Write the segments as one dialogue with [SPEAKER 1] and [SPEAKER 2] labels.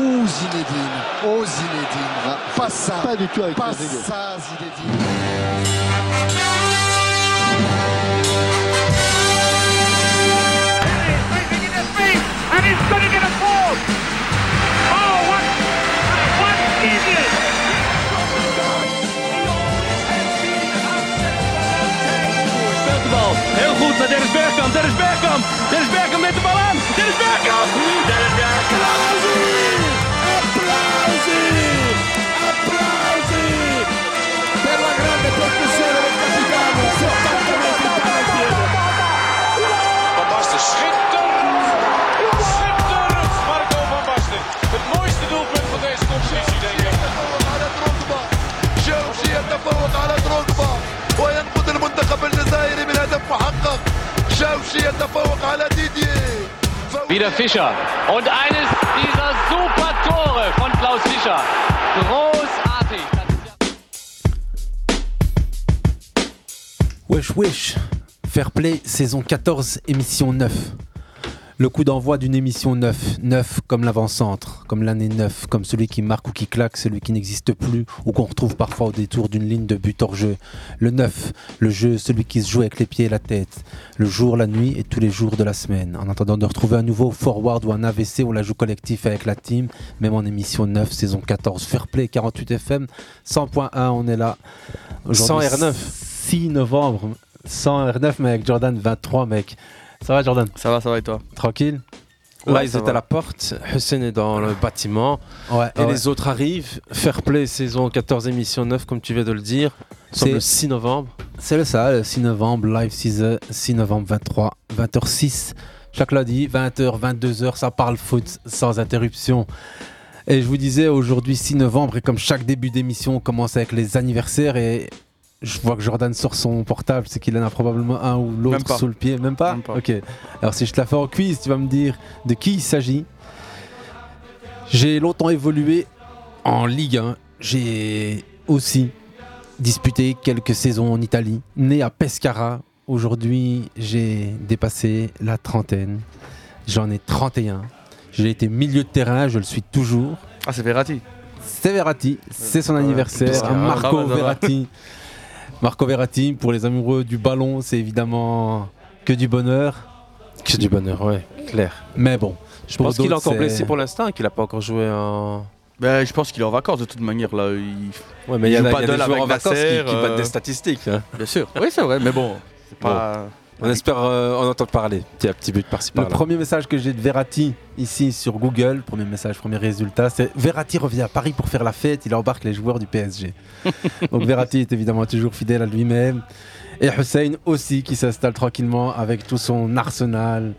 [SPEAKER 1] Zinedine, oh Zinedine, pas ça,
[SPEAKER 2] Pas du tout avec
[SPEAKER 1] pas
[SPEAKER 2] Rodrigo.
[SPEAKER 1] ça Zinedine.
[SPEAKER 3] He's leaping into space, and he's going to get a fall. Oh, what? What is it?
[SPEAKER 4] Speeltebal. Heel goed naar Dennis Bergkamp. Dennis Bergkamp. Dennis Bergkamp met de bal aan. Dennis Bergkamp. Dennis Bergkamp. Applausie. Applausie. Applausie. Per la grande percussione del capitano. Fortunatamente in panettiere.
[SPEAKER 5] Van Basten, schitterend! Schitterend, Marco van Basten. Het mooiste doelpunt van deze competitie, denk ik.
[SPEAKER 6] الشمسية تفوق على تركبا وينقذ المنتخب الجزائري من هدف محقق شوشي يتفوق على ديدييه
[SPEAKER 7] Wieder Fischer. Und eines dieser super Tore von Klaus Fischer. Großartig. Das ist ja
[SPEAKER 8] Wesh Wesh Fair Play saison 14 émission 9 Le coup d'envoi d'une émission 9 9 comme l'avant-centre comme l'année 9 comme celui qui marque ou qui claque celui qui n'existe plus ou qu'on retrouve parfois au détour d'une ligne de but hors jeu Le 9 le jeu celui qui se joue avec les pieds et la tête le jour la nuit et tous les jours de la semaine en attendant de retrouver un nouveau forward ou un AVC on la joue collectif avec la team même en émission 9 saison 14 Fair Play 48 FM 100.1 on est là Aujourd'hui,
[SPEAKER 9] 100 R9.
[SPEAKER 8] 6 novembre. 100 R9, mais avec Jordan 23, mec. Ça va, Jordan
[SPEAKER 9] Ça va, ça va et toi
[SPEAKER 8] Tranquille
[SPEAKER 9] Là,
[SPEAKER 8] Ouais,
[SPEAKER 9] ils
[SPEAKER 8] ça
[SPEAKER 9] étaient
[SPEAKER 8] va.
[SPEAKER 9] à la porte. Hussein est dans le bâtiment.
[SPEAKER 8] Ouais,
[SPEAKER 9] Et les autres arrivent. Fair Play saison 14 émission 9, comme tu viens de le dire. C'est
[SPEAKER 8] C'est-
[SPEAKER 9] le 6 novembre.
[SPEAKER 8] C'est le ça, le 6 novembre, live 6 heures, 6 novembre 23, 20h06. Chaque lundi, 20h, 22h, ça parle foot sans interruption. Et je vous disais, aujourd'hui 6 novembre, et comme chaque début d'émission, on commence avec les anniversaires. Et je vois que Jordan sort son portable, c'est qu'il en a probablement un ou
[SPEAKER 9] Même
[SPEAKER 8] l'autre
[SPEAKER 9] pas.
[SPEAKER 8] sous le pied. Même pas,
[SPEAKER 9] Même pas.
[SPEAKER 8] Ok. Alors si je te la fais en quiz, tu vas me dire de qui il s'agit. J'ai longtemps évolué en Ligue 1. J'ai aussi disputé quelques saisons en Italie. Né à Pescara, aujourd'hui j'ai dépassé la trentaine. J'en ai 31. J'ai été milieu de terrain, je le suis toujours.
[SPEAKER 9] Ah, c'est Verratti.
[SPEAKER 8] C'est Verratti, c'est son
[SPEAKER 9] Ouais,
[SPEAKER 8] anniversaire.
[SPEAKER 9] Pescara.
[SPEAKER 8] Marco
[SPEAKER 9] Bravo, Zara.
[SPEAKER 8] Verratti. Marco Verratti, pour les amoureux du ballon, c'est évidemment que du bonheur.
[SPEAKER 9] Que du bonheur, ouais, clair.
[SPEAKER 8] Mais bon, je
[SPEAKER 9] Je pense qu'il est encore blessé pour l'instant et qu'il a pas encore joué en.
[SPEAKER 10] Ben, je pense qu'il est en vacances de toute manière là. Il...
[SPEAKER 9] Ouais, mais
[SPEAKER 10] Il
[SPEAKER 9] il y a,
[SPEAKER 10] joue
[SPEAKER 9] il y
[SPEAKER 10] pas
[SPEAKER 9] a
[SPEAKER 10] de
[SPEAKER 9] des
[SPEAKER 10] là
[SPEAKER 9] joueurs
[SPEAKER 10] avec
[SPEAKER 9] en vacances qui,
[SPEAKER 10] Nasser,
[SPEAKER 9] qui battent
[SPEAKER 10] euh.
[SPEAKER 9] des statistiques. hein.
[SPEAKER 10] Bien sûr. Oui, c'est vrai, mais bon, c'est pas.
[SPEAKER 9] On espère euh, en entendre parler. Petit, petit but par-ci
[SPEAKER 8] Le
[SPEAKER 9] par-là.
[SPEAKER 8] premier message que j'ai de Verratti ici sur Google, premier message, premier résultat, c'est Verratti revient à Paris pour faire la fête, il embarque les joueurs du PSG. Donc Verratti est évidemment toujours fidèle à lui-même. Et Hussein aussi qui s'installe tranquillement avec tout son arsenal,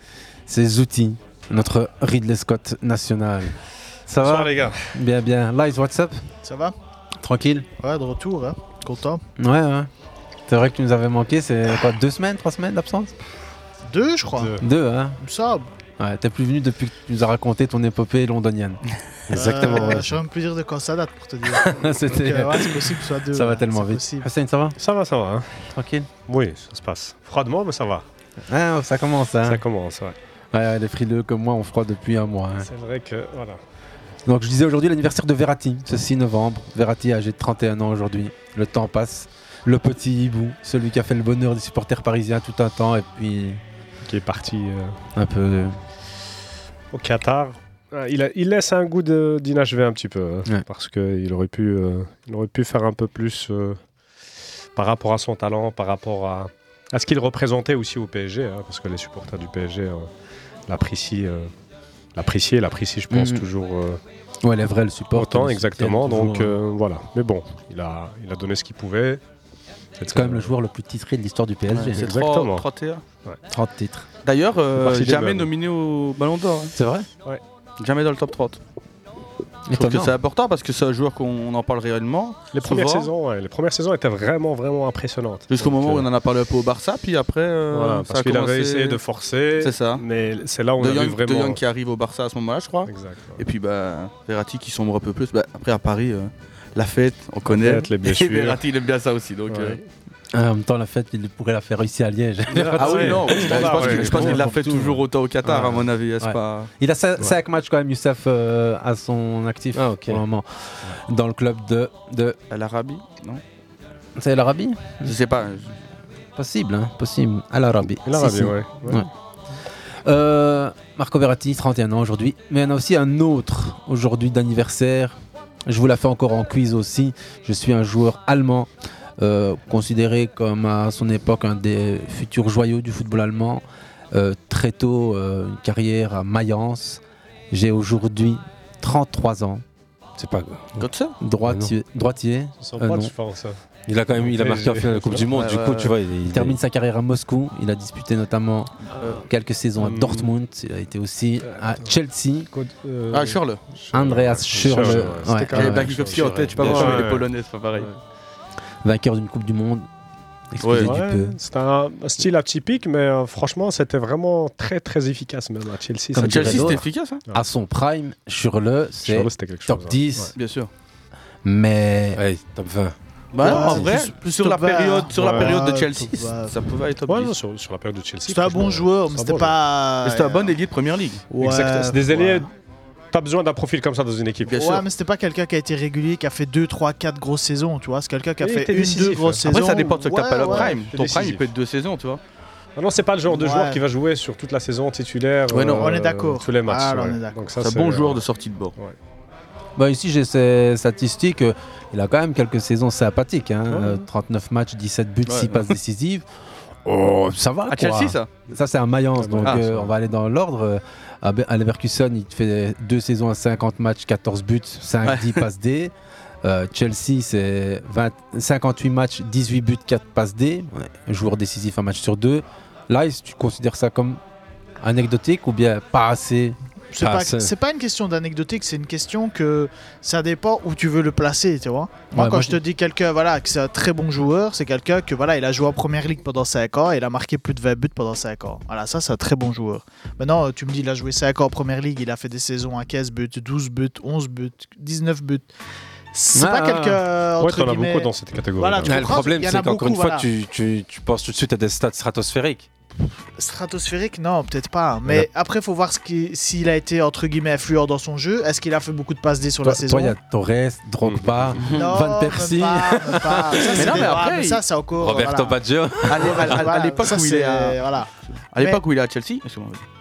[SPEAKER 8] ses outils, notre Ridley Scott national. Ça va
[SPEAKER 5] les gars.
[SPEAKER 8] Bien, bien. Lies, what's up
[SPEAKER 1] Ça va
[SPEAKER 8] Tranquille
[SPEAKER 1] Ouais, de retour, hein content.
[SPEAKER 8] Ouais, ouais. C'est vrai que tu nous avais manqué, c'est quoi, deux semaines, trois semaines d'absence
[SPEAKER 1] Deux, je crois.
[SPEAKER 8] Deux, hein
[SPEAKER 1] Ça,
[SPEAKER 8] Ouais, t'es plus venu depuis que tu nous as raconté ton épopée londonienne.
[SPEAKER 1] euh,
[SPEAKER 9] Exactement. ouais.
[SPEAKER 1] J'ai un plaisir de quand ça date pour te dire. Donc,
[SPEAKER 8] C'était.
[SPEAKER 1] euh, ouais, c'est possible que ce soit deux.
[SPEAKER 8] Ça va
[SPEAKER 1] ouais,
[SPEAKER 8] tellement
[SPEAKER 1] c'est
[SPEAKER 8] vite.
[SPEAKER 1] possible.
[SPEAKER 8] Hussein, ça va
[SPEAKER 11] Ça va, ça va. hein.
[SPEAKER 8] Tranquille
[SPEAKER 11] Oui, ça se passe. Froidement, mais ça va.
[SPEAKER 8] Ah, ça commence, hein.
[SPEAKER 11] Ça commence, ouais.
[SPEAKER 8] Ouais, ouais, les frileux comme moi, on froid depuis un mois. hein.
[SPEAKER 11] C'est vrai que, voilà.
[SPEAKER 8] Donc, je disais aujourd'hui l'anniversaire de Verratti, ce 6 novembre. Verratti, âgé de 31 ans aujourd'hui. Le temps passe. Le petit hibou, celui qui a fait le bonheur des supporters parisiens tout un temps, et puis
[SPEAKER 11] Qui est parti euh,
[SPEAKER 8] un peu.
[SPEAKER 11] au Qatar. Ah, Il, a- il laisse un goût de- d'inachevé un petit peu. hein,
[SPEAKER 8] Ouais.
[SPEAKER 11] Parce qu'il aurait, pu, euh, il aurait pu faire un peu plus euh, par rapport à son talent, par rapport à, à ce qu'il représentait aussi au PSG. hein, parce que les supporters du PSG euh, l'apprécient, euh, l'apprécient, l'apprécient, je pense,
[SPEAKER 8] Mhm.
[SPEAKER 11] toujours. euh,
[SPEAKER 8] Ouais, les vrais le supportent.
[SPEAKER 11] Pourtant,
[SPEAKER 8] le
[SPEAKER 11] exactement.
[SPEAKER 8] soutiennent
[SPEAKER 11] Donc
[SPEAKER 8] toujours.
[SPEAKER 11] euh, voilà. Mais bon, il a, il a donné ce qu'il pouvait.
[SPEAKER 8] C'est quand même le joueur le plus titré de l'histoire du PSG.
[SPEAKER 11] Ouais,
[SPEAKER 10] C'est
[SPEAKER 8] hein.
[SPEAKER 11] exactement.
[SPEAKER 10] 3, 31.
[SPEAKER 8] 30 titres.
[SPEAKER 10] D'ailleurs, euh,
[SPEAKER 11] C'est parti des
[SPEAKER 10] jamais
[SPEAKER 11] meubles.
[SPEAKER 10] nominé au Ballon d'Or. hein.
[SPEAKER 8] C'est vrai
[SPEAKER 10] Jamais dans le top 30. Je trouve que
[SPEAKER 8] Étonnant.
[SPEAKER 10] c'est important parce que c'est un joueur qu'on en parle réellement.
[SPEAKER 11] Les premières,
[SPEAKER 10] souvent.
[SPEAKER 11] saisons, ouais, les premières saisons étaient vraiment, vraiment impressionnantes.
[SPEAKER 10] Jusqu'au
[SPEAKER 11] Donc,
[SPEAKER 10] moment où
[SPEAKER 11] euh,
[SPEAKER 10] on en a parlé un peu au Barça, puis après. euh,
[SPEAKER 11] voilà,
[SPEAKER 10] ça
[SPEAKER 11] parce
[SPEAKER 10] a
[SPEAKER 11] qu'il
[SPEAKER 10] commencé-
[SPEAKER 11] avait essayé de forcer.
[SPEAKER 10] C'est ça.
[SPEAKER 11] Mais c'est là où on
[SPEAKER 10] De
[SPEAKER 11] a vu
[SPEAKER 10] Young, De
[SPEAKER 11] vraiment.
[SPEAKER 10] Jong qui arrive au Barça à ce moment-là, je crois.
[SPEAKER 11] Exact, ouais.
[SPEAKER 10] Et puis bah, Verratti qui sombre un peu plus. Bah, après à Paris, euh, la fête, on connaît.
[SPEAKER 11] fête, les blessures.
[SPEAKER 10] Et Verratti il aime bien ça aussi. Donc,
[SPEAKER 11] Ouais.
[SPEAKER 10] euh,
[SPEAKER 8] Ah, En même temps, la fête, il pourrait la faire ici à Liège.
[SPEAKER 10] Ah oui, non, je pense qu'il- je pense qu'il la fait toujours autant au Qatar,
[SPEAKER 8] Ouais.
[SPEAKER 10] à mon avis. hein, c'est
[SPEAKER 8] Ouais.
[SPEAKER 10] pas-
[SPEAKER 8] Il a
[SPEAKER 10] Ouais.
[SPEAKER 8] 5 matchs quand même, Youssef, euh, à son actif
[SPEAKER 10] Ah,
[SPEAKER 8] pour le moment. Dans le club de. de...
[SPEAKER 10] L'Arabie Non
[SPEAKER 8] C'est l'Arabie
[SPEAKER 10] Je sais pas.
[SPEAKER 8] Possible, hein, possible. À l'Arabie.
[SPEAKER 10] L'Arabie, ouais. Ouais.
[SPEAKER 8] Euh, Marco Verratti, 31 ans aujourd'hui. Mais il y en a aussi un autre aujourd'hui d'anniversaire. Je vous la fais encore en quiz aussi. Je suis un joueur allemand, euh, considéré comme à son époque un des futurs joyaux du football allemand. Euh, très tôt, euh, une carrière à Mayence. J'ai aujourd'hui 33 ans. C'est pas
[SPEAKER 12] Ah
[SPEAKER 8] Droitier. droitier. Euh,
[SPEAKER 11] Ça sent pas
[SPEAKER 8] non.
[SPEAKER 11] du fort, ça.
[SPEAKER 8] Il a quand même, il a marqué en finale de la Coupe du Monde.
[SPEAKER 11] Ouais,
[SPEAKER 8] du
[SPEAKER 11] ouais,
[SPEAKER 8] coup,
[SPEAKER 11] ouais.
[SPEAKER 8] tu vois, il,
[SPEAKER 11] Il
[SPEAKER 8] termine sa carrière à Moscou. Il a disputé notamment
[SPEAKER 10] Euh,
[SPEAKER 8] quelques saisons à
[SPEAKER 10] hum.
[SPEAKER 8] Dortmund. Il a été aussi à Chelsea.
[SPEAKER 10] euh, Ah, Schürrle.
[SPEAKER 8] Andreas Schürrle.
[SPEAKER 10] Schürrle, ouais.
[SPEAKER 8] ouais,
[SPEAKER 10] C'était quand même
[SPEAKER 8] ouais,
[SPEAKER 10] Bakikowski en
[SPEAKER 8] Schürrle.
[SPEAKER 10] tête, tu peux
[SPEAKER 8] Bien
[SPEAKER 10] voir, euh,
[SPEAKER 8] sûr.
[SPEAKER 10] mais les Polonais, c'est pas pareil.
[SPEAKER 8] Vainqueur d'une Coupe du Monde. Excusez du
[SPEAKER 11] Ouais,
[SPEAKER 10] euh,
[SPEAKER 8] peu.
[SPEAKER 11] C'était un style atypique, mais euh, franchement, c'était vraiment très très efficace même à Chelsea.
[SPEAKER 8] Comme
[SPEAKER 11] ça
[SPEAKER 8] dirait
[SPEAKER 11] durait
[SPEAKER 8] l'autre,
[SPEAKER 11] longtemps.
[SPEAKER 10] hein. Ah.
[SPEAKER 8] À son prime, Schürrle, c'est
[SPEAKER 11] Schürrle, c'était quelque
[SPEAKER 8] top
[SPEAKER 11] chose, hein.
[SPEAKER 8] 10.
[SPEAKER 10] Bien sûr.
[SPEAKER 8] Mais. top 20.
[SPEAKER 10] Bah, en vrai, sur la période, sur la période de Chelsea, ça pouvait être Ah, top 10.
[SPEAKER 11] sur, la période de Chelsea.
[SPEAKER 1] C'était un bon joueur, mais c'était pas.
[SPEAKER 10] Mais c'était un bon ailier de première ligue.
[SPEAKER 11] Exact. C'est des alliés. T'as besoin d'un profil comme ça dans une équipe.
[SPEAKER 1] ouais, mais c'était pas quelqu'un qui a été régulier, qui a fait 2, 3, 4 grosses saisons, tu vois. C'est quelqu'un qui a
[SPEAKER 11] Il
[SPEAKER 1] fait
[SPEAKER 11] était
[SPEAKER 1] une, deux
[SPEAKER 11] décisif.
[SPEAKER 1] grosses saisons.
[SPEAKER 10] Après, ça dépend de ce que
[SPEAKER 1] Ouais,
[SPEAKER 10] t'appelles le
[SPEAKER 1] ouais.
[SPEAKER 10] prime. Ton prime, il peut être deux saisons, tu vois.
[SPEAKER 11] Ah non, c'est pas le genre de
[SPEAKER 1] Ouais.
[SPEAKER 11] joueur qui va jouer sur toute la saison titulaire. euh,
[SPEAKER 10] Ouais, non. On est
[SPEAKER 1] d'accord.
[SPEAKER 11] Tous les matchs.
[SPEAKER 1] Ah, là, on
[SPEAKER 11] ouais.
[SPEAKER 1] est d'accord.
[SPEAKER 11] Donc ça,
[SPEAKER 10] C'est euh, un bon joueur de sortie de bord.
[SPEAKER 8] Bah, ici, j'ai ces statistiques. euh, Il a quand même quelques saisons sympathiques. hein, euh, 39 matchs, 17 buts,
[SPEAKER 10] Ouais,
[SPEAKER 8] 6
[SPEAKER 10] ouais.
[SPEAKER 8] passes décisives. Oh, ça va.
[SPEAKER 10] À
[SPEAKER 8] quoi.
[SPEAKER 10] Chelsea, ça
[SPEAKER 8] Ça, c'est à Mayence. Donc,
[SPEAKER 10] Ah,
[SPEAKER 8] euh,
[SPEAKER 10] ça va.
[SPEAKER 8] on va aller dans l'ordre. Euh, À Be- à Leverkusen, il fait deux saisons à 50 matchs, 14 buts, 5,
[SPEAKER 10] Ouais.
[SPEAKER 8] 10 passes D. Euh, Chelsea, c'est 20 58 matchs, 18 buts, 4 passes D. Ouais, un joueur décisif un match sur deux. Là, est-ce que tu considères ça comme anecdotique ou bien pas assez
[SPEAKER 1] C'est
[SPEAKER 9] Ah,
[SPEAKER 1] pas, c'est pas une question d'anecdotique, c'est une question que ça dépend où tu veux le placer, tu vois. Moi,
[SPEAKER 8] Ouais,
[SPEAKER 1] quand
[SPEAKER 8] moi,
[SPEAKER 1] je te dis quelqu'un, voilà, que c'est un très bon joueur, c'est quelqu'un que, voilà, il a joué en première ligue pendant 5 ans, et il a marqué plus de 20 buts pendant 5 ans. Voilà, ça, c'est un très bon joueur. Maintenant, euh, tu me dis, il a joué 5 ans en première ligue, il a fait des saisons à 15 buts, 12 buts, 11 buts, 19 buts. C'est
[SPEAKER 8] Ah,
[SPEAKER 1] pas
[SPEAKER 8] ah,
[SPEAKER 1] quelqu'un.
[SPEAKER 8] ah. Ouais,
[SPEAKER 1] entre
[SPEAKER 8] t'en as
[SPEAKER 1] guillemets-
[SPEAKER 8] beaucoup dans
[SPEAKER 11] cette catégorie.
[SPEAKER 1] Voilà, tu
[SPEAKER 9] Mais le
[SPEAKER 1] comprends,
[SPEAKER 9] problème,
[SPEAKER 1] il y en a
[SPEAKER 9] c'est qu'encore
[SPEAKER 1] beaucoup,
[SPEAKER 9] une fois,
[SPEAKER 1] voilà.
[SPEAKER 9] tu, tu- tu penses tout de suite à des stats stratosphériques.
[SPEAKER 1] Stratosphérique, non, peut-être pas. hein. Mais après, faut voir ce qui- s'il a été entre guillemets influent dans son jeu. Est-ce qu'il a fait beaucoup de passes D sur
[SPEAKER 8] Toi,
[SPEAKER 1] la saison
[SPEAKER 8] toi, il y a Torres, Drogba,
[SPEAKER 1] Non,
[SPEAKER 8] Van
[SPEAKER 1] même
[SPEAKER 8] Persie.
[SPEAKER 1] pas, même pas. Ça, c'est
[SPEAKER 8] Mais non,
[SPEAKER 1] des-
[SPEAKER 8] mais
[SPEAKER 1] ah,
[SPEAKER 8] après,
[SPEAKER 1] mais ça, c'est encore.
[SPEAKER 8] Roberto
[SPEAKER 1] voilà.
[SPEAKER 8] Baggio.
[SPEAKER 10] À l'é- à- à- à l'époque
[SPEAKER 1] Ça,
[SPEAKER 10] où il est
[SPEAKER 1] c'est-
[SPEAKER 8] euh,
[SPEAKER 10] à...
[SPEAKER 1] euh, voilà.
[SPEAKER 10] À l'époque où il est à Chelsea, excuse-moi, vas-y.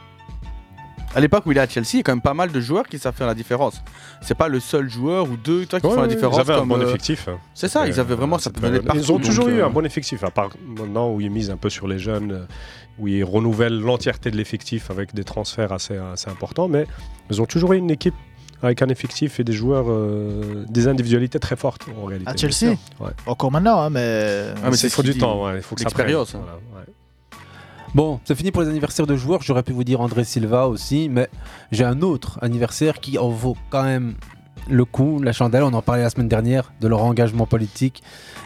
[SPEAKER 10] À l'époque où il est à Chelsea, il y a quand même pas mal de joueurs qui savent faire la différence. C'est pas le seul joueur ou deux toi, qui
[SPEAKER 11] Ouais,
[SPEAKER 10] font la
[SPEAKER 11] ouais,
[SPEAKER 10] différence.
[SPEAKER 11] Ils avaient un
[SPEAKER 10] comme,
[SPEAKER 11] bon
[SPEAKER 10] euh,
[SPEAKER 11] effectif. hein.
[SPEAKER 10] C'est ça,
[SPEAKER 11] C'était,
[SPEAKER 10] ils avaient vraiment, ça
[SPEAKER 11] c'était-
[SPEAKER 10] peut venir de
[SPEAKER 11] Ils ont
[SPEAKER 10] partout,
[SPEAKER 11] toujours
[SPEAKER 10] donc,
[SPEAKER 11] eu
[SPEAKER 10] euh,
[SPEAKER 11] un bon effectif, hein, à part maintenant où ils misent un peu sur les jeunes, euh, où ils renouvellent l'entièreté de l'effectif avec des transferts assez, assez importants, mais ils ont toujours eu une équipe avec un effectif et des joueurs, euh, des individualités très fortes en réalité.
[SPEAKER 1] À Chelsea
[SPEAKER 11] Ouais.
[SPEAKER 1] Encore maintenant, hein, mais.
[SPEAKER 11] Ah, mais c'est- Il faut du temps, ouais, il faut que ça prenne.
[SPEAKER 10] L'expérience,
[SPEAKER 11] Voilà, ouais.
[SPEAKER 8] Bon, c'est fini pour les anniversaires de joueurs. J'aurais pu vous dire André Silva aussi, mais j'ai un autre anniversaire qui en vaut quand même le coup, la chandelle. On en parlait la semaine dernière de leur engagement politique.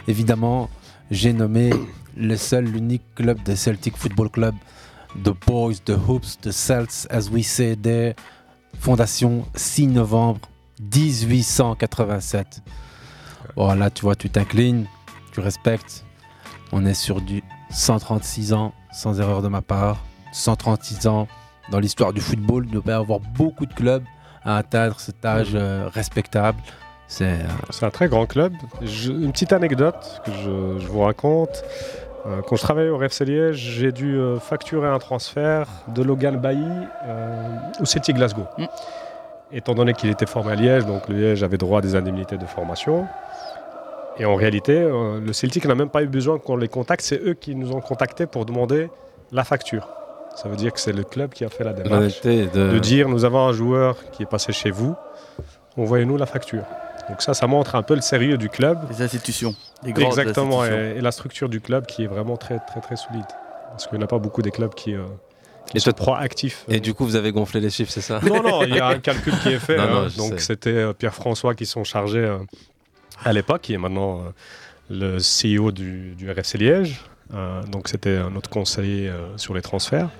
[SPEAKER 8] Évidemment, j'ai nommé le seul, l'unique club de Celtic Football Club, The Boys, The Hoops, The Celts, as we say there. Fondation 6 novembre 1887. Bon, Oh là, tu vois, tu t'inclines, tu respectes. On est sur du 136 ans, sans erreur de ma part. 136 ans dans l'histoire du football. Il doit y avoir beaucoup de clubs à atteindre cet âge euh, respectable. C'est. euh,
[SPEAKER 11] C'est un très grand club. Je- une petite anecdote que je, je vous raconte. Euh, quand je travaillais au RFC Liège, j'ai dû euh, facturer un transfert de Logan Bailly euh, au Celtic Glasgow. Étant donné qu'il était formé à Liège, donc le Liège avait droit à des indemnités de formation. Et en réalité, euh, le Celtic n'a même pas eu besoin qu'on les contacte. C'est eux qui nous ont contactés pour demander la facture. Ça veut dire que c'est le club qui a fait la démarche.
[SPEAKER 9] était de-
[SPEAKER 11] de dire nous avons un joueur qui est passé chez vous, envoyez-nous la facture. Donc ça, ça montre un peu le sérieux du club.
[SPEAKER 10] Les institutions. Les grandes
[SPEAKER 11] Exactement,
[SPEAKER 10] institutions.
[SPEAKER 11] et, et la structure du club qui est vraiment très très très solide. Parce qu'il n'y en a pas beaucoup des clubs qui, euh, qui sont proactifs.
[SPEAKER 9] Et du coup, vous avez gonflé les chiffres, c'est ça
[SPEAKER 11] Non, non, il y a un calcul qui est fait.
[SPEAKER 9] Non, non,
[SPEAKER 11] hein.
[SPEAKER 9] je
[SPEAKER 11] donc
[SPEAKER 9] sais.
[SPEAKER 11] c'était euh, Pierre-François qui sont chargés euh, à l'époque, qui est maintenant euh, le CEO du, du RFC Liège. Euh, donc c'était euh, notre conseiller euh, sur les transferts.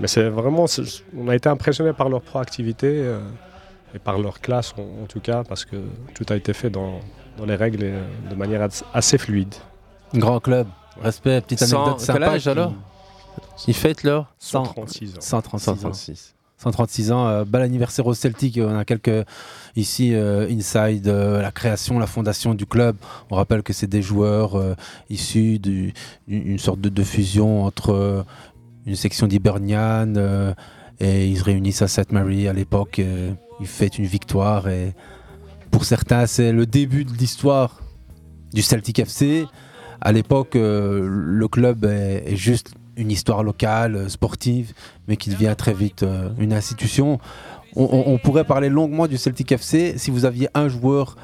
[SPEAKER 11] Mais c'est vraiment, c'est- on a été impressionné par leur proactivité euh, et par leur classe en, en tout cas, parce que tout a été fait dans, dans les règles et euh, de manière as- assez fluide.
[SPEAKER 8] Grand club, Respect, petite
[SPEAKER 9] Cent-
[SPEAKER 8] anecdote sympa.
[SPEAKER 9] quel âge,
[SPEAKER 8] qui-
[SPEAKER 9] alors Il fête leur
[SPEAKER 11] 136 ans.
[SPEAKER 8] 136 ans.
[SPEAKER 9] 136.
[SPEAKER 8] 136 ans, euh, bel anniversaire au Celtic. On a quelques ici euh, inside euh, la création, la fondation du club. On rappelle que c'est des joueurs euh, issus du- d'une sorte de, de fusion entre euh, une section d'Hibernian euh, et ils se réunissent à St. Mary à l'époque. euh, ils fêtent une victoire et pour certains c'est le début de l'histoire du Celtic FC. À l'époque, euh, le club est, est juste une histoire locale, euh, sportive, mais qui devient très vite euh, une institution. On, on- on pourrait parler longuement du Celtic FC. Si vous aviez un joueur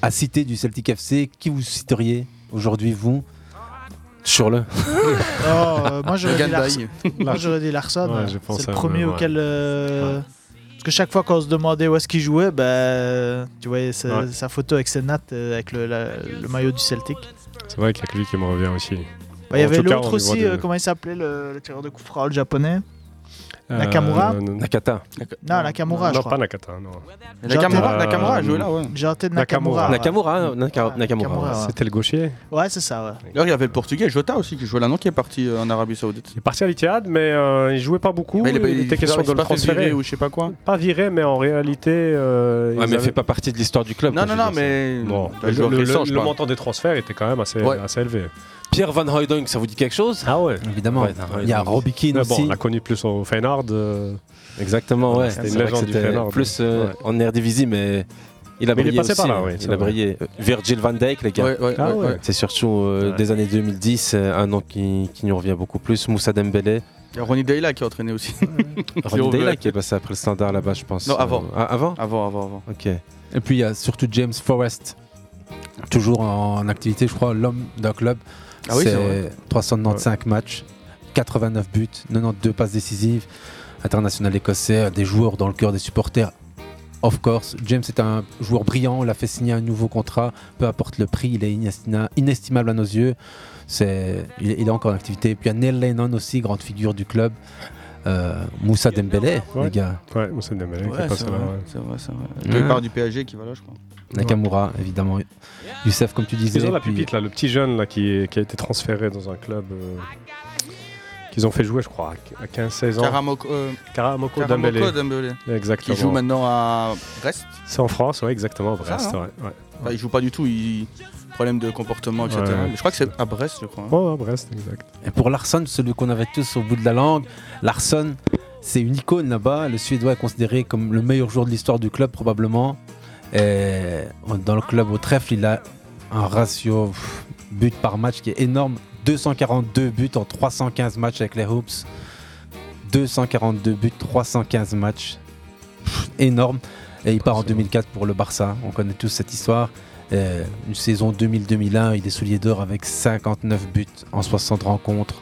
[SPEAKER 8] à citer du Celtic FC, qui vous citeriez aujourd'hui, vous Sur le.
[SPEAKER 1] Oh, euh, moi j'aurais dit
[SPEAKER 10] Regarde
[SPEAKER 1] Larson.
[SPEAKER 10] Bailly.
[SPEAKER 1] Moi, j'aurais dit Larson.
[SPEAKER 11] Ouais,
[SPEAKER 1] euh,
[SPEAKER 11] j'ai pensé
[SPEAKER 1] c'est
[SPEAKER 11] à
[SPEAKER 1] le
[SPEAKER 11] eux,
[SPEAKER 1] premier
[SPEAKER 11] ouais.
[SPEAKER 1] auquel. euh, Parce que chaque fois qu'on se demandait où est-ce qu'il jouait, bah, tu voyais sa,
[SPEAKER 11] Ouais.
[SPEAKER 1] sa photo avec ses nattes, euh, avec le, la- le maillot du Celtic. Bah,
[SPEAKER 11] C'est vrai qu'il y a que lui qui me revient aussi.
[SPEAKER 1] Il y
[SPEAKER 11] En
[SPEAKER 1] avait
[SPEAKER 11] tout cas,
[SPEAKER 1] l'autre
[SPEAKER 11] au niveau
[SPEAKER 1] aussi,
[SPEAKER 11] de-
[SPEAKER 1] euh, comment il s'appelait, le, le tireur de coup franc le japonais
[SPEAKER 11] euh,
[SPEAKER 1] Nakamura
[SPEAKER 11] Non,
[SPEAKER 9] Nakata.
[SPEAKER 1] Non, Nakamura, je
[SPEAKER 11] non,
[SPEAKER 1] crois.
[SPEAKER 11] pas Nakata, non.
[SPEAKER 10] Nakamura,
[SPEAKER 11] Euh,
[SPEAKER 10] Nakamura a joué là, ouais.
[SPEAKER 1] J'ai tenté Nakamura. ouais.
[SPEAKER 9] Nakamura, hein, Naka-
[SPEAKER 1] Ouais,
[SPEAKER 9] Nakamura.
[SPEAKER 1] Nakamura, ouais.
[SPEAKER 11] C'était le gaucher.
[SPEAKER 1] Ouais, c'est ça, ouais. Ah,
[SPEAKER 10] D'ailleurs, il y avait le portugais Jota aussi qui jouait là, non Qui est parti euh, en Arabie Saoudite.
[SPEAKER 11] Il est parti à l'Itihad, mais euh, il jouait pas beaucoup.
[SPEAKER 10] Mais
[SPEAKER 11] il,
[SPEAKER 10] il-
[SPEAKER 11] était
[SPEAKER 10] il-
[SPEAKER 11] question
[SPEAKER 10] il
[SPEAKER 11] de
[SPEAKER 10] s'est
[SPEAKER 11] le
[SPEAKER 10] pas fait virer
[SPEAKER 11] transférer.
[SPEAKER 10] ou je sais pas quoi.
[SPEAKER 11] Pas viré, mais en réalité. euh, ils
[SPEAKER 9] Ouais, mais il
[SPEAKER 11] avaient-
[SPEAKER 9] fait pas partie de l'histoire du club.
[SPEAKER 10] Non,
[SPEAKER 9] quoi, je
[SPEAKER 10] non,
[SPEAKER 9] veux
[SPEAKER 10] non,
[SPEAKER 9] dire,
[SPEAKER 10] mais.
[SPEAKER 11] Non.
[SPEAKER 10] Un
[SPEAKER 11] Le,
[SPEAKER 10] joueur
[SPEAKER 11] le-
[SPEAKER 10] récent,
[SPEAKER 11] le-
[SPEAKER 10] je
[SPEAKER 11] le
[SPEAKER 10] parle.
[SPEAKER 11] montant des transferts était quand même assez,
[SPEAKER 10] Ouais.
[SPEAKER 11] assez élevé.
[SPEAKER 9] c'est- Pierre Van Hooydonk, ça vous dit quelque chose
[SPEAKER 11] Ah ouais.
[SPEAKER 8] Évidemment.
[SPEAKER 9] Ouais, non,
[SPEAKER 8] Il y a
[SPEAKER 9] ouais,
[SPEAKER 8] Robbie Keane
[SPEAKER 11] Mais bon,
[SPEAKER 8] aussi.
[SPEAKER 11] on l'a connu plus au Feyenoord. euh,
[SPEAKER 9] Exactement, ouais.
[SPEAKER 11] C'était
[SPEAKER 9] C'est
[SPEAKER 11] une
[SPEAKER 9] vrai que
[SPEAKER 11] légende du
[SPEAKER 9] C'était
[SPEAKER 11] Feyenoord.
[SPEAKER 9] plus euh, en Eredivisie, mais il a
[SPEAKER 11] Mais il est
[SPEAKER 9] brillé
[SPEAKER 11] passé
[SPEAKER 9] aussi,
[SPEAKER 11] par là,
[SPEAKER 9] hein.
[SPEAKER 11] oui, c'est
[SPEAKER 9] Il a
[SPEAKER 11] vrai.
[SPEAKER 9] brillé. Virgil van Dijk, les gars.
[SPEAKER 10] Ouais, ouais,
[SPEAKER 11] Ah
[SPEAKER 10] ouais,
[SPEAKER 11] ouais.
[SPEAKER 10] ouais.
[SPEAKER 9] C'est surtout euh,
[SPEAKER 11] Ouais.
[SPEAKER 9] des années 2010, euh, un nom qui, qui nous revient beaucoup plus. Moussa Dembélé,
[SPEAKER 10] Il y a Ronny Deila qui a entraîné aussi.
[SPEAKER 9] Ronny
[SPEAKER 10] veut.
[SPEAKER 9] Deila qui est passé après le standard là-bas, je pense.
[SPEAKER 10] Non, avant.
[SPEAKER 9] Euh, ah, avant
[SPEAKER 10] Avant, avant, avant.
[SPEAKER 9] Ok.
[SPEAKER 8] Et puis il y a surtout James Forrest, toujours en activité, je crois, l'homme d'un club.
[SPEAKER 10] Ah oui, c'est
[SPEAKER 8] c'est 395 matchs, 89 buts, 92 passes décisives, international écossais, euh, des joueurs dans le cœur des supporters. Of course, James est un joueur brillant, on l'a fait signer un nouveau contrat, peu importe le prix, il est inestina- inestimable à nos yeux. C'est, il, est- il est encore en activité. Et puis il y a Neil Lennon aussi, grande figure du club. Euh, Moussa Dembélé,
[SPEAKER 11] Ouais.
[SPEAKER 8] les gars.
[SPEAKER 11] Ouais, Moussa Dembélé qui est
[SPEAKER 10] Ouais,
[SPEAKER 11] passé
[SPEAKER 10] c'est
[SPEAKER 11] là.
[SPEAKER 10] vrai,
[SPEAKER 11] ouais.
[SPEAKER 10] c'est vrai, c'est vrai.
[SPEAKER 8] Ouais.
[SPEAKER 10] Le part du PSG qui va là, je crois.
[SPEAKER 8] Nakamura, évidemment. Youssef, comme tu disais.
[SPEAKER 11] Ils ont la
[SPEAKER 8] puis-
[SPEAKER 11] pupite, là, le petit jeune là, qui, est- qui a été transféré dans un club euh, qu'ils ont fait jouer, je crois, à- à 15-16 ans.
[SPEAKER 10] Karamoko, euh,
[SPEAKER 11] Karamoko
[SPEAKER 10] Karamoko
[SPEAKER 11] Dembélé.
[SPEAKER 10] Dembélé. Qui
[SPEAKER 11] Exactement.
[SPEAKER 10] joue maintenant à Brest. Ah, hein.
[SPEAKER 11] C'est en France, ouais, exactement, à Brest.
[SPEAKER 10] Ça,
[SPEAKER 11] ouais, ouais.
[SPEAKER 10] Enfin, Bah, il joue pas du tout, il. Problème de comportement, etc.
[SPEAKER 11] Ouais, ouais.
[SPEAKER 10] Mais je crois que c'est à Brest, je crois. hein.
[SPEAKER 11] Ouais, ouais, Brest, exact.
[SPEAKER 8] Et pour Larson, celui qu'on avait tous au bout de la langue, Larson, c'est une icône là-bas. Le Suédois est considéré comme le meilleur joueur de l'histoire du club, probablement. Et dans le club au trèfle, il a un ratio pff, but par match qui est énorme 242 buts en 315 matchs avec les Hoops. 242 buts, 315 matchs. Pff, énorme. Et il part en 2004 pour le Barça. On connaît tous cette histoire. Euh, une saison 2000-2001, il est soulier d'or avec 59 buts en 60 rencontres,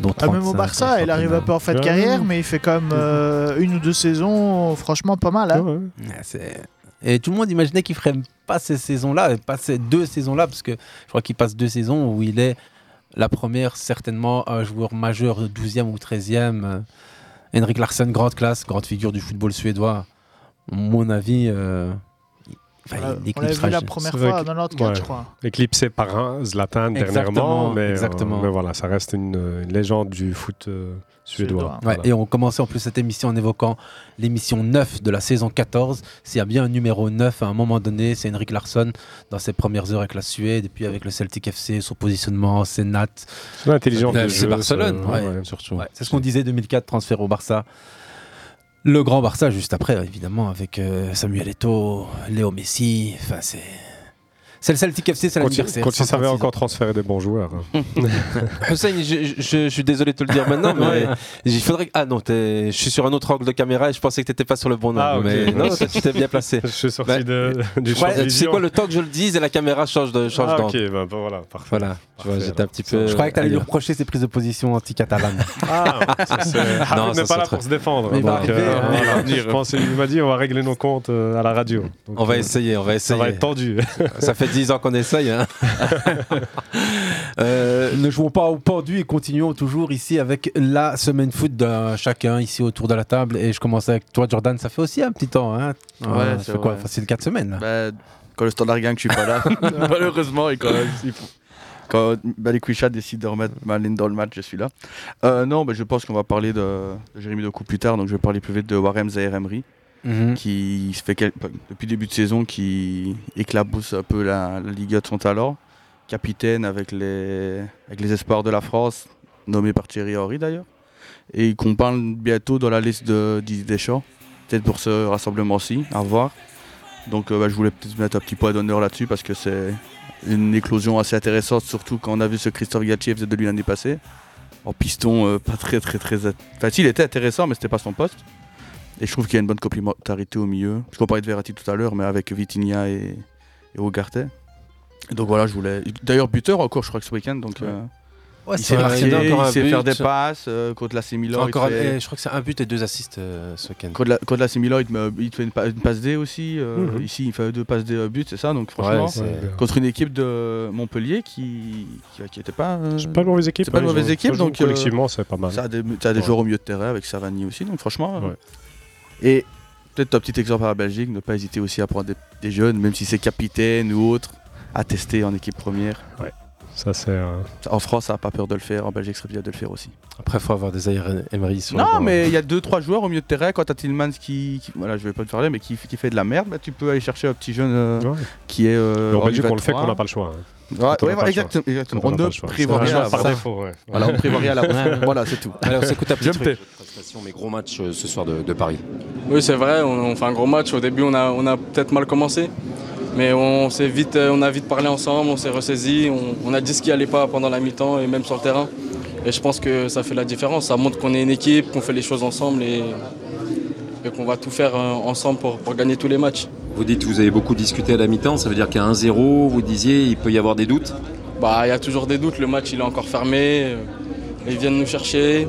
[SPEAKER 8] dont
[SPEAKER 1] Ah,
[SPEAKER 8] 35
[SPEAKER 1] même au Barça,
[SPEAKER 8] en
[SPEAKER 1] il arrive un peu en fin de
[SPEAKER 11] Ouais.
[SPEAKER 1] carrière, mais il fait quand même euh, une ou deux saisons, franchement pas mal. Hein.
[SPEAKER 11] Ouais, ouais.
[SPEAKER 8] championnat. Ouais, c'est- Et tout le monde imaginait qu'il ferait pas ces saisons-là, et pas ces deux saisons-là, parce que je crois qu'il passe deux saisons où il est la première, certainement un joueur majeur, 12e ou 13e. euh, Henrik Larsson, grande classe, grande figure du football suédois. Mon avis, euh, il- enfin, il
[SPEAKER 1] Voilà, on l'a vu
[SPEAKER 8] éclipsera
[SPEAKER 1] la
[SPEAKER 8] jamais.
[SPEAKER 1] première
[SPEAKER 11] C'est vrai
[SPEAKER 1] fois à
[SPEAKER 11] que-
[SPEAKER 1] 94, je
[SPEAKER 11] ouais.
[SPEAKER 1] crois.
[SPEAKER 11] Éclipsé par un Zlatan
[SPEAKER 8] Exactement,
[SPEAKER 11] dernièrement, mais, euh,
[SPEAKER 8] exactement.
[SPEAKER 11] mais voilà, ça reste une, euh, une légende du foot euh, suédois.
[SPEAKER 1] Suédois.
[SPEAKER 8] Ouais,
[SPEAKER 11] Voilà.
[SPEAKER 8] et on commençait en plus cette émission en évoquant l'émission 9 de la saison 14. S'il y a bien un numéro 9 à un moment donné, c'est Henrik Larsson dans ses premières heures avec la Suède et puis avec le Celtic FC, son positionnement, ses nattes.
[SPEAKER 11] C'est intelligent.
[SPEAKER 9] Le
[SPEAKER 11] de
[SPEAKER 9] FC
[SPEAKER 11] jeu,
[SPEAKER 9] Barcelone,
[SPEAKER 11] ça,
[SPEAKER 8] ouais.
[SPEAKER 9] Surtout.
[SPEAKER 8] c'est ce qu'on disait 2004, transfert au Barça. Le grand Barça juste après, évidemment, avec euh, Samuel Eto'o, Léo Messi. Enfin, c'est. C'est le Celtic FC, c'est
[SPEAKER 11] Quand il-
[SPEAKER 8] l'anniversaire.
[SPEAKER 11] Quand il savait
[SPEAKER 8] 136 ans.
[SPEAKER 11] encore transférer des bons joueurs. hein.
[SPEAKER 9] Hussein, je, je- je- je suis désolé de te le dire maintenant, mais il faudrait. que- Ah non, t'es- je suis sur un autre angle de caméra et je pensais que t'étais pas sur le bon angle.
[SPEAKER 11] Ah, ok.
[SPEAKER 9] Mais non, toi, tu t'es bien placé.
[SPEAKER 11] Je suis sorti
[SPEAKER 9] Bah,
[SPEAKER 11] de, du champ de
[SPEAKER 9] Ouais, tu sais
[SPEAKER 11] vision.
[SPEAKER 9] quoi, le temps que je le dise et la caméra change de change
[SPEAKER 11] Ah,
[SPEAKER 9] d'angle.
[SPEAKER 11] ok, bah, bah, voilà, parfait.
[SPEAKER 9] Voilà, tu vois,
[SPEAKER 11] Parfait,
[SPEAKER 9] j'étais un petit peu.
[SPEAKER 8] Je croyais que t'allais lui
[SPEAKER 9] ailleurs.
[SPEAKER 8] reprocher ses prises de position anti-catalanes.
[SPEAKER 11] Ah, ça, c'est- Harry
[SPEAKER 9] ça,
[SPEAKER 11] n'est
[SPEAKER 9] c'est
[SPEAKER 11] pas là
[SPEAKER 9] très-
[SPEAKER 11] pour se défendre.
[SPEAKER 8] Mais il
[SPEAKER 11] donc,
[SPEAKER 8] va arriver,
[SPEAKER 11] euh,
[SPEAKER 8] hein.
[SPEAKER 11] voilà. Je pense qu'il m'a dit on va régler nos comptes euh, à la radio. Donc,
[SPEAKER 9] On va
[SPEAKER 11] euh,
[SPEAKER 9] essayer, on va
[SPEAKER 11] Ça va
[SPEAKER 9] essayer.
[SPEAKER 11] être tendu.
[SPEAKER 9] Ça fait 10 ans qu'on essaye. hein. Euh,
[SPEAKER 8] ne jouons pas au pendu et continuons toujours ici avec la semaine foot de chacun ici autour de la table. Et je commence avec toi, Jordan. Ça fait aussi un petit temps. Hein
[SPEAKER 10] Ouais,
[SPEAKER 8] Euh, ça
[SPEAKER 10] c'est
[SPEAKER 8] fait quoi
[SPEAKER 10] vrai.
[SPEAKER 8] Facile 4 semaines. là.
[SPEAKER 10] Bah, quand le standard gagne, je suis pas là. Malheureusement, et quand même, il faut- Quand Balikwisha décide de remettre Malin dans le match, je suis là. Euh, non, bah, je pense qu'on va parler de, de Jérémy Doku plus tard, donc je vais parler plus vite de Warem Zahir Emery,
[SPEAKER 8] Mhm.
[SPEAKER 10] qui se fait quel- enfin, depuis le début de saison, qui éclabousse un peu la, la Ligue de son talent. Capitaine avec les, avec les espoirs de la France, nommé par Thierry Henry d'ailleurs, et qu'on parle bientôt dans la liste de Didier Deschamps, peut-être pour ce rassemblement-ci, à voir. Donc euh, bah, je voulais peut-être mettre un petit point d'honneur là-dessus parce que c'est une éclosion assez intéressante, surtout quand on a vu ce Christophe Gatchiev de lui l'année passée. En piston, euh, pas très très très. at- Enfin, si, il était intéressant, mais c'était pas son poste. Et je trouve qu'il y a une bonne complémentarité au milieu. Je parlait de Verratti tout à l'heure, mais avec Vitinha et, et Ugarte. Et Donc voilà, je voulais. D'ailleurs, buteur encore, je crois que ce week-end. Donc, euh,
[SPEAKER 13] Ouais,
[SPEAKER 10] il
[SPEAKER 13] c'est
[SPEAKER 10] s'est
[SPEAKER 13] vrai,
[SPEAKER 10] marqué,
[SPEAKER 13] Ah, il a encore
[SPEAKER 10] il
[SPEAKER 13] un
[SPEAKER 10] sait
[SPEAKER 13] but.
[SPEAKER 10] faire des passes euh, contre la Milan. il
[SPEAKER 13] Encore,
[SPEAKER 10] fait-
[SPEAKER 13] eh, je crois que c'est un but et deux assists euh, ce week-end.
[SPEAKER 10] Contre la, contre la AC Milan, il, te met- il te fait une, pa- une passe D aussi. euh,
[SPEAKER 13] Mhm.
[SPEAKER 10] Ici, il fait deux passes D euh, buts, c'est ça. Donc franchement,
[SPEAKER 13] Ouais, c'est-
[SPEAKER 10] contre une équipe de Montpellier qui qui, qui était pas. euh,
[SPEAKER 11] C'est pas une mauvaise équipe.
[SPEAKER 10] C'est pas
[SPEAKER 11] hein,
[SPEAKER 10] une
[SPEAKER 11] ils
[SPEAKER 10] mauvaise
[SPEAKER 11] ont-
[SPEAKER 10] équipe.
[SPEAKER 11] ils jouent
[SPEAKER 10] Donc euh,
[SPEAKER 11] collectivement, c'est pas mal.
[SPEAKER 10] Ça a des, ça a des
[SPEAKER 11] Ouais.
[SPEAKER 10] joueurs au milieu de terrain avec Savani aussi. Donc franchement. euh, Et peut-être un petit exemple à la Belgique, ne pas hésiter aussi à prendre des, des jeunes, même si c'est capitaine ou autre, à tester en équipe première.
[SPEAKER 11] Ça, c'est. euh,
[SPEAKER 10] En France, ça n'a pas peur de le faire. En Belgique, ça serait bien de le faire aussi.
[SPEAKER 13] Après, faut avoir des Air Emery sur le
[SPEAKER 10] Non,
[SPEAKER 13] banc.
[SPEAKER 10] mais il y a 2-3 joueurs au milieu de terrain. Quand t'as Tillmans qui, qui- Voilà, je vais pas te parler, mais qui, qui fait de la merde, bah, tu peux aller chercher un petit jeune euh,
[SPEAKER 11] ouais.
[SPEAKER 10] qui est. euh,
[SPEAKER 11] Mais en
[SPEAKER 10] hors
[SPEAKER 11] Belgique, on le fait
[SPEAKER 10] 23.
[SPEAKER 11] qu'on n'a pas le choix. hein.
[SPEAKER 10] Ouais,
[SPEAKER 11] Quand on
[SPEAKER 10] ouais,
[SPEAKER 11] n'a pas le
[SPEAKER 10] exactement.
[SPEAKER 11] choix.
[SPEAKER 10] exactement.
[SPEAKER 11] Quand
[SPEAKER 10] On
[SPEAKER 11] n'a pas
[SPEAKER 10] ne
[SPEAKER 11] le choix.
[SPEAKER 10] prévoit
[SPEAKER 11] C'est un
[SPEAKER 10] rien
[SPEAKER 11] choix
[SPEAKER 10] à
[SPEAKER 11] par
[SPEAKER 10] l'avance.
[SPEAKER 11] défaut, ouais.
[SPEAKER 10] Voilà, on prévoit rien à l'avance. voilà, c'est tout.
[SPEAKER 13] Allez, on s'écoute un petit
[SPEAKER 10] Je
[SPEAKER 13] truc.
[SPEAKER 10] me tais.
[SPEAKER 2] Prestation, mais gros match euh, ce soir de, de Paris.
[SPEAKER 9] Oui, c'est vrai, on, on fait un gros match. Au début, on a, on a peut-être mal commencé, mais on, s'est vite, euh, on a vite parlé ensemble, on s'est ressaisi, on, on a dit ce qui n'allait pas pendant la mi-temps et même sur le terrain. Et je pense que ça fait la différence. Ça montre qu'on est une équipe, qu'on fait les choses ensemble et, et qu'on va tout faire euh, ensemble pour- pour gagner tous les matchs.
[SPEAKER 2] Vous dites que vous avez beaucoup discuté à la mi-temps, ça veut dire qu'à 1-0, vous disiez il peut y avoir des doutes.
[SPEAKER 9] Bah, il y a toujours des doutes. Le match, il est encore fermé. euh, Ils viennent nous chercher.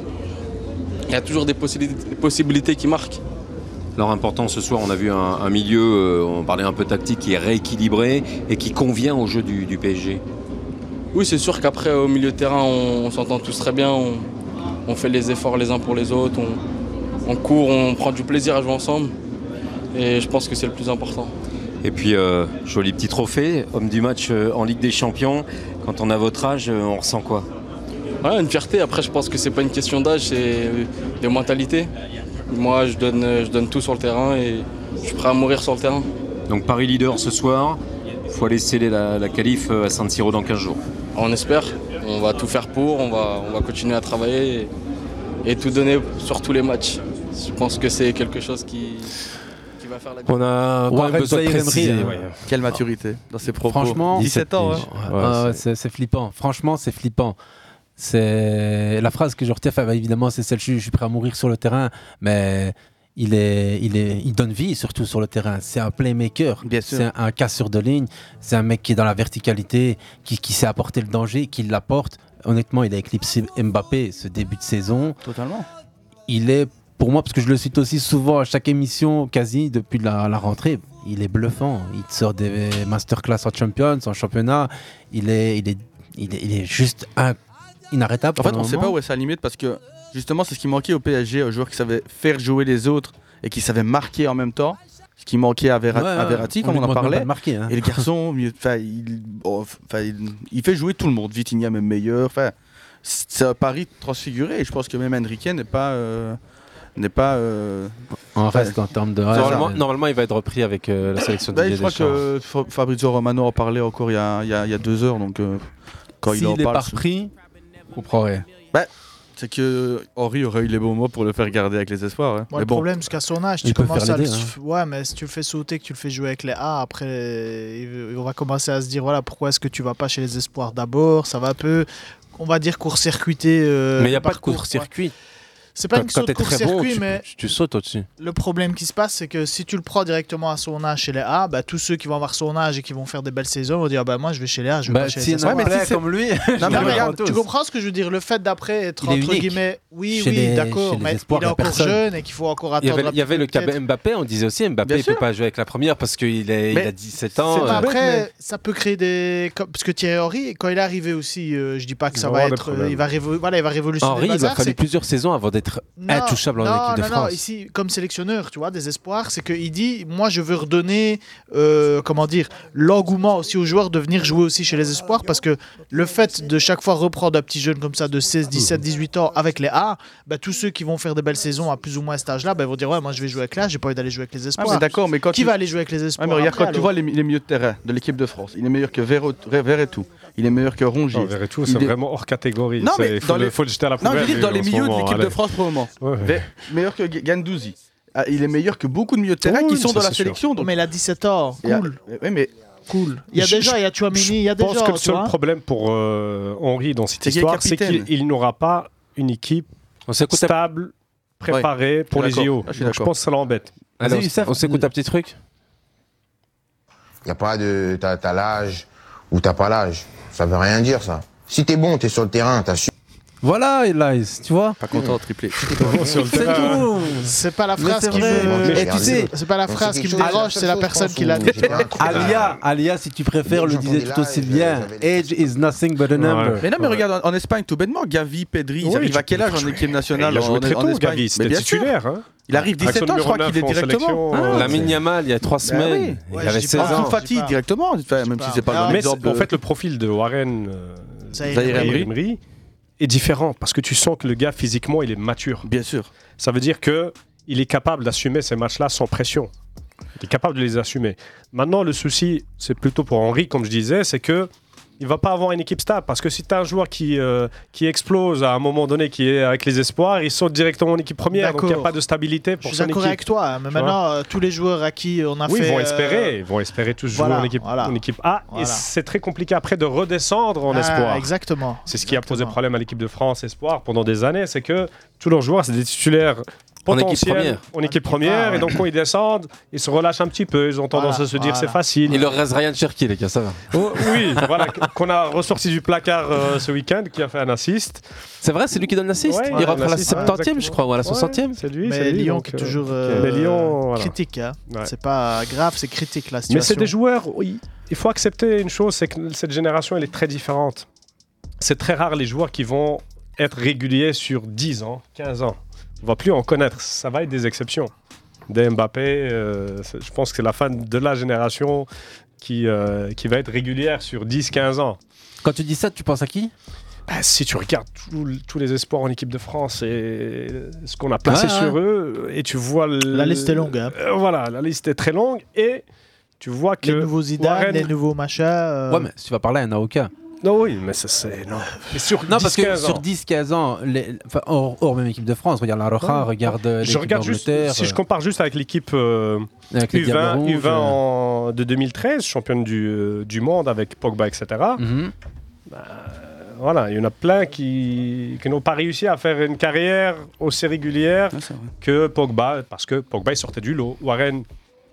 [SPEAKER 9] Il y a toujours des possibilités, des possibilités qui marquent.
[SPEAKER 2] Alors important ce soir, on a vu un, un milieu, euh, on parlait un peu tactique, qui est rééquilibré et qui convient au jeu du, du PSG.
[SPEAKER 9] Oui, c'est sûr qu'après, au milieu de terrain, on, on s'entend tous très bien. On, on fait les efforts les uns pour les autres. On, on court, on prend du plaisir à jouer ensemble. Et je pense que c'est le plus important.
[SPEAKER 2] Et puis, euh, joli petit trophée, homme du match euh, en Ligue des Champions. Quand on a votre âge, euh, on ressent quoi
[SPEAKER 9] Ouais, une fierté. Après, je pense que c'est pas une question d'âge, c'est de mentalité. Moi, je donne, je donne tout sur le terrain et je suis prêt à mourir sur le terrain.
[SPEAKER 2] Donc Paris leader ce soir, il faut aller sceller la, la qualif euh, à San Siro dans 15 jours.
[SPEAKER 9] On espère, on va tout faire pour, on va, on va continuer à travailler et, et tout donner sur tous les matchs. Je pense que c'est quelque chose qui, qui va faire la
[SPEAKER 13] On a
[SPEAKER 8] Warren Zahir Emery, hein.
[SPEAKER 10] euh, Quelle maturité dans ses propos.
[SPEAKER 8] Franchement,
[SPEAKER 10] 17 ans. hein.
[SPEAKER 8] Ah ouais, c'est c'est flippant. Franchement, c'est flippant. C'est la phrase que je retiens. enfin, bah, évidemment, c'est celle. Je, je suis prêt à mourir sur le terrain, mais il est, il est, il donne vie surtout sur le terrain. C'est un playmaker.
[SPEAKER 10] sûr.
[SPEAKER 8] C'est un, un casseur de ligne. C'est un mec qui est dans la verticalité, qui, qui sait apporter le danger, qui l'apporte. Honnêtement, il a éclipsé Mbappé ce début de saison
[SPEAKER 10] Totalement.
[SPEAKER 8] il est pour moi, parce que je le cite aussi souvent à chaque émission, quasi depuis la, la rentrée, il est bluffant. Il te sort des masterclass en Champions, en championnat. Il est, il est, il est, il est juste un- inarrêtable.
[SPEAKER 10] En fait,
[SPEAKER 8] pendant
[SPEAKER 10] on
[SPEAKER 8] un
[SPEAKER 10] sait pas
[SPEAKER 8] moment.
[SPEAKER 10] où est sa limite parce que justement, c'est ce qui manquait au PSG, aux joueurs qui savaient faire jouer les autres et qui savaient marquer en même temps. Ce qui manquait à, Verra-
[SPEAKER 8] Ouais,
[SPEAKER 10] à Verratti,
[SPEAKER 8] on
[SPEAKER 10] comme
[SPEAKER 8] lui
[SPEAKER 10] on en
[SPEAKER 8] demande même pas
[SPEAKER 10] parlait.
[SPEAKER 8] de marquer, hein.
[SPEAKER 10] Et le garçon, mieux- enfin, il, oh, enfin, il- il fait jouer tout le monde. Vitinha, même meilleur. Enfin, c'est un pari transfiguré. Et je pense que même Enrique n'est pas. euh, n'est pas euh,
[SPEAKER 8] On reste en termes de.
[SPEAKER 13] Normalement,
[SPEAKER 8] ouais,
[SPEAKER 13] normalement, il va être repris avec euh, la sélection de
[SPEAKER 10] Bah, je
[SPEAKER 13] Didier
[SPEAKER 10] crois
[SPEAKER 13] Deschamps.
[SPEAKER 10] que Fa- Fabrizio Romano en parlait encore il y a, il y a- il y a deux heures, donc euh, quand il
[SPEAKER 8] S'il
[SPEAKER 10] en
[SPEAKER 8] est
[SPEAKER 10] parle.
[SPEAKER 8] pas repris, on prend rien.
[SPEAKER 10] Bah, c'est que Henri aurait eu les bons mots pour le faire garder avec les espoirs. hein. Mais
[SPEAKER 1] Moi, le
[SPEAKER 10] bon.
[SPEAKER 1] problème, c'est qu'à son âge,
[SPEAKER 10] Il
[SPEAKER 1] tu
[SPEAKER 10] peut
[SPEAKER 1] commences
[SPEAKER 10] faire
[SPEAKER 1] à le...
[SPEAKER 10] les deux,
[SPEAKER 1] Ouais, mais si tu le fais sauter, que tu le fais jouer avec les A, après, euh, on va commencer à se dire, voilà, pourquoi est-ce que tu vas pas chez les espoirs d'abord Ça va un peu, on va dire, court-circuiter. euh,
[SPEAKER 13] mais il n'y a
[SPEAKER 1] le
[SPEAKER 13] pas de
[SPEAKER 1] parcours,
[SPEAKER 13] court-circuit.
[SPEAKER 1] quoi. C'est pas
[SPEAKER 13] Quand-
[SPEAKER 1] une
[SPEAKER 13] quand
[SPEAKER 1] question
[SPEAKER 13] t'es
[SPEAKER 1] de
[SPEAKER 13] très bon,
[SPEAKER 1] court-circuit,
[SPEAKER 13] tu-
[SPEAKER 1] mais
[SPEAKER 13] tu- tu sautes au-dessus.
[SPEAKER 1] le problème qui se passe, c'est que si tu le prends directement à son âge chez les A, bah, tous ceux qui vont avoir son âge et qui vont faire des belles saisons vont dire, ah bah, moi, je vais chez les A, je vais
[SPEAKER 8] Bah,
[SPEAKER 1] pas chez
[SPEAKER 8] s'il
[SPEAKER 1] les
[SPEAKER 8] y en a
[SPEAKER 1] espoirs.
[SPEAKER 8] Ouais, mais plein si c'est- comme lui, je vais
[SPEAKER 1] Non, mais
[SPEAKER 8] les
[SPEAKER 1] regarde,
[SPEAKER 8] prendre
[SPEAKER 1] tu
[SPEAKER 8] tous.
[SPEAKER 1] comprends ce que je veux dire Le fait d'après être,
[SPEAKER 8] Il est
[SPEAKER 1] entre
[SPEAKER 8] unique.
[SPEAKER 1] guillemets, oui,
[SPEAKER 8] Chez
[SPEAKER 1] oui,
[SPEAKER 8] les- chez
[SPEAKER 1] d'accord,
[SPEAKER 8] les
[SPEAKER 1] mais
[SPEAKER 8] espoirs, il
[SPEAKER 1] il est
[SPEAKER 8] y a
[SPEAKER 1] encore
[SPEAKER 8] personne.
[SPEAKER 1] jeune et qu'il faut encore
[SPEAKER 13] Il y
[SPEAKER 1] attendre
[SPEAKER 13] avait,
[SPEAKER 1] la
[SPEAKER 13] il y avait le cas
[SPEAKER 1] peut-être.
[SPEAKER 13] Mbappé, on disait aussi Mbappé,
[SPEAKER 1] Bien
[SPEAKER 13] il peut
[SPEAKER 1] sûr.
[SPEAKER 13] pas jouer avec la première parce qu'il est- il
[SPEAKER 1] Mais
[SPEAKER 13] a 17
[SPEAKER 1] C'est
[SPEAKER 13] ans.
[SPEAKER 1] pas
[SPEAKER 13] euh,
[SPEAKER 1] après, ça peut créer des. comme- Parce que Thierry Henry, quand il est arrivé aussi, euh, je dis pas que
[SPEAKER 13] Il
[SPEAKER 1] ça
[SPEAKER 13] va
[SPEAKER 1] va
[SPEAKER 13] avoir des
[SPEAKER 1] être. euh,
[SPEAKER 13] problèmes.
[SPEAKER 1] il, va révo- voilà, il va révolutionner
[SPEAKER 13] Henri,
[SPEAKER 1] le
[SPEAKER 13] il a
[SPEAKER 1] bazar.
[SPEAKER 13] fallu
[SPEAKER 1] c'est-
[SPEAKER 13] plusieurs saisons avant d'être
[SPEAKER 8] être intouchable
[SPEAKER 1] non,
[SPEAKER 8] en équipe de
[SPEAKER 1] non, non,
[SPEAKER 8] France.
[SPEAKER 1] ici, comme sélectionneur, tu vois, des espoirs, c'est qu'il dit moi, je veux redonner, euh, comment dire, l'engouement aussi aux joueurs de venir jouer aussi chez les espoirs, parce que le fait de chaque fois reprendre un petit jeune comme ça de 16, 17, 18 ans avec les A, bah, tous ceux qui vont faire des belles saisons à plus ou moins cet âge-là, bah, ils vont dire ouais, moi, je vais jouer avec l'A, j'ai pas envie d'aller jouer avec les
[SPEAKER 10] Ah,
[SPEAKER 1] espoirs.
[SPEAKER 10] mais d'accord, mais quand
[SPEAKER 1] qui
[SPEAKER 10] tu-
[SPEAKER 1] va aller jouer avec les espoirs
[SPEAKER 10] Ouais, mais regarde,
[SPEAKER 1] après,
[SPEAKER 10] quand tu
[SPEAKER 1] alors
[SPEAKER 10] vois les, les milieux de terrain de l'équipe de France, il est meilleur que Verre- Verretou, il est meilleur que Rongier.
[SPEAKER 11] Non, Verretou, c'est vraiment hors catégorie.
[SPEAKER 10] Non,
[SPEAKER 11] C'est-
[SPEAKER 10] mais
[SPEAKER 11] il faut
[SPEAKER 10] dans
[SPEAKER 11] le-
[SPEAKER 10] les-
[SPEAKER 11] faut le jeter à la
[SPEAKER 10] Non, je
[SPEAKER 11] poubelle,
[SPEAKER 10] veux dire, dans
[SPEAKER 11] lui,
[SPEAKER 10] les
[SPEAKER 11] en ce
[SPEAKER 10] milieux de
[SPEAKER 11] moment,
[SPEAKER 10] l'équipe de
[SPEAKER 11] allez.
[SPEAKER 10] France pour le moment.
[SPEAKER 11] Ouais, ouais.
[SPEAKER 10] Ver- Meilleur que G- Guendouzi. Ah, il est meilleur que beaucoup de milieux de terrain qui sont dans la sélection. donc-
[SPEAKER 1] Mais il a 17 ans,
[SPEAKER 10] Et à-
[SPEAKER 1] cool.
[SPEAKER 10] Oui, mais
[SPEAKER 1] cool. Il y a
[SPEAKER 11] Je-
[SPEAKER 1] déjà, il y a Chouamini, il y a
[SPEAKER 11] Je pense
[SPEAKER 1] déjà.
[SPEAKER 11] que le
[SPEAKER 1] tu
[SPEAKER 11] seul
[SPEAKER 1] vois.
[SPEAKER 11] problème pour euh, Henri dans cette
[SPEAKER 1] C'est qu'il est
[SPEAKER 11] histoire, c'est
[SPEAKER 1] capitaine.
[SPEAKER 11] qu'il il n'aura pas une équipe stable, préparée
[SPEAKER 9] Ouais,
[SPEAKER 11] pour
[SPEAKER 9] je
[SPEAKER 11] les
[SPEAKER 9] suis
[SPEAKER 11] JO.
[SPEAKER 9] d'accord. Ah, je suis
[SPEAKER 11] Donc je
[SPEAKER 9] d'accord.
[SPEAKER 11] pense que ça l'embête.
[SPEAKER 9] Allez, on- on s'écoute un petit truc
[SPEAKER 14] Il n'y a pas de. T'as t'as l'âge ou t'as pas l'âge. Ça veut rien dire, ça. Si t'es bon, t'es sur le terrain, t'as su.
[SPEAKER 8] Voilà, Elias, tu vois.
[SPEAKER 10] Pas content, triplé.
[SPEAKER 8] C'est tout.
[SPEAKER 1] C'est pas la
[SPEAKER 8] Mais
[SPEAKER 1] phrase
[SPEAKER 8] c'est
[SPEAKER 1] qui
[SPEAKER 8] vrai.
[SPEAKER 1] me...
[SPEAKER 8] Et tu sais-
[SPEAKER 1] c'est pas la phrase qui me dérange, c'est la personne qui l'a dit.
[SPEAKER 8] Ah, Alia, Alia, si tu préfères, le disait tout aussi bien. Age is nothing but a number.
[SPEAKER 10] Mais non, mais regarde, en en Espagne, tout bêtement, Gavi, Pedri, ils
[SPEAKER 8] Oui,
[SPEAKER 10] arrivent
[SPEAKER 8] tu
[SPEAKER 10] à quel âge
[SPEAKER 8] peux
[SPEAKER 10] en
[SPEAKER 8] jouer.
[SPEAKER 10] équipe nationale
[SPEAKER 9] Il a joué
[SPEAKER 10] en-
[SPEAKER 9] très
[SPEAKER 10] en
[SPEAKER 9] tôt,
[SPEAKER 10] Espagne
[SPEAKER 9] Gavi, c'était
[SPEAKER 10] Mais bien sûr.
[SPEAKER 9] titulaire, hein.
[SPEAKER 10] Il arrive
[SPEAKER 9] Action
[SPEAKER 10] 17 ans, je
[SPEAKER 9] numéro
[SPEAKER 10] crois qu'il est
[SPEAKER 9] neuf en sélection,
[SPEAKER 10] directement.
[SPEAKER 9] euh,
[SPEAKER 10] Ah,
[SPEAKER 9] Lamine
[SPEAKER 10] c'est-
[SPEAKER 9] Yamal, il y a trois
[SPEAKER 11] Ben
[SPEAKER 10] Bah
[SPEAKER 9] semaine,
[SPEAKER 10] oui.
[SPEAKER 9] il avait
[SPEAKER 10] je dis pas.
[SPEAKER 9] 16 ans.
[SPEAKER 10] Ansu Fati,
[SPEAKER 9] Je dis pas.
[SPEAKER 10] directement, enfin, même si c'est pas le
[SPEAKER 11] Mais
[SPEAKER 10] même
[SPEAKER 11] c'est- en fait, le profil de Warren
[SPEAKER 10] Zahir
[SPEAKER 11] euh,
[SPEAKER 10] Zahir Emery.
[SPEAKER 11] Emery est différent parce que tu sens que le gars physiquement il est mature.
[SPEAKER 10] Bien sûr.
[SPEAKER 11] Ça veut dire que il est capable d'assumer ces matchs-là sans pression. Il est capable de les assumer. Maintenant, le souci, c'est plutôt pour Henri, comme je disais, c'est que il va pas avoir une équipe stable parce que si tu as un joueur qui, euh, qui explose à un moment donné, qui est avec les espoirs, il saute directement en équipe première, donc il n'y a
[SPEAKER 1] D'accord.
[SPEAKER 11] pas de stabilité
[SPEAKER 1] Je
[SPEAKER 11] pour
[SPEAKER 1] suis
[SPEAKER 11] son équipe.
[SPEAKER 1] d'accord avec toi, mais
[SPEAKER 11] Tu vois
[SPEAKER 1] maintenant, euh, tous les joueurs à qui on a
[SPEAKER 11] oui,
[SPEAKER 1] fait.
[SPEAKER 11] ils vont
[SPEAKER 1] euh,
[SPEAKER 11] espérer, ils vont espérer tous
[SPEAKER 1] voilà,
[SPEAKER 11] jouer en équipe,
[SPEAKER 1] voilà.
[SPEAKER 11] en équipe A.
[SPEAKER 1] Voilà.
[SPEAKER 11] Et c'est très compliqué après de redescendre en
[SPEAKER 1] Ah,
[SPEAKER 11] espoir.
[SPEAKER 1] Exactement.
[SPEAKER 11] C'est ce qui a posé problème à l'équipe de France espoir pendant des années, c'est que tous leurs joueurs, c'est des titulaires
[SPEAKER 9] En équipe
[SPEAKER 11] potentiels
[SPEAKER 9] première.
[SPEAKER 11] en équipe première,
[SPEAKER 9] Ah, ouais.
[SPEAKER 11] et donc quand ils descendent, ils se relâchent un petit peu, ils ont tendance à se dire c'est facile.
[SPEAKER 9] Il leur reste Ryan Cherky, les gars, ça va.
[SPEAKER 11] Oh, oui, voilà, qu- qu'on a ressorti du placard euh, ce week-end, qui a fait un assist.
[SPEAKER 9] C'est vrai, c'est lui qui donne l'assist.
[SPEAKER 11] Ouais,
[SPEAKER 9] Il
[SPEAKER 11] ouais,
[SPEAKER 9] rentre à la
[SPEAKER 11] l'assist, ouais,
[SPEAKER 9] 70e, je crois, ou à la
[SPEAKER 11] exactement.
[SPEAKER 9] 60e.
[SPEAKER 11] Ouais, c'est lui,
[SPEAKER 1] Mais
[SPEAKER 11] c'est lui,
[SPEAKER 1] Lyon
[SPEAKER 11] donc,
[SPEAKER 1] qui est
[SPEAKER 11] euh,
[SPEAKER 1] toujours
[SPEAKER 11] ok.
[SPEAKER 1] euh,
[SPEAKER 11] Mais Lyon, voilà.
[SPEAKER 1] critique. hein.
[SPEAKER 11] Ouais.
[SPEAKER 1] C'est pas grave, c'est critique la
[SPEAKER 11] Mais
[SPEAKER 1] situation.
[SPEAKER 11] c'est des joueurs, oui, il faut accepter une chose, c'est que cette génération, elle est très différente. C'est très rare les joueurs qui vont être réguliers sur 10 ans, 15 ans. On va plus en connaître, ça va être des exceptions. Des Mbappé, euh, c'est- je pense que c'est la fin de la génération qui, euh, qui va être régulière sur 10-15 ans.
[SPEAKER 8] Quand tu dis ça, tu penses à qui
[SPEAKER 11] Bah, si tu regardes tout le- tous les espoirs en équipe de France et ce qu'on a placé
[SPEAKER 1] Ouais,
[SPEAKER 11] sur
[SPEAKER 1] ouais.
[SPEAKER 11] eux, Euh, et tu vois. le-
[SPEAKER 1] La liste est longue, hein.
[SPEAKER 11] Euh, voilà, la liste est très longue et tu vois que.
[SPEAKER 1] Les nouveaux Zidane,
[SPEAKER 11] Warren-
[SPEAKER 1] les nouveaux machins. euh,
[SPEAKER 8] Ouais, mais si tu vas parler à un Naoka.
[SPEAKER 11] Non, oui, mais ça, c'est. Non. Mais sur
[SPEAKER 8] Non,
[SPEAKER 11] 10,
[SPEAKER 8] parce que
[SPEAKER 11] 15
[SPEAKER 8] sur
[SPEAKER 11] ans.
[SPEAKER 8] 10-15 ans, les- enfin, hors, hors même équipe de France, regarde la Roja,
[SPEAKER 11] Ouais.
[SPEAKER 8] regarde euh,
[SPEAKER 11] Je
[SPEAKER 8] l'équipe
[SPEAKER 11] regarde juste,
[SPEAKER 8] d'Angleterre,
[SPEAKER 11] si je
[SPEAKER 8] euh,
[SPEAKER 11] compare juste avec l'équipe euh,
[SPEAKER 8] Avec les
[SPEAKER 11] U20,
[SPEAKER 8] Diables Rouges, euh.
[SPEAKER 11] U20 en- de 2013, championne du, euh, du monde avec Pogba, etc.
[SPEAKER 8] Mhm.
[SPEAKER 11] Bah, voilà, il y en a plein qui, qui n'ont pas réussi à faire une carrière aussi
[SPEAKER 8] Ah,
[SPEAKER 11] régulière que Pogba, parce que Pogba, il sortait du lot. Warren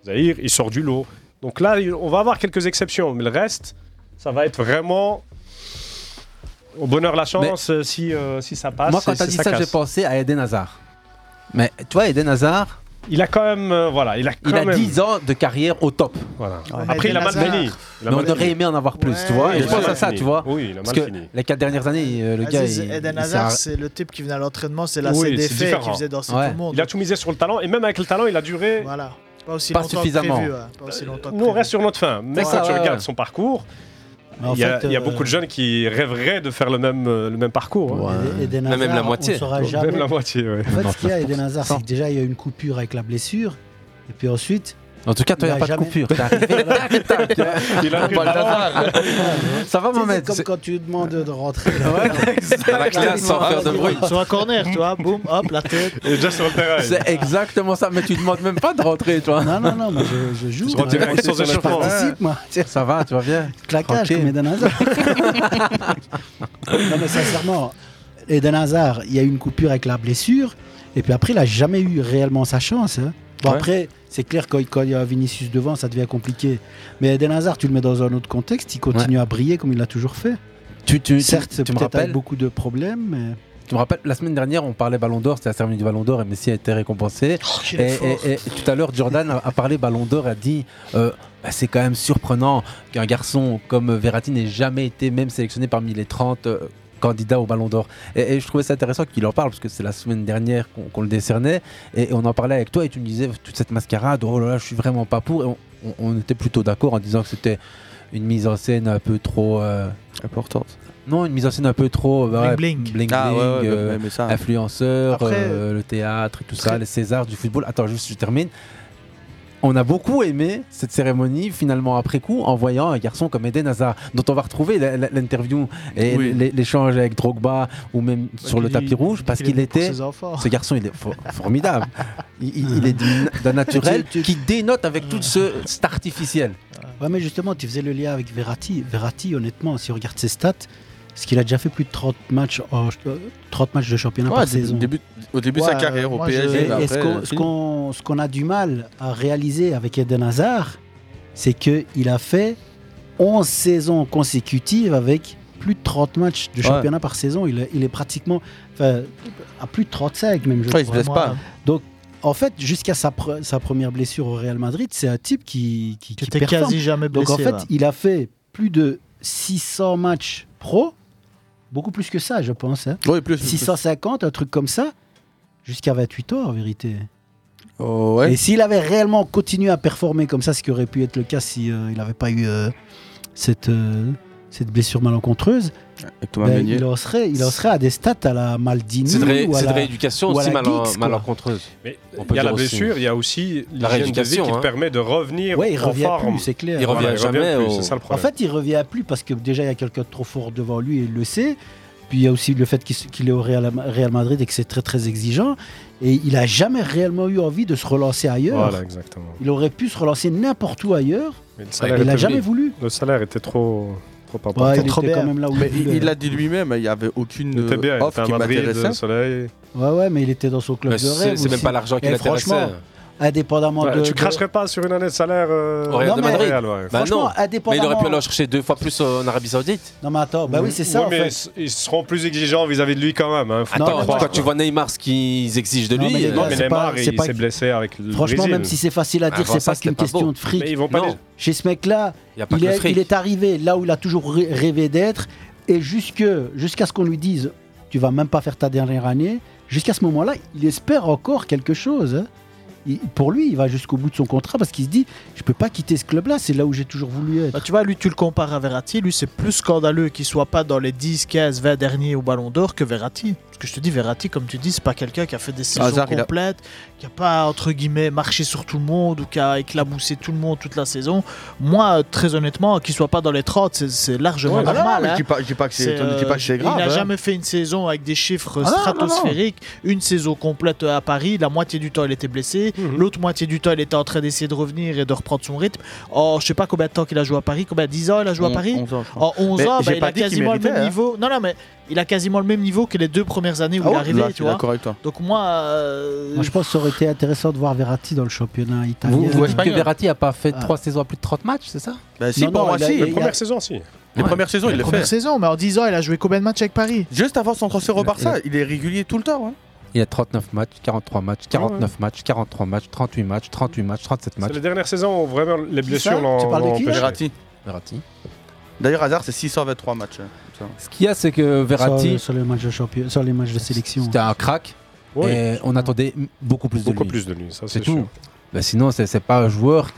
[SPEAKER 11] Zahir, il sort du lot. Donc là, il- on va avoir quelques exceptions, mais le reste, ça va être vraiment au bonheur la chance euh, si, euh, si ça passe.
[SPEAKER 8] Moi, quand
[SPEAKER 11] et
[SPEAKER 8] t'as
[SPEAKER 11] si
[SPEAKER 8] dit ça, j'ai
[SPEAKER 11] casse.
[SPEAKER 8] pensé à Eden Hazard. Mais tu vois, Eden Hazard.
[SPEAKER 11] Il a quand même. euh, voilà, il a,
[SPEAKER 8] il
[SPEAKER 11] quand
[SPEAKER 8] a
[SPEAKER 11] même-
[SPEAKER 8] 10 ans de carrière au top.
[SPEAKER 11] Voilà. Après, il a mal fini. Il a
[SPEAKER 8] Mais on
[SPEAKER 11] mal
[SPEAKER 8] aurait
[SPEAKER 11] fini.
[SPEAKER 8] aimé en avoir plus,
[SPEAKER 11] Ouais,
[SPEAKER 8] tu vois.
[SPEAKER 11] il a
[SPEAKER 8] Et je pense
[SPEAKER 11] mal
[SPEAKER 8] à ça,
[SPEAKER 11] fini.
[SPEAKER 8] tu vois.
[SPEAKER 11] Oui, il a mal
[SPEAKER 8] Parce que
[SPEAKER 11] fini.
[SPEAKER 8] les 4 dernières années, euh, le gars.
[SPEAKER 1] Aziz
[SPEAKER 8] il-
[SPEAKER 1] Eden
[SPEAKER 8] il s'est
[SPEAKER 1] Hazard,
[SPEAKER 8] arr-
[SPEAKER 1] c'est le type qui venait à l'entraînement, c'est la
[SPEAKER 11] Oui,
[SPEAKER 1] CDF
[SPEAKER 11] c'est différent.
[SPEAKER 1] qui faisait danser
[SPEAKER 11] Ouais.
[SPEAKER 1] tout le monde.
[SPEAKER 11] Il a tout misé sur le talent et même avec le talent, il a duré.
[SPEAKER 1] Voilà. Pas aussi
[SPEAKER 11] Pas
[SPEAKER 1] longtemps que
[SPEAKER 11] suffisamment.
[SPEAKER 1] prévu, ouais. Pas aussi longtemps que
[SPEAKER 11] Nous, on
[SPEAKER 1] prévu.
[SPEAKER 11] reste sur notre fin. Mais
[SPEAKER 1] Ouais,
[SPEAKER 11] quand
[SPEAKER 1] ça,
[SPEAKER 11] tu
[SPEAKER 1] ouais,
[SPEAKER 11] regardes
[SPEAKER 1] ouais.
[SPEAKER 11] son parcours,
[SPEAKER 1] Mais en
[SPEAKER 11] il y, a,
[SPEAKER 1] fait,
[SPEAKER 11] il y a
[SPEAKER 1] euh,
[SPEAKER 11] beaucoup de jeunes qui rêveraient de faire le même, euh, le même parcours. hein.
[SPEAKER 15] Et- Eden Hazard, On saura jamais.
[SPEAKER 11] Même la moitié, ouais.
[SPEAKER 15] En fait, ce qu'il y a, Eden Hazard, c'est que déjà, il y a eu une coupure avec la blessure. Et puis ensuite.
[SPEAKER 8] En tout cas, toi, il n'y a pas de coupure. T'es arrivé, tac, tac.
[SPEAKER 15] Il a pris
[SPEAKER 8] Bon,
[SPEAKER 15] le ballon.
[SPEAKER 8] Ça va,
[SPEAKER 15] Tu sais,
[SPEAKER 8] Mohamed
[SPEAKER 15] C'est comme quand tu demandes de rentrer.
[SPEAKER 1] Sur un corner, tu vois, boum, hop, la tête.
[SPEAKER 8] C'est exactement ça, mais tu demandes même pas de rentrer, toi.
[SPEAKER 15] Non, non, non, mais je, je joue.
[SPEAKER 8] Tu rentrais
[SPEAKER 15] moi.
[SPEAKER 8] avec sans
[SPEAKER 15] Je
[SPEAKER 8] échauffement.
[SPEAKER 15] participe, moi.
[SPEAKER 8] Ça va, tu vas bien.
[SPEAKER 15] Claquage
[SPEAKER 8] Tranquille.
[SPEAKER 15] comme Eden Hazard. non, mais sincèrement, Eden Hazard, il y a eu une coupure avec la blessure. Et puis après, il n'a jamais eu réellement sa chance. hein. Bon,
[SPEAKER 8] Ouais.
[SPEAKER 15] après, c'est clair, quand il quand il y a Vinicius devant, ça devient compliqué. Mais Eden Hazard, tu le mets dans un autre contexte, il continue à briller comme il l'a toujours fait.
[SPEAKER 8] Tu, tu,
[SPEAKER 15] Certes, c'est
[SPEAKER 8] tu me
[SPEAKER 15] peut-être avec
[SPEAKER 8] rappelles
[SPEAKER 15] beaucoup de problèmes, mais.
[SPEAKER 8] Tu me rappelles, la semaine dernière, on parlait Ballon d'Or, c'était la cérémonie du Ballon d'Or et Messi a été récompensé.
[SPEAKER 15] qu'il
[SPEAKER 8] et,
[SPEAKER 15] est fort.
[SPEAKER 8] et- et tout à l'heure, Jordan a, a parlé Ballon d'Or et a dit euh, Bah, c'est quand même surprenant qu'un garçon comme Verratti n'ait jamais été même sélectionné parmi les 30 euh, candidat au Ballon d'Or. Et, et je trouvais ça intéressant qu'il en parle, parce que c'est la semaine dernière qu'on qu'on le décernait, et, et on en parlait avec toi, et tu me disais, toute cette mascarade, oh là là, je suis vraiment pas pour, et on, on- on était plutôt d'accord en disant que c'était une mise en scène un peu trop... euh,
[SPEAKER 10] Importante.
[SPEAKER 8] Non, une mise en scène un peu trop... bah ouais,
[SPEAKER 10] Bling bling.
[SPEAKER 8] bling,
[SPEAKER 10] Ah ouais, ouais,
[SPEAKER 8] bling,
[SPEAKER 10] mais- mais ça-
[SPEAKER 8] influenceur,
[SPEAKER 10] Après,
[SPEAKER 8] euh, le théâtre, et tout ça,
[SPEAKER 10] très-
[SPEAKER 8] les Césars du football. Attends, juste, je termine. On a beaucoup aimé cette cérémonie, finalement, après coup, en voyant un garçon comme Eden Hazard, dont on va retrouver la- la- l'interview et
[SPEAKER 10] Oui.
[SPEAKER 8] l- l'échange avec Drogba ou même sur
[SPEAKER 10] qu'il
[SPEAKER 8] le
[SPEAKER 10] dit-
[SPEAKER 8] tapis
[SPEAKER 10] il
[SPEAKER 8] rouge,
[SPEAKER 10] dit
[SPEAKER 8] parce
[SPEAKER 10] qu'il
[SPEAKER 8] qu'il
[SPEAKER 10] est pour
[SPEAKER 8] était.
[SPEAKER 10] ses enfants.
[SPEAKER 8] Ce garçon, il est fo- formidable. Il, il- il est d'une- d'un naturel
[SPEAKER 15] Tu-
[SPEAKER 8] qui dénote avec tout ce, cet artificiel.
[SPEAKER 15] Ouais, mais justement, tu faisais le lien avec Verratti. Verratti, honnêtement, si on regarde ses stats, ce qu'il a déjà fait plus de 30 matchs, en- euh, 30 matchs de championnat
[SPEAKER 10] Ouais,
[SPEAKER 15] par
[SPEAKER 10] dé-
[SPEAKER 15] saison.
[SPEAKER 10] début- au début de sa Ouais, carrière, au moi, PSG, je-
[SPEAKER 15] Et-
[SPEAKER 10] mais
[SPEAKER 15] et ce
[SPEAKER 10] après,
[SPEAKER 15] qu'on-
[SPEAKER 10] euh,
[SPEAKER 15] ce qu'on ce qu'on a du mal à réaliser avec Eden Hazard, c'est qu'il a fait 11 saisons consécutives avec plus de 30 matchs de
[SPEAKER 10] Ouais.
[SPEAKER 15] championnat par saison. Il est, il est pratiquement enfin, à plus de 35 même. Je
[SPEAKER 10] Ouais, il se
[SPEAKER 15] crois.
[SPEAKER 10] blesse pas.
[SPEAKER 15] Donc, en fait, jusqu'à sa, pre- sa première blessure au Real Madrid, c'est un type qui, qui, qui
[SPEAKER 1] était
[SPEAKER 15] performe.
[SPEAKER 1] quasi jamais
[SPEAKER 15] Donc en
[SPEAKER 1] blessé,
[SPEAKER 15] fait,
[SPEAKER 1] là.
[SPEAKER 15] il a fait plus de 600 matchs pro, beaucoup plus que ça, je pense. hein.
[SPEAKER 10] Oui, plus, plus,
[SPEAKER 15] 650, un truc comme ça, jusqu'à 28 ans en vérité.
[SPEAKER 10] Oh, ouais.
[SPEAKER 15] Et s'il avait réellement continué à performer comme ça, ce qui aurait pu être le cas s'il n'avait pas eu euh, cette, euh, cette blessure malencontreuse,
[SPEAKER 10] Thomas
[SPEAKER 15] ben,
[SPEAKER 10] Meunier.
[SPEAKER 15] il, en serait, il en serait à des stats à la Maldini.
[SPEAKER 9] C'est de, ré-
[SPEAKER 15] ou à
[SPEAKER 9] c'est de
[SPEAKER 15] la-
[SPEAKER 9] rééducation
[SPEAKER 15] ou à
[SPEAKER 9] aussi
[SPEAKER 15] la
[SPEAKER 9] malen-
[SPEAKER 15] Geeks, quoi.
[SPEAKER 9] malencontreuse.
[SPEAKER 11] Mais
[SPEAKER 9] On
[SPEAKER 11] Il
[SPEAKER 9] peut
[SPEAKER 11] y a la
[SPEAKER 9] dire aussi. hein.
[SPEAKER 11] blessure, il y a aussi l'hygiène
[SPEAKER 9] La
[SPEAKER 11] de vie
[SPEAKER 9] rééducation,
[SPEAKER 11] qui
[SPEAKER 9] hein.
[SPEAKER 11] te permet de revenir
[SPEAKER 15] Ouais, il
[SPEAKER 11] en
[SPEAKER 15] revient
[SPEAKER 11] forme.
[SPEAKER 15] plus, c'est clair.
[SPEAKER 9] Il revient
[SPEAKER 11] Voilà,
[SPEAKER 9] jamais
[SPEAKER 11] plus,
[SPEAKER 9] au-
[SPEAKER 11] C'est ça le
[SPEAKER 15] En
[SPEAKER 11] problème.
[SPEAKER 15] fait, il revient plus parce que déjà, il y a quelqu'un de trop fort devant lui et il le sait. Puis il y a aussi le fait qu'il s- qu'il est au Real, Real Madrid et que c'est très très exigeant. Et il a jamais réellement eu envie de se relancer ailleurs.
[SPEAKER 11] Voilà, exactement.
[SPEAKER 15] Il aurait pu se relancer n'importe où ailleurs. Ah,
[SPEAKER 11] Mais le
[SPEAKER 15] il
[SPEAKER 11] salaire
[SPEAKER 15] n'a
[SPEAKER 11] était-
[SPEAKER 15] jamais voulu.
[SPEAKER 11] Le salaire était trop, trop important.
[SPEAKER 15] Ouais, il était quand même là où
[SPEAKER 10] Mais
[SPEAKER 15] il
[SPEAKER 10] il
[SPEAKER 15] voulait.
[SPEAKER 10] il l'a dit lui-même, il n'y avait aucune
[SPEAKER 11] Il était bien, il
[SPEAKER 10] euh, offre
[SPEAKER 11] était
[SPEAKER 10] qui
[SPEAKER 11] à Madrid,
[SPEAKER 10] m'intéressait.
[SPEAKER 11] au soleil.
[SPEAKER 15] Ouais, ouais, mais il était dans son club
[SPEAKER 11] Mais
[SPEAKER 15] de
[SPEAKER 11] c'est-
[SPEAKER 15] rêve.
[SPEAKER 11] c'est même
[SPEAKER 15] aussi.
[SPEAKER 11] pas l'argent qui
[SPEAKER 15] Et
[SPEAKER 11] l'intéressait.
[SPEAKER 15] Franchement, indépendamment
[SPEAKER 11] Ouais,
[SPEAKER 15] de.
[SPEAKER 11] tu
[SPEAKER 15] de-
[SPEAKER 11] cracherais pas sur une année de salaire euh,
[SPEAKER 9] Au Real de
[SPEAKER 11] au
[SPEAKER 9] Madrid.
[SPEAKER 11] Real, ouais.
[SPEAKER 9] Bah
[SPEAKER 15] Franchement,
[SPEAKER 9] non. Mais il aurait pu
[SPEAKER 15] indépendamment-
[SPEAKER 9] aller en chercher deux fois plus en Arabie Saoudite.
[SPEAKER 15] Non, mais attends, bah oui, c'est ça.
[SPEAKER 11] Ouais,
[SPEAKER 15] en
[SPEAKER 11] mais
[SPEAKER 15] fait.
[SPEAKER 11] s- ils seront plus exigeants vis-à-vis de lui quand même. hein, faut
[SPEAKER 9] Attends,
[SPEAKER 11] pas
[SPEAKER 9] quand
[SPEAKER 11] croire,
[SPEAKER 9] tu
[SPEAKER 11] quoi.
[SPEAKER 9] vois Neymar ce qu'ils exigent de
[SPEAKER 11] Non,
[SPEAKER 9] lui.
[SPEAKER 11] mais les
[SPEAKER 9] euh,
[SPEAKER 11] gars, c'est pas- Neymar, c'est il pas- s'est blessé avec le
[SPEAKER 15] Franchement,
[SPEAKER 11] Brésil.
[SPEAKER 15] même si c'est facile à
[SPEAKER 9] Ah,
[SPEAKER 15] dire,
[SPEAKER 9] avant
[SPEAKER 15] c'est
[SPEAKER 9] ça,
[SPEAKER 15] pas
[SPEAKER 9] c'était
[SPEAKER 15] qu'une
[SPEAKER 9] pas
[SPEAKER 15] question
[SPEAKER 9] beau.
[SPEAKER 15] de fric.
[SPEAKER 9] Mais ils vont pas
[SPEAKER 15] Non.
[SPEAKER 9] les-
[SPEAKER 15] Chez ce mec-là,
[SPEAKER 9] Y a pas
[SPEAKER 15] il,
[SPEAKER 9] que le
[SPEAKER 15] est-
[SPEAKER 9] fric.
[SPEAKER 15] il est arrivé là où il a toujours ré- rêvé d'être, et jusque jusqu'à ce qu'on lui dise, tu vas même pas faire ta dernière année. Jusqu'à ce moment-là, il espère encore quelque chose. hein. Il- pour lui, il va jusqu'au bout de son contrat parce qu'il se dit, je peux pas quitter ce club-là, c'est là où j'ai toujours voulu être.
[SPEAKER 1] Bah, tu vois, lui, tu le compares à Verratti. Lui, c'est plus scandaleux qu'il soit pas dans les 10, 15, 20 derniers au Ballon d'Or que Verratti. Parce que je te dis, Verratti, comme tu dis, c'est pas quelqu'un qui a fait des saisons
[SPEAKER 10] Bah, Hazard, il a-
[SPEAKER 1] complètes, qui a pas, entre guillemets, marché sur tout le monde ou qui a éclaboussé tout le monde toute la saison. Moi, euh, très honnêtement, qu'il soit pas dans les 30, c'est- c'est largement
[SPEAKER 10] Ouais, ah non,
[SPEAKER 1] normal.
[SPEAKER 10] mais je
[SPEAKER 1] hein.
[SPEAKER 10] dis pas- je dis pas que c'est- je dis
[SPEAKER 1] euh,
[SPEAKER 10] pas que c'est grave,
[SPEAKER 1] Il n'a
[SPEAKER 10] hein.
[SPEAKER 1] jamais fait une saison avec des
[SPEAKER 10] Ah
[SPEAKER 1] chiffres
[SPEAKER 10] non, non, non.
[SPEAKER 1] stratosphériques. Une saison complète à Paris, la moitié du temps, il était blessé.
[SPEAKER 10] Mhm.
[SPEAKER 1] L'autre moitié du temps, il était en train d'essayer de revenir et de reprendre son rythme. En je sais pas combien de temps qu'il a joué à Paris, combien 10 ans il a joué à
[SPEAKER 10] On-
[SPEAKER 1] Paris
[SPEAKER 10] 11 ans, je crois.
[SPEAKER 1] En 11
[SPEAKER 10] Mais
[SPEAKER 1] ans,
[SPEAKER 10] j'ai
[SPEAKER 1] bah, il
[SPEAKER 10] pas
[SPEAKER 1] a
[SPEAKER 10] dit qu'il
[SPEAKER 1] quasiment le même
[SPEAKER 10] méritait, hein.
[SPEAKER 1] niveau. Non, non, mais il a quasiment le même niveau que les deux premières années où
[SPEAKER 10] Ah
[SPEAKER 1] il est
[SPEAKER 10] ouais
[SPEAKER 1] arrivé.
[SPEAKER 10] Là, je
[SPEAKER 1] tu
[SPEAKER 10] suis
[SPEAKER 1] vois.
[SPEAKER 10] d'accord avec toi.
[SPEAKER 1] Donc moi, euh,
[SPEAKER 15] Moi, je pense que ça aurait été intéressant de voir Verratti dans le championnat italien.
[SPEAKER 8] Vous, vous dites que Verratti a pas fait
[SPEAKER 15] Ah.
[SPEAKER 8] trois saisons à plus de 30 matchs, c'est ça
[SPEAKER 10] Bah, si, pour moi, si.
[SPEAKER 11] saison, si.
[SPEAKER 10] Les premières saisons, il
[SPEAKER 1] la
[SPEAKER 10] le
[SPEAKER 1] première
[SPEAKER 10] fait.
[SPEAKER 1] saison, mais en 10 ans, il a joué combien de matchs avec Paris
[SPEAKER 10] Juste avant son transfert au Barça,
[SPEAKER 8] il a-
[SPEAKER 10] il est régulier tout le temps. hein.
[SPEAKER 8] Il y a 39 matchs, 43 matchs, 49 matchs, 43 matchs, 38 matchs, 38 matchs, 37 matchs.
[SPEAKER 11] C'est les dernières saisons où vraiment les blessures l'ont l'ont empêché.
[SPEAKER 10] Verratti. D'ailleurs, Hazard, c'est 623 matchs. hein, comme ça.
[SPEAKER 8] Ce qu'il y a, c'est que Verratti,
[SPEAKER 15] Sur, sur les matchs de champion- sur les matchs de sélection.
[SPEAKER 8] c'était un crack.
[SPEAKER 15] Oui.
[SPEAKER 8] Et on attendait m- beaucoup plus de
[SPEAKER 15] Beaucoup
[SPEAKER 8] lui.
[SPEAKER 15] plus
[SPEAKER 11] de lui, ça,
[SPEAKER 8] c'est
[SPEAKER 11] c'est
[SPEAKER 8] tout.
[SPEAKER 11] sûr.
[SPEAKER 8] Bah, sinon, c'est c'est pas un joueur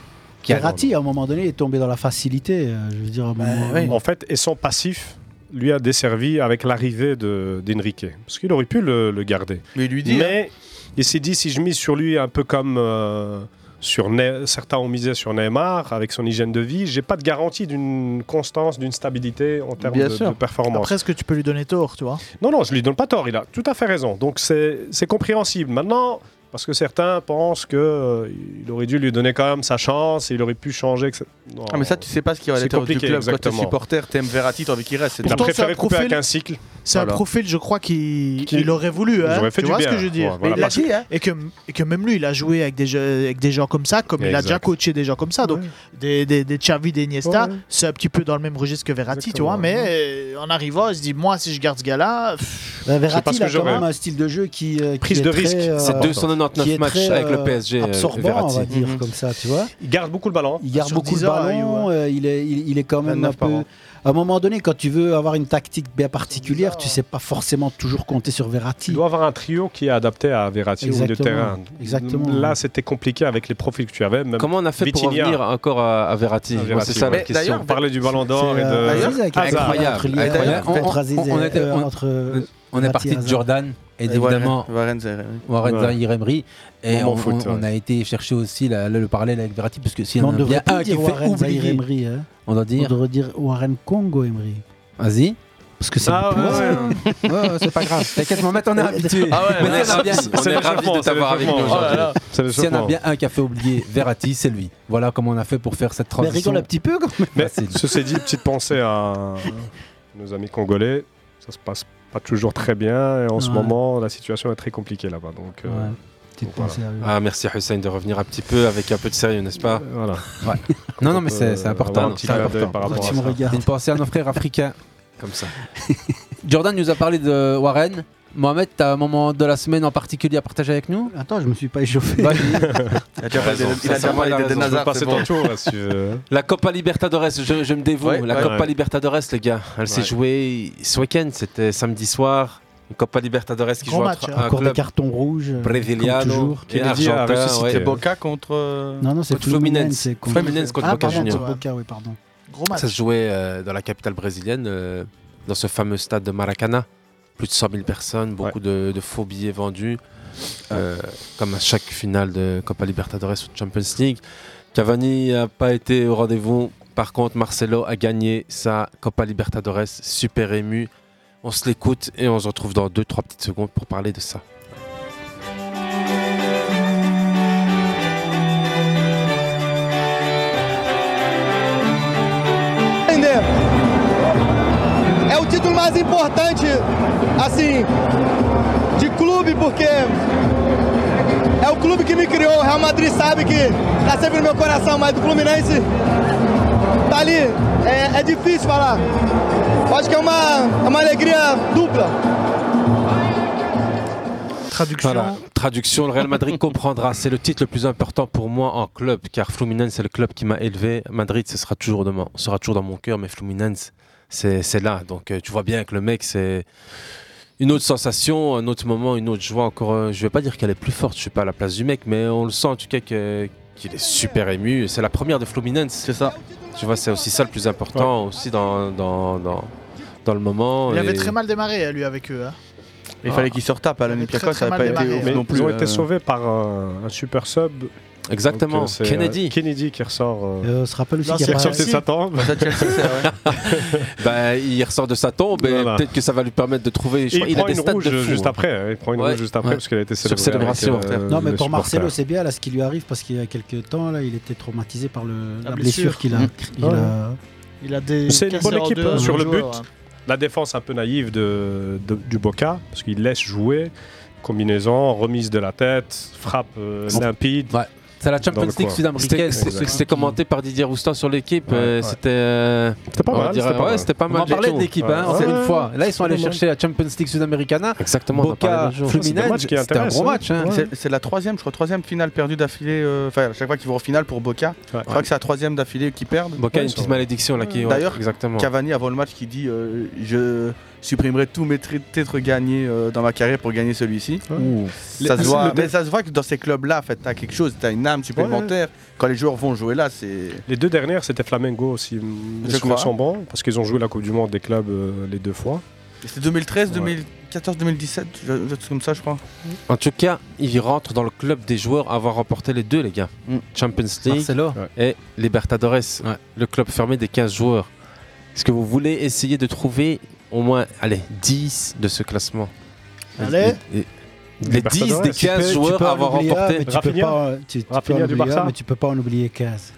[SPEAKER 8] qui a.
[SPEAKER 15] Verratti, à un moment donné, est tombé dans la facilité. euh, Je veux dire, à un
[SPEAKER 12] Bah,
[SPEAKER 15] moment-
[SPEAKER 11] En fait, et son passif lui a desservi avec l'arrivée de- d'Enrique. Parce qu'il aurait pu le, le garder.
[SPEAKER 10] Mais il lui dit,
[SPEAKER 11] Mais il s'est dit si je mise sur lui un peu comme. euh, sur Ne- certains ont misé sur Neymar avec son hygiène de vie. J'ai pas de garantie d'une constance, d'une stabilité en termes
[SPEAKER 1] Bien
[SPEAKER 11] de,
[SPEAKER 1] sûr.
[SPEAKER 11] de performance.
[SPEAKER 1] Après, est-ce que tu peux lui donner tort, tu vois
[SPEAKER 11] Non, non, je lui donne pas tort, il a tout à fait raison. Donc c'est c'est compréhensible. Maintenant, parce que certains pensent que euh, il aurait dû lui donner quand même sa chance, et il aurait pu changer. Que ça- Non.
[SPEAKER 10] Ah, mais ça, tu sais pas ce qui va
[SPEAKER 11] C'est
[SPEAKER 10] l'intérieur du
[SPEAKER 11] compliqué,
[SPEAKER 10] club. Quand t'es
[SPEAKER 11] exactement.
[SPEAKER 10] supporter, t'aimes Verratti, t'as envie qu'il reste. c'est
[SPEAKER 11] Il a
[SPEAKER 10] tout.
[SPEAKER 11] préféré couper avec un cycle.
[SPEAKER 1] C'est
[SPEAKER 11] Voilà.
[SPEAKER 1] un profil, je crois, qu'il il aurait voulu.
[SPEAKER 11] il
[SPEAKER 1] hein.
[SPEAKER 11] aurait fait
[SPEAKER 1] tu
[SPEAKER 11] du
[SPEAKER 1] vois ce
[SPEAKER 11] bien.
[SPEAKER 1] que je veux dire
[SPEAKER 11] Ouais, voilà,
[SPEAKER 1] Mais il l'a
[SPEAKER 11] parce que-
[SPEAKER 1] dit, hein. et, que, et que même lui, il a joué avec des, jeux- avec des gens comme ça, comme il a
[SPEAKER 11] Exact.
[SPEAKER 1] déjà coaché des gens comme ça. Donc, des, des, des Xavi, des Iniesta, c'est un petit peu dans le même registre que Verratti, tu vois. Mais euh, en arrivant, il se dit, moi, si je garde ce gars-là. pff,
[SPEAKER 15] Bah, Verratti, il a quand même un style de jeu qui. euh, qui
[SPEAKER 11] Prise
[SPEAKER 15] est
[SPEAKER 11] de
[SPEAKER 15] très,
[SPEAKER 11] risque.
[SPEAKER 15] euh,
[SPEAKER 11] C'est 299
[SPEAKER 15] qui est
[SPEAKER 11] matchs
[SPEAKER 15] très,
[SPEAKER 11] avec le
[SPEAKER 15] euh,
[SPEAKER 11] PSG, euh,
[SPEAKER 15] Absorbant,
[SPEAKER 11] Verratti.
[SPEAKER 15] on va dire,
[SPEAKER 11] Mhm.
[SPEAKER 15] comme ça, tu vois.
[SPEAKER 11] Il garde beaucoup le ballon.
[SPEAKER 15] Il garde beaucoup le ballon, euh, il, est, il, il est quand même
[SPEAKER 11] 29
[SPEAKER 15] un peu,
[SPEAKER 11] par an.
[SPEAKER 15] à un moment donné, quand tu veux avoir une tactique bien particulière, tu sais pas forcément toujours compter sur Verratti.
[SPEAKER 11] Il doit avoir un trio qui est adapté à Verratti au milieu de
[SPEAKER 15] Exactement,
[SPEAKER 11] terrain.
[SPEAKER 15] exactement.
[SPEAKER 11] Là, c'était compliqué avec les profils que tu avais. même
[SPEAKER 8] Comment on a fait pour
[SPEAKER 11] Vitinha.
[SPEAKER 8] revenir encore à, à Verratti
[SPEAKER 11] À
[SPEAKER 8] Moi,
[SPEAKER 11] Verratti,
[SPEAKER 8] C'est ça
[SPEAKER 11] ouais.
[SPEAKER 8] la
[SPEAKER 11] D'ailleurs, euh,
[SPEAKER 8] question. Ah,
[SPEAKER 11] on parlait du Ballon d'Or et de Hazard.
[SPEAKER 8] incroyable.
[SPEAKER 15] Entre Lièvre,
[SPEAKER 8] incroyable.
[SPEAKER 15] entre Aziz et-
[SPEAKER 8] on était-
[SPEAKER 15] euh,
[SPEAKER 8] on-
[SPEAKER 15] entre
[SPEAKER 12] on est
[SPEAKER 15] Verratti
[SPEAKER 12] parti
[SPEAKER 15] et
[SPEAKER 12] de
[SPEAKER 15] Hazard.
[SPEAKER 12] Jordan et évidemment
[SPEAKER 10] Warren Zaïre, oui.
[SPEAKER 12] Warren
[SPEAKER 10] Ouais.
[SPEAKER 12] Zaïre Emery. et
[SPEAKER 10] On
[SPEAKER 12] on,
[SPEAKER 10] m'en fout,
[SPEAKER 12] on-
[SPEAKER 10] ouais.
[SPEAKER 12] on a été chercher aussi la- le, le parallèle avec Verratti parce que s'il y
[SPEAKER 15] Non,
[SPEAKER 12] en
[SPEAKER 15] on
[SPEAKER 12] a bien
[SPEAKER 15] devrait
[SPEAKER 12] un
[SPEAKER 15] pas
[SPEAKER 12] qui
[SPEAKER 15] dire
[SPEAKER 12] fait
[SPEAKER 15] Warren Zaïre
[SPEAKER 12] oublier
[SPEAKER 15] Emery. hein.
[SPEAKER 12] on doit dire
[SPEAKER 15] On devrait dire Warren Congo Emery.
[SPEAKER 12] Vas-y. Parce
[SPEAKER 15] que c'est
[SPEAKER 12] Ah
[SPEAKER 15] plus-
[SPEAKER 12] ouais, ouais, ouais, c'est pas grave. T'inquiète, Mohamed, on est habitué.
[SPEAKER 8] Ah ouais, on est
[SPEAKER 12] Mais s'il y en a
[SPEAKER 8] ravis-
[SPEAKER 12] bien-
[SPEAKER 8] on est ravis de t'avoir avec nous aujourd'hui. Oh C'est le
[SPEAKER 12] S'il y en a
[SPEAKER 8] chauffement.
[SPEAKER 12] bien un qui a fait oublier Verratti, c'est lui. Voilà comment on a fait pour faire cette transition.
[SPEAKER 15] peu quand même.
[SPEAKER 11] Mais ceci dit, petite pensée à nos amis congolais. Ça se passe pas toujours très bien. Et en ce
[SPEAKER 12] Ouais.
[SPEAKER 11] moment, la situation est très compliquée là-bas. Donc, euh,
[SPEAKER 12] Ouais.
[SPEAKER 11] donc voilà.
[SPEAKER 8] Ah, merci Hussein de revenir un petit peu avec un peu de sérieux, n'est-ce pas
[SPEAKER 11] Voilà.
[SPEAKER 12] Non, non, mais
[SPEAKER 8] Euh,
[SPEAKER 12] c'est c'est
[SPEAKER 8] avoir
[SPEAKER 12] important.
[SPEAKER 8] un petit
[SPEAKER 12] C'est
[SPEAKER 8] clin
[SPEAKER 12] important.
[SPEAKER 8] d'œil par rapport à
[SPEAKER 12] Tu me
[SPEAKER 8] ça.
[SPEAKER 12] regardes. Une pensée à nos frères africains.
[SPEAKER 8] Comme ça.
[SPEAKER 12] Jordan nous a parlé de Warren. Mohamed, t'as un moment de la semaine en particulier à partager avec nous
[SPEAKER 15] Attends, je me suis pas échauffé.
[SPEAKER 12] Il
[SPEAKER 8] a déjà parlé de- il a déjà parlé d'Eden Hazard, c'est bon. La Copa Libertadores, je, je me dévoue.
[SPEAKER 11] Ouais,
[SPEAKER 8] la
[SPEAKER 11] ouais.
[SPEAKER 8] Copa
[SPEAKER 11] Ouais.
[SPEAKER 8] Libertadores, les gars, elle s'est
[SPEAKER 11] Ouais.
[SPEAKER 8] jouée ce week-end, c'était samedi soir. Une Copa Libertadores qui
[SPEAKER 15] Grand
[SPEAKER 8] joue
[SPEAKER 15] match,
[SPEAKER 8] entre
[SPEAKER 15] hein.
[SPEAKER 8] un
[SPEAKER 15] Encore des
[SPEAKER 8] club
[SPEAKER 15] cartons rouges, euh,
[SPEAKER 8] brésiliano
[SPEAKER 15] comme toujours.
[SPEAKER 8] et
[SPEAKER 10] Kennedy a
[SPEAKER 8] argentin.
[SPEAKER 10] ressuscité
[SPEAKER 8] ouais.
[SPEAKER 10] Boca contre. euh,
[SPEAKER 15] Non, non, c'est
[SPEAKER 8] Contre Fluminense.
[SPEAKER 15] c'est contre-
[SPEAKER 8] Fluminense contre
[SPEAKER 15] Ah,
[SPEAKER 8] Boca
[SPEAKER 15] pardon,
[SPEAKER 8] Juniors.
[SPEAKER 15] contre Boca, oui, pardon. Gros match.
[SPEAKER 8] Ça se jouait euh, dans la capitale brésilienne, euh, dans ce fameux stade de Maracana. Plus de 100 000 personnes, beaucoup de, de faux billets vendus, euh, comme à chaque finale de Copa Libertadores ou de Champions League. Cavani n'a pas été au rendez-vous. Par contre, Marcelo a gagné sa Copa Libertadores. Super ému. On se l'écoute et on se retrouve dans 2-3 petites secondes pour parler de ça.
[SPEAKER 16] entender. É o título mais importante, assim, de clube, porque é o clube que me criou. O Real Madrid sabe que tá sempre no meu coração, mas do Fluminense tá ali. É, é difícil falar. Acho que é uma, é uma alegria dupla.
[SPEAKER 8] Traduction. Traduction, le Real Madrid comprendra. C'est le titre le plus important pour moi en club, car Fluminense, c'est le club qui m'a élevé. Madrid, ce sera toujours, de mon- sera toujours dans mon cœur, mais Fluminense, c'est c'est là. Donc euh, tu vois bien que le mec, c'est une autre sensation, un autre moment, une autre joie. Encore, euh, je vais pas dire qu'elle est plus forte, je suis pas à la place du mec, mais on le sent en tout cas que- qu'il est super ému. C'est la première de Fluminense. C'est
[SPEAKER 10] ça.
[SPEAKER 8] Tu vois, c'est aussi ça le plus important, aussi dans, dans, dans, dans le moment.
[SPEAKER 1] Il avait
[SPEAKER 8] et-
[SPEAKER 1] très mal démarré, lui, avec eux. hein.
[SPEAKER 10] Il fallait qu'il se retape à l'Olympiakos, ça
[SPEAKER 1] très,
[SPEAKER 10] n'a
[SPEAKER 1] très
[SPEAKER 10] pas
[SPEAKER 1] mal
[SPEAKER 10] été
[SPEAKER 1] démarré,
[SPEAKER 10] ouf
[SPEAKER 1] hein.
[SPEAKER 10] non plus.
[SPEAKER 11] Ils ont
[SPEAKER 10] euh,
[SPEAKER 11] été sauvés par euh, un, un super sub.
[SPEAKER 8] Exactement,
[SPEAKER 11] c'est,
[SPEAKER 8] Kennedy.
[SPEAKER 11] euh, Kennedy qui ressort. euh,
[SPEAKER 15] Euh, on se rappelle aussi
[SPEAKER 11] l'ancien
[SPEAKER 15] qu'il y a
[SPEAKER 11] sorti de sa tombe.
[SPEAKER 8] Bah, il ressort de sa tombe et
[SPEAKER 11] Voilà.
[SPEAKER 8] peut-être que ça va lui permettre de trouver. je
[SPEAKER 11] Et
[SPEAKER 8] crois-
[SPEAKER 11] il prend
[SPEAKER 8] a des
[SPEAKER 11] une
[SPEAKER 8] stats
[SPEAKER 11] rouge,
[SPEAKER 8] de
[SPEAKER 11] euh,
[SPEAKER 8] fou,
[SPEAKER 11] juste
[SPEAKER 8] hein.
[SPEAKER 11] après, hein. Il prend une
[SPEAKER 8] Ouais.
[SPEAKER 11] rouge juste après
[SPEAKER 8] Ouais.
[SPEAKER 11] parce qu'elle a été
[SPEAKER 8] Sur
[SPEAKER 11] célébrée avec,
[SPEAKER 8] célébration.
[SPEAKER 11] euh,
[SPEAKER 15] non, mais
[SPEAKER 11] le
[SPEAKER 15] pour
[SPEAKER 11] supporter.
[SPEAKER 15] Marcelo, c'est bien là ce qui lui arrive parce qu'il y a quelques temps, là, il était traumatisé par le, la, blessure,
[SPEAKER 11] blessure.
[SPEAKER 15] qu'il a.
[SPEAKER 11] Mm.
[SPEAKER 15] Il
[SPEAKER 11] Ouais.
[SPEAKER 15] a...
[SPEAKER 1] Il a des.
[SPEAKER 11] C'est une bonne
[SPEAKER 1] casseurs
[SPEAKER 11] équipe
[SPEAKER 1] de-
[SPEAKER 11] hein,
[SPEAKER 1] de
[SPEAKER 11] sur le but.
[SPEAKER 1] joueurs, hein.
[SPEAKER 11] La défense un peu naïve de, de- du Boca, parce qu'il laisse jouer. Combinaison, remise de la tête, frappe euh,
[SPEAKER 8] C'est-
[SPEAKER 11] limpide.
[SPEAKER 8] C'est la
[SPEAKER 11] Dans
[SPEAKER 8] Champions
[SPEAKER 11] le
[SPEAKER 8] League
[SPEAKER 11] coin.
[SPEAKER 8] sud-américaine.
[SPEAKER 11] C'était-
[SPEAKER 8] C'était c'était commenté par Didier Roustan sur l'équipe. euh, C'était. euh,
[SPEAKER 11] pas
[SPEAKER 8] on va
[SPEAKER 11] mal,
[SPEAKER 8] dire,
[SPEAKER 11] c'était pas
[SPEAKER 8] ouais,
[SPEAKER 11] mal.
[SPEAKER 8] C'était pas
[SPEAKER 11] On
[SPEAKER 8] mal.
[SPEAKER 11] en
[SPEAKER 8] du
[SPEAKER 11] parlait de
[SPEAKER 8] tout.
[SPEAKER 11] l'équipe, hein,
[SPEAKER 8] Ouais.
[SPEAKER 11] encore
[SPEAKER 8] Ouais.
[SPEAKER 11] une
[SPEAKER 12] fois. Là, ils sont allés
[SPEAKER 8] C'était pas mal.
[SPEAKER 12] chercher la Champions League Sud-Americana.
[SPEAKER 8] Exactement.
[SPEAKER 12] Boca, Fluminense. C'était un gros match. hein.
[SPEAKER 10] C'est- C'est la troisième, je crois, troisième finale perdue d'affilée. euh, Enfin, à chaque fois qu'ils vont en finale pour Boca, je crois que c'est la troisième d'affilée qu'ils perdent.
[SPEAKER 8] Boca a
[SPEAKER 10] Ouais,
[SPEAKER 8] une
[SPEAKER 10] ils
[SPEAKER 8] petite
[SPEAKER 10] sont-
[SPEAKER 8] malédiction là qui. ouais,
[SPEAKER 10] D'ailleurs,
[SPEAKER 8] exactement.
[SPEAKER 10] Cavani avant le match qui dit euh, je supprimerai tous mes tri- titres gagnés euh, dans ma carrière pour gagner celui-ci.
[SPEAKER 8] Ouh.
[SPEAKER 10] Ça
[SPEAKER 8] Le-
[SPEAKER 10] se voit,
[SPEAKER 8] le-
[SPEAKER 10] mais ça se voit que dans ces clubs-là, en fait, t'as quelque chose, t'as une âme supplémentaire. Quand les joueurs vont jouer là, c'est
[SPEAKER 11] Les deux dernières, c'était Flamengo, si mes
[SPEAKER 10] Je
[SPEAKER 11] souvenirs
[SPEAKER 10] crois.
[SPEAKER 11] sont bons, parce qu'ils ont joué la Coupe du Monde des clubs euh, les deux fois.
[SPEAKER 10] c'est 2013, 2014, 2017, je- je- c'est comme ça, je crois.
[SPEAKER 8] En tout cas, il rentre dans le club des joueurs à avoir remporté les deux, les gars. Champions League
[SPEAKER 12] Marcelo.
[SPEAKER 8] et Libertadores. Le club fermé des 15 joueurs. Est-ce que vous voulez essayer de trouver au moins allez, 10 de ce classement
[SPEAKER 1] Allez.
[SPEAKER 8] Et- et- Les 10 des
[SPEAKER 15] Tu peux-
[SPEAKER 8] 15
[SPEAKER 15] tu
[SPEAKER 8] joueurs
[SPEAKER 15] peux en
[SPEAKER 8] à avoir
[SPEAKER 15] oublier un,
[SPEAKER 8] remporté.
[SPEAKER 15] mais tu peux pas en- tu- tu peux en
[SPEAKER 8] Rafinha du
[SPEAKER 15] oublier un,
[SPEAKER 8] Barça
[SPEAKER 15] Mais tu peux pas en oublier 15.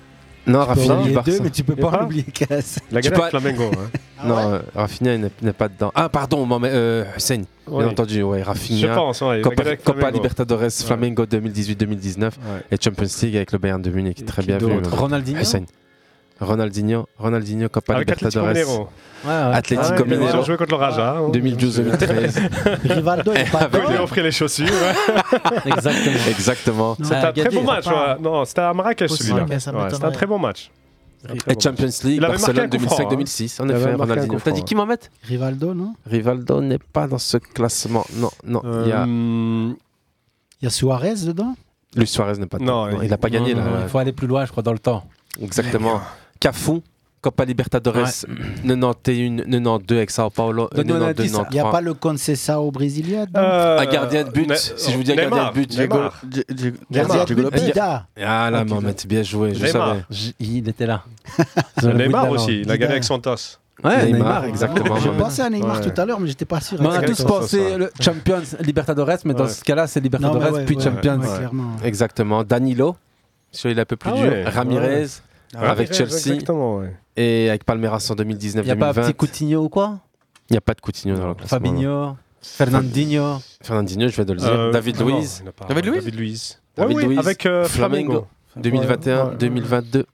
[SPEAKER 8] Non,
[SPEAKER 15] Tu peux
[SPEAKER 8] Rafinha
[SPEAKER 15] en
[SPEAKER 8] du
[SPEAKER 15] oublier
[SPEAKER 8] Barça.
[SPEAKER 15] deux, mais tu peux
[SPEAKER 8] Et
[SPEAKER 15] pas
[SPEAKER 8] pas
[SPEAKER 15] en oublier 15.
[SPEAKER 11] La
[SPEAKER 8] Tu
[SPEAKER 11] galère
[SPEAKER 8] peux-
[SPEAKER 11] Flamengo. hein.
[SPEAKER 8] non, euh, Rafinha il n'est- n'est pas dedans. Ah, pardon, mais, euh, Hussein.
[SPEAKER 11] Oui.
[SPEAKER 8] Bien entendu, ouais, Rafinha.
[SPEAKER 11] Je pense, ouais,
[SPEAKER 8] Copa,
[SPEAKER 11] Zagreb,
[SPEAKER 8] Copa
[SPEAKER 11] Flamengo.
[SPEAKER 8] Libertadores,
[SPEAKER 11] Ouais.
[SPEAKER 8] Flamengo 2018-2019 et Champions League avec le Bayern de Munich. Très
[SPEAKER 12] qui
[SPEAKER 8] bien vu.
[SPEAKER 12] d'autre Ronaldinho
[SPEAKER 8] Hussein. Ronaldinho, Ronaldinho, Copa
[SPEAKER 11] Avec Atlético
[SPEAKER 8] Libertadores.
[SPEAKER 11] Mineiro. Ouais, ouais. Ah,
[SPEAKER 8] Atlético
[SPEAKER 11] il a déjà
[SPEAKER 8] Mineiro.
[SPEAKER 11] joué contre le Raja, hein.
[SPEAKER 8] 2012-2013.
[SPEAKER 15] Rivaldo, il est pas
[SPEAKER 11] Vous lui offrez les chaussures.
[SPEAKER 8] Exactement. Exactement.
[SPEAKER 11] Ah, C'était un très bon match. ouais. Non, c'était à Marrakech
[SPEAKER 8] Possible,
[SPEAKER 11] celui-là.
[SPEAKER 8] mais ça
[SPEAKER 11] Ouais, C'était un
[SPEAKER 8] m'étonnerait.
[SPEAKER 11] très bon match.
[SPEAKER 8] Et Champions League,
[SPEAKER 9] Il avait marqué
[SPEAKER 8] Barcelone
[SPEAKER 9] un coup franc,
[SPEAKER 8] 2005-2006,
[SPEAKER 9] hein.
[SPEAKER 8] en
[SPEAKER 9] Il avait
[SPEAKER 8] effet,
[SPEAKER 9] marqué un
[SPEAKER 8] Ronaldinho.
[SPEAKER 9] coup
[SPEAKER 8] T'as dit
[SPEAKER 9] franc,
[SPEAKER 8] qui Mohamed
[SPEAKER 15] Rivaldo, non
[SPEAKER 8] Rivaldo n'est pas dans ce classement. Non, non. Il y a...
[SPEAKER 11] Euh,
[SPEAKER 15] Il y a Suarez dedans
[SPEAKER 8] Luis Suarez n'est pas dedans. Non, il n'a pas
[SPEAKER 9] Non,
[SPEAKER 8] gagné.
[SPEAKER 9] non,
[SPEAKER 8] là.
[SPEAKER 9] non, Il faut aller plus loin, je crois, dans le temps.
[SPEAKER 8] Exactement. Cafu, Copa Libertadores, 91, 92 avec Sao Paulo, euh,
[SPEAKER 15] Donne-nous un
[SPEAKER 8] 92,
[SPEAKER 15] indice. Il n'y a
[SPEAKER 8] 93.
[SPEAKER 15] pas le euh, Concessa au Brésilien
[SPEAKER 8] Un gardien de but, si je vous dis un gardien de but,
[SPEAKER 15] Gardien de but, Dida.
[SPEAKER 8] Ah là, Mohamed, bien joué, je
[SPEAKER 11] Neymar.
[SPEAKER 8] savais.
[SPEAKER 9] J- Il était là.
[SPEAKER 11] C'est Neymar aussi, il a gagné avec Santos.
[SPEAKER 8] Ouais, Neymar, exactement.
[SPEAKER 15] J'ai
[SPEAKER 8] Mohamed.
[SPEAKER 15] pensé à Neymar tout à l'heure, mais j'étais pas sûr.
[SPEAKER 9] Mais on a tous pensé le Champions Libertadores, mais dans
[SPEAKER 8] Ouais.
[SPEAKER 9] ce cas-là, c'est Libertadores
[SPEAKER 15] Non, mais ouais,
[SPEAKER 9] puis
[SPEAKER 15] ouais,
[SPEAKER 9] Champions.
[SPEAKER 15] ouais, clairement.
[SPEAKER 8] Exactement. Danilo, celui il est un peu plus
[SPEAKER 9] Ah
[SPEAKER 8] dur.
[SPEAKER 9] ouais,
[SPEAKER 8] Ramirez,
[SPEAKER 9] ouais.
[SPEAKER 11] Ah,
[SPEAKER 8] avec
[SPEAKER 11] Ramirez,
[SPEAKER 8] Chelsea.
[SPEAKER 11] exactement, ouais.
[SPEAKER 8] Et avec Palmeiras en
[SPEAKER 9] Il
[SPEAKER 8] 2019-2020.
[SPEAKER 9] n'y a pas un petit Coutinho ou quoi
[SPEAKER 8] Il n'y a pas de Coutinho dans le classement.
[SPEAKER 9] Fabinho, Fernandinho.
[SPEAKER 8] Fernandinho, je vais de le dire.
[SPEAKER 11] Euh,
[SPEAKER 8] David
[SPEAKER 11] non,
[SPEAKER 8] Luiz.
[SPEAKER 11] il n'a pas-
[SPEAKER 8] David Luiz
[SPEAKER 11] David Luiz.
[SPEAKER 8] David
[SPEAKER 11] Ouais, oui,
[SPEAKER 8] Luiz.
[SPEAKER 11] avec, euh,
[SPEAKER 8] Flamengo.
[SPEAKER 11] Flamengo.
[SPEAKER 8] 2021,
[SPEAKER 11] Ouais, ouais.
[SPEAKER 8] 2022.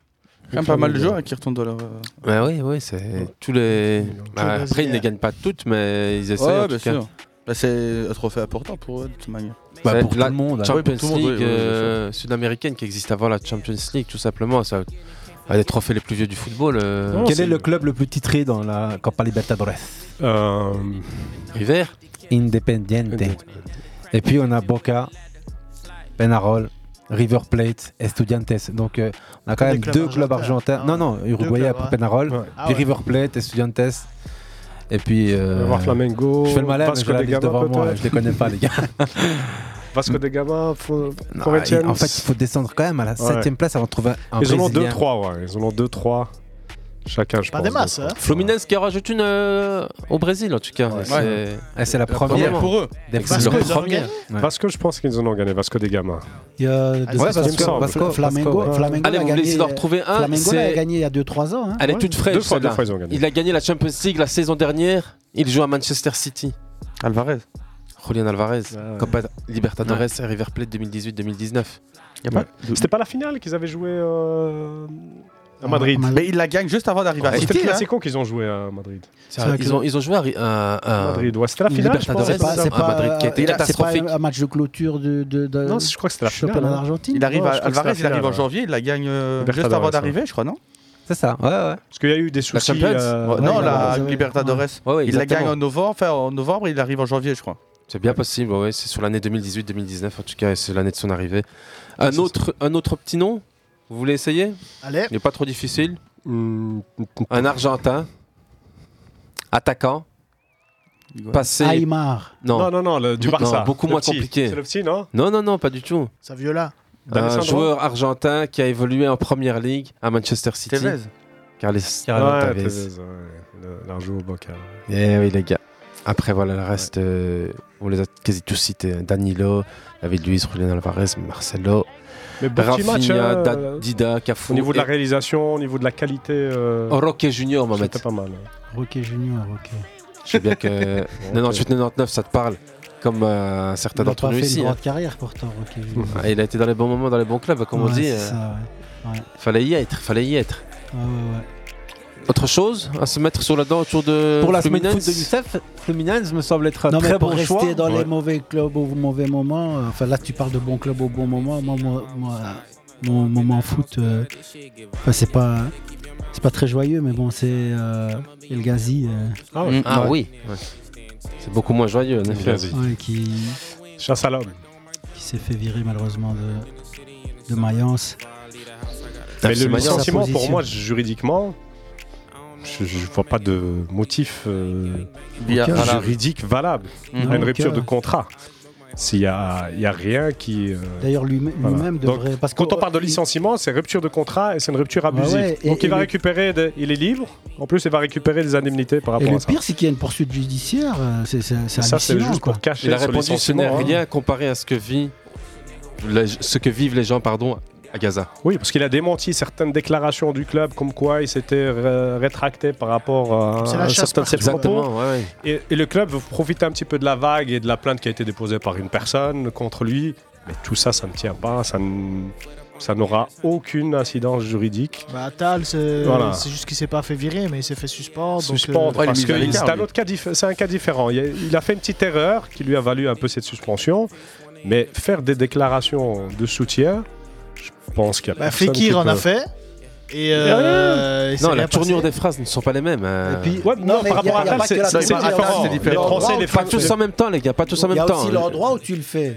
[SPEAKER 10] Quand même pas mal de joueurs hein, qui retournent dans leur. euh,
[SPEAKER 8] Ouais, Bah oui, oui, c'est tous les. Bah, après, ils ne gagnent pas toutes, mais ils essaient.
[SPEAKER 10] Ouais,
[SPEAKER 8] en
[SPEAKER 10] bien
[SPEAKER 8] tout cas.
[SPEAKER 10] sûr. Bah, c'est un trophée important pour eux, de toute manière.
[SPEAKER 9] Bah,
[SPEAKER 8] C'est la
[SPEAKER 9] hein.
[SPEAKER 10] Ouais,
[SPEAKER 8] Champions
[SPEAKER 10] pour tout le monde,
[SPEAKER 8] League
[SPEAKER 10] ouais, ouais,
[SPEAKER 8] euh, sud-américaine qui existe avant la Champions League, tout simplement. Ça, un des trophées les plus vieux du football. euh,
[SPEAKER 9] Quel est, le club le plus titré dans la Copa Libertadores Euh,
[SPEAKER 8] River
[SPEAKER 9] Independiente. Et puis on a Boca, Penarol, River Plate, Estudiantes. Donc euh, on a quand
[SPEAKER 8] Des
[SPEAKER 9] même
[SPEAKER 8] clubs
[SPEAKER 9] deux clubs argentins. Non, non, Uruguayen
[SPEAKER 8] clubs,
[SPEAKER 9] pour
[SPEAKER 8] ouais.
[SPEAKER 9] Penarol,
[SPEAKER 8] Ouais. Ah
[SPEAKER 9] puis
[SPEAKER 8] ouais.
[SPEAKER 9] River Plate, Estudiantes. Et puis.
[SPEAKER 11] va
[SPEAKER 9] Euh,
[SPEAKER 11] voir Flamengo,
[SPEAKER 9] Je fais le malin, mais
[SPEAKER 11] Vasco
[SPEAKER 9] je la
[SPEAKER 11] de
[SPEAKER 9] liste
[SPEAKER 11] Gama,
[SPEAKER 9] devant moi.
[SPEAKER 11] peut-être.
[SPEAKER 9] Je les connais pas, les gars.
[SPEAKER 11] Vasco de Gama, Fo-
[SPEAKER 9] Non,
[SPEAKER 11] Corinthians.
[SPEAKER 9] il- en fait, il faut descendre quand même à la
[SPEAKER 11] Ouais.
[SPEAKER 9] septième place avant de trouver un
[SPEAKER 11] Ils en ont
[SPEAKER 9] Brésilien.
[SPEAKER 11] 2-3, ouais. Ils en ont 2-3 chacun, je pense. deux, trois.
[SPEAKER 8] Fluminense qui rajoute une euh, au Brésil, en tout cas.
[SPEAKER 11] Ouais.
[SPEAKER 9] Ah,
[SPEAKER 8] C'est Des
[SPEAKER 11] Vasco,
[SPEAKER 8] Brésiliens.
[SPEAKER 11] ils en ont gagné
[SPEAKER 8] Ouais.
[SPEAKER 11] Vasco, je pense qu'ils en ont gagné. Vasco des Gama.
[SPEAKER 15] Il y a deux-
[SPEAKER 11] Ouais, Vasco,
[SPEAKER 15] Vasco,
[SPEAKER 11] Vasco,
[SPEAKER 15] Vasco,
[SPEAKER 11] Vasco,
[SPEAKER 15] Flamengo.
[SPEAKER 11] ouais.
[SPEAKER 15] Flamengo
[SPEAKER 8] Allez,
[SPEAKER 15] a
[SPEAKER 8] vous voulez
[SPEAKER 15] gagné-
[SPEAKER 8] essayer d'en retrouver un,
[SPEAKER 15] Flamengo
[SPEAKER 8] c'est-
[SPEAKER 15] a gagné il y a 2-3 ans. hein.
[SPEAKER 8] Elle est toute fraîche.
[SPEAKER 11] Deux fois, deux
[SPEAKER 8] celle-là.
[SPEAKER 11] fois, ils ont gagné.
[SPEAKER 8] Il a gagné la Champions League la saison dernière. Il joue à Manchester City.
[SPEAKER 10] Alvarez.
[SPEAKER 8] Julian Alvarez.
[SPEAKER 11] ouais.
[SPEAKER 8] Copa Libertadores et River Plate 2018-2019.
[SPEAKER 10] pas-
[SPEAKER 11] C'était pas la finale qu'ils avaient joué euh, à Madrid.
[SPEAKER 10] Mais ils la gagnent juste avant d'arriver à
[SPEAKER 11] Ah, C'était le
[SPEAKER 10] City. hein.
[SPEAKER 11] classico qu'ils ont joué à Madrid.
[SPEAKER 8] C'est vrai qu'ils ont, ils ont joué à, Ri- à- à-
[SPEAKER 11] Madrid, ouais, c'était la finale, je pense.
[SPEAKER 8] Libertadores
[SPEAKER 11] C'est pas- c'est
[SPEAKER 8] à
[SPEAKER 11] pas-
[SPEAKER 8] Madrid qui a été
[SPEAKER 15] Il a- C'est pas
[SPEAKER 8] catastrophique.
[SPEAKER 15] un match de clôture de. de, de-
[SPEAKER 11] Non, je crois que c'était la finale,
[SPEAKER 15] championnat
[SPEAKER 11] non
[SPEAKER 15] d'Argentine.
[SPEAKER 10] Il arrive
[SPEAKER 11] Non,
[SPEAKER 10] à-
[SPEAKER 11] je crois que c'est la
[SPEAKER 10] Alvarez, il
[SPEAKER 11] finale,
[SPEAKER 10] arrive en
[SPEAKER 11] ouais.
[SPEAKER 10] janvier, il la gagne euh, juste
[SPEAKER 11] Libertadores,
[SPEAKER 10] avant
[SPEAKER 11] ouais.
[SPEAKER 10] d'arriver, je crois, non
[SPEAKER 9] C'est ça, ouais, ouais.
[SPEAKER 11] Parce qu'il y a eu des
[SPEAKER 10] La
[SPEAKER 11] soucis.
[SPEAKER 10] Champions
[SPEAKER 11] euh,
[SPEAKER 10] Ouais,
[SPEAKER 11] ouais,
[SPEAKER 10] Non,
[SPEAKER 11] ouais,
[SPEAKER 10] la
[SPEAKER 11] ouais, ouais.
[SPEAKER 10] Libertadores.
[SPEAKER 8] Ouais, ouais,
[SPEAKER 10] il la gagne
[SPEAKER 8] exactement.
[SPEAKER 10] en novembre, enfin en novembre, il arrive en janvier, je crois.
[SPEAKER 8] C'est bien possible, ouais, c'est sur l'année 2018-2019 en tout cas, et c'est l'année de son arrivée. Un autre, un autre petit nom Vous voulez essayer
[SPEAKER 1] Allez.
[SPEAKER 8] Il n'est pas trop difficile.
[SPEAKER 11] Mm.
[SPEAKER 8] Un Argentin, attaquant, passé.
[SPEAKER 15] Aymar.
[SPEAKER 8] Non.
[SPEAKER 11] Non, non, non, le- du Barça.
[SPEAKER 8] Non, beaucoup
[SPEAKER 11] Le
[SPEAKER 8] moins
[SPEAKER 11] petit.
[SPEAKER 8] compliqué.
[SPEAKER 11] C'est le petit, non
[SPEAKER 8] Non, non, non, pas du tout.
[SPEAKER 1] Saviola.
[SPEAKER 8] Un
[SPEAKER 11] D'Alessandro
[SPEAKER 8] joueur argentin qui a évolué en première ligue à Manchester City.
[SPEAKER 11] Tevez.
[SPEAKER 8] Carles
[SPEAKER 11] Ouais,
[SPEAKER 8] Carlos Tevez.
[SPEAKER 11] Tevez, ouais. Le- L'argent au bocal.
[SPEAKER 8] Eh oui, les gars. Après, voilà, le reste, euh, on les a quasi tous cités. hein. Danilo, David Luiz, Julian Alvarez, Marcelo,
[SPEAKER 11] Mais bon petit
[SPEAKER 8] Rafinha,
[SPEAKER 11] match, hein,
[SPEAKER 8] Da-
[SPEAKER 11] euh,
[SPEAKER 8] Dida, Cafu.
[SPEAKER 11] Au niveau de
[SPEAKER 8] et Oh,
[SPEAKER 11] la réalisation, au niveau de la qualité. euh,
[SPEAKER 8] Roque Junior, Mohamed.
[SPEAKER 11] C'était pas mal. hein.
[SPEAKER 15] Roquet Junior, ok.
[SPEAKER 8] Je sais bien que 98-99, ça te parle, comme euh, certains
[SPEAKER 15] Il a
[SPEAKER 8] d'entre
[SPEAKER 15] pas
[SPEAKER 8] nous
[SPEAKER 15] fait
[SPEAKER 8] ici.
[SPEAKER 15] une
[SPEAKER 8] hein.
[SPEAKER 15] grande carrière pourtant, Roquet Junior.
[SPEAKER 8] Ah, il a été dans les bons moments, dans les bons clubs, comme on
[SPEAKER 15] Ouais,
[SPEAKER 8] dit.
[SPEAKER 15] c'est
[SPEAKER 8] euh,
[SPEAKER 15] ça, ouais. Ouais.
[SPEAKER 8] Fallait y être, fallait y être.
[SPEAKER 15] Ouais, ouais, ouais.
[SPEAKER 8] Autre chose à se mettre sur la dent autour de
[SPEAKER 9] Pour la semaine
[SPEAKER 8] Fluminense
[SPEAKER 9] foot de Youssef, Fluminense me semble être un
[SPEAKER 15] Non,
[SPEAKER 9] très
[SPEAKER 15] mais pour
[SPEAKER 9] bon
[SPEAKER 15] rester
[SPEAKER 9] choix.
[SPEAKER 15] dans les mauvais clubs au mauvais moment, euh, enfin là tu parles de bons clubs au bon moment, moi, moi, moi, mon moment foot, euh, enfin, c'est pas c'est pas très joyeux, mais bon, c'est euh, El Ghazi. euh,
[SPEAKER 11] Ah ouais.
[SPEAKER 8] Ah
[SPEAKER 11] Ouais.
[SPEAKER 8] oui. C'est beaucoup moins joyeux, en effet.
[SPEAKER 15] ouais, qui,
[SPEAKER 11] Chasse à l'homme.
[SPEAKER 15] qui s'est fait virer malheureusement de, de Mayence.
[SPEAKER 11] Mais le
[SPEAKER 15] Absolument.
[SPEAKER 11] licenciement,
[SPEAKER 15] Sa
[SPEAKER 11] pour
[SPEAKER 15] position.
[SPEAKER 11] moi, juridiquement, je, je vois pas de motif euh,
[SPEAKER 10] Bien
[SPEAKER 11] aucun
[SPEAKER 10] valable.
[SPEAKER 11] juridique valable
[SPEAKER 10] Mhm.
[SPEAKER 11] à une
[SPEAKER 15] Non,
[SPEAKER 11] rupture
[SPEAKER 15] aucun.
[SPEAKER 11] de contrat. S'il y a, il y a rien qui. euh,
[SPEAKER 15] D'ailleurs, lui-
[SPEAKER 11] voilà.
[SPEAKER 15] lui-même
[SPEAKER 11] Donc,
[SPEAKER 15] devrait. parce
[SPEAKER 11] quand
[SPEAKER 15] que-
[SPEAKER 11] on parle de licenciement, c'est rupture de contrat et c'est une rupture
[SPEAKER 15] Ah ouais,
[SPEAKER 11] abusive.
[SPEAKER 15] et-
[SPEAKER 11] Donc il
[SPEAKER 15] et
[SPEAKER 11] va
[SPEAKER 15] le-
[SPEAKER 11] récupérer, des- il est libre. En plus, il va récupérer des indemnités par
[SPEAKER 15] Et
[SPEAKER 11] rapport
[SPEAKER 15] le
[SPEAKER 11] à ça.
[SPEAKER 15] pire, c'est qu'il y a une poursuite judiciaire. euh, C'est c'est- c'est
[SPEAKER 11] Ça, c'est
[SPEAKER 15] hallucinant,
[SPEAKER 11] juste
[SPEAKER 15] quoi.
[SPEAKER 11] pour cacher
[SPEAKER 8] Il a
[SPEAKER 11] son
[SPEAKER 8] répondu ce n'est
[SPEAKER 11] licenciement, hein.
[SPEAKER 8] rien comparé à ce que vit les- ce que vivent les gens pardon à Gaza.
[SPEAKER 11] Oui, parce qu'il a démenti certaines déclarations du club comme quoi il s'était euh, rétracté par rapport à,
[SPEAKER 1] C'est la
[SPEAKER 11] à
[SPEAKER 1] chasse
[SPEAKER 11] certains de ses
[SPEAKER 1] partout,
[SPEAKER 11] propos.
[SPEAKER 8] Exactement, ouais, ouais.
[SPEAKER 11] Et, et le club profite un petit peu de la vague et de la plainte qui a été déposée par une personne contre lui. Mais tout ça, ça ne tient pas. Ça, n- ça n'aura aucune incidence juridique.
[SPEAKER 1] Bah, Tal, c'est
[SPEAKER 11] Voilà.
[SPEAKER 1] c'est juste qu'il s'est pas fait virer, mais il s'est fait suspendre. donc, euh,
[SPEAKER 11] Suspendre. parce
[SPEAKER 1] ouais,
[SPEAKER 11] que
[SPEAKER 1] il-
[SPEAKER 11] c'est un, autre cas diff- c'est un cas différent. Il a, il a fait une petite erreur qui lui a valu un peu cette suspension. Mais faire des déclarations de soutien, je pense qu'il y a
[SPEAKER 1] Bah,
[SPEAKER 11] personne qui
[SPEAKER 1] Fekir en a
[SPEAKER 11] peut-
[SPEAKER 1] fait. Et euh, il s'est
[SPEAKER 8] non, la
[SPEAKER 1] rien
[SPEAKER 8] tournure
[SPEAKER 1] passé.
[SPEAKER 8] des phrases ne sont pas les mêmes. euh.
[SPEAKER 1] puis- Ouais, non, mais par y a- rapport à y a Atal, pas que c'est- la- c'est c'est différent. différent. Les Français, les
[SPEAKER 8] Pas
[SPEAKER 1] Français.
[SPEAKER 8] tous en même temps, les gars, pas Ah, tous en
[SPEAKER 15] Il y
[SPEAKER 8] même
[SPEAKER 15] a
[SPEAKER 8] temps. hein. euh,
[SPEAKER 15] aussi l'endroit où tu le fais.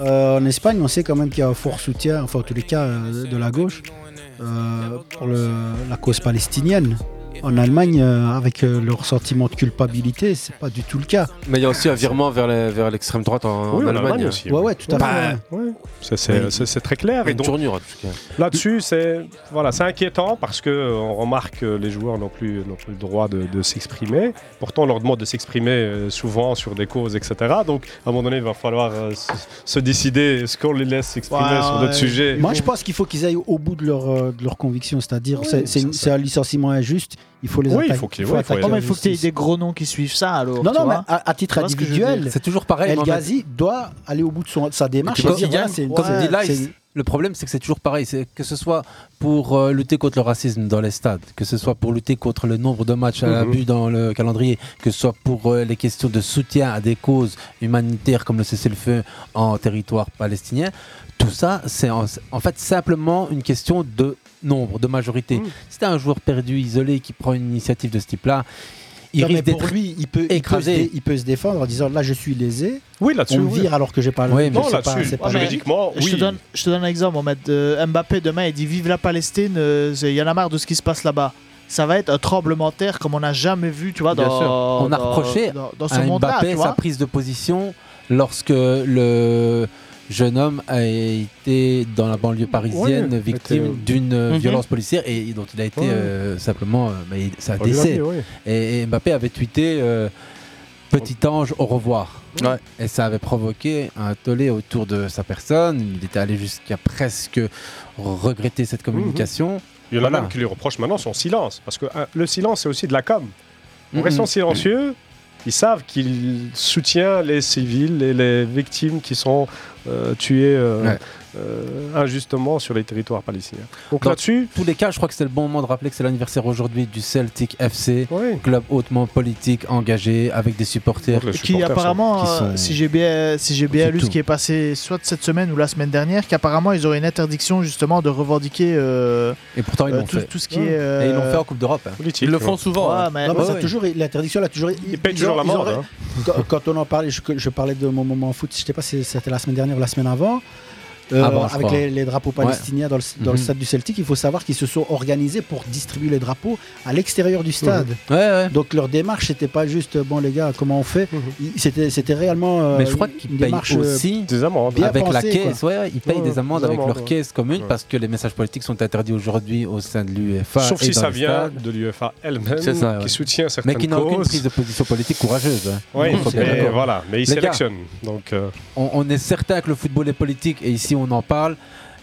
[SPEAKER 15] Euh, en Espagne, on sait quand même qu'il y a un fort soutien, enfin en tous les cas euh, de la gauche, euh, pour le- la cause palestinienne. En Allemagne, euh, avec euh, leur sentiment de culpabilité, c'est pas du tout le cas.
[SPEAKER 8] Mais il y a aussi un virement vers les- vers l'extrême droite en,
[SPEAKER 11] Oui,
[SPEAKER 8] en
[SPEAKER 11] en
[SPEAKER 8] Allemagne.
[SPEAKER 11] Allemagne aussi.
[SPEAKER 8] aussi.
[SPEAKER 15] Ouais, ouais, tout à fait.
[SPEAKER 11] Ça, c'est- ça, c'est très clair. Et
[SPEAKER 8] Une
[SPEAKER 11] donc,
[SPEAKER 8] tournure, en tout cas.
[SPEAKER 11] Là-dessus, c'est voilà, c'est inquiétant parce que euh, on remarque que les joueurs n'ont plus, n'ont plus le droit de, de s'exprimer. Pourtant, on leur demande de s'exprimer euh, souvent sur des causes, etc. Donc, à un moment donné, il va falloir euh, se, se décider est-ce qu'on les laisse s'exprimer
[SPEAKER 15] Ouais,
[SPEAKER 11] sur d'autres
[SPEAKER 15] ouais.
[SPEAKER 11] sujets.
[SPEAKER 15] Moi, je pense qu'il faut qu'ils aillent au bout de leur, euh, de leur conviction, c'est-à-dire c'est- c'est une- c'est un licenciement injuste. Il faut les
[SPEAKER 1] Oui,
[SPEAKER 15] attaquer.
[SPEAKER 1] il faut qu'il- ouais, il faut
[SPEAKER 15] attaquer
[SPEAKER 1] y aller.
[SPEAKER 15] en
[SPEAKER 1] Oh, mais il faut que t'aies
[SPEAKER 15] justice.
[SPEAKER 1] des gros noms qui suivent ça alors.
[SPEAKER 15] Non,
[SPEAKER 1] tu
[SPEAKER 15] non, mais
[SPEAKER 1] vois.
[SPEAKER 15] à, à titre
[SPEAKER 1] Tu vois ce que je veux
[SPEAKER 15] individuel,
[SPEAKER 1] dire
[SPEAKER 15] El Ghazi doit aller au bout de son, de sa démarche.
[SPEAKER 8] Puis quand
[SPEAKER 15] et dire,
[SPEAKER 8] il gagne,
[SPEAKER 15] voilà, c'est-
[SPEAKER 8] comme
[SPEAKER 15] ouais,
[SPEAKER 8] dit Lice,
[SPEAKER 15] c'est-
[SPEAKER 8] le problème c'est que c'est toujours pareil. C'est que ce soit pour euh, lutter contre le racisme dans les stades, que ce soit pour lutter contre le nombre de matchs à
[SPEAKER 12] Mhm.
[SPEAKER 8] l'abus dans le calendrier, que ce soit pour euh, les questions de soutien à des causes humanitaires comme le cessez-le-feu en territoire palestinien, tout ça c'est en, en fait simplement une question de nombre, de majorité.
[SPEAKER 15] Mhm.
[SPEAKER 8] Si t'as un joueur perdu, isolé, qui prend une initiative de ce type-là, il
[SPEAKER 15] Non, mais
[SPEAKER 8] risque
[SPEAKER 15] pour
[SPEAKER 8] d'être
[SPEAKER 15] lui, il peut, il, peut se
[SPEAKER 8] écrasé.
[SPEAKER 15] dé- il peut se défendre en disant là, je suis lésé.
[SPEAKER 11] Oui,
[SPEAKER 15] On me vire alors que j'ai pas.
[SPEAKER 8] Oui, mais
[SPEAKER 15] c'est pas- c'est pas-
[SPEAKER 1] Je te donne, je te donne un exemple. On met, euh, Mbappé demain, il dit Vive la Palestine, euh, c'est- il y en a marre de ce qui se passe là-bas. Ça va être un tremblement de terre comme on n'a jamais vu, tu vois, dans,
[SPEAKER 8] Bien sûr. On a
[SPEAKER 1] dans-
[SPEAKER 8] reproché
[SPEAKER 1] dans, dans ce
[SPEAKER 8] à
[SPEAKER 1] monde-là.
[SPEAKER 8] Mbappé
[SPEAKER 1] tu
[SPEAKER 8] sa
[SPEAKER 1] vois.
[SPEAKER 8] prise de position lorsque le jeune homme a été dans la banlieue parisienne
[SPEAKER 12] Ouais,
[SPEAKER 8] victime
[SPEAKER 12] était-
[SPEAKER 8] d'une euh,
[SPEAKER 12] Mhm.
[SPEAKER 8] violence policière et dont il a été
[SPEAKER 12] Ouais.
[SPEAKER 8] euh, simplement euh, bah, il- c'est un
[SPEAKER 12] On lui l'a
[SPEAKER 8] décès.
[SPEAKER 12] dit, ouais.
[SPEAKER 8] et, et Mbappé avait tweeté euh, Petit ange, au revoir. Et ça avait provoqué un tollé autour de sa personne. Il était allé jusqu'à presque regretter cette communication.
[SPEAKER 11] Il y en a
[SPEAKER 8] Voilà.
[SPEAKER 11] même qui lui reprochent maintenant son silence, parce que hein, le silence, c'est aussi de la com. En
[SPEAKER 8] Mhm.
[SPEAKER 11] restant silencieux, ils savent qu'il soutient les civils et les victimes qui sont euh, tuées euh,
[SPEAKER 8] Ouais.
[SPEAKER 11] euh, injustement sur les territoires palestiniens. Donc
[SPEAKER 8] Dans
[SPEAKER 11] là-dessus,
[SPEAKER 8] tous les cas, je crois que c'est le bon moment de rappeler que c'est l'anniversaire aujourd'hui du Celtic FC, club hautement politique, engagé, avec des supporters
[SPEAKER 1] qui apparemment,
[SPEAKER 8] qui
[SPEAKER 1] euh,
[SPEAKER 8] sont-
[SPEAKER 1] si j'ai bien, si j'ai bien lu ce qui est passé, soit cette semaine ou la semaine dernière, qu'apparemment ils auraient une interdiction justement de revendiquer. euh,
[SPEAKER 8] et pourtant ils
[SPEAKER 1] euh,
[SPEAKER 8] l'ont
[SPEAKER 1] tout,
[SPEAKER 8] fait.
[SPEAKER 1] tout ce qui
[SPEAKER 8] Ouais.
[SPEAKER 1] est. euh,
[SPEAKER 8] Et ils l'ont fait en Coupe d'Europe. hein.
[SPEAKER 11] Politique, Ils le font ouais. souvent, hein.
[SPEAKER 1] mais-
[SPEAKER 15] Non, mais ça
[SPEAKER 1] ouais.
[SPEAKER 15] toujours, l'interdiction, elle a toujours. Ils
[SPEAKER 11] payent
[SPEAKER 15] ils
[SPEAKER 11] toujours
[SPEAKER 15] ont-
[SPEAKER 11] la hein.
[SPEAKER 15] ils
[SPEAKER 11] amende,
[SPEAKER 15] auraient- Quand, quand on en parlait, je, je parlais de mon moment en foot, je sais pas si c'était la semaine dernière ou la semaine avant. euh,
[SPEAKER 8] Avant, je
[SPEAKER 15] avec
[SPEAKER 8] crois.
[SPEAKER 15] les, les drapeaux
[SPEAKER 8] Ouais.
[SPEAKER 15] palestiniens dans, le, dans le
[SPEAKER 8] Mhm.
[SPEAKER 15] stade du Celtic, il faut savoir qu'ils se sont organisés pour distribuer les drapeaux à l'extérieur du stade.
[SPEAKER 8] Mhm. Ouais, ouais.
[SPEAKER 15] Donc leur démarche, c'était pas juste bon les gars, comment on fait Ils- C'était c'était réellement. euh,
[SPEAKER 8] Mais je crois
[SPEAKER 15] une-
[SPEAKER 8] qu'ils
[SPEAKER 15] une
[SPEAKER 8] payent
[SPEAKER 15] démarche, euh,
[SPEAKER 8] aussi
[SPEAKER 11] hein.
[SPEAKER 15] bien
[SPEAKER 8] avec la
[SPEAKER 15] pensée, quoi.
[SPEAKER 8] caisse. Ouais, ouais, ils payent
[SPEAKER 15] Ouais,
[SPEAKER 8] des amendes
[SPEAKER 15] des
[SPEAKER 8] avec leur
[SPEAKER 15] amendes, ouais.
[SPEAKER 8] caisse commune parce que les messages politiques sont interdits aujourd'hui au sein de l'UEFA.
[SPEAKER 11] sauf
[SPEAKER 8] et
[SPEAKER 11] si
[SPEAKER 8] dans
[SPEAKER 11] ça
[SPEAKER 8] les
[SPEAKER 11] vient
[SPEAKER 8] stades.
[SPEAKER 11] de l'UEFA elle-même,
[SPEAKER 8] C'est ça, ouais.
[SPEAKER 11] qui soutient certaines
[SPEAKER 8] Mais qui n'a aucune
[SPEAKER 11] causes.
[SPEAKER 8] prise de position politique courageuse. hein.
[SPEAKER 11] Oui,
[SPEAKER 8] Faut bien
[SPEAKER 11] mais
[SPEAKER 8] d'accord.
[SPEAKER 11] voilà, mais ils
[SPEAKER 8] Les gars,
[SPEAKER 11] sélectionnent. Donc, euh,
[SPEAKER 8] on, on est certain que le football est politique et ici on en parle.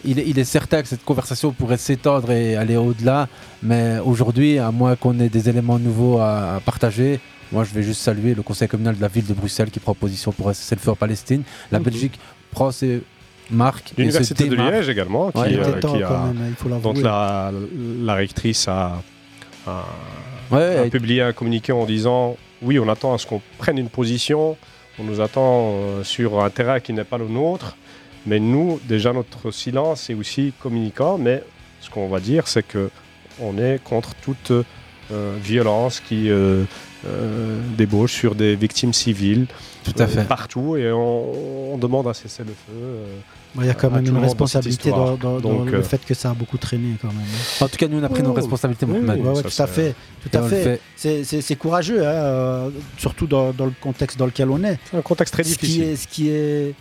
[SPEAKER 8] Il est, il est certain que cette conversation pourrait s'étendre et aller au-delà, mais aujourd'hui, à moins qu'on ait des éléments nouveaux à, à partager, moi je vais juste saluer le conseil communal de la ville de Bruxelles qui prend position pour un cessez-le-feu en Palestine. La
[SPEAKER 11] Mhm.
[SPEAKER 8] Belgique prend ses marques. et se
[SPEAKER 11] L'université de
[SPEAKER 8] démarque.
[SPEAKER 11] Liège également, qui,
[SPEAKER 8] Ouais.
[SPEAKER 11] euh,
[SPEAKER 15] temps
[SPEAKER 11] qui a,
[SPEAKER 15] quand même, hein, il faut l'avouer.
[SPEAKER 11] dont la, la rectrice a, a- a publié un communiqué en disant oui, on attend à ce qu'on prenne une position, on nous attend euh, sur un terrain qui n'est pas le nôtre, mais nous, déjà notre silence est aussi communicant, mais ce qu'on va dire, c'est que on est contre toute euh, violence qui euh, euh, débauche sur des victimes civiles
[SPEAKER 8] Tout à
[SPEAKER 11] euh,
[SPEAKER 8] fait.
[SPEAKER 11] partout et on, on demande un cessez-le-feu. euh,
[SPEAKER 15] Bon, Bah, Il y a quand
[SPEAKER 11] à
[SPEAKER 15] même
[SPEAKER 11] tout
[SPEAKER 15] une
[SPEAKER 11] le monde dans cette
[SPEAKER 15] responsabilité dans,
[SPEAKER 11] histoire.
[SPEAKER 15] dans- dans
[SPEAKER 11] Donc,
[SPEAKER 15] le
[SPEAKER 11] euh,
[SPEAKER 15] fait que ça a beaucoup traîné quand même.
[SPEAKER 8] En tout cas, nous on a pris nos
[SPEAKER 15] Oh,
[SPEAKER 8] responsabilités,
[SPEAKER 15] oui,
[SPEAKER 8] Mohamed.
[SPEAKER 15] oui, ouais, tout à fait, tout à
[SPEAKER 8] Et on le
[SPEAKER 15] fait.
[SPEAKER 8] fait.
[SPEAKER 15] C'est- C'est c'est courageux, hein, euh, surtout dans, dans le contexte dans lequel on est.
[SPEAKER 11] un contexte très
[SPEAKER 15] Ce
[SPEAKER 11] difficile.
[SPEAKER 15] qui est, ce qui est,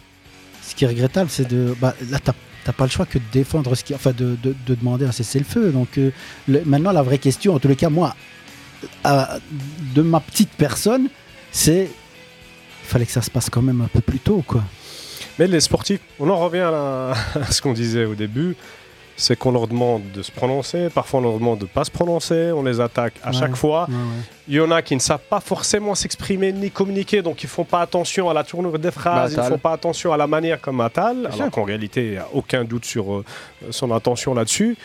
[SPEAKER 15] ce qui est regrettable, c'est de. Bah, là, t'as t'as pas le choix que de défendre ce qui, enfin, de, de- de demander un cessez-le-feu. Donc euh, le- maintenant, la vraie question, en tous les cas, moi, à- de ma petite personne, c'est il fallait que ça se passe quand même un peu plus tôt, quoi.
[SPEAKER 11] Mais les sportifs, on en revient à, la- à ce qu'on disait au début, c'est qu'on leur demande de se prononcer, parfois on leur demande de ne pas se prononcer, on les attaque à
[SPEAKER 15] Ouais,
[SPEAKER 11] chaque fois.
[SPEAKER 15] ouais, ouais.
[SPEAKER 11] Il y en a qui ne savent pas forcément s'exprimer ni communiquer, donc ils font pas attention à la tournure des phrases,
[SPEAKER 8] Bah,
[SPEAKER 11] ils
[SPEAKER 8] Attal.
[SPEAKER 11] font pas attention à la manière comme Atal, alors
[SPEAKER 8] sûr.
[SPEAKER 11] qu'en réalité, il n'y a aucun doute sur euh, son attention là-dessus.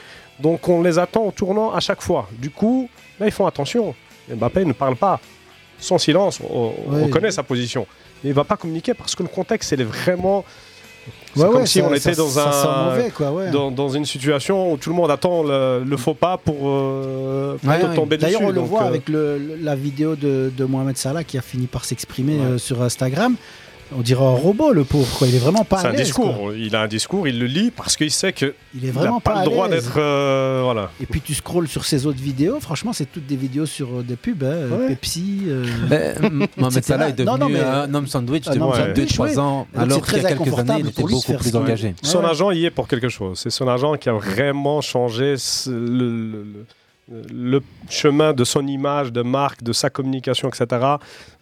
[SPEAKER 11] Donc on les attend au tournant à chaque fois. Du coup, là, ils font attention. Mbappé ne parle pas. Son silence, on, on
[SPEAKER 15] Ouais.
[SPEAKER 11] connaît sa position. Mais il ne va pas communiquer parce que le contexte, il est vraiment C'est
[SPEAKER 15] Ouais,
[SPEAKER 11] comme
[SPEAKER 15] ouais,
[SPEAKER 11] si
[SPEAKER 15] ça-
[SPEAKER 11] on était
[SPEAKER 15] ça-
[SPEAKER 11] dans,
[SPEAKER 15] ça
[SPEAKER 11] un,
[SPEAKER 15] sent mauvais, quoi, ouais.
[SPEAKER 11] dans, dans une situation où tout le monde attend le, le faux pas pour, euh, pour
[SPEAKER 15] Ouais,
[SPEAKER 11] te
[SPEAKER 15] ouais.
[SPEAKER 11] tomber dessus.
[SPEAKER 15] D'ailleurs, on le
[SPEAKER 11] donc,
[SPEAKER 15] voit
[SPEAKER 11] euh,
[SPEAKER 15] avec le- le- la vidéo de, de Mohamed Salah qui a fini par s'exprimer euh, sur Instagram. On dirait un robot, le pauvre. Quoi. Il est vraiment pas
[SPEAKER 11] C'est
[SPEAKER 15] à
[SPEAKER 11] un
[SPEAKER 15] l'aise,
[SPEAKER 11] discours.
[SPEAKER 15] quoi.
[SPEAKER 11] Il a un discours, il le lit parce qu'il sait que il
[SPEAKER 15] est
[SPEAKER 11] n'a
[SPEAKER 15] vraiment
[SPEAKER 11] pas,
[SPEAKER 15] pas à
[SPEAKER 11] le droit
[SPEAKER 15] l'aise.
[SPEAKER 11] d'être. euh, voilà.
[SPEAKER 15] Et puis tu scrolles sur ses autres vidéos. Franchement, c'est toutes des vidéos sur euh, des pubs, hein, euh, Pepsi. euh,
[SPEAKER 8] Mais, m- Mohamed
[SPEAKER 15] etc.
[SPEAKER 8] Salah est devenu euh,
[SPEAKER 15] Non, non, mais-
[SPEAKER 8] un homme sandwich
[SPEAKER 15] un homme sandwich,
[SPEAKER 8] depuis 2-3
[SPEAKER 15] oui.
[SPEAKER 8] ans,
[SPEAKER 15] Donc,
[SPEAKER 8] alors
[SPEAKER 15] c'est très
[SPEAKER 8] qu'il y a quelques
[SPEAKER 15] inconfortable
[SPEAKER 8] années, il
[SPEAKER 15] pour
[SPEAKER 8] était
[SPEAKER 15] lui de
[SPEAKER 8] beaucoup
[SPEAKER 15] faire
[SPEAKER 8] plus
[SPEAKER 15] ça.
[SPEAKER 8] engagé.
[SPEAKER 11] Son agent y est pour quelque chose. C'est son agent qui a vraiment changé ce- le, le- le- le chemin de son image, de marque, de sa communication, etc.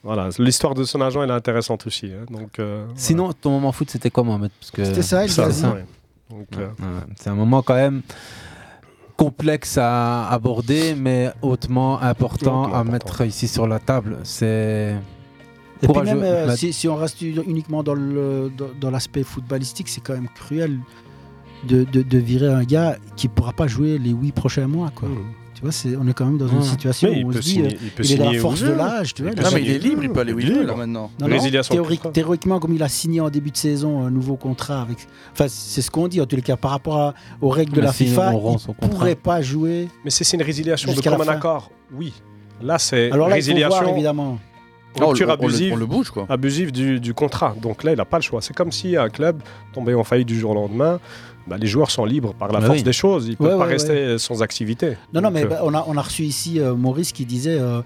[SPEAKER 11] Voilà, l'histoire de son agent elle est intéressante aussi. hein. Donc, euh,
[SPEAKER 8] Sinon, ton moment foot, c'était quoi, Mohamed Parce que-
[SPEAKER 11] C'était ça, El Ça, Ghazi.
[SPEAKER 8] ça.
[SPEAKER 11] ouais. Donc, euh,
[SPEAKER 8] Ouais, C'est un moment quand même complexe à aborder, mais hautement important à mettre ici sur la table. C'est
[SPEAKER 15] Et puis
[SPEAKER 8] courageux.
[SPEAKER 15] même, euh,
[SPEAKER 8] La-
[SPEAKER 15] si, si on reste u- uniquement dans, le, dans, dans l'aspect footballistique, c'est quand même cruel de, de- de virer un gars qui pourra pas jouer les huit prochains mois. Quoi. Tu vois, c'est, on est quand même dans une
[SPEAKER 10] Ouais.
[SPEAKER 15] situation
[SPEAKER 10] Mmh. Mais il
[SPEAKER 15] où on
[SPEAKER 10] peut
[SPEAKER 15] se dit,
[SPEAKER 10] signer-
[SPEAKER 15] euh,
[SPEAKER 10] il peut
[SPEAKER 15] il est dans la
[SPEAKER 10] signer
[SPEAKER 15] force
[SPEAKER 10] où il
[SPEAKER 15] de
[SPEAKER 10] veut.
[SPEAKER 15] l'âge. Tu
[SPEAKER 10] Il
[SPEAKER 15] vois,
[SPEAKER 10] peut
[SPEAKER 15] là,
[SPEAKER 10] signer
[SPEAKER 15] c'est-
[SPEAKER 10] où il veut. Il peut aller où il veut, là, maintenant.
[SPEAKER 15] Non, non,
[SPEAKER 10] Résiliation de
[SPEAKER 15] théorique- théoriquement, comme il a signé en début de saison un nouveau contrat, avec, enfin, c'est ce qu'on dit en tous les cas, par rapport à- aux règles de
[SPEAKER 11] Mais
[SPEAKER 15] la
[SPEAKER 11] si
[SPEAKER 15] FIFA,
[SPEAKER 11] on rend
[SPEAKER 15] il
[SPEAKER 11] son contrat.
[SPEAKER 15] pourrait pas jouer.
[SPEAKER 11] Mais si c'est une résiliation de
[SPEAKER 15] Jusqu'à la
[SPEAKER 11] commun
[SPEAKER 15] fin.
[SPEAKER 11] accord, oui. Là, c'est
[SPEAKER 15] Alors là, il faut
[SPEAKER 11] résiliation.
[SPEAKER 15] voir, évidemment.
[SPEAKER 10] Non, on
[SPEAKER 11] rupture
[SPEAKER 10] le- on le-
[SPEAKER 11] abusive,
[SPEAKER 10] on le bouge, quoi.
[SPEAKER 11] abusive du, du contrat. Donc là, il n'a pas le choix. C'est comme si un club tombait en faillite du jour au lendemain. Bah, les joueurs sont libres par la
[SPEAKER 10] Ah
[SPEAKER 15] Bah
[SPEAKER 11] force
[SPEAKER 15] oui.
[SPEAKER 11] des choses. Ils ne
[SPEAKER 15] Ouais,
[SPEAKER 11] peuvent pas
[SPEAKER 15] ouais,
[SPEAKER 11] rester sans activité.
[SPEAKER 15] Non, non,
[SPEAKER 11] Donc,
[SPEAKER 15] mais
[SPEAKER 11] euh,
[SPEAKER 15] bah, on, a, on a reçu ici euh, Maurice qui disait, euh,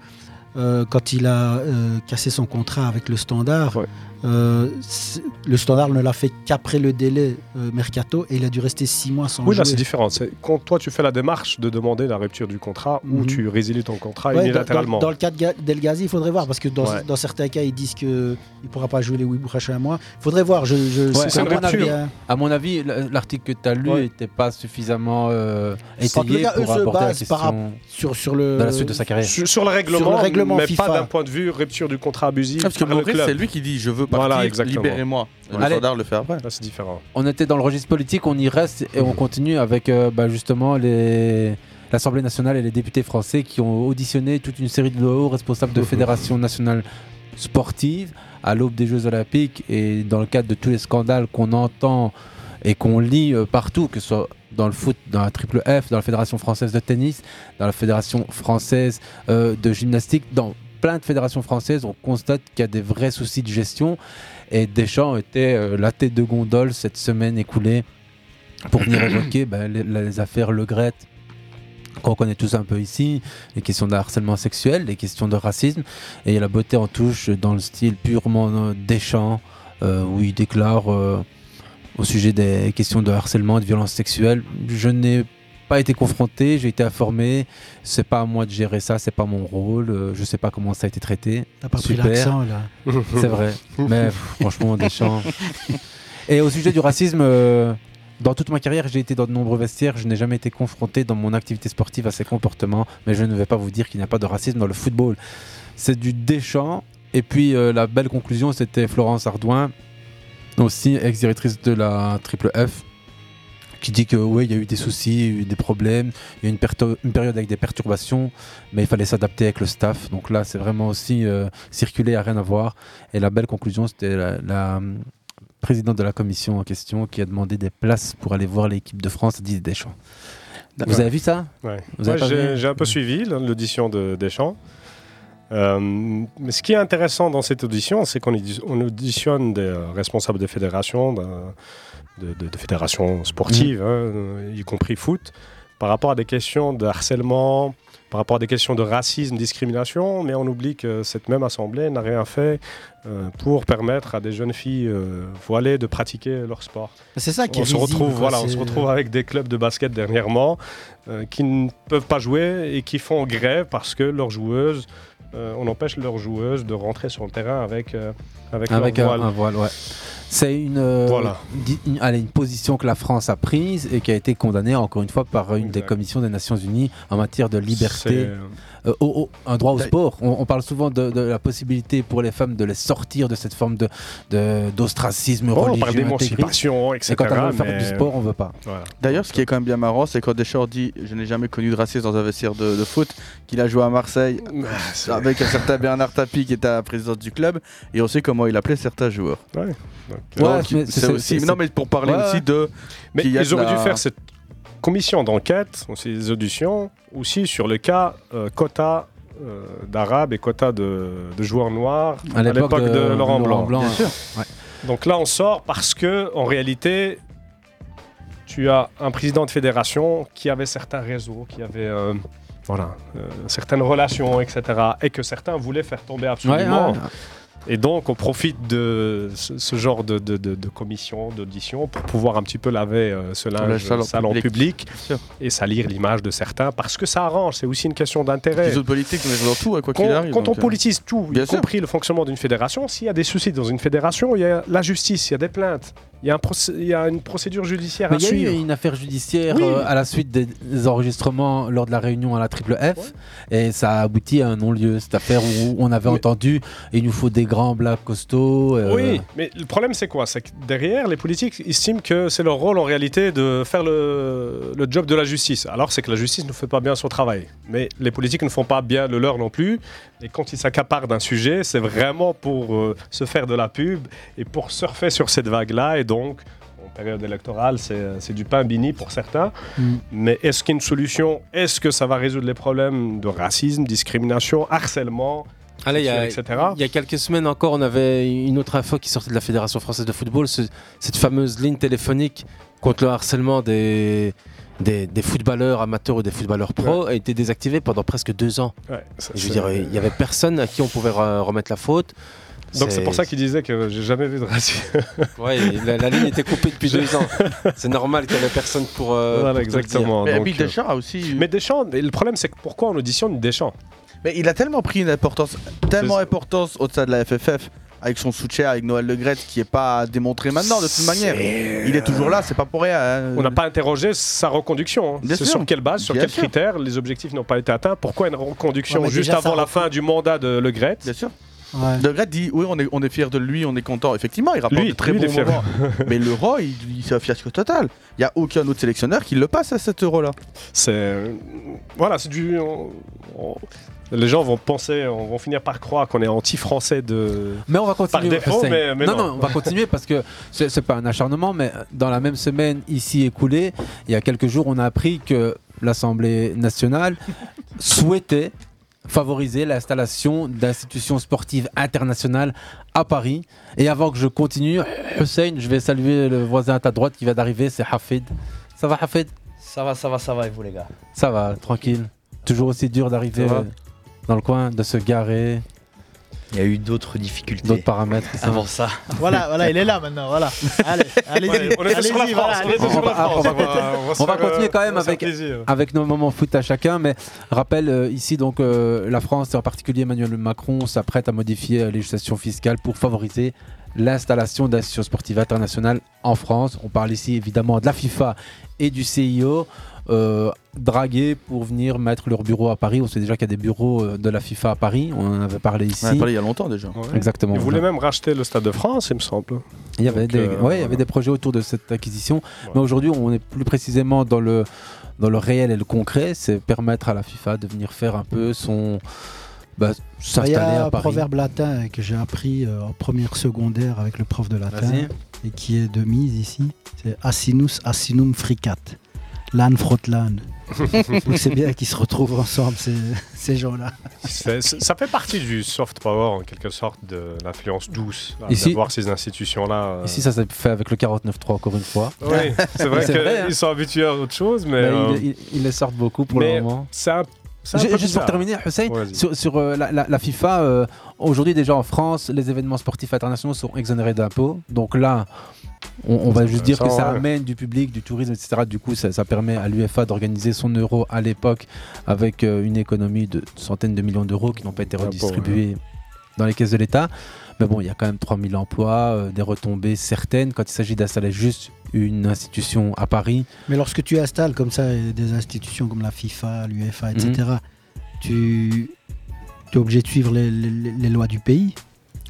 [SPEAKER 15] euh, quand il a euh, cassé son contrat avec le Standard, euh, c'est- le Standard ne l'a fait qu'après le délai euh, Mercato et il a dû rester six mois sans
[SPEAKER 11] Oui,
[SPEAKER 15] jouer.
[SPEAKER 11] là, c'est différent. C'est quand toi, tu fais la démarche de demander la rupture du contrat ou
[SPEAKER 15] Mhm.
[SPEAKER 11] tu résilies ton contrat
[SPEAKER 15] Ouais, dans-
[SPEAKER 11] unilatéralement.
[SPEAKER 15] Dans, dans le cas de Ga- Del Ghazi, il faudrait voir, parce que dans,
[SPEAKER 11] Ouais.
[SPEAKER 15] dans certains cas, ils disent qu'il ne pourra pas jouer les 8 prochains mois. Il faudrait voir. Je, je,
[SPEAKER 8] Ouais,
[SPEAKER 15] c'est
[SPEAKER 8] à,
[SPEAKER 15] pas
[SPEAKER 8] mon
[SPEAKER 15] mon avis,
[SPEAKER 8] avis,
[SPEAKER 15] hein.
[SPEAKER 8] à mon avis, l- l'article que tu as lu n'était pas suffisamment euh,
[SPEAKER 15] En tout
[SPEAKER 8] étayé
[SPEAKER 15] cas, eux
[SPEAKER 8] pour
[SPEAKER 15] se
[SPEAKER 8] aborder la
[SPEAKER 15] basent par rap-
[SPEAKER 8] question
[SPEAKER 15] sur, sur le,
[SPEAKER 8] dans la suite de sa carrière.
[SPEAKER 11] Sur, sur le règlement,
[SPEAKER 15] Sur le règlement
[SPEAKER 11] mais
[SPEAKER 15] FIFA.
[SPEAKER 11] pas d'un point de vue rupture du contrat abusif.
[SPEAKER 10] parce que
[SPEAKER 11] par le
[SPEAKER 10] Maurice,
[SPEAKER 11] club.
[SPEAKER 10] c'est lui qui dit je veux partir,
[SPEAKER 11] Voilà, exactement.
[SPEAKER 10] libérez-moi. Et Le
[SPEAKER 8] Allez.
[SPEAKER 10] standard le fait après.
[SPEAKER 11] c'est différent.
[SPEAKER 8] On était dans le registre politique, on y reste et on continue avec euh, bah, justement les- l'Assemblée nationale et les députés français qui ont auditionné toute une série de hauts responsables de fédérations nationales sportives à l'aube des Jeux olympiques et dans le cadre de tous les scandales qu'on entend et qu'on lit euh, partout, que ce soit dans le foot, dans la triple F, dans la Fédération française de tennis, dans la Fédération française euh, de gymnastique, dans plein de fédérations françaises, on constate qu'il y a des vrais soucis de gestion. Et Deschamps était euh, la tête de gondole cette semaine écoulée pour venir évoquer ben, les, les affaires Le Gret, qu'on connaît tous un peu ici, les questions de harcèlement sexuel, les questions de racisme, et la beauté en touche dans le style purement euh, Deschamps, euh, où il déclare euh, au sujet des questions de harcèlement, de violence sexuelle, je n'ai pas été confronté, j'ai été informé, c'est pas à moi de gérer ça, c'est pas mon rôle, euh, je sais pas comment ça a été traité.
[SPEAKER 15] T'as pas pris l'accent, là.
[SPEAKER 8] C'est vrai, mais franchement, Deschamps. Et au sujet du racisme, euh, dans toute ma carrière, j'ai été dans de nombreux vestiaires. Je n'ai jamais été confronté dans mon activité sportive à ces comportements, mais je ne vais pas vous dire qu'il n'y a pas de racisme dans le football. C'est du déchant. Et puis euh, la belle conclusion, c'était Florence Ardouin, aussi ex-directrice de la Triple F, qui dit que oui, il y a eu des soucis, il y a eu des problèmes, il y a eu une, perto- une période avec des perturbations, mais il fallait s'adapter avec le staff. Donc là, c'est vraiment aussi euh, circuler à rien à voir. Et la belle conclusion, c'était la, la, hum, présidente de la commission en question qui a demandé des places pour aller voir l'équipe de France Didier Deschamps. Vous
[SPEAKER 11] Ouais.
[SPEAKER 8] avez vu ça
[SPEAKER 11] Ouais.
[SPEAKER 8] Vous avez
[SPEAKER 11] Moi,
[SPEAKER 8] pas
[SPEAKER 11] j'ai-
[SPEAKER 8] vu
[SPEAKER 11] J'ai un peu suivi là, l'audition de Deschamps. Euh, mais ce qui est intéressant dans cette audition, c'est qu'on audi- on auditionne des euh, responsables de fédérations, d'un- de, de- de fédérations
[SPEAKER 8] Mm.
[SPEAKER 11] sportives, hein, euh, y compris foot, par rapport à des questions de harcèlement, par rapport à des questions de racisme, discrimination, mais on oublie que cette même assemblée n'a rien fait euh, pour permettre à des jeunes filles euh, voilées de pratiquer leur sport.
[SPEAKER 15] C'est ça qui
[SPEAKER 11] on
[SPEAKER 15] est
[SPEAKER 11] se
[SPEAKER 15] risible,
[SPEAKER 11] retrouve,
[SPEAKER 15] quoi,
[SPEAKER 11] voilà, on
[SPEAKER 15] c'est-
[SPEAKER 11] se
[SPEAKER 8] euh,
[SPEAKER 11] retrouve avec des clubs de basket dernièrement euh, qui ne peuvent pas jouer et qui font grève parce que leurs joueuses, euh, on empêche leurs joueuses de rentrer sur le terrain avec, euh, avec, leur
[SPEAKER 8] Avec un-
[SPEAKER 11] voile.
[SPEAKER 8] un voile, ouais. C'est une, euh,
[SPEAKER 11] Voilà.
[SPEAKER 8] di- une- allez, une position que la France a prise et qui a été condamnée encore une fois par une des commissions des Nations Unies en matière de liberté, euh, au- au- un droit au sport. On, on parle souvent de, de la possibilité pour les femmes de les sortir de cette forme de- de d'ostracisme de,
[SPEAKER 11] Oh, on
[SPEAKER 8] religieux.
[SPEAKER 11] parle d'émancipation,
[SPEAKER 8] intégriste. Et quand
[SPEAKER 11] etc.,
[SPEAKER 8] on veut faire
[SPEAKER 11] mais-
[SPEAKER 8] du sport, on veut pas.
[SPEAKER 10] D'ailleurs, ce qui est quand même bien marrant, c'est quand Deschamps dit Je n'ai jamais connu de racisme dans un vestiaire de, de foot, qu'il a joué à Marseille
[SPEAKER 11] Ah,
[SPEAKER 10] avec un certain Bernard Tapie qui était la présidence du club, et on sait comment il appelait certains joueurs.
[SPEAKER 11] Ouais. Ouais.
[SPEAKER 10] Donc, c'est- c'est aussi- non, mais pour parler aussi de-
[SPEAKER 11] Mais
[SPEAKER 10] qu'il y a
[SPEAKER 11] ils
[SPEAKER 10] de
[SPEAKER 11] auraient
[SPEAKER 10] la-
[SPEAKER 11] dû faire cette commission d'enquête, ou ces auditions, aussi sur le cas euh, quota euh, d'arabes et quota de, de joueurs noirs
[SPEAKER 8] À l'époque de- de Laurent Blanc, Bien hein. sûr.
[SPEAKER 11] Donc là, on sort parce que, en réalité, tu as un président de fédération qui avait certains réseaux, qui avait euh, voilà, euh, certaines relations, etc. Et que certains voulaient faire tomber absolument.
[SPEAKER 8] Ouais, ouais.
[SPEAKER 11] Et donc, on profite de ce, ce genre de, de, de- de commission, d'audition, pour pouvoir un petit peu laver euh, ce
[SPEAKER 10] Le
[SPEAKER 11] linge
[SPEAKER 10] salon
[SPEAKER 11] salon, public,
[SPEAKER 10] public.
[SPEAKER 11] et salir l'image de certains, parce que ça arrange, c'est aussi une question d'intérêt.
[SPEAKER 10] Les autres politiques, on est dans tout, hein, quoi
[SPEAKER 11] Quand,
[SPEAKER 10] qu'il arrive.
[SPEAKER 11] quand on
[SPEAKER 10] donc, euh,
[SPEAKER 11] politise tout,
[SPEAKER 10] Bien
[SPEAKER 11] y
[SPEAKER 10] sûr.
[SPEAKER 11] compris le fonctionnement d'une fédération, s'il y a des soucis dans une fédération, il y a la justice, il y a des plaintes, il y, a un procé- il y a une procédure judiciaire
[SPEAKER 8] Mais
[SPEAKER 11] à
[SPEAKER 8] Bah, il y a eu
[SPEAKER 11] suivre.
[SPEAKER 8] une affaire judiciaire
[SPEAKER 11] Oui.
[SPEAKER 8] euh, à la suite des, des enregistrements lors de la réunion à la Triple F et ça a abouti à un non-lieu. Cette affaire où on avait entendu il nous faut des grands blagues costauds. euh,
[SPEAKER 11] Oui, mais le problème c'est quoi C'est que derrière, les politiques estiment que c'est leur rôle en réalité de faire le, le job de la justice. Alors c'est que la justice ne fait pas bien son travail. Mais les politiques ne font pas bien le leur non plus. Et quand ils s'accaparent d'un sujet, c'est vraiment pour euh, se faire de la pub et pour surfer sur cette vague-là. Et donc, en période électorale, c'est c'est du pain béni pour certains. Mais est-ce qu'une solution, est-ce que ça va résoudre les problèmes de racisme, discrimination, harcèlement
[SPEAKER 9] Allez, Ah, il y, a-
[SPEAKER 11] etc.
[SPEAKER 9] il y a quelques semaines encore, on avait une autre info qui sortait de la Fédération française de football, ce- cette fameuse ligne téléphonique contre le harcèlement des, des, des footballeurs amateurs ou des footballeurs pro a été désactivée pendant presque deux ans.
[SPEAKER 11] Ouais, ça,
[SPEAKER 9] Je
[SPEAKER 11] c'est-
[SPEAKER 9] veux dire, il n'y avait personne à qui on pouvait re- remettre la faute.
[SPEAKER 11] Donc c'est pour ça qu'il disait que j'ai jamais vu de racisme.
[SPEAKER 9] Ouais, la, la ligne était coupée depuis deux ans. C'est normal qu'il n'y avait personne pour. euh,
[SPEAKER 11] Voilà,
[SPEAKER 9] pour te le dire.
[SPEAKER 11] exactement. donc, euh,
[SPEAKER 10] aussi.
[SPEAKER 11] Mais Deschamps, mais le problème c'est que pourquoi on auditionne Deschamps
[SPEAKER 10] Mais il a tellement pris une importance, tellement
[SPEAKER 11] C'est-
[SPEAKER 10] importance au-delà de la FFF, avec son soutien, avec Noël Le Gret, qui est pas démontré maintenant de toute manière.
[SPEAKER 11] C'est-
[SPEAKER 10] Il est toujours là, c'est pas pour rien. hein.
[SPEAKER 11] On n'a pas interrogé sa reconduction. hein.
[SPEAKER 10] Bien
[SPEAKER 11] C'est
[SPEAKER 10] sûr.
[SPEAKER 11] sur quelle base, sur
[SPEAKER 10] Bien
[SPEAKER 11] quels
[SPEAKER 10] sûr.
[SPEAKER 11] critères les objectifs n'ont pas été atteints Pourquoi une reconduction
[SPEAKER 10] Ouais, mais
[SPEAKER 11] juste
[SPEAKER 10] déjà, ça
[SPEAKER 11] avant la fin du mandat de Le Gret Bien
[SPEAKER 10] sûr. Le Gret dit oui, on est, on est fier de lui, on est content. Effectivement, il rapporte
[SPEAKER 11] Lui,
[SPEAKER 10] de très
[SPEAKER 11] lui, il
[SPEAKER 10] bons
[SPEAKER 11] est fier.
[SPEAKER 10] moments. mais l'euro, il, il- c'est un fiasco total. Il n'y a aucun autre sélectionneur qui le passe à cet euro-là.
[SPEAKER 11] C'est. Voilà, c'est du. on- on- Les gens vont penser, on- vont finir par croire qu'on est anti-français de.
[SPEAKER 8] Mais on va
[SPEAKER 11] Par
[SPEAKER 8] continuer.
[SPEAKER 11] défaut,
[SPEAKER 8] Hussein.
[SPEAKER 11] mais, mais
[SPEAKER 8] non, non, on va continuer parce que c'est c'est pas un acharnement, mais dans la même semaine ici écoulée, il y a quelques jours, on a appris que l'Assemblée nationale souhaitait favoriser l'installation d'institutions sportives internationales à Paris. Et avant que je continue, Hussein, je vais saluer le voisin à ta droite qui vient d'arriver, c'est Hafid. Ça va Hafid
[SPEAKER 12] Ça va, ça va, ça va, et vous les gars
[SPEAKER 8] Ça va, tranquille. Toujours aussi dur d'arriver
[SPEAKER 12] Ça va
[SPEAKER 8] euh, dans le coin, de se garer.
[SPEAKER 12] Il y a eu d'autres difficultés.
[SPEAKER 8] D'autres paramètres.
[SPEAKER 12] Avant ça.
[SPEAKER 1] Voilà, voilà, il est là maintenant, voilà. Allez, allez,
[SPEAKER 8] Ouais, on était sur la France, on était sur la France, on va- on va se faire, euh, on va se faire plaisir. avec nos moments foot à chacun, mais rappel euh, ici donc euh, la France et en particulier Emmanuel Macron s'apprête à modifier la législation fiscale pour favoriser l'installation d'institutions sportives internationales en France. On parle ici évidemment de la FIFA et du CIO. euh, dragués pour venir mettre leur bureau à Paris. On sait déjà qu'il y a des bureaux euh, de la FIFA à Paris. On en avait parlé ici.
[SPEAKER 10] On en a parlé il y a longtemps déjà.
[SPEAKER 8] Exactement.
[SPEAKER 11] Ils voulaient même racheter le Stade de France, il me semble.
[SPEAKER 8] Il y avait,
[SPEAKER 11] Donc,
[SPEAKER 8] des,
[SPEAKER 11] euh,
[SPEAKER 8] ouais, il y avait des projets autour de cette acquisition. Mais aujourd'hui, on est plus précisément dans le, dans le réel et le concret. C'est permettre à la FIFA de venir faire un peu son. bah,
[SPEAKER 15] Ah, Il y
[SPEAKER 8] s'installer
[SPEAKER 15] a
[SPEAKER 8] à
[SPEAKER 15] un
[SPEAKER 8] Paris.
[SPEAKER 15] proverbe latin que j'ai appris euh, en première secondaire avec le prof de latin
[SPEAKER 8] Vas-y.
[SPEAKER 15] et qui est de mise ici. C'est Asinus asinum fricat. L'âne frotte l'âne. Donc c'est bien qu'ils se retrouvent ensemble, ces, ces gens-là.
[SPEAKER 11] C'est- c'est- ça fait partie du soft power en quelque sorte de l'influence douce là,
[SPEAKER 8] Ici-
[SPEAKER 11] d'avoir ces institutions là.
[SPEAKER 8] Ici, ça s'est fait avec le 49-3, encore une fois.
[SPEAKER 11] Oui, c'est vrai
[SPEAKER 8] C'est vrai, hein. Bah,
[SPEAKER 11] qu'ils sont habitués à autre chose, mais,
[SPEAKER 8] Mais
[SPEAKER 11] euh,
[SPEAKER 8] ils, ils- ils les sortent beaucoup pour
[SPEAKER 11] mais
[SPEAKER 8] le moment.
[SPEAKER 11] c'est un- c'est un
[SPEAKER 8] Ju-
[SPEAKER 11] peu
[SPEAKER 8] Juste pour
[SPEAKER 11] bizarre.
[SPEAKER 8] terminer, Hussein,
[SPEAKER 11] Ouais, vas-y.
[SPEAKER 8] sur, sur, euh, la, la- la FIFA, euh, aujourd'hui déjà en France, les événements sportifs internationaux sont exonérés d'impôts. Donc là, on, on va
[SPEAKER 9] C'est
[SPEAKER 8] juste dire que
[SPEAKER 9] intéressant,
[SPEAKER 8] ça
[SPEAKER 9] ouais.
[SPEAKER 8] amène du public, du tourisme, etc. Du coup, ça, ça permet à l'UEFA d'organiser son euro à l'époque avec euh, une économie de centaines de millions d'euros qui n'ont pas été
[SPEAKER 11] Ah,
[SPEAKER 9] D'impôts,
[SPEAKER 8] redistribués dans les caisses de l'État. Mais bon, il y a quand même 3000 emplois, euh, des retombées certaines. Quand il s'agit d'installer juste une institution à Paris,
[SPEAKER 15] Mais lorsque tu installes comme ça euh, des institutions comme la FIFA, l'UEFA, etc., tu, tu es obligé de suivre les- les- les- les lois du pays.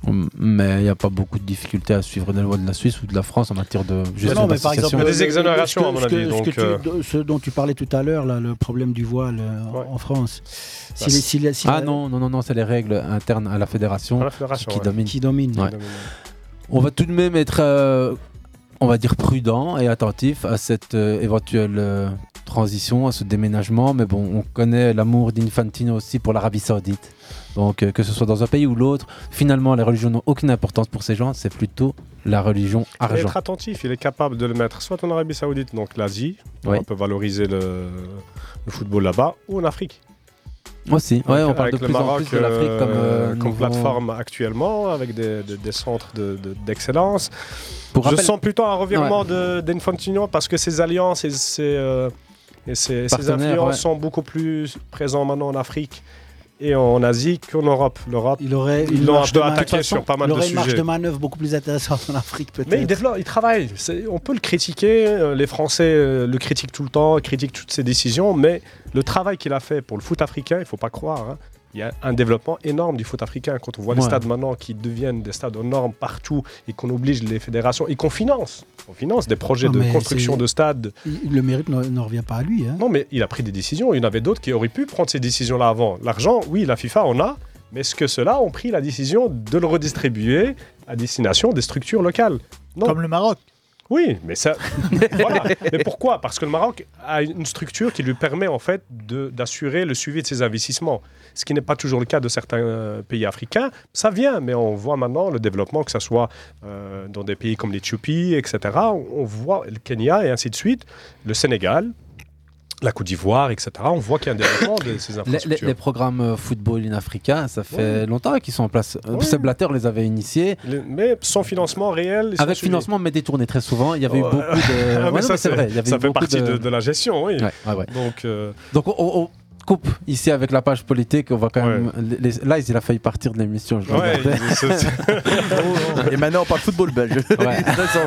[SPEAKER 8] Mm, Mais il n'y a pas beaucoup de difficultés à suivre les lois de la Suisse ou de la France en matière de gestion d'association.
[SPEAKER 11] Des exonérations,
[SPEAKER 15] ce
[SPEAKER 11] à mon
[SPEAKER 15] ce
[SPEAKER 11] avis,
[SPEAKER 15] ce
[SPEAKER 11] donc,
[SPEAKER 15] que tu-
[SPEAKER 11] euh,
[SPEAKER 15] de- ce dont tu parlais tout à l'heure, là, le problème du voile euh, en- en France. Si
[SPEAKER 8] Ah,
[SPEAKER 15] les- si les- si
[SPEAKER 8] ah
[SPEAKER 15] la-
[SPEAKER 8] non, non, non, non, c'est les règles internes à la fédération,
[SPEAKER 15] À la fédération,
[SPEAKER 8] qui, qui
[SPEAKER 15] ouais.
[SPEAKER 8] dominent.
[SPEAKER 15] Qui dominent.
[SPEAKER 8] Ouais. On va tout de même être, euh, on va dire, prudent et attentif à cette euh, éventuelle euh, transition, à ce déménagement. Mais bon, on connaît l'amour d'Infantino aussi pour l'Arabie Saoudite. Donc, euh, que ce soit dans un pays ou l'autre, finalement, les religions n'ont aucune importance pour ces gens. C'est plutôt la religion
[SPEAKER 11] Il faut
[SPEAKER 8] argent.
[SPEAKER 11] être attentif, il est capable de le mettre soit en Arabie Saoudite, donc l'Asie,
[SPEAKER 8] Oui.
[SPEAKER 11] on peut valoriser le, le football là-bas, ou en Afrique.
[SPEAKER 8] Aussi, ouais,
[SPEAKER 11] Donc,
[SPEAKER 8] on parle
[SPEAKER 11] avec
[SPEAKER 8] de
[SPEAKER 11] le
[SPEAKER 8] plus en
[SPEAKER 11] Maroc,
[SPEAKER 8] plus de l'Afrique comme,
[SPEAKER 11] euh,
[SPEAKER 8] euh,
[SPEAKER 11] comme
[SPEAKER 8] nouveau-
[SPEAKER 11] plateforme actuellement, avec des, des- des centres de- de- d'excellence.
[SPEAKER 8] Pour
[SPEAKER 11] Je
[SPEAKER 8] rappel-
[SPEAKER 11] sens plutôt un revirement de- d'Infantino parce que ses alliances et ses, euh, et ses, ses
[SPEAKER 8] Partenaires,
[SPEAKER 11] influences
[SPEAKER 8] ouais.
[SPEAKER 11] sont beaucoup plus présents maintenant en Afrique et en Asie qu'en Europe. L'Europe,
[SPEAKER 15] il aurait
[SPEAKER 11] ils l'ont un peu attaqué sur pas mal de
[SPEAKER 15] Il aurait une marge
[SPEAKER 11] sujets.
[SPEAKER 15] de manœuvre beaucoup plus intéressante en Afrique, peut-être.
[SPEAKER 11] Mais il développe, il travaille. C'est- On peut le critiquer. euh, Les Français euh, le critiquent tout le temps, critiquent toutes ses décisions. Mais le travail qu'il a fait pour le foot africain, il faut pas croire. hein. Il y a un développement énorme du foot africain. Quand on voit les
[SPEAKER 8] Ouais.
[SPEAKER 11] stades maintenant qui deviennent des stades énormes partout et qu'on oblige les fédérations et qu'on finance, on finance des projets
[SPEAKER 15] Non,
[SPEAKER 11] de
[SPEAKER 15] mais
[SPEAKER 11] construction
[SPEAKER 15] c'est-
[SPEAKER 11] de stades.
[SPEAKER 15] Il- Le mérite ne ne revient pas à lui. hein.
[SPEAKER 11] Non, mais il a pris des décisions. Il y en avait d'autres qui auraient pu prendre ces décisions-là avant. L'argent, oui, la FIFA en a, mais est-ce que ceux-là ont pris la décision de le redistribuer à destination des structures locales Comme
[SPEAKER 1] le Maroc.
[SPEAKER 11] Oui, mais ça. voilà. Mais pourquoi Parce que le Maroc a une structure qui lui permet en fait de- d'assurer le suivi de ses investissements, ce qui n'est pas toujours le cas de certains euh, pays africains. Ça vient, mais on voit maintenant le développement, que ce soit euh, dans des pays comme l'Éthiopie, etc. On on voit le Kenya et ainsi de suite, le Sénégal, la Côte d'Ivoire, etc. On voit qu'il y a un développement de ces
[SPEAKER 8] Les,
[SPEAKER 11] infrastructures.
[SPEAKER 8] les- les programmes euh, football in Africa, ça fait
[SPEAKER 11] Ouais.
[SPEAKER 8] longtemps qu'ils sont en place. Euh, Seb Blatter les avait initiés.
[SPEAKER 11] Les- Mais sans financement réel. ils sont
[SPEAKER 8] Avec
[SPEAKER 11] suivis.
[SPEAKER 8] financement, mais détourné très souvent. Il y avait eu
[SPEAKER 11] Ouais.
[SPEAKER 8] beaucoup de.
[SPEAKER 11] Ah, mais
[SPEAKER 8] Ouais, non,
[SPEAKER 11] ça,
[SPEAKER 8] mais c'est
[SPEAKER 11] c'est-
[SPEAKER 8] vrai. il y avait
[SPEAKER 11] ça
[SPEAKER 8] eu
[SPEAKER 11] fait
[SPEAKER 8] beaucoup
[SPEAKER 11] partie de- de la gestion, oui.
[SPEAKER 8] Ouais, ouais, ouais.
[SPEAKER 11] Donc, euh,
[SPEAKER 8] Donc on, on- on coupe ici avec la page politique. On va quand même. les- les- là, il a failli partir de l'émission. je le
[SPEAKER 4] Ouais,
[SPEAKER 8] regardais.
[SPEAKER 4] il- c'est- c'est-
[SPEAKER 8] Et maintenant, on parle football belge.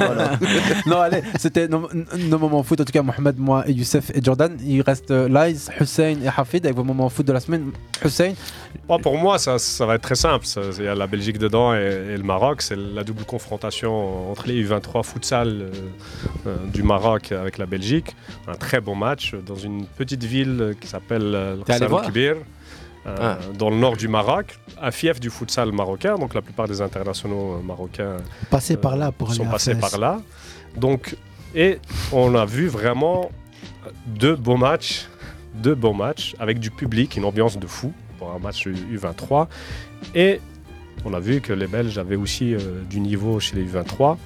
[SPEAKER 8] non, allez, c'était nos, nos moments foot. En tout cas, Mohamed, moi, et Youssef et Jordan. Il reste euh, Lies, Hussein et Hafid avec vos moments foot de la semaine. Hussein,
[SPEAKER 11] Bon, pour moi, ça, ça va être très simple. Ça, Il y a la Belgique dedans et, et le Maroc. C'est la double confrontation entre les U23 futsal euh, euh, du Maroc avec la Belgique. Un très bon match dans une petite ville qui s'appelle euh,
[SPEAKER 9] T'es allé
[SPEAKER 11] Ras
[SPEAKER 9] voir
[SPEAKER 11] Al-Kibir, euh,
[SPEAKER 9] Ah.
[SPEAKER 11] dans le nord du Maroc. Un fief du futsal marocain. Donc la plupart des internationaux euh, marocains
[SPEAKER 15] Passer par là pour aller
[SPEAKER 11] sont
[SPEAKER 15] à
[SPEAKER 11] passés
[SPEAKER 15] Fès.
[SPEAKER 11] par là. Donc, et on a vu vraiment deux beaux matchs, deux beaux matchs avec du public, une ambiance de fou pour un match U- U23. Et on a vu que les Belges avaient aussi euh, du niveau chez les U23.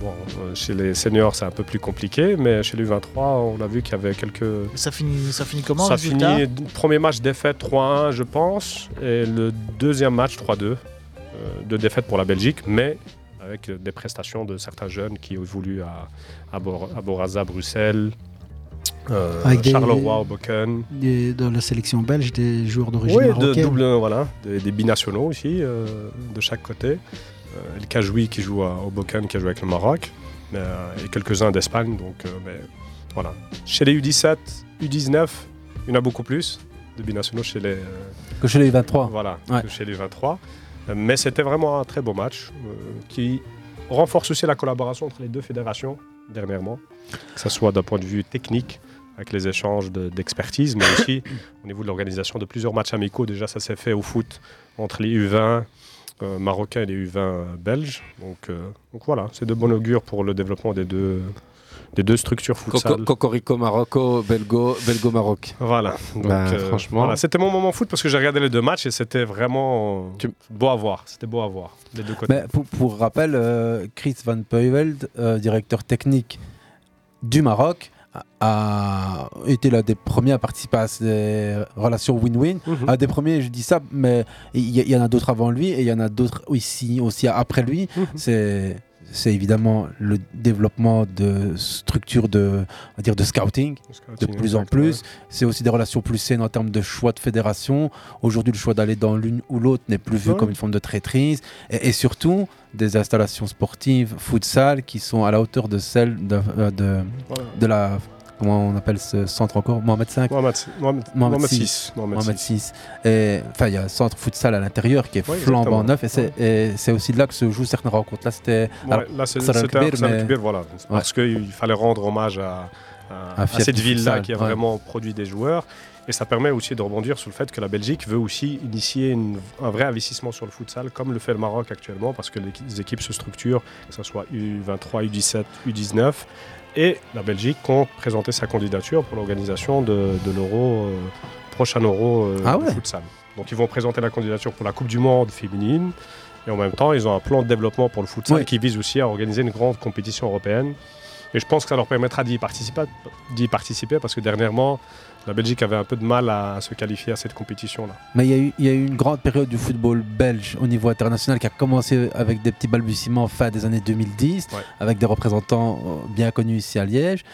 [SPEAKER 11] Bon, euh, chez les seniors, c'est un peu plus compliqué, mais chez les U23, on a vu qu'il y avait quelques
[SPEAKER 1] Ça finit, ça finit comment
[SPEAKER 11] ça
[SPEAKER 1] résultat
[SPEAKER 11] finit, premier match défaite 3-1, je pense, et le deuxième match 3-2, euh, de défaite pour la Belgique, mais avec euh, des prestations de certains jeunes qui évoluent à, à, Bor- à Boraza, Bruxelles, euh,
[SPEAKER 15] Avec des-
[SPEAKER 11] Charleroi, Hoboken.
[SPEAKER 15] Des- Dans la sélection belge, des joueurs d'origine
[SPEAKER 11] Oui, de
[SPEAKER 15] marocaine.
[SPEAKER 11] double, voilà, des, des binationaux aussi, euh, de chaque côté. Euh, El Kajoui qui joue à Hoboken, qui a joué avec le Maroc, euh, et quelques-uns d'Espagne. Donc, euh, mais, voilà. Chez les U17, U19, il y en a beaucoup plus de binationaux chez les. euh,
[SPEAKER 8] que chez les 23.
[SPEAKER 11] Voilà,
[SPEAKER 8] Ouais.
[SPEAKER 11] que chez les 23. Euh, Mais c'était vraiment un très beau match euh, qui renforce aussi la collaboration entre les deux fédérations dernièrement, que ce soit d'un point de vue technique avec les échanges de- d'expertise, mais aussi au niveau de l'organisation de plusieurs matchs amicaux. Déjà, ça s'est fait au foot entre les U20 euh, marocains et les U20 belges. Donc, euh, donc voilà, c'est de bon augure pour le développement des deux, des deux structures futsal.
[SPEAKER 9] Coco- Cocorico Marocco, Belgo, Belgo Maroc.
[SPEAKER 11] Voilà. Donc, euh,
[SPEAKER 9] franchement.
[SPEAKER 11] voilà, c'était mon moment foot parce que j'ai regardé les deux matchs et c'était vraiment euh, beau à voir. C'était beau à voir des deux côtés.
[SPEAKER 8] Mais pour, pour rappel, euh, Chris Van Peuveld, euh, directeur technique du Maroc, a- a été l'un des premiers à participer à ces relations win-win.
[SPEAKER 9] Mhm.
[SPEAKER 8] Un des premiers, je dis ça, mais il y, il y en a d'autres avant lui et il y en a d'autres ici aussi après lui. C'est c'est évidemment le développement de structures de, on va dire de scouting, de plus en plus. C'est aussi des relations plus saines en termes de choix de fédération. Aujourd'hui, le choix d'aller dans l'une ou l'autre n'est plus vu
[SPEAKER 9] Ouais.
[SPEAKER 8] comme une forme de traîtrise. Et, et surtout, des installations sportives, futsal, qui sont à la hauteur de celles de, euh, de,
[SPEAKER 11] Voilà.
[SPEAKER 8] de la. Comment on appelle ce centre encore Mohamed V
[SPEAKER 11] Mohamed, Mohamed- Mohamed
[SPEAKER 8] VI.
[SPEAKER 11] VI, Mohamed
[SPEAKER 8] Mohamed VI. Et, Enfin, il y a un centre futsal à l'intérieur qui est
[SPEAKER 11] Ouais,
[SPEAKER 8] flambant
[SPEAKER 11] exactement.
[SPEAKER 8] neuf. Et c'est et c'est aussi de là que se jouent certaines rencontres. Là, c'était.
[SPEAKER 11] Ouais,
[SPEAKER 8] alors,
[SPEAKER 11] là, c'est
[SPEAKER 8] Salah
[SPEAKER 11] c'était un
[SPEAKER 8] Kbir,
[SPEAKER 11] Salah
[SPEAKER 8] mais-
[SPEAKER 11] Kbir, voilà.
[SPEAKER 8] Ouais.
[SPEAKER 11] Parce qu'il fallait rendre hommage à, à-
[SPEAKER 8] À
[SPEAKER 11] à
[SPEAKER 8] Fiat
[SPEAKER 11] cette ville-là
[SPEAKER 8] Futsal,
[SPEAKER 11] qui a
[SPEAKER 8] ouais.
[SPEAKER 11] vraiment produit des joueurs. Et ça permet aussi de rebondir sur le fait que la Belgique veut aussi initier une- un vrai investissement sur le futsal, comme le fait le Maroc actuellement, parce que les les équipes se structurent, que ce soit U23, U17, U19. Et la Belgique compte présenter sa candidature pour l'organisation de, de l'Euro, euh, prochain Euro euh,
[SPEAKER 8] Ah
[SPEAKER 11] de
[SPEAKER 8] ouais.
[SPEAKER 11] futsal. Donc ils vont présenter la candidature pour la Coupe du Monde féminine. Et en même temps, ils ont un plan de développement pour le futsal
[SPEAKER 8] Ouais.
[SPEAKER 11] qui vise aussi à organiser une grande compétition européenne. Et je pense que ça leur permettra d'y participer, d'y participer parce que dernièrement, la Belgique avait un peu de mal à se qualifier à cette compétition-là.
[SPEAKER 8] Mais il y, a eu- il y a eu une grande période du football belge au niveau international qui a commencé avec des petits balbutiements fin des années 2010, avec des représentants euh, bien connus ici à Liège.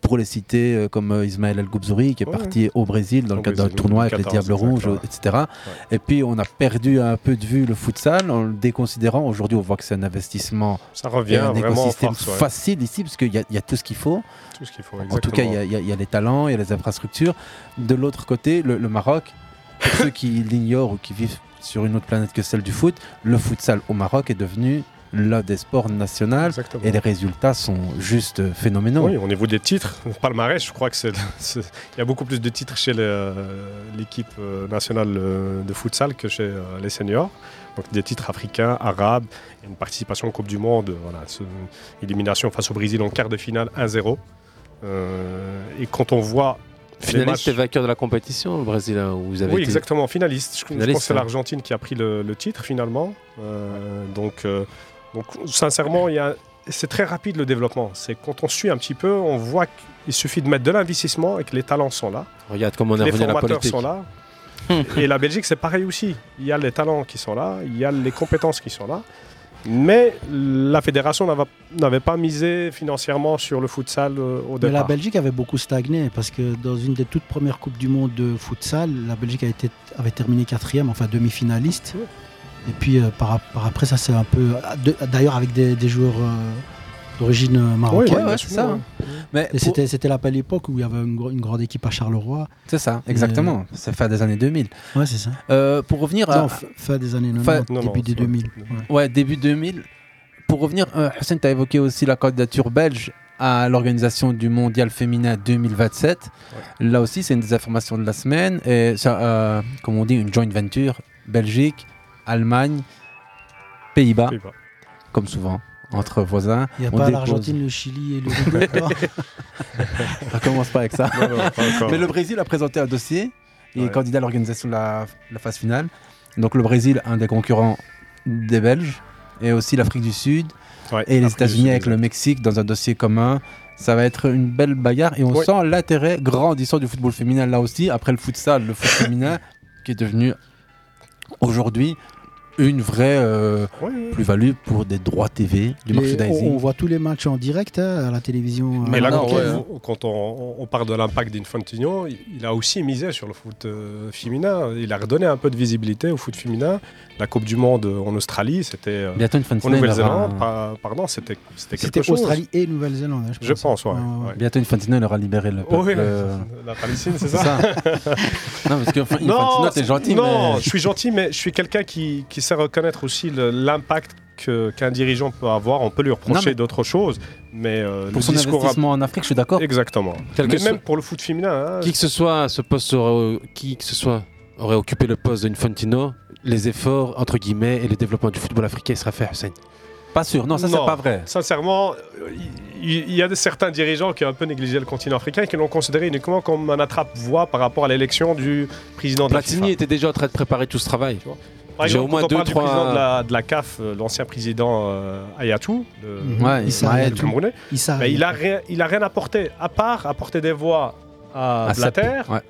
[SPEAKER 8] Pour les citer euh, comme euh, Ismaël El Goubzouri qui est
[SPEAKER 9] Ouais,
[SPEAKER 8] parti au Brésil dans
[SPEAKER 9] Au
[SPEAKER 8] le cadre d'un
[SPEAKER 9] Brésil,
[SPEAKER 8] tournoi avec les
[SPEAKER 9] 2014,
[SPEAKER 8] Diables Rouges,
[SPEAKER 9] exactement.
[SPEAKER 8] etc. Et puis on a perdu un peu de vue le futsal en le déconsidérant. Aujourd'hui, on voit que c'est un investissement
[SPEAKER 11] Ça revient
[SPEAKER 8] et un
[SPEAKER 11] vraiment en
[SPEAKER 8] écosystème
[SPEAKER 11] force, ouais.
[SPEAKER 8] facile ici parce qu'il y, a- il y a tout ce qu'il faut.
[SPEAKER 11] Tout ce qu'il faut,
[SPEAKER 8] En tout cas, il y,
[SPEAKER 11] exactement.
[SPEAKER 8] a- il y a- il y a les talents, il y a les infrastructures. De l'autre côté, le, le Maroc, pour ceux qui l'ignorent ou qui vivent sur une autre planète que celle du foot, le futsal au Maroc est devenu l'un des sports nationaux et les résultats sont juste euh, phénoménaux.
[SPEAKER 11] Oui, au niveau des titres, le palmarès, je crois que c'est, c'est- il y a beaucoup plus de titres chez les, euh, l'équipe euh, nationale euh, de futsal que chez euh, les seniors. Donc des titres africains, arabes, il y a une participation en Coupe du Monde, euh, voilà, ce- élimination face au Brésil en quart de finale 1-0. Euh, et quand on voit les
[SPEAKER 9] Finaliste
[SPEAKER 11] matchs-
[SPEAKER 9] et vainqueur de la compétition, le Brésil, hein, où vous avez
[SPEAKER 11] oui,
[SPEAKER 9] été-
[SPEAKER 11] exactement, finaliste. Je- Je,
[SPEAKER 9] Finaliste,
[SPEAKER 11] pense que c'est
[SPEAKER 9] hein.
[SPEAKER 11] l'Argentine qui a pris le, le titre finalement. Euh, donc, euh, donc, sincèrement, il y a- c'est très rapide le développement. C'est quand on suit un petit peu, on voit qu'il suffit de mettre de l'investissement et que les talents sont là.
[SPEAKER 9] Regarde comment on est
[SPEAKER 11] les
[SPEAKER 9] revenu à la
[SPEAKER 11] formateurs
[SPEAKER 9] politique.
[SPEAKER 11] sont là. et la Belgique, c'est pareil aussi. Il y a les talents qui sont là, il y a les compétences qui sont là. Mais la fédération n'ava- n'avait pas misé financièrement sur le futsal euh, au
[SPEAKER 15] Mais
[SPEAKER 11] départ.
[SPEAKER 15] la Belgique avait beaucoup stagné parce que dans une des toutes premières Coupes du Monde de futsal, la Belgique a été, avait terminé quatrième, enfin demi-finaliste. Et puis euh, par, ap- par après, ça c'est un peu. de- D'ailleurs, avec des, des joueurs euh, d'origine euh, marocaine.
[SPEAKER 8] ouais, ouais, c'est ça. hein. Mais
[SPEAKER 15] Et c'était- c'était la belle époque où il y avait une, gro- une grande équipe à Charleroi.
[SPEAKER 8] C'est ça, exactement.
[SPEAKER 9] Euh,
[SPEAKER 8] C'est fin des années 2000.
[SPEAKER 15] Ouais, c'est ça.
[SPEAKER 8] Euh, pour revenir à.
[SPEAKER 15] Non, f- fin des années 90, début des 2000. ouais.
[SPEAKER 8] Ouais, début 2000. Pour revenir, euh, Hussein, tu as évoqué aussi la candidature belge à l'organisation du mondial féminin 2027. Là aussi, c'est une des informations de la semaine. Et ça, euh, comme on dit, une joint venture Belgique, Allemagne, Pays-Bas,
[SPEAKER 11] Pays-Bas.
[SPEAKER 8] comme souvent, entre voisins.
[SPEAKER 15] Il n'y a
[SPEAKER 8] On
[SPEAKER 15] pas
[SPEAKER 8] dépose-
[SPEAKER 15] l'Argentine, le Chili et l'Uruguay. toi
[SPEAKER 8] on commence pas avec ça.
[SPEAKER 15] Non, non, pas encore.
[SPEAKER 8] Mais le Brésil a présenté un dossier et est
[SPEAKER 15] Ouais.
[SPEAKER 8] candidat à l'organisation de la, la phase finale. Donc le Brésil, un des concurrents des Belges, et aussi l'Afrique du Sud et les États-Unis avec le Mexique dans un dossier commun. Ça va être une belle bagarre et on
[SPEAKER 9] Ouais.
[SPEAKER 8] sent l'intérêt grandissant du football féminin là aussi. Après le futsal, le foot féminin qui est devenu aujourd'hui une vraie euh, plus-value pour des droits TV, du
[SPEAKER 15] Les-
[SPEAKER 8] merchandising.
[SPEAKER 15] on, on voit tous les matchs en direct hein, à la télévision.
[SPEAKER 11] Mais
[SPEAKER 15] euh,
[SPEAKER 11] là, quand,
[SPEAKER 15] marocaine, hein.
[SPEAKER 11] on, quand on- on parle de l'impact d'Infantino, il il a aussi misé sur le foot euh, féminin. Il a redonné un peu de visibilité au foot féminin. La Coupe du Monde euh, en Australie, c'était. euh,
[SPEAKER 8] Bientôt, Infantino,
[SPEAKER 11] En
[SPEAKER 8] il
[SPEAKER 11] Nouvelle-Zélande,
[SPEAKER 8] aura
[SPEAKER 11] pa- pardon, c'était c'était quelque
[SPEAKER 15] C'était
[SPEAKER 11] chose.
[SPEAKER 15] Australie et Nouvelle-Zélande. hein, je
[SPEAKER 11] Je pense, ouais.
[SPEAKER 8] Bientôt Infantino il aura libéré le peuple.
[SPEAKER 11] Oui,
[SPEAKER 8] euh,
[SPEAKER 11] la Palestine, c'est
[SPEAKER 8] c'est
[SPEAKER 11] ça,
[SPEAKER 8] Non, parce que enfin, Infantino, t'es
[SPEAKER 11] c'est-
[SPEAKER 8] gentil,
[SPEAKER 11] Non,
[SPEAKER 8] mais-
[SPEAKER 11] je suis gentil, mais je suis quelqu'un qui, qui sait reconnaître aussi le- l'impact que- qu'un dirigeant peut avoir. On peut lui reprocher
[SPEAKER 8] mais-
[SPEAKER 11] d'autres choses, mais euh,
[SPEAKER 8] Pour
[SPEAKER 11] le
[SPEAKER 8] son
[SPEAKER 11] discours a-
[SPEAKER 8] investissement en Afrique, je suis d'accord.
[SPEAKER 11] Exactement.
[SPEAKER 9] Quel que
[SPEAKER 11] Mais
[SPEAKER 9] soit-
[SPEAKER 11] même pour le foot féminin, hein,
[SPEAKER 9] Qui que ce soit, ce poste aurait- euh, qui que ce soit aurait occupé le poste d'Infantino, les efforts entre guillemets et le développement du football africain sera fait, Hussein.
[SPEAKER 8] Pas sûr, non, ça c'est pas vrai.
[SPEAKER 11] Sincèrement, euh, il il y, a de- certains dirigeants qui ont un peu négligé le continent africain et qui l'ont considéré uniquement comme un attrape-voix par rapport à l'élection du président de la
[SPEAKER 9] Platini
[SPEAKER 11] FIFA.
[SPEAKER 9] était déjà en train de préparer tout ce travail.
[SPEAKER 11] Par
[SPEAKER 9] J'ai
[SPEAKER 11] exemple,
[SPEAKER 9] au moins
[SPEAKER 11] quand on
[SPEAKER 9] deux,
[SPEAKER 11] parle
[SPEAKER 9] trois-
[SPEAKER 11] du président de la, de la CAF, euh, l'ancien président euh, Ayatou, le-
[SPEAKER 15] Mhm. Ouais,
[SPEAKER 11] le
[SPEAKER 15] Issa
[SPEAKER 11] Camerounais,
[SPEAKER 15] Hayatou. Issa
[SPEAKER 11] bah, il, a
[SPEAKER 15] Hayatou.
[SPEAKER 11] rien, il a rien apporté, à part apporter des voix à,
[SPEAKER 15] À
[SPEAKER 11] Blatter.
[SPEAKER 15] Sap- ouais.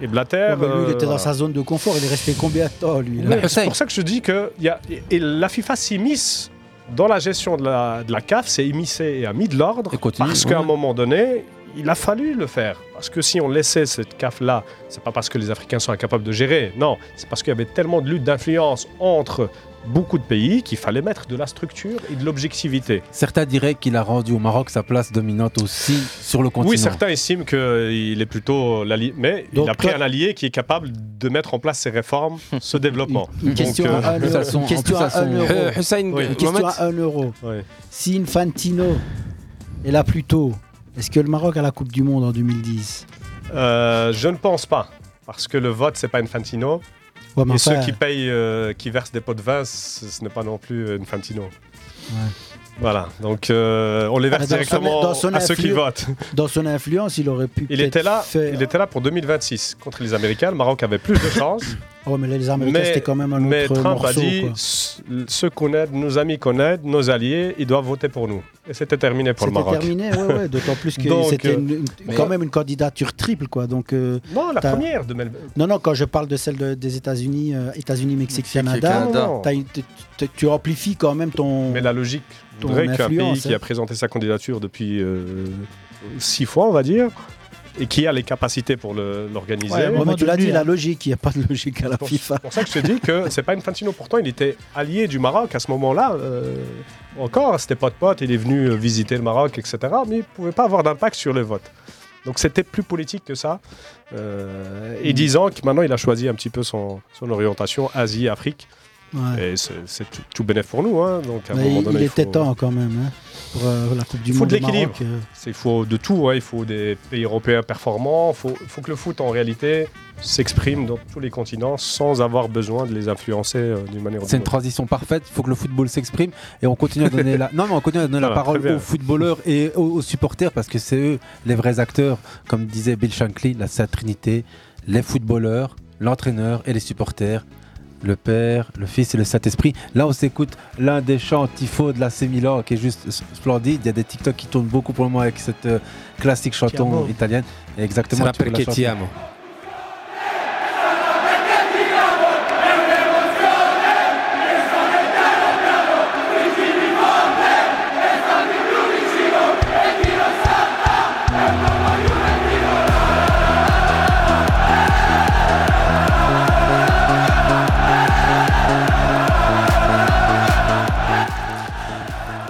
[SPEAKER 11] Et Blatter...
[SPEAKER 15] Ouais, mais lui, il
[SPEAKER 11] euh,
[SPEAKER 15] était dans
[SPEAKER 11] voilà.
[SPEAKER 15] sa zone de confort. Il est resté combien de temps, lui là
[SPEAKER 11] Ouais, c'est pour ça que je dis que y a- et la FIFA s'immisce dans la gestion de la, de la CAF, s'est immiscée et a mis de l'ordre parce qu'à un
[SPEAKER 9] ouais.
[SPEAKER 11] moment donné, il a fallu le faire. Parce que si on laissait cette CAF-là, c'est pas parce que les Africains sont incapables de gérer, non, c'est parce qu'il y avait tellement de lutte d'influence entre beaucoup de pays qu'il fallait mettre de la structure et de l'objectivité.
[SPEAKER 8] Certains diraient qu'il a rendu au Maroc sa place dominante aussi sur le continent.
[SPEAKER 11] Oui, certains estiment qu'il est plutôt l'allié, mais
[SPEAKER 8] Donc,
[SPEAKER 11] il a pris
[SPEAKER 8] toi-
[SPEAKER 11] un allié qui est capable de mettre en place ces réformes, ce développement.
[SPEAKER 15] Une question
[SPEAKER 11] Donc, euh,
[SPEAKER 15] à un euro. Une question à un euro. euh, Une question à un euro. Si Infantino est là plus tôt, est-ce que le Maroc a la Coupe du Monde en 2010
[SPEAKER 11] Euh, je ne pense pas. Parce que le vote, c'est pas Infantino.
[SPEAKER 15] Ouais, mais
[SPEAKER 11] Et
[SPEAKER 15] enfin,
[SPEAKER 11] ceux qui payent, euh, qui versent des pots de vin, ce, ce n'est pas non plus Infantino. Voilà, donc euh, on les verse
[SPEAKER 15] Ah, dans son-
[SPEAKER 11] directement
[SPEAKER 15] dans son
[SPEAKER 11] à ceux qui
[SPEAKER 15] influ-
[SPEAKER 11] votent.
[SPEAKER 15] Dans son influence, il aurait pu.
[SPEAKER 11] Il
[SPEAKER 15] peut-être
[SPEAKER 11] était, là,
[SPEAKER 15] faire-
[SPEAKER 11] il était là pour 2026 contre les Américains. Le Maroc avait plus de chances.
[SPEAKER 15] Ah Ouais, mais là, les Américains,
[SPEAKER 11] mais-
[SPEAKER 15] c'était quand même un
[SPEAKER 11] mais
[SPEAKER 15] autre
[SPEAKER 11] Trump
[SPEAKER 15] morceau,
[SPEAKER 11] a dit
[SPEAKER 15] quoi.
[SPEAKER 11] ce- ceux qu'on aide, nos amis qu'on aide, nos alliés, ils doivent voter pour nous. Et c'était terminé pour le
[SPEAKER 15] C'était
[SPEAKER 11] Maroc.
[SPEAKER 15] terminé, ouais, ouais, d'autant plus que
[SPEAKER 11] Donc,
[SPEAKER 15] c'était
[SPEAKER 11] euh,
[SPEAKER 15] une- une-
[SPEAKER 11] mais-
[SPEAKER 15] quand même une candidature triple, quoi. Donc, euh,
[SPEAKER 11] Non, la
[SPEAKER 15] t'as-
[SPEAKER 11] première de Melbourne.
[SPEAKER 15] Non, non, quand je parle de celle de- des États-Unis, euh, États-Unis, Mexique, Canada,
[SPEAKER 11] Canada.
[SPEAKER 15] t'as une- t- t- tu amplifies quand même ton.
[SPEAKER 11] Mais la logique
[SPEAKER 15] ton
[SPEAKER 11] voudrait qu'un pays
[SPEAKER 15] influence,
[SPEAKER 11] qui
[SPEAKER 15] hein.
[SPEAKER 11] a présenté sa candidature depuis euh, six fois, on va dire, et qui a les capacités pour le- l'organiser.
[SPEAKER 15] Ouais, mais tu l'as dit, la logique, il n'y a pas de logique à la FIFA.
[SPEAKER 11] C'est pour ça que je te dis que c'est pas Infantino. Pourtant, il était allié du Maroc à ce moment-là. euh, encore, c'était pas de pote. Il est venu euh, visiter le Maroc, etc. Mais il pouvait pas avoir d'impact sur le vote. Donc c'était plus politique que ça. Euh, et
[SPEAKER 15] Mm.
[SPEAKER 11] disant que maintenant, il a choisi un petit peu son, son orientation Asie-Afrique.
[SPEAKER 15] Ouais.
[SPEAKER 11] Et c'est c'est tout, tout bénef pour nous. hein. Donc à un
[SPEAKER 15] Mais
[SPEAKER 11] moment
[SPEAKER 15] il,
[SPEAKER 11] donné,
[SPEAKER 15] il était
[SPEAKER 11] faut-
[SPEAKER 15] temps quand même hein, pour euh, la Coupe du
[SPEAKER 11] il faut
[SPEAKER 15] Monde.
[SPEAKER 11] de
[SPEAKER 15] au
[SPEAKER 11] l'équilibre.
[SPEAKER 15] Maroc, euh.
[SPEAKER 11] C'est- Il faut de tout. hein. Il faut des pays européens performants. Il faut, faut que le foot, en réalité, s'exprime dans tous les continents sans avoir besoin de les influencer euh, d'une manière ou
[SPEAKER 8] C'est
[SPEAKER 11] d'une
[SPEAKER 8] une
[SPEAKER 11] autre.
[SPEAKER 8] transition parfaite. Il faut que le football s'exprime et on continue à donner la. Non, mais on continue à donner
[SPEAKER 11] Ça va,
[SPEAKER 8] la parole
[SPEAKER 11] très bien.
[SPEAKER 8] aux footballeurs et aux, aux supporters parce que c'est eux les vrais acteurs, comme disait Bill Shankly, la Sainte Trinité, les footballeurs, l'entraîneur et les supporters. Le Père, le Fils et le Saint-Esprit. Là, on s'écoute l'un des chants tifo de la Milan qui est juste s- splendide. Il y a des TikTok qui tournent beaucoup pour le moment avec cette euh, classique chanson
[SPEAKER 9] Chiamo.
[SPEAKER 8] italienne. Et exactement,
[SPEAKER 9] C'est la
[SPEAKER 8] tu peux
[SPEAKER 9] perché
[SPEAKER 8] chanter.
[SPEAKER 9] ti amo.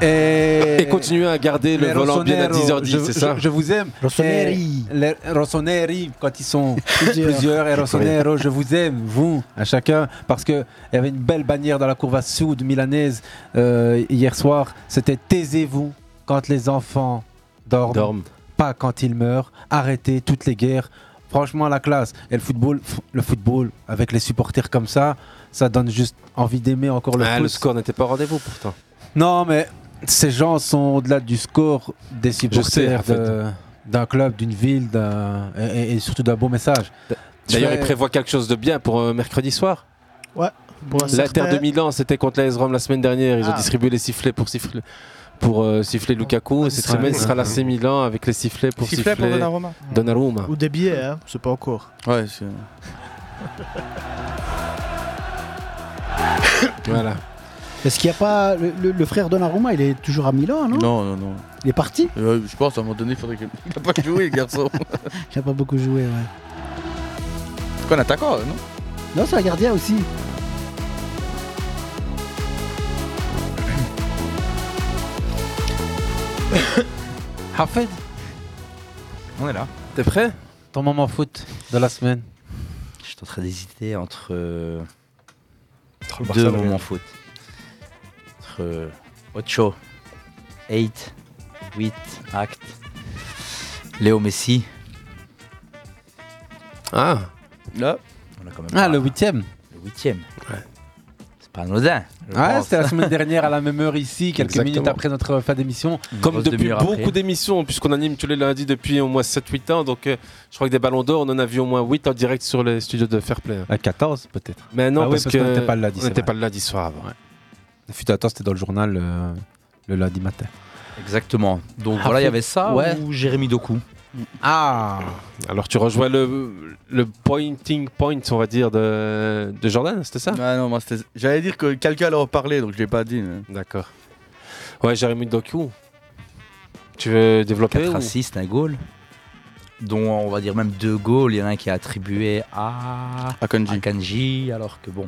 [SPEAKER 8] Et,
[SPEAKER 9] Et continuer à garder le
[SPEAKER 8] Les
[SPEAKER 9] volant bien à
[SPEAKER 8] Rossonero,
[SPEAKER 9] 10h10,
[SPEAKER 8] je-
[SPEAKER 9] c'est ça
[SPEAKER 8] je, je vous aime.
[SPEAKER 9] Rossoneri.
[SPEAKER 8] Et Les Rossoneri, quand ils sont
[SPEAKER 9] Plusieurs.
[SPEAKER 8] plusieurs, et
[SPEAKER 9] Oui.
[SPEAKER 8] Rossonero, je vous aime, vous, à chacun, parce qu'il y avait une belle bannière dans la courbe à sud milanaise euh, hier soir. C'était Taisez-vous quand les enfants dorment, pas quand ils meurent. Arrêtez toutes les guerres. Franchement, la classe. Et le football, f- le football avec les supporters comme ça, ça donne juste envie d'aimer encore le
[SPEAKER 9] Ah,
[SPEAKER 8] foot.
[SPEAKER 9] le score n'était pas au rendez-vous pourtant.
[SPEAKER 8] Non, mais ces gens sont au-delà du score des supporters
[SPEAKER 9] sais, en fait.
[SPEAKER 8] de- d'un club, d'une ville, d'un- et, et- et surtout d'un beau message.
[SPEAKER 9] D'ailleurs,
[SPEAKER 8] Je
[SPEAKER 9] il
[SPEAKER 8] fais-
[SPEAKER 9] prévoit quelque chose de bien pour euh, mercredi soir.
[SPEAKER 1] Ouais. pour un
[SPEAKER 9] La
[SPEAKER 1] certain-
[SPEAKER 9] Terre de Milan, c'était contre la Rome la semaine dernière. Ils
[SPEAKER 1] Ah.
[SPEAKER 9] ont distribué les sifflets pour siffler, pour, euh, siffler Lukaku. Et cette
[SPEAKER 1] sera-
[SPEAKER 9] semaine, ce sera l'AC Milan avec les sifflets pour
[SPEAKER 1] Sifflets
[SPEAKER 9] siffler
[SPEAKER 1] pour Donnarumma.
[SPEAKER 9] Donnarumma.
[SPEAKER 1] Ou des billets, hein, c'est pas encore.
[SPEAKER 10] Ouais, c'est.
[SPEAKER 9] Voilà.
[SPEAKER 15] Est-ce qu'il n'y a pas. Le, le- le frère Donnarumma, il est toujours à Milan, non
[SPEAKER 10] Non, non, non.
[SPEAKER 15] Il est parti
[SPEAKER 10] Euh, je pense à un moment donné, il faudrait qu'il Il a pas joué, le garçon.
[SPEAKER 15] Il n'a pas beaucoup joué, ouais.
[SPEAKER 10] C'est quoi un attaquant, non
[SPEAKER 15] Non, c'est un gardien aussi.
[SPEAKER 8] Hafed,
[SPEAKER 12] On est là.
[SPEAKER 8] t'es prêt Ton moment foot de la semaine.
[SPEAKER 12] Je suis en train d'hésiter entre euh,
[SPEAKER 8] le Barça,
[SPEAKER 12] deux
[SPEAKER 8] le
[SPEAKER 12] moments
[SPEAKER 8] Real.
[SPEAKER 12] foot. Entre euh, Ocho, 8, 8, Act, Léo Messi.
[SPEAKER 9] Ah
[SPEAKER 10] Là
[SPEAKER 12] On a quand même
[SPEAKER 8] Ah,
[SPEAKER 12] pas-
[SPEAKER 8] le huitième.
[SPEAKER 12] le huitième. C'est pas anodin. je
[SPEAKER 8] Ouais,
[SPEAKER 12] pense.
[SPEAKER 8] c'était la semaine dernière à la même heure ici, quelques
[SPEAKER 9] Exactement.
[SPEAKER 8] minutes après notre fin d'émission.
[SPEAKER 9] Comme depuis beaucoup
[SPEAKER 8] d'émissions.
[SPEAKER 9] d'émissions, puisqu'on anime tous les lundis depuis au moins 7-8 ans, donc euh, je crois que des ballons d'or, on en a vu au moins 8 en direct sur les studios de Fair Play.
[SPEAKER 8] À 14 peut-être.
[SPEAKER 9] Mais non,
[SPEAKER 8] Ah oui,
[SPEAKER 9] parce, que
[SPEAKER 8] qu'on n'était pas le lundi.
[SPEAKER 9] on
[SPEAKER 8] c'est
[SPEAKER 9] n'était
[SPEAKER 8] vrai.
[SPEAKER 9] pas le lundi soir avant.
[SPEAKER 8] Le fut un temps, c'était dans le journal euh, le lundi matin.
[SPEAKER 12] Exactement. Donc voilà, il y avait ça
[SPEAKER 8] Ah, Ouais.
[SPEAKER 12] ou Jérémy Doku.
[SPEAKER 8] Ah
[SPEAKER 9] Alors tu rejoins le, le pointing point, on va dire, de, de Jordan, c'était ça
[SPEAKER 10] Ah non, moi c'était. J'allais dire que quelqu'un allait en parler, donc je l'ai pas dit.
[SPEAKER 9] D'accord. Ouais, Jérémy Doku. Tu veux développer
[SPEAKER 12] 4
[SPEAKER 9] ou-
[SPEAKER 12] assists, un goal. Dont on va dire même deux goals. Il y en a un qui est attribué à.
[SPEAKER 10] À Kanji.
[SPEAKER 12] alors que bon.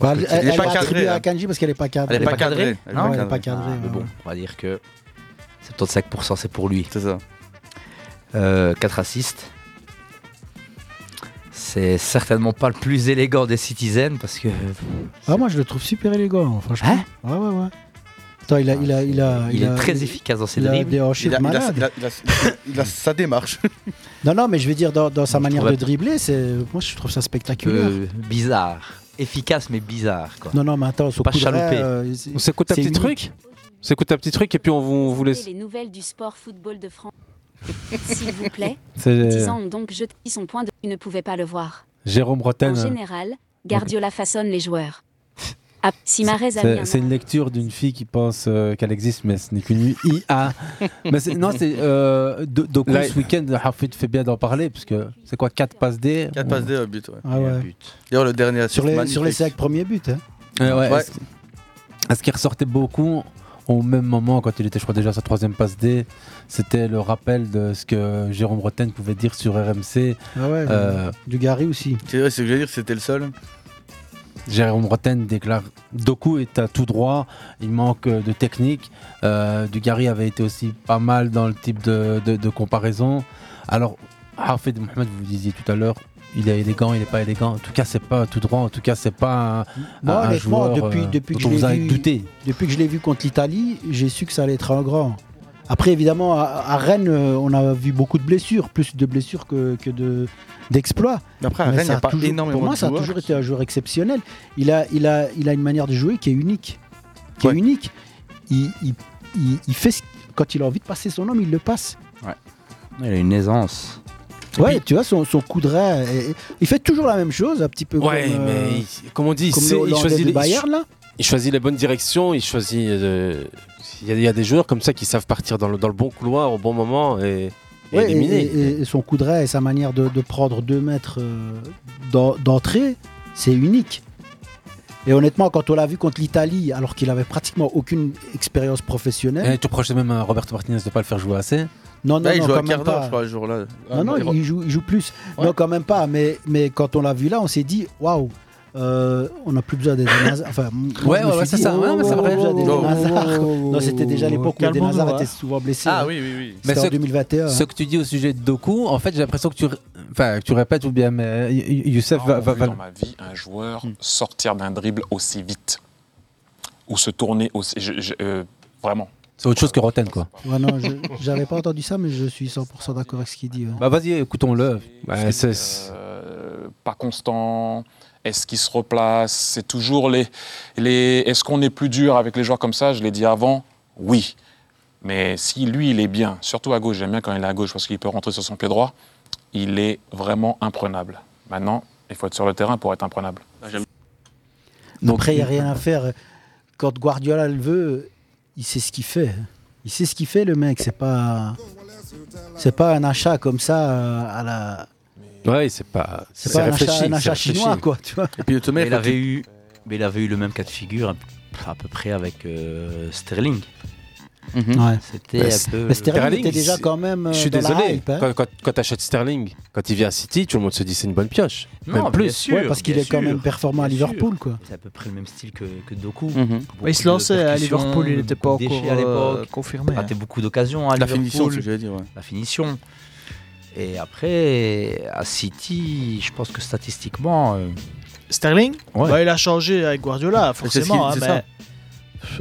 [SPEAKER 15] Bah,
[SPEAKER 12] Parce
[SPEAKER 15] elle
[SPEAKER 12] que
[SPEAKER 15] elle
[SPEAKER 12] tu-
[SPEAKER 15] est attribuée à Kanji parce qu'elle n'est pas cadrée.
[SPEAKER 12] hein. Elle n'est pas cadrée.
[SPEAKER 15] Non, elle n'est pas cadrée.
[SPEAKER 12] Ah, mais
[SPEAKER 15] ouais.
[SPEAKER 12] bon, on va dire que 75% c'est pour lui.
[SPEAKER 10] C'est ça.
[SPEAKER 12] 4 assists. C'est certainement pas le plus élégant des citizens parce que
[SPEAKER 15] Ah, moi, je le trouve super élégant, franchement. hein, ouais, ouais, ouais. Attends, il a, il a, il a,
[SPEAKER 12] Hein Ah, Il
[SPEAKER 15] a-
[SPEAKER 12] est très efficace dans ses
[SPEAKER 15] il a
[SPEAKER 12] dribbles.
[SPEAKER 15] des hanchées de malade.
[SPEAKER 10] sa démarche.
[SPEAKER 15] Non, non, mais je veux dire, dans, dans sa manière de
[SPEAKER 12] trouvais-
[SPEAKER 15] dribbler, c'est, moi je trouve ça spectaculaire.
[SPEAKER 12] Euh, bizarre. Efficace mais bizarre. Quoi.
[SPEAKER 15] Non, non, Ah, mais attends, son
[SPEAKER 12] Pas
[SPEAKER 15] coup de
[SPEAKER 12] chaloupé.
[SPEAKER 15] raie, euh, c'est-
[SPEAKER 12] On s'écoute un
[SPEAKER 15] c'est
[SPEAKER 12] petit
[SPEAKER 15] unique.
[SPEAKER 12] truc
[SPEAKER 8] On s'écoute un petit truc et puis on vous, on vous laisse.
[SPEAKER 17] Les nouvelles du sport football de France. S'il vous plaît,
[SPEAKER 8] C'est-
[SPEAKER 17] disant ont donc jeté son point de Il ne pouvait pas le voir.
[SPEAKER 8] Jérôme
[SPEAKER 17] En
[SPEAKER 8] Rotten.
[SPEAKER 17] général, Guardiola façonne les joueurs. Ah, si Mahrez a mis un
[SPEAKER 8] C'est c'est une lecture d'une fille qui pense euh, qu'elle existe, mais ce n'est qu'une IA. mais c'est- non, c'est. Euh, do- donc,
[SPEAKER 10] Là-
[SPEAKER 8] ce week-end, Hafid fait bien d'en parler, parce que c'est quoi 4 passes D
[SPEAKER 10] 4 passes D, un but. Ouais.
[SPEAKER 8] Ah ouais.
[SPEAKER 10] Et un but. D'ailleurs, le dernier
[SPEAKER 15] Sur les, sur les 5 premiers buts. hein.
[SPEAKER 12] Euh,
[SPEAKER 15] Ouais.
[SPEAKER 8] Ah Est-ce est-ce qu'il ressortait beaucoup au même moment, quand il était, je crois, déjà à sa troisième passe D, c'était le rappel de ce que Jérôme Rotten pouvait dire sur RMC.
[SPEAKER 15] Ah ouais,
[SPEAKER 8] Euh,
[SPEAKER 15] Du Gary aussi.
[SPEAKER 10] C'est vrai, c'est ce que je dire, c'était le seul.
[SPEAKER 15] Oh,
[SPEAKER 8] Jérôme Rotten déclare Doku est à tout droit, il manque euh, de technique. Euh, Dugarry avait été aussi pas mal dans le type de, de- de comparaison. Alors, Hafid Mohamed, vous le disiez tout à l'heure, il est élégant, il n'est pas élégant. En tout cas, c'est pas tout droit. En tout cas, c'est pas un,
[SPEAKER 15] Moi,
[SPEAKER 8] un- un
[SPEAKER 15] honnêtement,
[SPEAKER 8] joueur
[SPEAKER 15] depuis,
[SPEAKER 8] euh,
[SPEAKER 15] depuis, que
[SPEAKER 8] dont
[SPEAKER 15] je
[SPEAKER 8] vous avez
[SPEAKER 15] l'ai vu,
[SPEAKER 8] douté.
[SPEAKER 15] depuis que je l'ai vu contre l'Italie, j'ai su que ça allait être un grand. Après, évidemment, à, à Rennes, euh, on a vu beaucoup de blessures, plus de blessures que, que de- d'exploits.
[SPEAKER 10] Mais après, à Rennes,
[SPEAKER 15] ça
[SPEAKER 10] y a pas
[SPEAKER 15] toujours-
[SPEAKER 10] énormément
[SPEAKER 15] Pour moi,
[SPEAKER 10] de
[SPEAKER 15] ça a
[SPEAKER 10] joueurs
[SPEAKER 15] toujours été un joueur exceptionnel. Il a, il a, il a une manière de jouer qui est unique. Qui est unique. Il, il- il- il fait ce- quand il a envie de passer son homme, il le passe.
[SPEAKER 12] Il a une aisance.
[SPEAKER 15] Ouais, tu vois, son, son coup de rein, et- et- il fait toujours la même chose, un petit peu
[SPEAKER 8] Ouais,
[SPEAKER 15] comme, euh,
[SPEAKER 8] mais il- comme on dit,
[SPEAKER 15] comme
[SPEAKER 8] il,
[SPEAKER 15] le
[SPEAKER 8] sait- il
[SPEAKER 15] Hollandais
[SPEAKER 8] choisit
[SPEAKER 15] de
[SPEAKER 8] les, il
[SPEAKER 15] Bayern,
[SPEAKER 8] cho-
[SPEAKER 15] là.
[SPEAKER 8] il choisit les bonnes directions. Il choisit. euh, Il y, a- il y a des joueurs comme ça qui savent partir dans le, dans le bon couloir au bon moment et, et
[SPEAKER 15] Ouais, et,
[SPEAKER 8] éliminer.
[SPEAKER 15] et- et son coup de raie et sa manière de, de prendre deux mètres euh, d'en- d'entrée, c'est unique. Et honnêtement, quand on l'a vu contre l'Italie, alors qu'il avait pratiquement aucune expérience professionnelle,
[SPEAKER 8] Et tu reprochais même à Roberto Martinez de ne pas le faire jouer assez.
[SPEAKER 15] Non, non,
[SPEAKER 10] Là, Bah, il
[SPEAKER 15] non,
[SPEAKER 10] joue Ah, à
[SPEAKER 15] quand même
[SPEAKER 10] quart d'heure,
[SPEAKER 15] pas.
[SPEAKER 10] je crois, le jour-là.
[SPEAKER 15] non, non, il, joue, il joue plus. Non, quand même pas. Mais, mais quand on l'a vu là, on s'est dit, waouh, euh, on n'a plus besoin des Hazard. Enfin, m- moi,
[SPEAKER 8] Ouais,
[SPEAKER 15] je me
[SPEAKER 8] ouais, ouais,
[SPEAKER 15] suis
[SPEAKER 8] c'est
[SPEAKER 15] dit,
[SPEAKER 8] ça.
[SPEAKER 15] oh,
[SPEAKER 8] Ouais, mais ça
[SPEAKER 15] on a
[SPEAKER 8] va.
[SPEAKER 15] plus besoin
[SPEAKER 8] Oh,
[SPEAKER 15] d'Eden
[SPEAKER 8] oh,
[SPEAKER 15] Hazard.
[SPEAKER 8] oh, oh,
[SPEAKER 15] Non, c'était déjà l'époque où Eden
[SPEAKER 8] calmons-nous,
[SPEAKER 15] Hazard
[SPEAKER 8] hein.
[SPEAKER 15] était souvent blessé.
[SPEAKER 8] Ah
[SPEAKER 15] hein.
[SPEAKER 8] oui, oui, oui.
[SPEAKER 15] C'était
[SPEAKER 8] Mais
[SPEAKER 15] en
[SPEAKER 8] ce-
[SPEAKER 15] 2021.
[SPEAKER 8] Ce que tu dis au sujet de Doku, en fait, j'ai l'impression que tu, r- enfin, que tu répètes ou bien, mais euh, Y- Y- Youssef va, va- va-
[SPEAKER 18] dans ma vie un joueur
[SPEAKER 9] Hmm.
[SPEAKER 18] sortir d'un dribble aussi vite ou se tourner aussi. je- je- euh, vraiment.
[SPEAKER 8] C'est autre chose que Roten, quoi.
[SPEAKER 15] Ouais, non, je- j'avais pas entendu ça, mais je suis 100% d'accord avec ce qu'il dit. ouais.
[SPEAKER 8] Bah vas-y, écoutons-le. Bah, c'est-
[SPEAKER 18] Euh, pas constant. Est-ce qu'il se replace C'est toujours les. les Est-ce qu'on est plus dur avec les joueurs comme ça Je l'ai dit avant, oui. Mais si lui, il est bien, surtout à gauche, j'aime bien quand il est à gauche parce qu'il peut rentrer sur son pied droit, il est vraiment imprenable. Maintenant, il faut être sur le terrain pour être imprenable.
[SPEAKER 1] Bah,
[SPEAKER 15] Après, il n'y a rien à faire. Quand Guardiola le veut, il sait ce qu'il fait. Il sait ce qu'il fait, le mec. C'est pas, c'est pas un achat comme ça euh, à la.
[SPEAKER 8] Ouais, c'est pas.
[SPEAKER 15] C'est pas un achat, un achat chinois, quoi. Tu vois.
[SPEAKER 12] mais il avait eu, mais il avait eu le même cas de figure à, à peu près avec euh, Sterling.
[SPEAKER 15] Ouais.
[SPEAKER 12] C'était un peu.
[SPEAKER 15] Mais Sterling était déjà
[SPEAKER 8] c'est-
[SPEAKER 15] quand même, euh,
[SPEAKER 8] Je suis
[SPEAKER 15] dans la
[SPEAKER 8] désolé.
[SPEAKER 15] hype, hein.
[SPEAKER 8] Quand, quand, quand t'achètes Sterling, quand il vient à City, tout le monde se dit c'est une bonne pioche.
[SPEAKER 12] Non,
[SPEAKER 8] même
[SPEAKER 12] bien
[SPEAKER 8] plus.
[SPEAKER 12] sûr,
[SPEAKER 15] Ouais, parce qu'il
[SPEAKER 12] bien
[SPEAKER 15] est quand
[SPEAKER 12] sûr,
[SPEAKER 15] même performant à
[SPEAKER 12] bien sûr.
[SPEAKER 15] Liverpool, quoi.
[SPEAKER 12] C'est à peu près le même style que, que Doku.
[SPEAKER 1] Mhm.
[SPEAKER 12] Beaucoup
[SPEAKER 1] Il se
[SPEAKER 12] de
[SPEAKER 1] lançait à
[SPEAKER 12] percussions,
[SPEAKER 1] Liverpool, il était pas
[SPEAKER 12] beaucoup de
[SPEAKER 1] encore,
[SPEAKER 12] déchets à l'époque.
[SPEAKER 1] euh, confirmé,
[SPEAKER 12] Ratait
[SPEAKER 1] hein.
[SPEAKER 12] beaucoup d'occasions à
[SPEAKER 10] La
[SPEAKER 12] Liverpool.
[SPEAKER 10] finition, c'est ce que j'allais dire, ouais.
[SPEAKER 12] La finition. Et après, à City, je pense que statistiquement. euh,
[SPEAKER 1] Sterling
[SPEAKER 12] Ouais.
[SPEAKER 1] Bah, Il a changé avec Guardiola, forcément. hein, mais-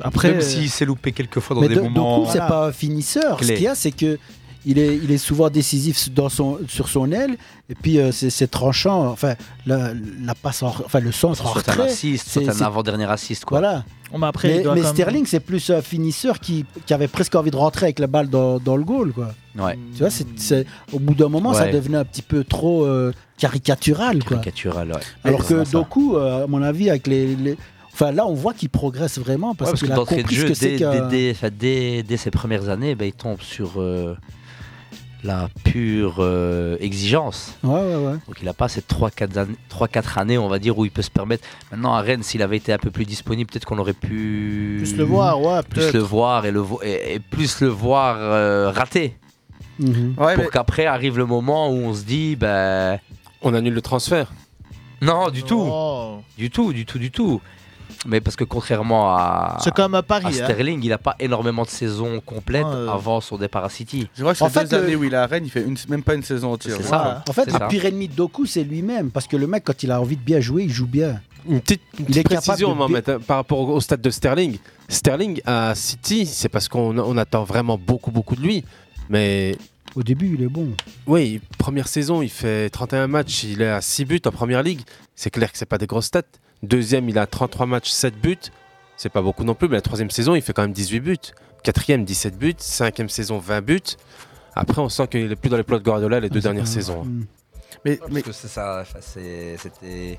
[SPEAKER 1] Après,
[SPEAKER 12] même
[SPEAKER 1] euh,
[SPEAKER 12] s'il s'est loupé quelques fois dans
[SPEAKER 15] Mais
[SPEAKER 12] des
[SPEAKER 15] Do-
[SPEAKER 12] moments.
[SPEAKER 15] Doku, c'est pas un finisseur.
[SPEAKER 12] Clé.
[SPEAKER 15] Ce qu'il y a, c'est que il est, il est souvent décisif dans son, sur son aile, et puis euh, c'est c'est tranchant. Enfin, la, la passe, en- enfin le sens en
[SPEAKER 12] Soit un
[SPEAKER 15] retrait,
[SPEAKER 12] assist,
[SPEAKER 15] c'est-
[SPEAKER 12] soit un
[SPEAKER 15] c'est-
[SPEAKER 12] avant-dernier assist. Quoi.
[SPEAKER 15] Voilà. mais mais Sterling, c'est plus un finisseur qui, qui avait presque envie de rentrer avec la balle dans, dans le goal, quoi.
[SPEAKER 12] Ouais.
[SPEAKER 15] Tu vois, c'est c'est- au bout d'un moment, ça
[SPEAKER 12] Ouais.
[SPEAKER 15] devenait un petit peu trop euh, caricatural, quoi.
[SPEAKER 12] Caricatural, ouais.
[SPEAKER 15] Alors
[SPEAKER 12] Ouais, c'est
[SPEAKER 15] que
[SPEAKER 12] ça.
[SPEAKER 15] Doku, euh, à mon avis, avec les, les- enfin là, on voit qu'il progresse vraiment parce
[SPEAKER 12] Ouais,
[SPEAKER 15] qu'il a
[SPEAKER 12] d'entrée
[SPEAKER 15] compris ce que c'est
[SPEAKER 12] dès,
[SPEAKER 15] qu'un.
[SPEAKER 12] dès- dès- enfin, dès- dès ses premières années, ben, il tombe sur euh, la pure euh, exigence.
[SPEAKER 15] Ouais, ouais, ouais.
[SPEAKER 12] Donc il n'a pas ces 3-4 années, 3-4 années, on va dire, où il peut se permettre. Maintenant, à Rennes, s'il avait été un peu plus disponible, peut-être qu'on aurait pu.
[SPEAKER 1] Plus le voir, ouais,
[SPEAKER 12] Plus
[SPEAKER 1] peut-être.
[SPEAKER 12] le voir et, le vo- et, et plus le voir euh, raté. pour qu'après arrive le moment où on se dit, ben.
[SPEAKER 8] On annule le transfert.
[SPEAKER 12] Non, du tout. Du tout, du tout, du tout. Mais parce que contrairement à,
[SPEAKER 1] C'est comme à Paris,
[SPEAKER 12] à
[SPEAKER 1] hein.
[SPEAKER 12] Sterling, il n'a pas énormément de saisons complètes avant son départ à City.
[SPEAKER 10] Je crois que c'est deux années où il est à Rennes, il fait une- même pas une saison entière.
[SPEAKER 12] C'est ça. hein.
[SPEAKER 15] En fait,
[SPEAKER 12] C'est
[SPEAKER 15] le
[SPEAKER 12] ça.
[SPEAKER 15] pire ennemi de Doku, c'est lui-même. Parce que le mec, quand il a envie de bien jouer, il joue bien.
[SPEAKER 8] une petite, une
[SPEAKER 19] Il est
[SPEAKER 8] petite
[SPEAKER 19] capable
[SPEAKER 8] précision
[SPEAKER 19] de
[SPEAKER 8] moi,
[SPEAKER 19] dé-
[SPEAKER 8] mais, euh, par rapport au stade de Sterling. Sterling à City, c'est parce qu'on on attend vraiment beaucoup, beaucoup de lui. Mais
[SPEAKER 15] Au début, il est bon.
[SPEAKER 8] oui, première saison, il fait 31 matchs, il est à 6 buts en première ligue. C'est clair que c'est pas des grosses stats. Deuxième, il a 33 matchs, 7 buts. C'est pas beaucoup non plus, mais la troisième saison, il fait quand même 18 buts. Quatrième, 17 buts. Cinquième saison, 20 buts. Après, on sent qu'il est plus dans les plots de Guardiola
[SPEAKER 15] Ah,
[SPEAKER 8] les deux dernières saisons.
[SPEAKER 12] Mais, que c'est ça, enfin, c'est- c'était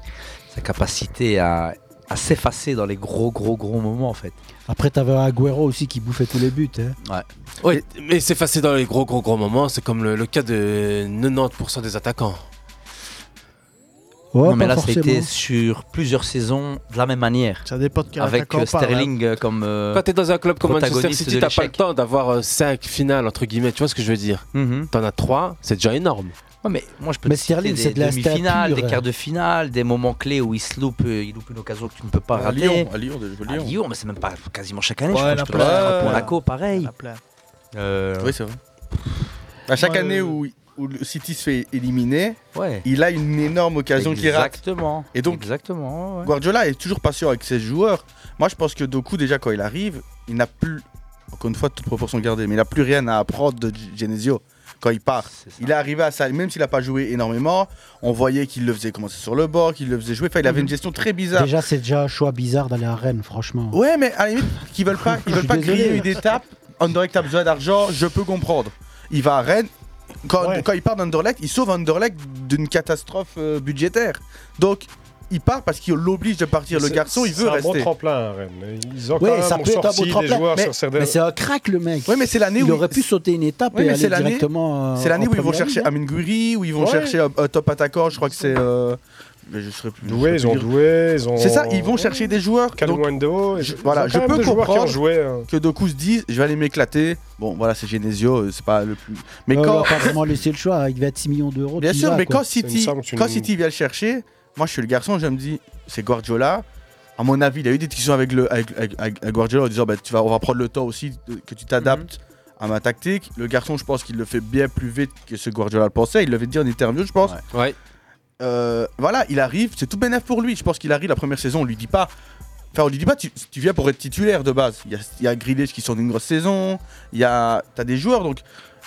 [SPEAKER 12] sa capacité à, à s'effacer dans les gros, gros, gros moments en fait.
[SPEAKER 15] Après, t'avais Agüero aussi qui bouffait tous les buts. hein.
[SPEAKER 8] Ouais, mais s'effacer dans les gros, gros, gros moments, c'est comme le, le cas de 90% des attaquants.
[SPEAKER 15] Ouais,
[SPEAKER 12] non, mais
[SPEAKER 15] pas
[SPEAKER 12] là, c'était
[SPEAKER 15] forcément.
[SPEAKER 12] sur plusieurs saisons de la même manière.
[SPEAKER 20] Ça dépend de quel
[SPEAKER 12] Avec
[SPEAKER 8] attaquant
[SPEAKER 12] euh,
[SPEAKER 8] on parle, hein.
[SPEAKER 12] Sterling
[SPEAKER 15] hein.
[SPEAKER 12] euh, comme. euh,
[SPEAKER 8] Quand t'es dans un club comme Manchester
[SPEAKER 12] protagoniste
[SPEAKER 8] City,
[SPEAKER 12] de
[SPEAKER 8] t'as pas le
[SPEAKER 12] l'échec.
[SPEAKER 8] temps d'avoir 5 finales, entre guillemets, tu vois ce que je veux dire
[SPEAKER 12] Mm-hmm.
[SPEAKER 8] T'en as 3, c'est déjà énorme.
[SPEAKER 12] Ouais, mais moi, je peux
[SPEAKER 8] Mais
[SPEAKER 12] te citer
[SPEAKER 8] Sterling,
[SPEAKER 12] des
[SPEAKER 8] c'est de la stat
[SPEAKER 12] demi-finales, des
[SPEAKER 8] pure.
[SPEAKER 12] quarts de finale, des moments clés où il se loupe, euh, il loupe une occasion que tu ne peux pas
[SPEAKER 10] À
[SPEAKER 12] rater.
[SPEAKER 10] Lyon, à Lyon, déjà,
[SPEAKER 12] À
[SPEAKER 10] Lyon.
[SPEAKER 12] Lyon, mais c'est même pas quasiment chaque année.
[SPEAKER 10] Ouais,
[SPEAKER 12] je
[SPEAKER 10] il y
[SPEAKER 12] crois
[SPEAKER 10] en a
[SPEAKER 12] que je te
[SPEAKER 10] plein.
[SPEAKER 12] le dis, pour
[SPEAKER 10] Ouais.
[SPEAKER 12] Monaco, pareil.
[SPEAKER 10] Oui, c'est vrai. À chaque
[SPEAKER 12] Ouais,
[SPEAKER 10] année
[SPEAKER 12] ouais,
[SPEAKER 10] où, où le City se fait éliminer,
[SPEAKER 12] Ouais.
[SPEAKER 10] il a une énorme occasion qui rate.
[SPEAKER 12] Exactement.
[SPEAKER 10] Et donc,
[SPEAKER 12] Exactement. ouais.
[SPEAKER 10] Guardiola est toujours patient avec ses joueurs. Moi, je pense que Doku, déjà, quand il arrive, il n'a plus, encore une fois, toute proportion gardée, mais il n'a plus rien à apprendre de G- Genesio quand il part. Il est arrivé à ça, même s'il n'a pas joué énormément, on voyait qu'il le faisait commencer sur le bord, qu'il le faisait jouer. Enfin, il avait une gestion très bizarre.
[SPEAKER 15] Mhm. Déjà, c'est déjà un choix bizarre d'aller à Rennes, franchement.
[SPEAKER 10] Ouais, mais à la limite, qu'ils veulent pas,
[SPEAKER 15] Je
[SPEAKER 10] ils veulent
[SPEAKER 15] suis
[SPEAKER 10] pas
[SPEAKER 15] désolé.
[SPEAKER 10] créer une étape. Anderlecht a besoin d'argent, je peux comprendre. Il va à Rennes. Quand, quand il part d'Anderlecht, il sauve Anderlecht d'une catastrophe euh, budgétaire. Donc, il part parce qu'il l'oblige de partir. Le
[SPEAKER 11] C'est-
[SPEAKER 10] garçon, il veut
[SPEAKER 11] C'est un
[SPEAKER 10] rester.
[SPEAKER 11] bon tremplin, Rennes. Ils ont
[SPEAKER 15] Ouais,
[SPEAKER 11] quand
[SPEAKER 15] ça
[SPEAKER 11] même
[SPEAKER 15] peut être un beau
[SPEAKER 11] sorti des
[SPEAKER 15] tremplin.
[SPEAKER 11] joueurs
[SPEAKER 15] Mais,
[SPEAKER 11] sur certains-
[SPEAKER 15] mais c'est un crack, le mec.
[SPEAKER 10] Ouais, mais c'est l'année
[SPEAKER 15] Il
[SPEAKER 10] où
[SPEAKER 15] aurait pu sauter une étape
[SPEAKER 10] Ouais,
[SPEAKER 15] et
[SPEAKER 10] mais
[SPEAKER 15] aller
[SPEAKER 10] c'est l'année-
[SPEAKER 15] directement. euh,
[SPEAKER 10] C'est l'année
[SPEAKER 15] en
[SPEAKER 10] où ils vont
[SPEAKER 15] première
[SPEAKER 10] chercher
[SPEAKER 15] ligue, hein.
[SPEAKER 10] Amin Guri, où ils vont
[SPEAKER 15] Ouais.
[SPEAKER 10] chercher un, un top attaquant. Je crois que c'est. euh, mais je serais plus.
[SPEAKER 11] Doué,
[SPEAKER 10] je
[SPEAKER 11] ils
[SPEAKER 10] serais
[SPEAKER 11] ont
[SPEAKER 10] plus-
[SPEAKER 11] doué, ils ont.
[SPEAKER 10] C'est ça, ils vont chercher des joueurs.
[SPEAKER 11] Kalou
[SPEAKER 10] Donc,
[SPEAKER 11] Wendo,
[SPEAKER 10] je-
[SPEAKER 11] ils
[SPEAKER 10] voilà,
[SPEAKER 11] ont
[SPEAKER 10] je
[SPEAKER 11] quand même
[SPEAKER 10] peux
[SPEAKER 11] des joueurs qui ont
[SPEAKER 10] comprendre
[SPEAKER 11] joué, euh.
[SPEAKER 10] que Doku se dise, je vais aller m'éclater. Bon, voilà, c'est Genesio, euh, c'est pas le plus. Mais
[SPEAKER 15] Ouais,
[SPEAKER 10] quand
[SPEAKER 15] On va pas vraiment laissé le choix avec 26 millions d'euros.
[SPEAKER 10] Bien
[SPEAKER 15] tu y
[SPEAKER 10] sûr,
[SPEAKER 15] vas,
[SPEAKER 10] mais
[SPEAKER 15] quoi.
[SPEAKER 10] quand City, quand City vient le chercher, moi je suis le garçon, je me dis, c'est Guardiola. À mon avis, il a eu des discussions avec, le, avec, avec- avec- avec Guardiola en disant, bah, tu vas, on va prendre le temps aussi de- que tu t'adaptes
[SPEAKER 8] Mhm.
[SPEAKER 10] à ma tactique. Le garçon, je pense qu'il le fait bien plus vite que ce Guardiola le pensait. Il l'avait dit en interview, je pense.
[SPEAKER 8] Ouais.
[SPEAKER 10] Euh, voilà, il arrive, c'est tout bénef pour lui. Je pense qu'il arrive la première saison, on lui dit pas. Enfin, on lui dit pas, tu, tu viens pour être titulaire de base. Il y a, il y a Grealish qui sort d'une grosse saison, il y a, t'as des joueurs, donc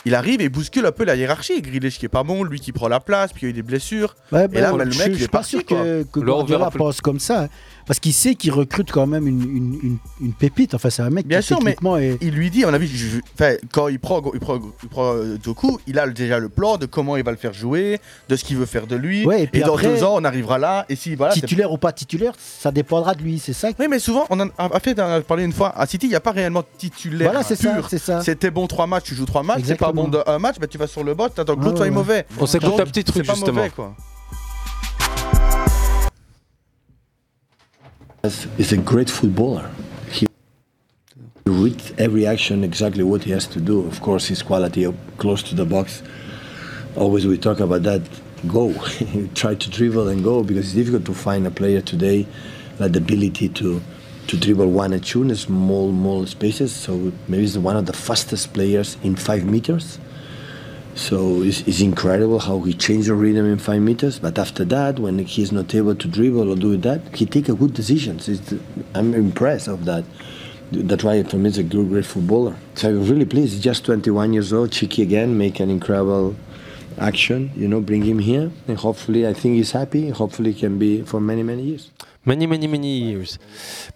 [SPEAKER 10] il arrive et bouscule un peu la hiérarchie. Grealish qui est pas bon, lui qui prend la place, puis il y a eu des blessures.
[SPEAKER 15] Ouais, bah,
[SPEAKER 10] et là,
[SPEAKER 15] on-
[SPEAKER 10] bah, le
[SPEAKER 15] je-
[SPEAKER 10] mec,
[SPEAKER 15] je
[SPEAKER 10] il est
[SPEAKER 15] suis pas
[SPEAKER 10] parti,
[SPEAKER 15] sûr
[SPEAKER 10] quoi.
[SPEAKER 15] que, que Guardiola pense comme ça. hein. Parce qu'il sait qu'il recrute quand même une, une- une- une pépite. Enfin, c'est un mec
[SPEAKER 10] Bien
[SPEAKER 15] qui
[SPEAKER 10] sûr, mais
[SPEAKER 15] techniquement est.
[SPEAKER 10] il lui dit, à mon avis, je- enfin, quand il prend, il prend, il prend euh, Doku, il a le- déjà le plan de comment il va le faire jouer, de ce qu'il veut faire de lui.
[SPEAKER 15] Ouais, et
[SPEAKER 10] et
[SPEAKER 15] puis
[SPEAKER 10] dans
[SPEAKER 15] après-
[SPEAKER 10] deux ans, on arrivera là. Et si, voilà, c'est-
[SPEAKER 15] Titulaire ou pas titulaire, ça dépendra de lui, c'est ça
[SPEAKER 10] Oui, mais souvent, on en a en fait, on en a parlé une fois. À City, il n'y a pas réellement de titulaire.
[SPEAKER 15] Voilà, c'est ça,
[SPEAKER 10] pur.
[SPEAKER 15] c'est ça.
[SPEAKER 10] C'était bon trois matchs, tu joues trois matchs. C'est pas bon de- un match, bah, tu vas sur le bot, t'attends que
[SPEAKER 15] Ouais,
[SPEAKER 10] l'autre soit
[SPEAKER 15] ouais.
[SPEAKER 10] mauvais.
[SPEAKER 8] On s'écoute
[SPEAKER 10] Donc,
[SPEAKER 8] un petit truc,
[SPEAKER 10] c'est pas
[SPEAKER 8] justement.
[SPEAKER 10] mauvais, quoi.
[SPEAKER 21] is a great footballer. He reads every action exactly what he has to do. Of course, his quality up close to the box. Always we talk about that. Go, try to dribble and go because it's difficult to find a player today that ability to to dribble one and two in small, small spaces. So maybe he's one of the fastest players in five meters. So it's, it's incredible how he changed the rhythm in five meters. But after that, when he's not able to dribble or do that, he take a good decisions. It's, I'm impressed of that. That's why for me, he's a good, great footballer. So I'm really pleased. He's just 21 years old. Chicky again make an incredible action. You know, bring him here, and hopefully, I think he's happy. Hopefully, he can be for many, many years.
[SPEAKER 8] Many, many, many years.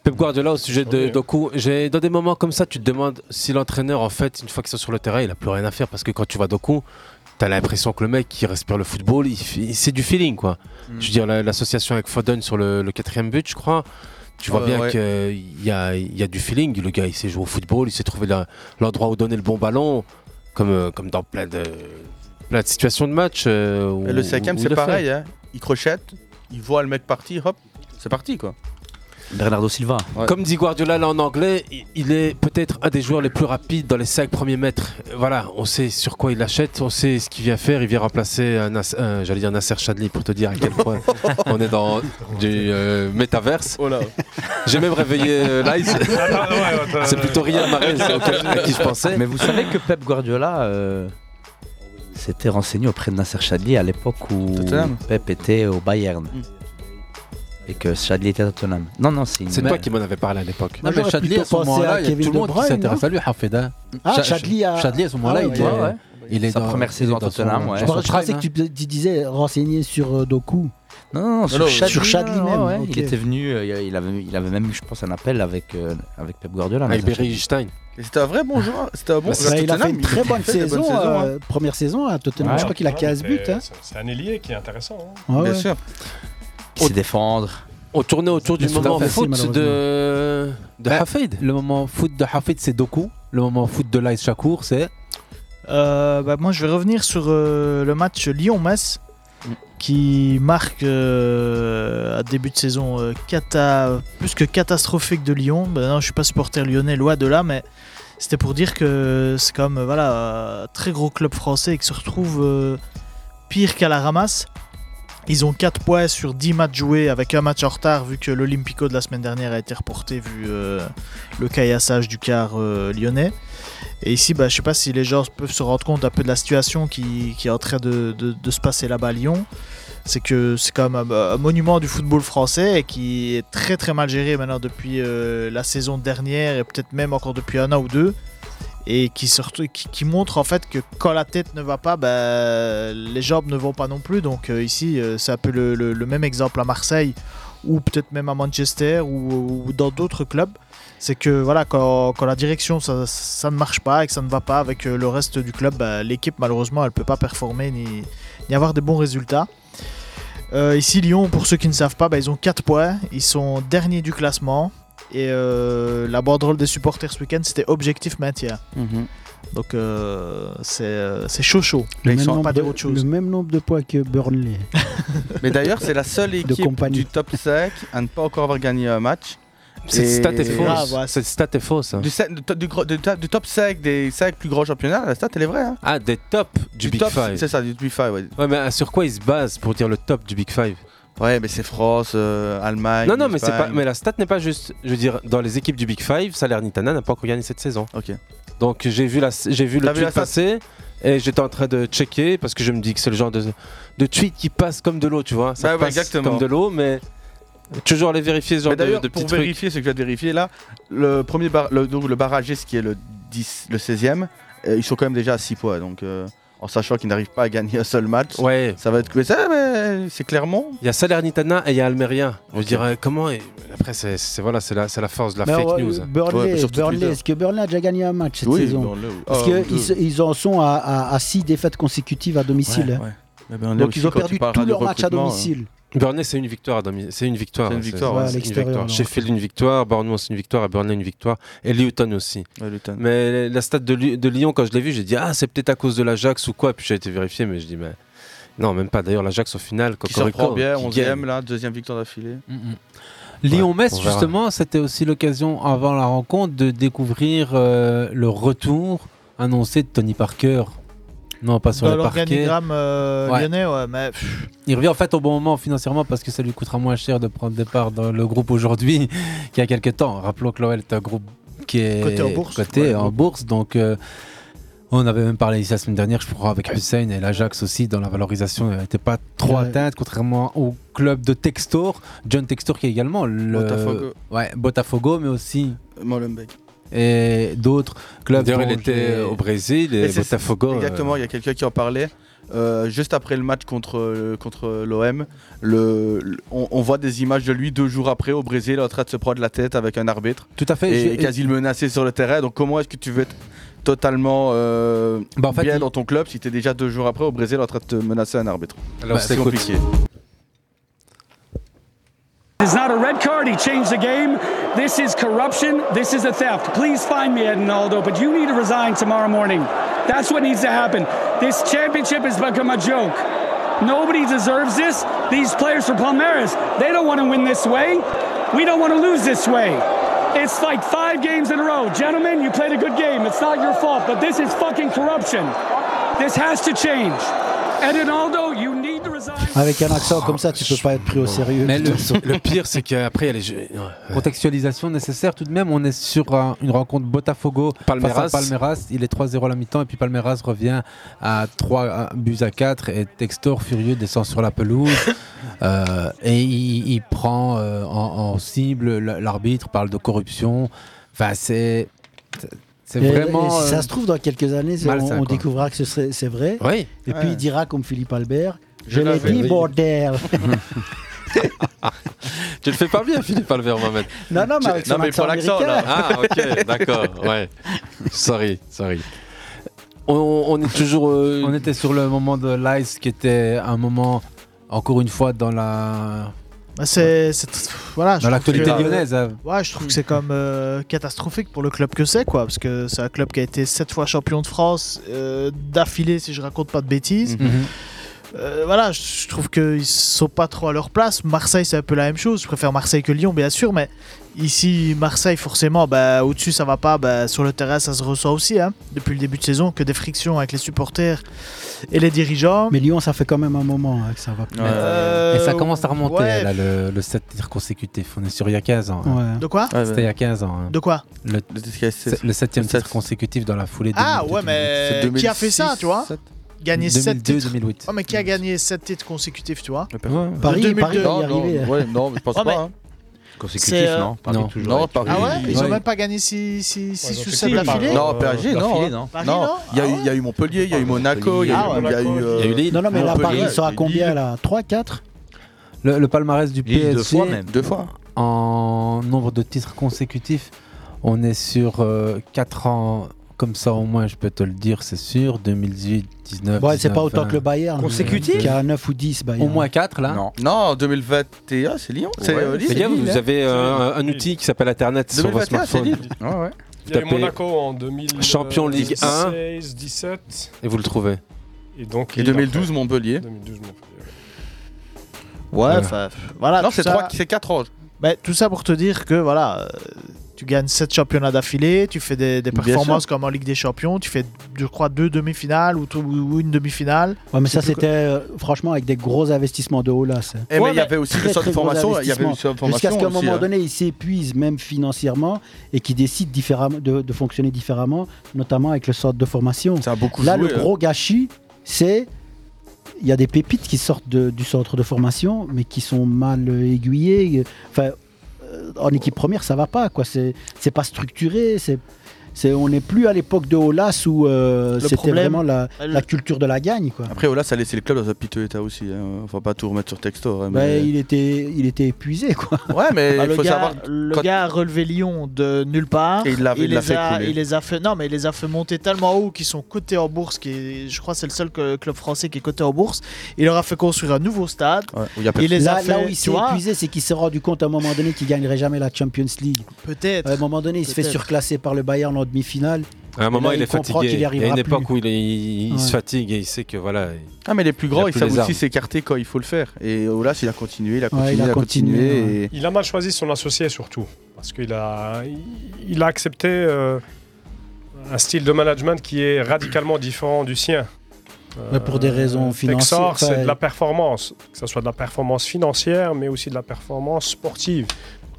[SPEAKER 8] Pep Guardiola, au sujet de Doku, j'ai- dans des moments comme ça, tu te demandes si l'entraîneur, en fait, une fois qu'ils sont sur le terrain, il a plus rien à faire parce que quand tu vois Doku, t'as l'impression que le mec, qui respire le football, il fait- c'est du feeling, quoi.
[SPEAKER 10] Hmm.
[SPEAKER 8] Je veux dire, la- l'association avec Foden sur le, le quatrième but, je crois, tu vois
[SPEAKER 10] Ouais,
[SPEAKER 8] bien
[SPEAKER 10] ouais.
[SPEAKER 8] qu'il y a, il y a du feeling. Le gars, il sait jouer au football, il sait trouver la- l'endroit où donner le bon ballon, comme, euh, comme dans plein de, plein de situations de match. euh, où-
[SPEAKER 10] Et le
[SPEAKER 8] où-
[SPEAKER 10] cinquième,
[SPEAKER 8] où
[SPEAKER 10] c'est
[SPEAKER 8] il le fait.
[SPEAKER 10] pareil. hein. Il crochette, il voit le mec partir, hop, c'est parti, quoi.
[SPEAKER 12] Bernardo Silva.
[SPEAKER 8] Comme dit Guardiola là en anglais, i- il est peut-être un des joueurs les plus rapides dans les 5 premiers mètres. Euh, Voilà, on sait sur quoi il achète, on sait ce qu'il vient faire. Il vient remplacer, un Nas- un- j'allais dire Nasser Chadli pour te dire à quel point on est dans du euh, métaverse. J'ai même réveillé euh, Lies. C'est plutôt Riyad Mahrez auquel- à qui je pensais.
[SPEAKER 12] Mais vous savez que Pep Guardiola euh, s'était renseigné auprès de Nasser Chadli à l'époque où
[SPEAKER 10] Tottenham.
[SPEAKER 12] Pep était au Bayern. et que Chadli était autonome. Non, non, c'est une-
[SPEAKER 9] C'est toi qui m'en avais parlé à l'époque.
[SPEAKER 12] Non, mais Chadli, à ce moment-là, il y a tout le monde qui s'intéresse à
[SPEAKER 9] lui, Hafeda.
[SPEAKER 15] Ah, Chadli à-
[SPEAKER 9] Chadli, à ce moment-là,
[SPEAKER 15] Ah
[SPEAKER 9] il
[SPEAKER 15] ouais,
[SPEAKER 9] est.
[SPEAKER 15] ouais, ouais.
[SPEAKER 9] Il est
[SPEAKER 12] Sa
[SPEAKER 8] euh,
[SPEAKER 9] dans-
[SPEAKER 12] première
[SPEAKER 9] il est
[SPEAKER 12] saison à
[SPEAKER 9] dans son-
[SPEAKER 12] Tottenham, ouais.
[SPEAKER 15] Je
[SPEAKER 9] dans son
[SPEAKER 15] pensais- je pensais
[SPEAKER 9] prime,
[SPEAKER 15] que tu, tu disais renseigner sur euh, Doku.
[SPEAKER 12] Non, non, non, sur, Chadli,
[SPEAKER 15] sur Chadli
[SPEAKER 12] non,
[SPEAKER 15] même.
[SPEAKER 12] ouais,
[SPEAKER 15] ok.
[SPEAKER 12] Il était venu, euh, il, il avait, il avait même eu, je pense, un appel avec, euh, avec Pep Guardiola.
[SPEAKER 9] Avec Berry Stein.
[SPEAKER 10] Et C'était un vrai bon joueur. Ah, C'était un bon
[SPEAKER 12] Bah,
[SPEAKER 10] joueur.
[SPEAKER 12] c'est-
[SPEAKER 15] Il a fait
[SPEAKER 10] Tottenham,
[SPEAKER 15] une très
[SPEAKER 10] il
[SPEAKER 15] bonne
[SPEAKER 10] fait des
[SPEAKER 15] saison,
[SPEAKER 10] bonnes saisons,
[SPEAKER 15] euh,
[SPEAKER 10] hein.
[SPEAKER 15] première saison à Tottenham. Je crois qu'il a 15 buts. hein. Ah
[SPEAKER 11] C'est un ailier qui est intéressant. hein.
[SPEAKER 8] Ah
[SPEAKER 15] Ouais, ouais.
[SPEAKER 12] Qui sait défendre.
[SPEAKER 9] On tournait autour du
[SPEAKER 8] Mais c'est
[SPEAKER 9] moment
[SPEAKER 8] pas facile,
[SPEAKER 9] foot
[SPEAKER 15] Euh,
[SPEAKER 9] de, de
[SPEAKER 8] Ben,
[SPEAKER 9] Hafid.
[SPEAKER 8] Le moment foot de Hafid, c'est Doku. Le moment foot de Laïs Chakour, c'est.
[SPEAKER 1] Euh, bah, moi, je vais revenir sur euh, le match Lyon-Metz qui marque euh, un début de saison euh, cata- plus que catastrophique de Lyon. Ben non, je suis pas supporter lyonnais, loin de là, mais c'était pour dire que c'est comme voilà un très gros club français et qui se retrouve euh, pire qu'à la ramasse. Ils ont 4 points sur 10 matchs joués avec un match en retard vu que l'Olympico de la semaine dernière a été reporté vu euh, le caillassage du quart euh, lyonnais. Et ici, bah, je sais pas si les gens peuvent se rendre compte un peu de la situation qui, qui est en train de, de- de se passer là-bas à Lyon. C'est que c'est quand même un, un monument du football français et qui est très très mal géré maintenant depuis euh, la saison dernière et peut-être même encore depuis un an ou deux et qui, surtout, qui, qui montre en fait que quand la tête ne va pas, ben, les jambes ne vont pas non plus. Donc euh, ici, euh, c'est un peu le, le- le même exemple à Marseille ou peut-être même à Manchester ou, ou dans d'autres clubs. C'est que voilà, quand, quand la direction ça, ça ne marche pas et que ça ne va pas avec euh, le reste du club, ben, l'équipe malheureusement elle peut pas performer ni, ni avoir des bons résultats. Euh, ici, Lyon, pour ceux qui ne savent pas, bah, ils ont 4 points. Ils sont derniers du classement. Et euh, la banderole des supporters ce week-end, c'était objectif maintien.
[SPEAKER 10] Mhm.
[SPEAKER 1] Donc euh, c'est euh, c'est chaud chaud.
[SPEAKER 15] Le, même
[SPEAKER 1] Ils sont
[SPEAKER 15] nombre
[SPEAKER 1] pas
[SPEAKER 15] de,
[SPEAKER 1] dire autre chose.
[SPEAKER 15] le même nombre de points que Burnley.
[SPEAKER 10] Mais d'ailleurs, c'est la seule
[SPEAKER 15] De
[SPEAKER 10] équipe
[SPEAKER 15] compagnie.
[SPEAKER 10] du top 5 à ne pas encore avoir gagné un match.
[SPEAKER 9] Cette
[SPEAKER 10] Et-
[SPEAKER 9] stat est fausse. Cette stat est
[SPEAKER 8] hein.
[SPEAKER 9] fausse.
[SPEAKER 10] Du, cin- du, to- du gros- du top- du top 5 des 5 plus grands championnats, la stat elle est vraie. Hein.
[SPEAKER 9] Ah, des tops du, Big
[SPEAKER 10] top,
[SPEAKER 9] Five.
[SPEAKER 10] C'est ça, du Big Five, ouais.
[SPEAKER 9] Ouais, mais euh, sur quoi ils se basent pour dire le top du Big Five
[SPEAKER 10] Ouais, mais c'est France, euh, Allemagne.
[SPEAKER 9] Non, non, mais, c'est
[SPEAKER 10] Espagne.
[SPEAKER 9] pas, mais la stat n'est pas juste. Je veux dire, dans les équipes du Big Five, Salernitana n'a pas encore gagné cette saison.
[SPEAKER 10] Ok.
[SPEAKER 9] Donc j'ai vu, la, j'ai vu
[SPEAKER 10] T'as
[SPEAKER 9] le
[SPEAKER 10] vu
[SPEAKER 9] tweet
[SPEAKER 10] la stat
[SPEAKER 9] passer et j'étais en train de checker parce que je me dis que c'est le genre de, de tweet qui passe comme de l'eau, tu vois. Ça
[SPEAKER 10] Bah ouais,
[SPEAKER 9] passe
[SPEAKER 10] exactement.
[SPEAKER 9] comme de l'eau, mais toujours aller vérifier ce genre
[SPEAKER 10] Mais
[SPEAKER 9] de,
[SPEAKER 10] d'ailleurs,
[SPEAKER 9] de
[SPEAKER 10] pour
[SPEAKER 9] petits trucs.
[SPEAKER 10] vérifier ce que je viens de vérifier là, le premier bar, le, donc le barragiste qui est le 10, le 16e, euh, ils sont quand même déjà à 6 points. Donc euh, en sachant qu'ils n'arrivent pas à gagner un seul match,
[SPEAKER 9] ouais.
[SPEAKER 10] ça va être mais ça, mais c'est clairement.
[SPEAKER 9] Il y a Salernitana et il y a Almeria. On se dirait euh, comment. et- Après, c'est, c'est- voilà, c'est, la, c'est la force de la
[SPEAKER 15] Mais,
[SPEAKER 9] fake
[SPEAKER 15] euh,
[SPEAKER 9] news.
[SPEAKER 15] Burnley, Burnley, est-ce que Burnley a déjà gagné un match cette
[SPEAKER 9] Oui,
[SPEAKER 15] saison
[SPEAKER 9] Burnley, oui.
[SPEAKER 15] Parce
[SPEAKER 9] Ah,
[SPEAKER 15] qu'ils
[SPEAKER 9] deux.
[SPEAKER 15] ils en sont à, à, à six défaites consécutives à domicile.
[SPEAKER 9] Ouais,
[SPEAKER 15] hein.
[SPEAKER 9] ouais.
[SPEAKER 10] Mais
[SPEAKER 9] Burnley
[SPEAKER 15] Donc
[SPEAKER 9] aussi,
[SPEAKER 15] ils ont
[SPEAKER 9] quand
[SPEAKER 15] perdu
[SPEAKER 9] tu parleras
[SPEAKER 15] tous
[SPEAKER 9] de
[SPEAKER 15] leurs matchs à hein.
[SPEAKER 9] recrutement, hein.
[SPEAKER 15] domicile.
[SPEAKER 9] Burnley, c'est une victoire. à domi- C'est une victoire.
[SPEAKER 10] C'est une
[SPEAKER 9] hein,
[SPEAKER 10] victoire,
[SPEAKER 15] ouais, à l'extérieur, alors.
[SPEAKER 9] Sheffield, une victoire. Bournemouth, une victoire. Et Burnley, une victoire. Et Luton aussi. Mais la stade de, Lu- de Lyon, quand je l'ai vu, j'ai dit Ah, c'est peut-être à cause de l'Ajax ou quoi. Et puis j'ai été vérifié, mais je dis Mais non, même pas. D'ailleurs, l'Ajax, au final,
[SPEAKER 10] Qui s'en
[SPEAKER 9] Cocorico,
[SPEAKER 10] prend bien,
[SPEAKER 9] qui
[SPEAKER 10] 11
[SPEAKER 9] gagne.
[SPEAKER 10] e là, deuxième victoire d'affilée.
[SPEAKER 9] Mm,
[SPEAKER 8] Lyon-Metz,
[SPEAKER 10] on verra.
[SPEAKER 8] justement, c'était aussi l'occasion avant la rencontre de découvrir euh, le retour annoncé de Tony Parker. Non, pas sur
[SPEAKER 1] Dans
[SPEAKER 8] le parquet.
[SPEAKER 1] l'organigramme euh,
[SPEAKER 8] Ouais.
[SPEAKER 1] lyonnais, ouais, mais pff,
[SPEAKER 8] Il revient en fait au bon moment financièrement parce que ça lui coûtera moins cher de prendre des parts dans le groupe aujourd'hui qu'il y a quelques temps. Rappelons que l'OL est un groupe qui est
[SPEAKER 1] Coté en bourse.
[SPEAKER 8] coté
[SPEAKER 1] Ouais,
[SPEAKER 8] en
[SPEAKER 1] ouais.
[SPEAKER 8] bourse, donc euh, on avait même parlé ici la semaine dernière, je crois, avec Hussein et l'Ajax aussi dans la valorisation n'était pas trop atteinte, contrairement au club de Textor, John Textor qui est également le
[SPEAKER 10] Botafogo.
[SPEAKER 8] ouais, Botafogo, mais aussi
[SPEAKER 10] Molenbeek.
[SPEAKER 8] et d'autres clubs.
[SPEAKER 9] D'ailleurs, il
[SPEAKER 8] dont
[SPEAKER 9] était
[SPEAKER 8] j'ai-
[SPEAKER 9] au Brésil et
[SPEAKER 10] Et c'est-
[SPEAKER 9] Botafogo. euh,
[SPEAKER 10] Exactement, il y a quelqu'un qui en parlait. Euh, juste après le match contre, euh, contre l'OM, le, le- on, on voit des images de lui deux jours après au Brésil en train de se prendre la tête avec un arbitre.
[SPEAKER 8] Tout à fait,
[SPEAKER 10] Et
[SPEAKER 8] j'ai-
[SPEAKER 10] quasi le menacé sur le terrain. Donc comment est-ce que tu veux être totalement euh,
[SPEAKER 9] Bah,
[SPEAKER 10] bien dans ton club si tu es déjà deux jours après au Brésil en train de te menacer un arbitre Bah,
[SPEAKER 9] Alors,
[SPEAKER 10] c'est
[SPEAKER 9] c'est
[SPEAKER 10] compliqué.
[SPEAKER 22] It's not a red card. He changed the game. This is corruption. This is a theft. Please find me, Edinaldo, but you need to resign tomorrow morning. That's what needs to happen. This championship has become a joke. Nobody deserves this. These players for Palmeiras, they don't want to win this way. We don't want to lose this way. It's like five games in a row. Gentlemen, you played a good game. It's not your fault, but this is fucking corruption. This has to change. Edinaldo, you need to resign.
[SPEAKER 15] Avec un accent comme ça, tu peux pas être pris au sérieux.
[SPEAKER 8] Mais
[SPEAKER 15] de
[SPEAKER 8] le,
[SPEAKER 15] toute façon.
[SPEAKER 8] le pire, c'est qu'après, il y a les jeux- ouais. contextualisation nécessaire tout de même. On est sur euh, une rencontre Botafogo
[SPEAKER 9] Palmeiras.
[SPEAKER 8] face à Palmeiras. Il est 3-0 à la mi-temps et puis Palmeiras revient à 3 buts à 4 et Textor furieux descend sur la pelouse Euh, et il, il prend euh, en, en cible l- l'arbitre, parle de corruption. Enfin, c'est c'est
[SPEAKER 15] Et-
[SPEAKER 8] vraiment.
[SPEAKER 15] et si
[SPEAKER 8] euh,
[SPEAKER 15] ça se trouve, dans quelques années, c'est-
[SPEAKER 8] malsain,
[SPEAKER 15] on, on
[SPEAKER 8] quoi.
[SPEAKER 15] découvrira que ce serait- c'est vrai.
[SPEAKER 8] Oui.
[SPEAKER 15] Et puis
[SPEAKER 8] Ouais.
[SPEAKER 15] il dira, comme Philippe Albert, je,
[SPEAKER 8] Je
[SPEAKER 15] l'ai
[SPEAKER 8] l'avais
[SPEAKER 15] dit,
[SPEAKER 8] dit.
[SPEAKER 15] bordel.
[SPEAKER 9] Tu le fais pas bien, Philippe Albert, Mohamed.
[SPEAKER 15] Non, non, mais avec son accent américain.
[SPEAKER 9] Ah, ok, d'accord, ouais. Sorry, sorry. On, est toujours.
[SPEAKER 1] euh,
[SPEAKER 8] On était sur le moment de Lice qui était un moment, encore une fois, dans la.
[SPEAKER 1] Bah, C'est. c'est- Voilà,
[SPEAKER 8] Dans
[SPEAKER 1] je trouve
[SPEAKER 8] l'actualité
[SPEAKER 1] que- euh,
[SPEAKER 8] lyonnaise, hein.
[SPEAKER 1] Ouais, je trouve que c'est quand même euh, catastrophique pour le club que c'est, quoi. Parce que c'est un club qui a été 7 fois champion de France euh, d'affilée, si je raconte pas de bêtises.
[SPEAKER 8] Mhm.
[SPEAKER 1] Euh, voilà, je je trouve qu'ils sont pas trop à leur place. Marseille, c'est un peu la même chose. Je préfère Marseille que Lyon, bien sûr, mais ici, Marseille, forcément, bah, au-dessus, ça va pas. Bah, sur le terrain, ça se ressent aussi, hein, depuis le début de saison, que des frictions avec les supporters et les dirigeants. Euh,
[SPEAKER 15] Mais Lyon, ça fait quand même un moment hein, que ça va plus.
[SPEAKER 8] euh, Et ça commence à remonter,
[SPEAKER 1] ouais.
[SPEAKER 8] là, le, le 7 titres consécutifs. On est sur il y a 15 ans.
[SPEAKER 15] hein.
[SPEAKER 1] De quoi
[SPEAKER 8] C'était il y a 15 ans. hein.
[SPEAKER 1] De quoi
[SPEAKER 8] Le, c'est le 7 titre consécutif dans la foulée de.
[SPEAKER 1] Ah ouais, mais qui a fait ça, tu vois Gagner 7 titres.
[SPEAKER 8] 2008.
[SPEAKER 1] Oh, mais qui a gagné 7 titres consécutifs, tu vois
[SPEAKER 10] personne.
[SPEAKER 1] Paris,
[SPEAKER 10] De
[SPEAKER 1] Paris,
[SPEAKER 10] 2002.
[SPEAKER 1] y
[SPEAKER 10] non,
[SPEAKER 1] arriver.
[SPEAKER 10] non, ouais, non, mais je pense
[SPEAKER 1] Oh, mais-
[SPEAKER 10] pas. hein.
[SPEAKER 1] Consécutif, C'est, euh, non, Paris
[SPEAKER 10] non,
[SPEAKER 1] toujours
[SPEAKER 10] non,
[SPEAKER 1] avec-
[SPEAKER 10] Paris.
[SPEAKER 1] Ah ouais Ils ont
[SPEAKER 10] Ouais.
[SPEAKER 1] même pas gagné 6 si, si,
[SPEAKER 10] Ils ont
[SPEAKER 1] sous
[SPEAKER 10] fait
[SPEAKER 1] sept
[SPEAKER 10] si,
[SPEAKER 1] Euh, d'affilée
[SPEAKER 10] Non, PSG, non. hein.
[SPEAKER 1] Paris,
[SPEAKER 10] Non,
[SPEAKER 1] non
[SPEAKER 10] Il y, a eu- il y a eu Montpellier, il y a eu Monaco, il y a
[SPEAKER 15] Ah
[SPEAKER 10] eu-
[SPEAKER 15] ouais.
[SPEAKER 10] il y a eu. euh,
[SPEAKER 15] Non, non, mais là,
[SPEAKER 10] Montpellier,
[SPEAKER 15] Paris, ils sont à
[SPEAKER 10] il y a eu
[SPEAKER 15] combien là 3, 4
[SPEAKER 8] Le, le palmarès du
[SPEAKER 15] Lille,
[SPEAKER 8] PSG.
[SPEAKER 15] deux fois même.
[SPEAKER 10] Deux fois.
[SPEAKER 8] En nombre de titres consécutifs, on est sur
[SPEAKER 9] euh,
[SPEAKER 8] 4 ans. Comme ça, au moins, je peux te le dire, c'est sûr. 2018, 19.
[SPEAKER 15] Ouais, c'est pas autant que le Bayern. euh,
[SPEAKER 8] Consécutif
[SPEAKER 15] Qui a 9 ou 10 Bayern.
[SPEAKER 8] Au moins 4 là.
[SPEAKER 10] Non, non 2021, c'est Lyon. C'est
[SPEAKER 9] Ouais,
[SPEAKER 10] euh, Lille.
[SPEAKER 9] les gars,
[SPEAKER 10] Lille,
[SPEAKER 9] vous
[SPEAKER 10] hein.
[SPEAKER 9] avez euh, un, un outil qui s'appelle Internet sur votre
[SPEAKER 10] 2021, c'est
[SPEAKER 9] smartphone.
[SPEAKER 10] Lille. Ouais, ouais.
[SPEAKER 11] Il y a eu
[SPEAKER 9] Tapez
[SPEAKER 11] Monaco en euh, 2000.
[SPEAKER 9] Champion Ligue 1.
[SPEAKER 11] 16, 17.
[SPEAKER 9] Et vous le trouvez.
[SPEAKER 11] Et donc.
[SPEAKER 10] Et
[SPEAKER 11] Lille
[SPEAKER 10] 2012,
[SPEAKER 11] après.
[SPEAKER 10] Montpellier.
[SPEAKER 11] 2012 Montpellier.
[SPEAKER 1] Ouais,
[SPEAKER 10] Ouais.
[SPEAKER 1] enfin, voilà.
[SPEAKER 10] Non,
[SPEAKER 1] tout
[SPEAKER 10] c'est
[SPEAKER 1] ça-
[SPEAKER 10] trois- c'est quatre ans.
[SPEAKER 1] Bah, tout ça pour te dire que voilà, euh, tu gagnes 7 championnats d'affilée, tu fais des, des
[SPEAKER 15] Bien
[SPEAKER 1] performances
[SPEAKER 15] sûr.
[SPEAKER 1] comme en Ligue des Champions, tu fais, je crois, deux demi-finales ou, tout- ou une demi-finale.
[SPEAKER 15] Ouais, mais
[SPEAKER 1] Je sais
[SPEAKER 15] ça,
[SPEAKER 1] plus
[SPEAKER 15] c'était euh, franchement avec des gros investissements de Olas.
[SPEAKER 10] Eh, mais il y avait aussi le centre de formation, il y avait le centre de formation
[SPEAKER 15] Jusqu'à ce qu'à un
[SPEAKER 10] aussi,
[SPEAKER 15] moment
[SPEAKER 10] hein.
[SPEAKER 15] donné, ils s'épuisent même financièrement et qu'ils décident différemment de, de fonctionner différemment, notamment avec le centre de formation. Là,
[SPEAKER 10] joué,
[SPEAKER 15] le
[SPEAKER 10] hein.
[SPEAKER 15] gros gâchis, c'est. Il y a des pépites qui sortent de- du centre de formation, mais qui sont mal euh, aiguillées. Enfin, euh, en équipe première, ça va pas. quoi. C'est c'est pas structuré. C'est. c'est- on n'est plus à l'époque de Olas où euh,
[SPEAKER 10] Le
[SPEAKER 15] c'était
[SPEAKER 10] problème-
[SPEAKER 15] vraiment la,
[SPEAKER 10] le-
[SPEAKER 15] la culture de la gagne. Quoi.
[SPEAKER 10] Après, Ola, ça a laissé le club dans un piteux état aussi. hein. Faut pas tout remettre sur Textor. hein,
[SPEAKER 15] Bah,
[SPEAKER 10] mais-
[SPEAKER 15] il, était, il était épuisé, quoi.
[SPEAKER 10] Ouais, mais
[SPEAKER 1] Bah,
[SPEAKER 10] il
[SPEAKER 1] le
[SPEAKER 10] faut
[SPEAKER 1] gars,
[SPEAKER 10] savoir.
[SPEAKER 1] le
[SPEAKER 10] quand-
[SPEAKER 1] gars a relevé Lyon de nulle part.
[SPEAKER 10] Et il l'a- il l'a
[SPEAKER 1] les
[SPEAKER 10] fait
[SPEAKER 1] a,
[SPEAKER 10] couler.
[SPEAKER 1] il les a fait. Non, mais il les a fait monter tellement haut qu'ils sont cotés en bourse. Qui est- je crois que c'est le seul que- club français qui est coté en bourse. Il leur a fait construire un nouveau stade.
[SPEAKER 10] il, y a
[SPEAKER 1] les
[SPEAKER 15] là, là
[SPEAKER 1] a fait-
[SPEAKER 15] où il
[SPEAKER 1] tu
[SPEAKER 15] s'est
[SPEAKER 1] vois,
[SPEAKER 15] épuisé, c'est qu'il s'est rendu compte à un moment donné qu'il gagnerait jamais la Champions League.
[SPEAKER 1] Peut-être.
[SPEAKER 15] À un moment donné, il se fait
[SPEAKER 1] Peut-être.
[SPEAKER 15] surclasser par le Bayern en demi-finale.
[SPEAKER 9] À un
[SPEAKER 15] Et
[SPEAKER 9] moment,
[SPEAKER 15] là,
[SPEAKER 9] il, est
[SPEAKER 15] comprend qu'il
[SPEAKER 9] fatigué.
[SPEAKER 15] y
[SPEAKER 9] Il y a une
[SPEAKER 15] arrivera
[SPEAKER 9] époque
[SPEAKER 15] plus.
[SPEAKER 9] où il, est- il- il
[SPEAKER 15] Ouais.
[SPEAKER 9] se fatigue et il sait que voilà. il-
[SPEAKER 10] Ah, mais les plus
[SPEAKER 9] il a
[SPEAKER 10] grands, ils
[SPEAKER 9] plus
[SPEAKER 10] savent
[SPEAKER 9] les
[SPEAKER 10] aussi
[SPEAKER 9] armes.
[SPEAKER 10] s'écarter quand il faut le faire. Et Ola, il a continué, il a
[SPEAKER 11] Ouais,
[SPEAKER 10] continué, il a continué. et-
[SPEAKER 11] Il a mal choisi son associé surtout, parce qu'il a, il a accepté euh, un style de management qui est radicalement différent du sien.
[SPEAKER 15] Ouais, pour des raisons financières,
[SPEAKER 11] Texor, c'est
[SPEAKER 15] enfin-
[SPEAKER 11] de la performance, que ce soit de la performance financière, mais aussi de la performance sportive.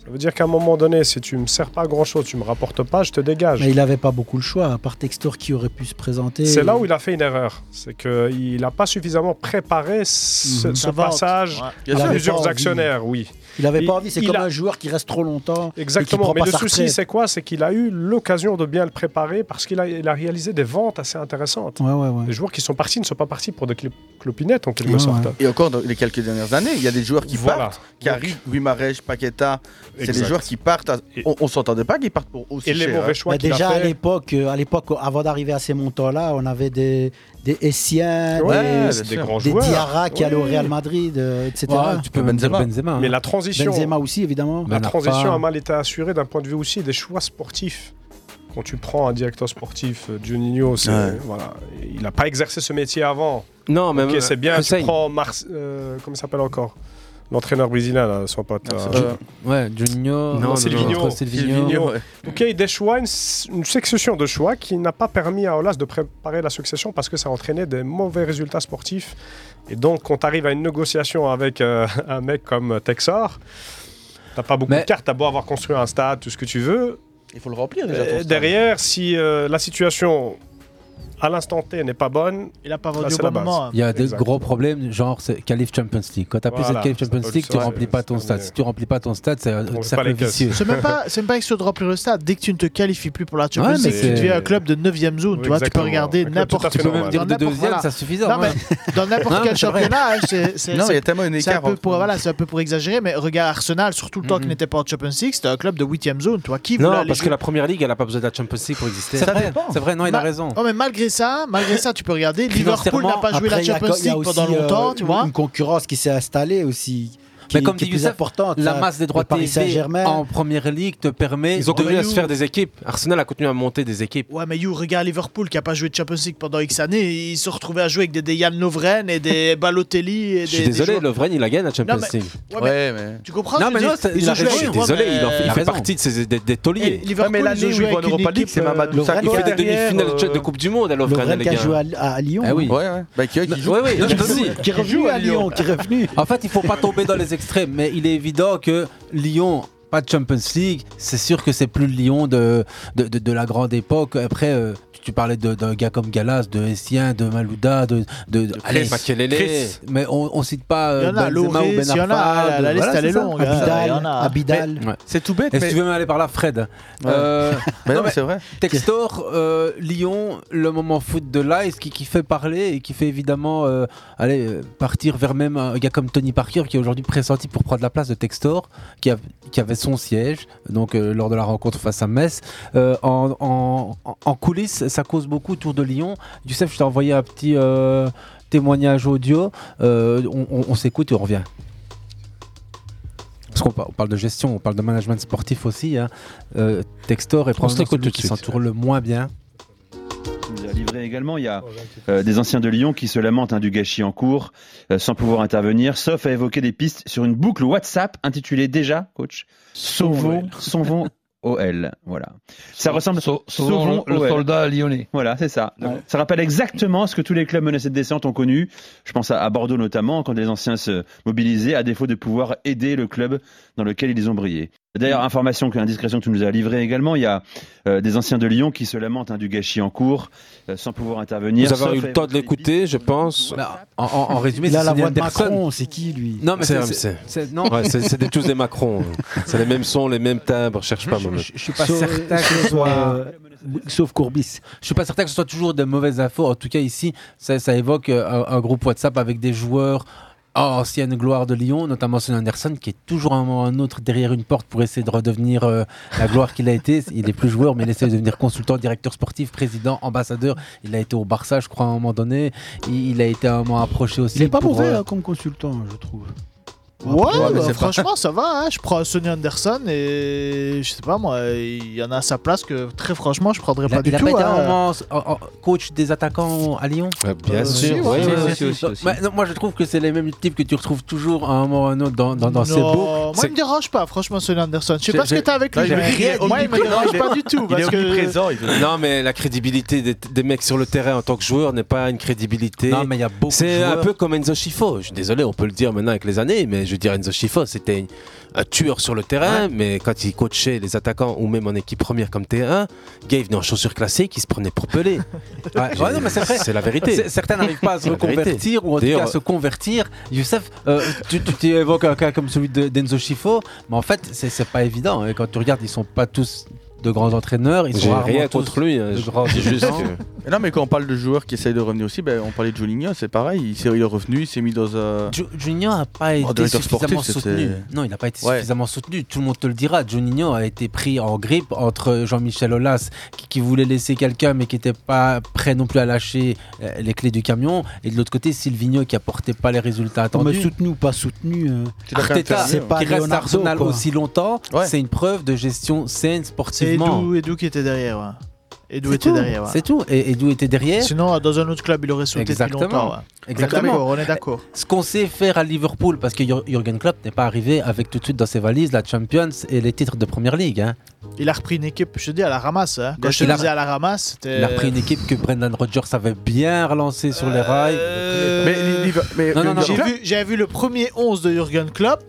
[SPEAKER 11] Ça veut dire qu'à un moment donné, si tu me sers pas grand-chose, tu me rapportes pas, je te dégage.
[SPEAKER 15] Mais il n'avait pas beaucoup le choix, à part Textor qui aurait pu se présenter.
[SPEAKER 11] C'est là où il a fait une erreur. C'est qu'il n'a pas suffisamment préparé
[SPEAKER 15] Mhm.
[SPEAKER 11] ce, ce
[SPEAKER 15] Sa vente.
[SPEAKER 11] passage
[SPEAKER 15] Ouais.
[SPEAKER 11] à
[SPEAKER 15] Il avait pas
[SPEAKER 11] plusieurs
[SPEAKER 15] envie.
[SPEAKER 11] actionnaires, oui.
[SPEAKER 15] Il n'avait pas
[SPEAKER 11] Il-
[SPEAKER 15] envie, c'est
[SPEAKER 11] il
[SPEAKER 15] comme
[SPEAKER 11] a-
[SPEAKER 15] un joueur qui reste trop longtemps. Et qui
[SPEAKER 11] Exactement.
[SPEAKER 15] prend
[SPEAKER 11] Mais
[SPEAKER 15] pas
[SPEAKER 11] le
[SPEAKER 15] sa
[SPEAKER 11] souci,
[SPEAKER 15] retraite.
[SPEAKER 11] c'est quoi C'est qu'il a eu l'occasion de bien le préparer parce qu'il a, il a réalisé des ventes assez intéressantes.
[SPEAKER 15] Ouais, ouais, ouais.
[SPEAKER 11] Les joueurs qui sont partis ne sont pas partis pour des clé- clopinettes, en quelque
[SPEAKER 15] Ouais,
[SPEAKER 11] sorte.
[SPEAKER 10] Et encore dans les quelques dernières années, il y a des joueurs qui
[SPEAKER 11] Voilà.
[SPEAKER 10] partent, qui arrivent, Guimarães, Paqueta, c'est des
[SPEAKER 11] Exact.
[SPEAKER 10] joueurs qui partent. à- On, on s'entendait pas qu'ils partent pour aussi
[SPEAKER 11] Et les
[SPEAKER 10] cher,
[SPEAKER 11] mauvais
[SPEAKER 10] hein.
[SPEAKER 11] choix
[SPEAKER 15] Bah, déjà à l'époque, euh, à l'époque, avant d'arriver à ces montants-là, on avait des, des Essiens,
[SPEAKER 11] Ouais,
[SPEAKER 15] des,
[SPEAKER 11] c'est des grands joueurs.
[SPEAKER 15] Diarra qui allaient au
[SPEAKER 11] Oui.
[SPEAKER 15] Real Madrid, euh, etc.
[SPEAKER 11] Ouais, tu peux même dire Benzema. Benzema, hein. Mais la transition-
[SPEAKER 15] Benzema aussi, évidemment.
[SPEAKER 11] La transition a mal été assurée d'un point de vue aussi des choix sportifs. Quand tu prends un directeur sportif, euh, Juninho, c'est-
[SPEAKER 9] Ouais.
[SPEAKER 11] voilà, il n'a pas exercé ce métier avant.
[SPEAKER 9] Non, mais
[SPEAKER 11] Ok, c'est bien, tu
[SPEAKER 9] Hussein.
[SPEAKER 11] prends Mars, euh, comment il s'appelle encore L'entraîneur brésilien, là, son pote.
[SPEAKER 8] c'est
[SPEAKER 11] euh,
[SPEAKER 8] Ju- ouais, Juninho.
[SPEAKER 11] Non, Silvinho.
[SPEAKER 8] Silvino.
[SPEAKER 11] Donc il y a eu des choix, une, s- une succession de choix qui n'a pas permis à Olas de préparer la succession parce que ça entraînait des mauvais résultats sportifs. Et donc, quand tu arrives à une négociation avec euh, un mec comme Texar, t'as pas beaucoup de cartes, t'as beau avoir construit un stade, tout ce que tu veux.
[SPEAKER 10] Il faut le remplir
[SPEAKER 11] Euh, derrière, si euh, la situation à l'instant T n'est pas bonne,
[SPEAKER 1] il a pas
[SPEAKER 11] vendu au
[SPEAKER 1] hein.
[SPEAKER 11] moment.
[SPEAKER 8] Il y a des gros problèmes, genre c'est Calif Champions League. Quand tu as plus
[SPEAKER 11] Voilà,
[SPEAKER 8] cette Calif
[SPEAKER 11] ça
[SPEAKER 8] Champions
[SPEAKER 11] peut le
[SPEAKER 8] League, tu
[SPEAKER 11] faire,
[SPEAKER 8] remplis
[SPEAKER 11] c'est-
[SPEAKER 8] pas ton stade. Si tu remplis pas ton stade, c'est un
[SPEAKER 11] pas
[SPEAKER 8] cercle
[SPEAKER 11] les caisses.
[SPEAKER 8] vicieux.
[SPEAKER 1] C'est même pas, c'est même pas que se dropper le stade. Dès que tu ne te qualifies plus pour la Champions
[SPEAKER 8] Ouais, mais
[SPEAKER 1] League, tu
[SPEAKER 8] c'est-
[SPEAKER 1] deviens un club de 9ème zone.
[SPEAKER 8] Oui,
[SPEAKER 1] tu vois, tu
[SPEAKER 8] exactement.
[SPEAKER 1] peux
[SPEAKER 8] Un
[SPEAKER 1] regarder
[SPEAKER 8] club
[SPEAKER 1] n'importe
[SPEAKER 8] tout à fait Tu peux même
[SPEAKER 1] dans
[SPEAKER 8] dire de
[SPEAKER 1] n'importe-
[SPEAKER 8] deuxième, ça suffisant,
[SPEAKER 1] Non, mais
[SPEAKER 8] ouais.
[SPEAKER 1] dans n'importe
[SPEAKER 8] Non, mais
[SPEAKER 1] quel
[SPEAKER 8] c'est vrai.
[SPEAKER 1] championnat, hein, c'est c'est-
[SPEAKER 10] Non, mais il y a
[SPEAKER 1] c'est-
[SPEAKER 10] tellement une
[SPEAKER 1] c'est un
[SPEAKER 10] écart
[SPEAKER 1] peu
[SPEAKER 10] entre-
[SPEAKER 1] pour voilà, c'est un peu pour exagérer, mais regarde Arsenal, surtout le temps qu'il n'était pas en Champions League, c'était un club de 8ème zone. Tu vois, qui voulait
[SPEAKER 9] Non,
[SPEAKER 1] aller
[SPEAKER 9] parce que
[SPEAKER 1] jouer-
[SPEAKER 9] la première ligue, elle n'a pas besoin de la Champions League pour exister.
[SPEAKER 1] Ça dépend.
[SPEAKER 9] C'est vrai, non, il a
[SPEAKER 1] Ma-
[SPEAKER 9] raison.
[SPEAKER 1] Oh, mais malgré ça, malgré ça, tu peux regarder. Liverpool n'a pas joué la
[SPEAKER 15] Après, il y a-
[SPEAKER 1] Champions
[SPEAKER 15] il y a
[SPEAKER 1] League
[SPEAKER 15] aussi,
[SPEAKER 1] pendant
[SPEAKER 15] euh,
[SPEAKER 1] longtemps, tu
[SPEAKER 15] une-
[SPEAKER 1] vois.
[SPEAKER 15] Une concurrence qui s'est installée aussi. Qui,
[SPEAKER 8] Mais comme
[SPEAKER 15] qui
[SPEAKER 8] dit
[SPEAKER 15] est plus
[SPEAKER 8] Youssef,
[SPEAKER 15] importante,
[SPEAKER 8] la
[SPEAKER 15] hein.
[SPEAKER 8] masse des
[SPEAKER 15] Le
[SPEAKER 8] droits
[SPEAKER 15] Paris
[SPEAKER 8] TV
[SPEAKER 15] Saint-Germain.
[SPEAKER 8] en première ligue te permet
[SPEAKER 9] Ils ont
[SPEAKER 8] de
[SPEAKER 9] continué à se faire des équipes. Arsenal a continué à monter des équipes.
[SPEAKER 1] Ouais, mais you, regarde Liverpool qui a pas joué de Champions League pendant X années. Ils se retrouvaient à jouer avec des Dejan Lovren et des Balotelli. Et des,
[SPEAKER 9] Je suis
[SPEAKER 1] des
[SPEAKER 9] désolé,
[SPEAKER 1] joueurs-
[SPEAKER 9] Lovren, il a gagné la Champions
[SPEAKER 1] Non, mais-
[SPEAKER 9] League.
[SPEAKER 1] ouais, mais- Ouais, mais- Tu comprends
[SPEAKER 9] Non,
[SPEAKER 1] je
[SPEAKER 9] mais
[SPEAKER 1] veux
[SPEAKER 9] non,
[SPEAKER 1] dire,
[SPEAKER 9] c'est-
[SPEAKER 1] ils
[SPEAKER 9] il a
[SPEAKER 1] ont joué
[SPEAKER 9] raison. Je suis
[SPEAKER 1] avec- ouais,
[SPEAKER 9] désolé,
[SPEAKER 1] mais-
[SPEAKER 9] il en fait-
[SPEAKER 1] il
[SPEAKER 9] il
[SPEAKER 1] a
[SPEAKER 9] fait
[SPEAKER 1] raison.
[SPEAKER 9] partie de ces- des des tauliers.
[SPEAKER 1] Et Liverpool, Ouais, mais l'année ils ont où joué ils vont avec en une Europa League, équipe, c'est euh, Mamadou
[SPEAKER 9] Il fait des
[SPEAKER 15] Lovren
[SPEAKER 9] demi-finales
[SPEAKER 15] derrière,
[SPEAKER 9] de de
[SPEAKER 15] euh,
[SPEAKER 9] Coupe du Monde à Lovren,
[SPEAKER 15] Lovren
[SPEAKER 9] les
[SPEAKER 15] qui a
[SPEAKER 9] gars.
[SPEAKER 15] joué à, à
[SPEAKER 8] Eh
[SPEAKER 15] Lyon.
[SPEAKER 9] Ah oui.
[SPEAKER 10] Ouais, ouais. Bah, qui, qui joue.
[SPEAKER 9] Ouais, ouais,
[SPEAKER 15] Qui
[SPEAKER 9] je te
[SPEAKER 15] joue-
[SPEAKER 9] dis.
[SPEAKER 15] qui est revenu à Lyon, qui est revenu.
[SPEAKER 8] En fait, il faut pas tomber dans les extrêmes, mais il est évident que Lyon, pas de Champions League, c'est sûr que c'est plus le Lyon de, de, de- de la grande époque. Après, euh, tu- tu parlais de- d'un gars comme Galas, de Essien, de Malouda, de, de, de
[SPEAKER 9] Chris Makelele. Chris.
[SPEAKER 8] Mais on, on cite pas euh,
[SPEAKER 1] Il y en a,
[SPEAKER 8] Benzema
[SPEAKER 1] Lloris,
[SPEAKER 8] ou Ben
[SPEAKER 1] il y en a,
[SPEAKER 8] Arfa,
[SPEAKER 1] la-
[SPEAKER 8] de-
[SPEAKER 1] la liste, elle
[SPEAKER 8] c'est
[SPEAKER 1] est
[SPEAKER 8] ça.
[SPEAKER 1] longue, hein, Abidal, il y en a. Abidal.
[SPEAKER 8] Mais-
[SPEAKER 10] C'est tout bête,
[SPEAKER 8] Et si
[SPEAKER 10] mais-
[SPEAKER 8] tu veux même aller par là, Fred. Euh,
[SPEAKER 10] Ouais. Mais non, mais c'est vrai.
[SPEAKER 8] Textor, euh, Lyon, le moment foot de l'Ice qui, qui fait parler et qui fait évidemment euh, aller euh, partir vers même un gars comme Tony Parker qui est aujourd'hui pressenti pour prendre la place de Textor, qui, a- qui avait son siège donc euh, lors de la rencontre face à Metz. Euh, en, en- en- en coulisses, ça cause beaucoup autour de Lyon. Youssef, je t'ai envoyé un petit euh, témoignage audio. Euh, on on- on s'écoute et on revient. Parce qu'on par- on parle de gestion, on parle de management sportif aussi. hein. Euh, Textor est probablement
[SPEAKER 23] l'écoute
[SPEAKER 8] celui
[SPEAKER 23] tout de
[SPEAKER 8] qui
[SPEAKER 23] suite.
[SPEAKER 8] s'entoure le moins bien.
[SPEAKER 23] nous a livré également. Il y a euh, des anciens de Lyon qui se lamentent hein, du gâchis en cours euh, sans pouvoir intervenir, sauf à évoquer des pistes sur une boucle WhatsApp intitulée déjà, coach, Sauvons, Sauvons OL. Voilà. Ça ressemble
[SPEAKER 24] Sau- sauvons le- le soldat lyonnais.
[SPEAKER 23] Voilà, c'est ça. Ça rappelle exactement ce que tous les clubs menacés de descente ont connu. Je pense à, à Bordeaux notamment, quand les anciens se mobilisaient à défaut de pouvoir aider le club dans lequel ils ont brillé. D'ailleurs, information que indiscrétion que tu nous as livrée également, il y a euh, des anciens de Lyon qui se lamentent hein, du gâchis en cours, euh, sans pouvoir intervenir.
[SPEAKER 9] Vous avez
[SPEAKER 23] sauf
[SPEAKER 9] eu
[SPEAKER 23] à
[SPEAKER 9] le temps de l'écouter, je pense.
[SPEAKER 8] Bah, En, en- en résumé,
[SPEAKER 23] Il a
[SPEAKER 8] c'est
[SPEAKER 23] la
[SPEAKER 8] Sidney
[SPEAKER 23] voix de
[SPEAKER 8] Anderson.
[SPEAKER 23] Macron,
[SPEAKER 15] c'est qui lui
[SPEAKER 8] Non, mais c'est
[SPEAKER 9] RMC.
[SPEAKER 8] c'est- c'est- non.
[SPEAKER 9] Ouais, c'est- c'est des- tous des Macron. hein. C'est les mêmes sons, les mêmes timbres. Cherche pas, moi.
[SPEAKER 8] Je suis pas
[SPEAKER 15] Sauf-
[SPEAKER 8] certain que
[SPEAKER 15] sauf,
[SPEAKER 8] ce soit.
[SPEAKER 15] euh, sauf Courbis.
[SPEAKER 8] Je suis pas certain que ce soit toujours des mauvaises infos. En tout cas, ici, ça, ça évoque euh, un, un groupe WhatsApp avec des joueurs à ancienne gloire de Lyon, notamment Sonny Anderson, qui est toujours à un moment ou à un autre derrière une porte pour essayer de redevenir euh, la gloire qu'il a été. Il est plus joueur, mais il essaie de devenir consultant, directeur sportif, président, ambassadeur. Il a été au Barça, je crois, à un moment donné. Il, il a été à un moment approché aussi.
[SPEAKER 15] Il n'est pas
[SPEAKER 8] pour,
[SPEAKER 15] mauvais
[SPEAKER 8] euh,
[SPEAKER 15] hein, comme consultant, je trouve.
[SPEAKER 1] Ouais,
[SPEAKER 15] Ouais, mais
[SPEAKER 1] bah,
[SPEAKER 15] c'est pas-
[SPEAKER 1] franchement, ça va. hein. Je prends Sonny Anderson et je sais pas moi, il y en a à sa place que très franchement, je prendrais
[SPEAKER 8] Il a,
[SPEAKER 1] pas du
[SPEAKER 8] il a
[SPEAKER 1] tout.
[SPEAKER 8] pas été un
[SPEAKER 1] hein.
[SPEAKER 8] moment en- en- coach des attaquants à Lyon
[SPEAKER 9] bien Euh, sûr, si, ouais, ouais, ouais, si, aussi,
[SPEAKER 8] Non,
[SPEAKER 9] aussi.
[SPEAKER 8] mais Bah, non, Moi, je trouve que c'est les mêmes types que tu retrouves toujours à un moment ou à un autre dans, dans, dans ces
[SPEAKER 1] Non,
[SPEAKER 8] boucles.
[SPEAKER 1] Moi, il me dérange pas, franchement, Sonny Anderson. Je sais pas ce que t'as avec lui. mais Moi, il me dérange pas du tout. Parce que.
[SPEAKER 9] Non, mais la crédibilité des, des mecs sur le terrain en tant que joueur n'est pas une crédibilité.
[SPEAKER 8] Non, mais il y a beaucoup
[SPEAKER 9] C'est
[SPEAKER 8] de
[SPEAKER 9] un
[SPEAKER 8] joueurs.
[SPEAKER 9] peu comme Enzo Schifo. Je suis désolé, on peut le dire maintenant avec les années, mais je veux dire, Enzo Schifo, c'était une- un tueur sur le terrain, mais quand il coachait les attaquants ou même en équipe première comme T1, Gave venait en chaussures classiques, il se prenait pour pelé.
[SPEAKER 8] Ouais, ouais, non, mais c'est vrai.
[SPEAKER 9] C'est la vérité.
[SPEAKER 8] C'est- Certains n'arrivent pas à se
[SPEAKER 9] C'est la vérité.
[SPEAKER 8] reconvertir ou en tout cas à
[SPEAKER 9] D'ailleurs,
[SPEAKER 8] se convertir. Youssef, euh, tu, tu- tu évoques un cas comme celui de- d'Enzo Schifo, mais en fait, c'est c'est pas évident. hein. Et quand tu regardes, ils sont pas tous de grands entraîneurs. Ils
[SPEAKER 9] J'ai
[SPEAKER 8] sont rarement
[SPEAKER 9] rien
[SPEAKER 8] tous
[SPEAKER 9] contre lui, hein,
[SPEAKER 8] de
[SPEAKER 9] je-
[SPEAKER 8] grands
[SPEAKER 9] c'est juste
[SPEAKER 8] dirigeants.
[SPEAKER 9] que-
[SPEAKER 10] Mais Non, mais quand on parle de joueurs qui essayent de revenir aussi, ben, on parlait de Juninho, c'est pareil. Il s'est- il est revenu, il s'est mis dans un.
[SPEAKER 8] Ju- Juninho n'a pas
[SPEAKER 9] Oh,
[SPEAKER 8] été
[SPEAKER 10] En directeur
[SPEAKER 8] suffisamment
[SPEAKER 10] sportif, c'était-
[SPEAKER 8] soutenu. Non, il n'a pas été
[SPEAKER 10] Ouais.
[SPEAKER 8] suffisamment soutenu. Tout le monde te le dira. Juninho a été pris en grippe entre Jean-Michel Aulas, qui, qui voulait laisser quelqu'un, mais qui n'était pas prêt non plus à lâcher euh, les clés du camion. Et de l'autre côté, Silvino, qui apportait pas les résultats
[SPEAKER 15] Mais
[SPEAKER 8] attendus.
[SPEAKER 15] soutenu ou pas soutenu, euh,
[SPEAKER 8] Arteta,
[SPEAKER 15] c'est pas
[SPEAKER 8] qui reste à
[SPEAKER 15] Leonardo,
[SPEAKER 8] Arsenal
[SPEAKER 15] quoi.
[SPEAKER 8] aussi longtemps,
[SPEAKER 15] Ouais.
[SPEAKER 8] c'est une preuve de gestion saine
[SPEAKER 1] C'est
[SPEAKER 8] sportivement.
[SPEAKER 1] Edu, Edu qui était derrière. ouais. Edou était
[SPEAKER 8] tout.
[SPEAKER 1] derrière. voilà.
[SPEAKER 8] C'est tout. Et Edou était derrière.
[SPEAKER 1] Sinon, euh, dans un autre club, il aurait sauté depuis
[SPEAKER 8] Exactement.
[SPEAKER 1] longtemps. ouais.
[SPEAKER 8] Exactement.
[SPEAKER 1] D'accord, On est d'accord.
[SPEAKER 8] Ce qu'on sait faire à Liverpool, parce que Jur- Jurgen Klopp n'est pas arrivé avec tout de suite dans ses valises la Champions et les titres de Première Ligue. hein.
[SPEAKER 1] Il a repris une équipe, je te dis, à la ramasse. hein. Quand
[SPEAKER 8] Il
[SPEAKER 1] je te
[SPEAKER 8] a-
[SPEAKER 1] disais à la ramasse, c'était.
[SPEAKER 8] Il a repris une équipe que Brendan Rodgers avait bien relancée sur les rails.
[SPEAKER 1] Mais Liver-
[SPEAKER 8] mais non, non, non,
[SPEAKER 1] Euh, J'ai
[SPEAKER 8] non.
[SPEAKER 1] vu, j'avais vu le premier 11 de Jurgen Klopp.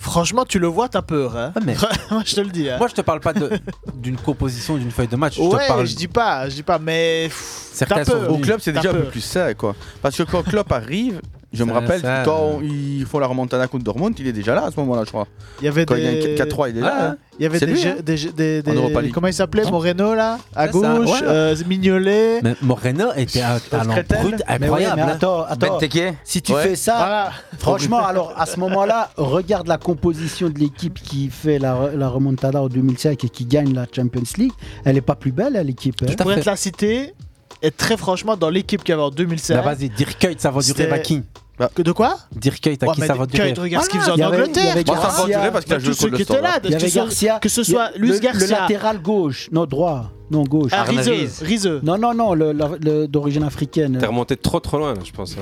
[SPEAKER 1] Franchement, tu le vois, t'as peur. hein. Moi, je te le dis. hein.
[SPEAKER 8] Moi, je te parle pas de- d'une composition, d'une feuille de match. je
[SPEAKER 1] ouais,
[SPEAKER 8] te parle.
[SPEAKER 1] je dis pas, je dis pas, mais. pff, t'as peur.
[SPEAKER 10] au club, c'est déjà un peu plus ça, quoi. Parce que quand Klopp arrive, je me
[SPEAKER 1] Ça,
[SPEAKER 10] rappelle
[SPEAKER 1] ça, euh.
[SPEAKER 10] quand ils font la remontada contre Dortmund, il est déjà là à ce moment-là, je crois.
[SPEAKER 1] Il y avait
[SPEAKER 10] quand il
[SPEAKER 1] des-
[SPEAKER 10] gagne 4-3, il est là.
[SPEAKER 1] Ah,
[SPEAKER 10] hein.
[SPEAKER 1] Il y avait
[SPEAKER 10] C'est
[SPEAKER 1] des,
[SPEAKER 10] lui,
[SPEAKER 1] jeux-
[SPEAKER 10] hein.
[SPEAKER 1] des, jeux- des-
[SPEAKER 10] En
[SPEAKER 1] des-
[SPEAKER 10] Europa League.
[SPEAKER 1] Comment il s'appelait Moreno là À
[SPEAKER 8] C'est ça,
[SPEAKER 1] gauche,
[SPEAKER 8] ouais.
[SPEAKER 1] euh, Mignolet.
[SPEAKER 8] Mais Moreno était un talent brut incroyable. hein.
[SPEAKER 15] attends, attends. Si tu fais ça, franchement, alors à ce moment-là, regarde la composition de l'équipe qui fait la, re- la remontada en 2005 et qui gagne la Champions League. Elle est pas plus belle, hein, l'équipe.
[SPEAKER 1] Je pourrais te la citer. Et très franchement, dans l'équipe qu'il y avait en 2016.
[SPEAKER 8] Bah, vas-y, Dirkuyt, ça va durer
[SPEAKER 1] C'était-
[SPEAKER 8] à qui
[SPEAKER 1] Bah, Que de quoi
[SPEAKER 8] Dirkuyt, à
[SPEAKER 1] Ouais,
[SPEAKER 8] qui
[SPEAKER 1] mais
[SPEAKER 8] ça va
[SPEAKER 1] Dirk Kuyt,
[SPEAKER 8] durer
[SPEAKER 1] regarde ce qu'il faisait en
[SPEAKER 8] Voilà.
[SPEAKER 1] Angleterre. Bah,
[SPEAKER 15] Moi, ça va durer parce qu'il a
[SPEAKER 1] Tous
[SPEAKER 15] joué
[SPEAKER 1] ceux
[SPEAKER 15] contre le
[SPEAKER 1] qui étaient là,
[SPEAKER 15] Standard. Il y
[SPEAKER 1] que
[SPEAKER 15] avait
[SPEAKER 1] ce soit-
[SPEAKER 15] Garcia.
[SPEAKER 1] que ce soit
[SPEAKER 15] Le-
[SPEAKER 1] Luis
[SPEAKER 15] Le
[SPEAKER 1] Garcia.
[SPEAKER 15] latéral gauche, non droit, non gauche.
[SPEAKER 1] Ah, Arnaud Rizeux, Riz.
[SPEAKER 15] Non, non, non, le- la- le- d'origine africaine.
[SPEAKER 9] T'es remonté trop trop loin, là, je pense.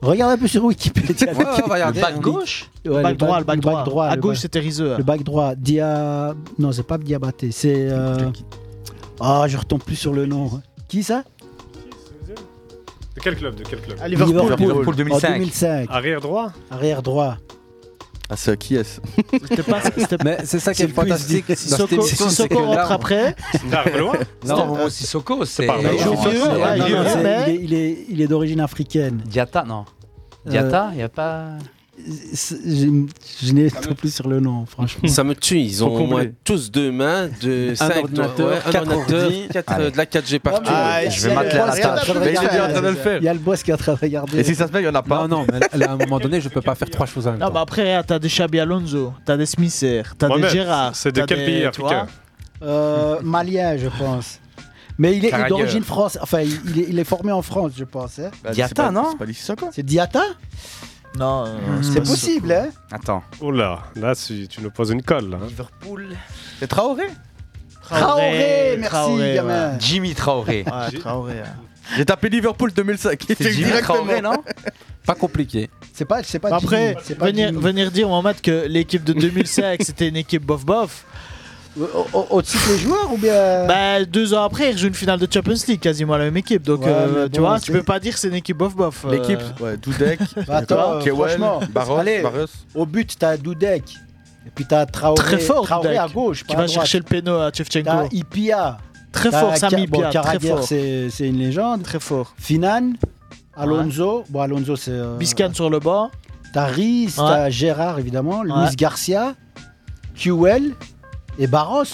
[SPEAKER 15] Regarde un peu sur Wikipédia.
[SPEAKER 9] Ouais, ouais, regarder. Le back gauche
[SPEAKER 15] Ouais,
[SPEAKER 1] hein. Le back droit, le back droit. À
[SPEAKER 15] le
[SPEAKER 1] gauche,
[SPEAKER 15] back-
[SPEAKER 1] c'était Rizeux.
[SPEAKER 15] Le back droit. Dia. Non, c'est pas Diabaté. C'est. euh, Ah, je retombe plus sur le nom. Qui ça
[SPEAKER 11] De quel club De quel club
[SPEAKER 1] À
[SPEAKER 15] En 2005.
[SPEAKER 11] Arrière droit
[SPEAKER 15] Arrière droit.
[SPEAKER 10] Ah, c'est qui est-ce
[SPEAKER 1] pas- c'était-
[SPEAKER 8] Mais c'est ça qui est
[SPEAKER 1] le quiz.
[SPEAKER 8] fantastique dans
[SPEAKER 1] Sissoko-
[SPEAKER 8] cette émission, c'est
[SPEAKER 1] Sissoko
[SPEAKER 8] que là,
[SPEAKER 1] rentre
[SPEAKER 8] on-
[SPEAKER 1] après.
[SPEAKER 12] Non,
[SPEAKER 8] Non,
[SPEAKER 12] Momo Sissoko, c'est.
[SPEAKER 8] pas vrai.
[SPEAKER 12] c'est-
[SPEAKER 8] Il joue vieux,
[SPEAKER 12] c'est-
[SPEAKER 8] ouais,
[SPEAKER 15] Non,
[SPEAKER 12] il
[SPEAKER 15] non,
[SPEAKER 12] joue-
[SPEAKER 15] c'est-
[SPEAKER 12] mais-
[SPEAKER 15] il est- il est- il est d'origine africaine.
[SPEAKER 12] Diata, non.
[SPEAKER 15] Euh,
[SPEAKER 12] Diata, il n'y a pas.
[SPEAKER 15] C'est- j'ai- Je n'ai pas plus sur le nom, franchement.
[SPEAKER 9] Ça me tue, ils ont
[SPEAKER 15] Faut
[SPEAKER 9] au moins
[SPEAKER 15] combler.
[SPEAKER 9] tous deux mains, de
[SPEAKER 15] Un
[SPEAKER 9] cinq
[SPEAKER 15] ordinateur,
[SPEAKER 9] ouais, un
[SPEAKER 15] quatre
[SPEAKER 9] ordinateur,
[SPEAKER 15] ordi.
[SPEAKER 9] quatre,
[SPEAKER 15] Allez.
[SPEAKER 9] euh, de la 4G partout.
[SPEAKER 1] Ah,
[SPEAKER 15] Il y a le boss qui est en train de regarder.
[SPEAKER 10] il n'y en a
[SPEAKER 8] pas. Non, non, mais là, à un moment donné, je peux pas faire trois choses en même
[SPEAKER 1] Non, mais après, regarde, t'as des Xabi Alonso, t'as des Smisser, t'as
[SPEAKER 8] Ouais,
[SPEAKER 1] des
[SPEAKER 8] mais
[SPEAKER 1] Gérard.
[SPEAKER 8] c'est de
[SPEAKER 1] t'as
[SPEAKER 8] quel
[SPEAKER 1] des-
[SPEAKER 8] pays
[SPEAKER 1] tu vois
[SPEAKER 8] africain
[SPEAKER 15] Euh, Malien, je pense. Mais il est- il est
[SPEAKER 12] Caragueux.
[SPEAKER 15] d'origine France. Enfin, il il est, il est formé en France, je pense. hein.
[SPEAKER 12] Bah, Diata, c'est pas- non
[SPEAKER 10] C'est pas Sissoko
[SPEAKER 15] C'est Diata
[SPEAKER 1] Non,
[SPEAKER 15] c'est possible, hein
[SPEAKER 11] Attends. Oh là, là, tu, tu nous poses une colle. là.
[SPEAKER 10] C'est Traoré
[SPEAKER 15] Traoré, merci,
[SPEAKER 10] Traoré,
[SPEAKER 15] gamin.
[SPEAKER 10] ouais.
[SPEAKER 12] Jimmy Traoré.
[SPEAKER 1] Ouais, Traoré. hein.
[SPEAKER 10] J'ai tapé Liverpool 2005.
[SPEAKER 12] C'est Jimmy
[SPEAKER 10] Directement.
[SPEAKER 12] Traoré, non
[SPEAKER 8] Pas compliqué.
[SPEAKER 15] C'est pas, c'est pas
[SPEAKER 1] Après,
[SPEAKER 15] Jimmy, c'est pas
[SPEAKER 1] venir,
[SPEAKER 15] Jimmy.
[SPEAKER 1] venir dire, Mohamed, que l'équipe de 2005, c'était une équipe bof-bof.
[SPEAKER 15] Au-dessus des joueurs ou bien
[SPEAKER 1] bah, Deux ans après, ils jouent une finale de Champions League, quasiment la même équipe. Donc,
[SPEAKER 15] Ouais,
[SPEAKER 1] euh,
[SPEAKER 15] mais
[SPEAKER 1] tu
[SPEAKER 15] bon,
[SPEAKER 1] vois, tu
[SPEAKER 15] c'est-
[SPEAKER 1] peux pas dire que c'est une équipe bof-bof. euh.
[SPEAKER 10] L'équipe, ouais, Dudek,
[SPEAKER 15] Bah, attends, euh, franchement,
[SPEAKER 10] Barros,
[SPEAKER 15] allez,
[SPEAKER 10] Barros.
[SPEAKER 15] au but, t'as Doudek. Et puis t'as Traoré,
[SPEAKER 1] Très fort,
[SPEAKER 15] Traoré
[SPEAKER 1] Dudek,
[SPEAKER 15] à gauche. pas
[SPEAKER 1] qui
[SPEAKER 15] à
[SPEAKER 1] va
[SPEAKER 15] droite.
[SPEAKER 1] chercher le péno à Chevchenko.
[SPEAKER 15] T'as Ipia.
[SPEAKER 1] Très
[SPEAKER 15] T'as
[SPEAKER 1] fort, Sami
[SPEAKER 15] Ka- bon,
[SPEAKER 1] Ipia, très
[SPEAKER 15] Karaguer,
[SPEAKER 1] fort.
[SPEAKER 15] c'est euh, c'est une légende.
[SPEAKER 1] Très fort.
[SPEAKER 15] Finan, Alonso. Bon, Alonso, c'est. euh,
[SPEAKER 1] Biscan sur le banc.
[SPEAKER 15] T'as Riz,
[SPEAKER 1] Ouais.
[SPEAKER 15] t'as Gérard, évidemment.
[SPEAKER 1] Ouais.
[SPEAKER 15] Luis Garcia, QL et Barros,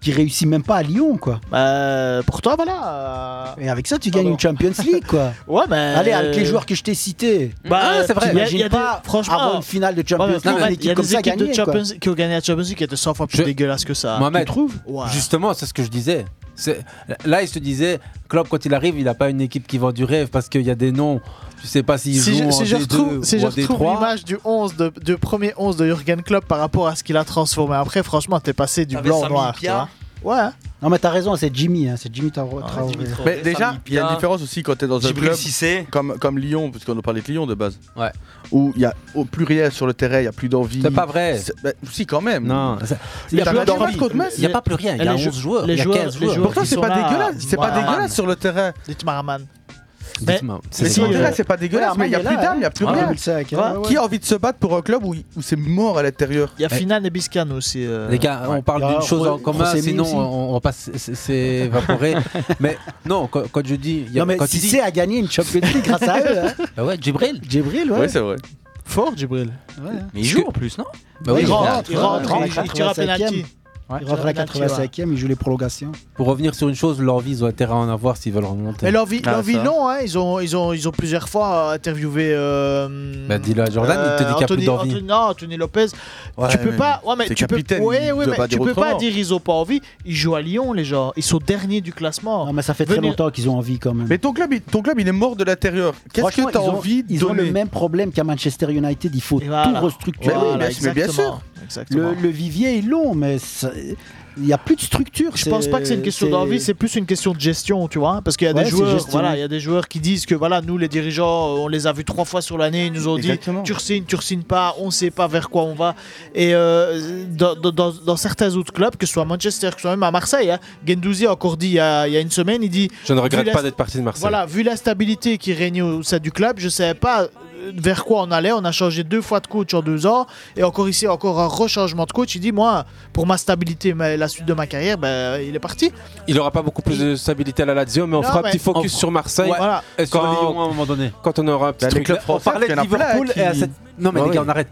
[SPEAKER 15] qui réussit même pas à Lyon, quoi.
[SPEAKER 1] Bah, pourtant, voilà.
[SPEAKER 15] Et avec ça, tu gagnes une Champions League, quoi.
[SPEAKER 1] Ouais, mais. euh,
[SPEAKER 15] Allez, avec les joueurs que je t'ai cités.
[SPEAKER 1] Bah,
[SPEAKER 15] Ah, c'est vrai.
[SPEAKER 1] il y a- il y
[SPEAKER 15] T'imagines
[SPEAKER 1] a des-
[SPEAKER 15] pas,
[SPEAKER 1] franchement,
[SPEAKER 15] avant une finale de Champions
[SPEAKER 1] Ouais, mais
[SPEAKER 15] League,
[SPEAKER 1] Mohamed,
[SPEAKER 15] une
[SPEAKER 1] Il y a
[SPEAKER 15] équipe comme
[SPEAKER 1] des
[SPEAKER 15] ça
[SPEAKER 1] équipes de
[SPEAKER 15] gagnée, quoi.
[SPEAKER 1] Champions qui ont gagné la Champions League qui étaient 100 fois plus dégueulasses que ça.
[SPEAKER 8] Mohamed,
[SPEAKER 1] Ah, Ouais.
[SPEAKER 8] justement, c'est ce que je disais. C'est- Là, il se disait, Klopp, quand il arrive, il n'a pas une équipe qui vend du rêve parce qu'il y a des noms. Tu sais pas s'ils
[SPEAKER 1] Si
[SPEAKER 8] jouent
[SPEAKER 1] je,
[SPEAKER 8] en
[SPEAKER 1] si je
[SPEAKER 8] D2
[SPEAKER 1] retrouve, si
[SPEAKER 8] ou
[SPEAKER 1] je
[SPEAKER 8] en D3.
[SPEAKER 1] retrouve l'image du 11 de, du premier 11 de Jurgen Klopp par rapport à ce qu'il a transformé après, franchement, t'es passé du
[SPEAKER 15] T'avais
[SPEAKER 1] blanc au
[SPEAKER 15] Sami
[SPEAKER 1] noir. tu
[SPEAKER 15] Ipia.
[SPEAKER 1] vois. Ouais. hein. Ah,
[SPEAKER 15] Non, mais t'as raison, c'est Jimmy, hein, c'est Jimmy Traoré. Traoré.
[SPEAKER 10] Mais déjà, il y a une différence aussi quand t'es dans un
[SPEAKER 15] Djibril
[SPEAKER 10] club
[SPEAKER 15] Cissé.
[SPEAKER 10] comme, comme Lyon, puisqu'on a parlé de Lyon de base.
[SPEAKER 8] Ouais.
[SPEAKER 10] Où il y a au pluriel sur le terrain, il y a plus d'envie.
[SPEAKER 8] C'est pas vrai.
[SPEAKER 10] C'est- bah, si, quand même.
[SPEAKER 8] Non, il y a
[SPEAKER 10] T'as regardé le
[SPEAKER 8] plus
[SPEAKER 10] match
[SPEAKER 8] d'envie.
[SPEAKER 10] contre Metz
[SPEAKER 8] Il y a pas Ah, plus rien, il y a
[SPEAKER 1] Les
[SPEAKER 8] 11 joueurs,
[SPEAKER 1] les
[SPEAKER 8] il y a 15
[SPEAKER 1] les
[SPEAKER 8] joueurs.
[SPEAKER 10] Pourtant,
[SPEAKER 1] qui
[SPEAKER 10] c'est
[SPEAKER 1] sont
[SPEAKER 10] pas
[SPEAKER 1] là,
[SPEAKER 10] dégueulasse, c'est pas
[SPEAKER 1] voilà.
[SPEAKER 10] dégueulasse sur le terrain.
[SPEAKER 1] Dites Maraman. Mais-
[SPEAKER 10] Mais,
[SPEAKER 1] c'est
[SPEAKER 10] sur le
[SPEAKER 1] vrai.
[SPEAKER 10] terrain, c'est pas dégueulasse,
[SPEAKER 1] Ouais,
[SPEAKER 10] mais il y a
[SPEAKER 1] Armand
[SPEAKER 10] plus
[SPEAKER 1] est là,
[SPEAKER 10] d'âme, il y a
[SPEAKER 1] hein.
[SPEAKER 10] plus
[SPEAKER 1] Ouais,
[SPEAKER 10] rien.
[SPEAKER 1] 2005, hein, ouais,
[SPEAKER 10] Qui
[SPEAKER 1] ouais.
[SPEAKER 10] a envie de se battre pour un club où, où c'est mort à l'intérieur Eh,
[SPEAKER 1] Il y a Finan et Biscan aussi. euh.
[SPEAKER 8] Les gars, on parle d'une chose en commun, sinon on, on va pas s- s- s'évaporer. mais non, quand, quand je dis. il y a-
[SPEAKER 15] Non, mais
[SPEAKER 8] quand tu
[SPEAKER 15] si
[SPEAKER 8] dis-
[SPEAKER 15] c'est à gagner une Champions League grâce à eux. hein.
[SPEAKER 8] Bah ouais, Djibril.
[SPEAKER 15] Djibril, ouais. Ouais, c'est
[SPEAKER 10] vrai.
[SPEAKER 1] Fort, Djibril.
[SPEAKER 12] Mais il joue en plus, non
[SPEAKER 8] Bah oui,
[SPEAKER 15] il
[SPEAKER 8] il
[SPEAKER 15] rentre, il
[SPEAKER 8] rentre,
[SPEAKER 15] rentre,
[SPEAKER 8] ouais.
[SPEAKER 15] il il tire à
[SPEAKER 1] 85e.
[SPEAKER 15] penalty.
[SPEAKER 1] Ouais.
[SPEAKER 15] Il rentre à la 85e, il joue les prolongations.
[SPEAKER 8] Pour revenir sur une chose, l'envie, ils ont intérêt à en avoir s'ils veulent remonter.
[SPEAKER 1] Mais l'envie,
[SPEAKER 8] Ah,
[SPEAKER 1] l'envie
[SPEAKER 8] ça.
[SPEAKER 1] non, hein, ils, ont, ils, ont, ils ont plusieurs fois interviewé. euh,
[SPEAKER 8] Bah dis-le à Jordan, il te dit qu'il n'y a plus
[SPEAKER 1] Anthony,
[SPEAKER 8] d'envie.
[SPEAKER 1] Anthony- non, Anthony Lopez.
[SPEAKER 8] Ouais,
[SPEAKER 1] tu peux
[SPEAKER 8] mais
[SPEAKER 1] pas. Ouais, mais
[SPEAKER 8] c'est
[SPEAKER 1] tu peux,
[SPEAKER 8] capitaine,
[SPEAKER 1] ouais,
[SPEAKER 8] il
[SPEAKER 1] ouais,
[SPEAKER 8] doit
[SPEAKER 1] mais
[SPEAKER 8] pas
[SPEAKER 1] tu
[SPEAKER 8] dire
[SPEAKER 1] peux pas
[SPEAKER 8] autrement.
[SPEAKER 1] dire ils ont pas envie. Ils jouent à Lyon, les gens. Ils sont derniers du classement.
[SPEAKER 15] Non, mais Ah, ça fait très longtemps qu'ils ont envie quand même.
[SPEAKER 10] Mais ton club, il- ton club, il est mort de l'intérieur. Qu'est-ce
[SPEAKER 15] Franchement,
[SPEAKER 10] que t'as
[SPEAKER 15] ils ont-
[SPEAKER 10] envie de
[SPEAKER 15] Ils ont le
[SPEAKER 10] donner
[SPEAKER 15] même problème qu'à Manchester United, il faut
[SPEAKER 1] voilà.
[SPEAKER 15] tout restructurer.
[SPEAKER 10] Mais oui, bien sûr, mais bien sûr.
[SPEAKER 15] Le, le vivier est long, mais ça- Il n'y a plus de structure.
[SPEAKER 1] Je pense pas que c'est une question d'envie, c'est plus une question de gestion, tu vois, parce qu'il y a
[SPEAKER 15] Ouais,
[SPEAKER 1] des
[SPEAKER 15] c'est
[SPEAKER 1] joueurs,
[SPEAKER 15] gestion.
[SPEAKER 1] voilà, il y a des joueurs qui disent que voilà, nous les dirigeants, euh, on les a vus trois fois sur l'année, ils nous ont
[SPEAKER 10] Exactement.
[SPEAKER 1] dit tu resignes, tu resignes pas, on sait pas vers quoi on va. Et euh, dans, dans- dans- dans certains autres clubs, que ce soit à Manchester, que ce soit même à Marseille, hein, Guendouzi a encore dit il y a, il y a une semaine, il dit
[SPEAKER 8] Je ne
[SPEAKER 1] vu
[SPEAKER 8] regrette
[SPEAKER 1] la-
[SPEAKER 8] pas d'être parti de Marseille.
[SPEAKER 1] Voilà, vu la stabilité qui régnait au sein du club, je savais pas euh, vers quoi on allait. On a changé deux fois de coach en deux ans. Et encore ici, encore un rechangement de coach. Il dit, moi, pour ma stabilité, ma- la suite de ma carrière, ben, il est parti.
[SPEAKER 8] Il n'aura pas beaucoup plus de stabilité à la Lazio, mais on
[SPEAKER 1] Non,
[SPEAKER 8] fera
[SPEAKER 1] mais-
[SPEAKER 8] un petit focus
[SPEAKER 1] on-
[SPEAKER 8] sur Marseille.
[SPEAKER 1] Ouais. Voilà.
[SPEAKER 8] Et sur
[SPEAKER 1] Quand-
[SPEAKER 8] Lyon à un moment donné. Quand on aura un petit
[SPEAKER 11] Bah, les
[SPEAKER 8] truc.
[SPEAKER 11] clubs
[SPEAKER 8] on
[SPEAKER 11] français,
[SPEAKER 8] parlait de
[SPEAKER 11] il y en a plein
[SPEAKER 8] Liverpool
[SPEAKER 11] qui-
[SPEAKER 8] et à cette. Non, mais
[SPEAKER 11] Ouais,
[SPEAKER 8] les gars,
[SPEAKER 11] ouais.
[SPEAKER 8] Bah on arrête.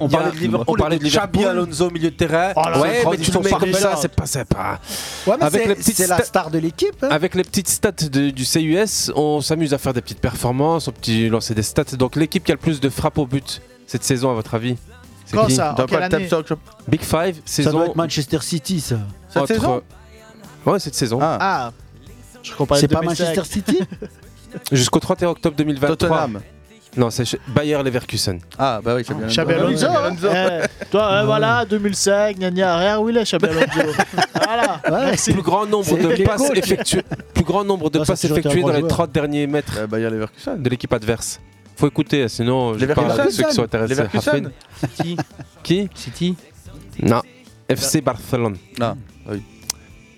[SPEAKER 11] On
[SPEAKER 8] Il y a-
[SPEAKER 11] parlait de Liverpool,
[SPEAKER 8] On parlait de
[SPEAKER 11] de Xabi
[SPEAKER 8] Liverpool.
[SPEAKER 11] Alonso
[SPEAKER 8] au milieu de terrain.
[SPEAKER 11] Oh là,
[SPEAKER 8] ouais,
[SPEAKER 11] la
[SPEAKER 8] mais tu le
[SPEAKER 11] transition
[SPEAKER 8] mets comme ça,
[SPEAKER 11] Carmela.
[SPEAKER 8] c'est pas sympa.
[SPEAKER 15] Ouais, mais
[SPEAKER 8] Avec
[SPEAKER 15] c'est-
[SPEAKER 8] les petites
[SPEAKER 15] c'est la
[SPEAKER 8] stats-
[SPEAKER 15] star de l'équipe. hein.
[SPEAKER 8] Avec les petites stats de- du CUS, on s'amuse à faire des petites performances, on petit lancer des stats. Donc l'équipe qui a le plus de frappes au but cette saison, à votre avis C'est
[SPEAKER 15] Quand
[SPEAKER 8] qui
[SPEAKER 15] ça En Dans quelle quel année top-
[SPEAKER 8] Big Five,
[SPEAKER 15] Ça doit
[SPEAKER 8] saison.
[SPEAKER 15] être Manchester City, ça.
[SPEAKER 8] entre- Ouais, cette saison.
[SPEAKER 1] Ah, je comparais
[SPEAKER 15] C'est pas
[SPEAKER 1] 2005.
[SPEAKER 15] Manchester City
[SPEAKER 8] Jusqu'au 31 octobre 2023.
[SPEAKER 1] Tottenham.
[SPEAKER 8] Non, c'est chez- Bayer Leverkusen.
[SPEAKER 10] Ah, bah oui, Xabi Alonso.
[SPEAKER 1] Xabi Alonso, hein. Eh, Toi, euh,
[SPEAKER 8] Ouais.
[SPEAKER 1] voilà, 2005, gna gna, rien où il est, Xabi Alonso. voilà. Merci.
[SPEAKER 8] Plus grand nombre de passes effectuées, plus grand nombre de
[SPEAKER 1] Non, ça,
[SPEAKER 8] passes
[SPEAKER 1] c'est gentil,
[SPEAKER 8] effectuées
[SPEAKER 1] un
[SPEAKER 8] dans
[SPEAKER 1] grand
[SPEAKER 8] les
[SPEAKER 1] joueur.
[SPEAKER 8] 30 derniers mètres
[SPEAKER 10] bah,
[SPEAKER 8] de l'équipe adverse. Faut écouter, sinon je parle à ceux qui sont intéressés.
[SPEAKER 10] Leverkusen.
[SPEAKER 8] Hafen. Qui City Non. FC Barcelone. Ah
[SPEAKER 10] Non.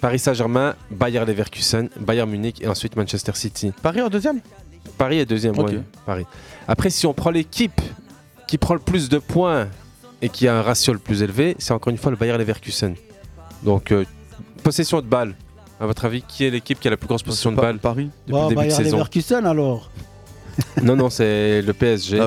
[SPEAKER 8] Paris Saint-Germain, Bayer Leverkusen, Bayern Munich et ensuite Manchester City.
[SPEAKER 10] Paris en deuxième
[SPEAKER 8] Paris est deuxième,
[SPEAKER 10] Ok.
[SPEAKER 8] ouais, Paris. Après, si on prend l'équipe qui prend le plus de points et qui a un ratio le plus élevé, c'est encore une fois le Bayer Leverkusen. Donc, euh, possession de balle. À votre avis, qui est l'équipe qui a la plus grosse possession de balle
[SPEAKER 10] Paris
[SPEAKER 8] depuis le début de
[SPEAKER 15] Bah, Bayer
[SPEAKER 8] saison
[SPEAKER 15] Leverkusen alors.
[SPEAKER 8] Non, non, c'est le PSG.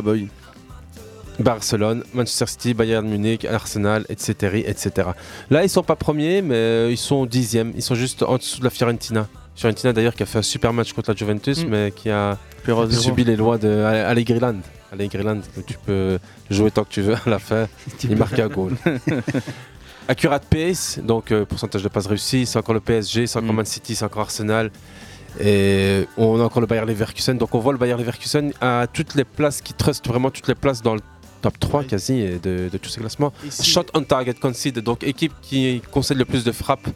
[SPEAKER 8] Barcelone, Manchester City, Bayern Munich, Arsenal, etc., etc. Là, ils sont pas premiers, mais euh, ils sont dixièmes. Ils sont juste en dessous de la Fiorentina. Fiorentina, d'ailleurs, qui a fait un super match contre la Juventus,
[SPEAKER 10] Mm.
[SPEAKER 8] mais qui a
[SPEAKER 10] Puis 0-0.
[SPEAKER 8] subi les lois de Ale- Allegri Land. Allegri Land, que tu peux jouer tant que tu veux à la fin. il
[SPEAKER 10] peux.
[SPEAKER 8] marque un goal. Accurate pace, donc euh, pourcentage de passes réussies, c'est encore le PSG, c'est encore Man City, c'est encore Arsenal. Et on a encore le Bayer Leverkusen. Donc on voit le Bayer Leverkusen à toutes les places qui trust vraiment toutes les places dans le top 3 quasi et de, de tous ces classements. Shot on target concede, donc équipe qui concède le plus de frappes.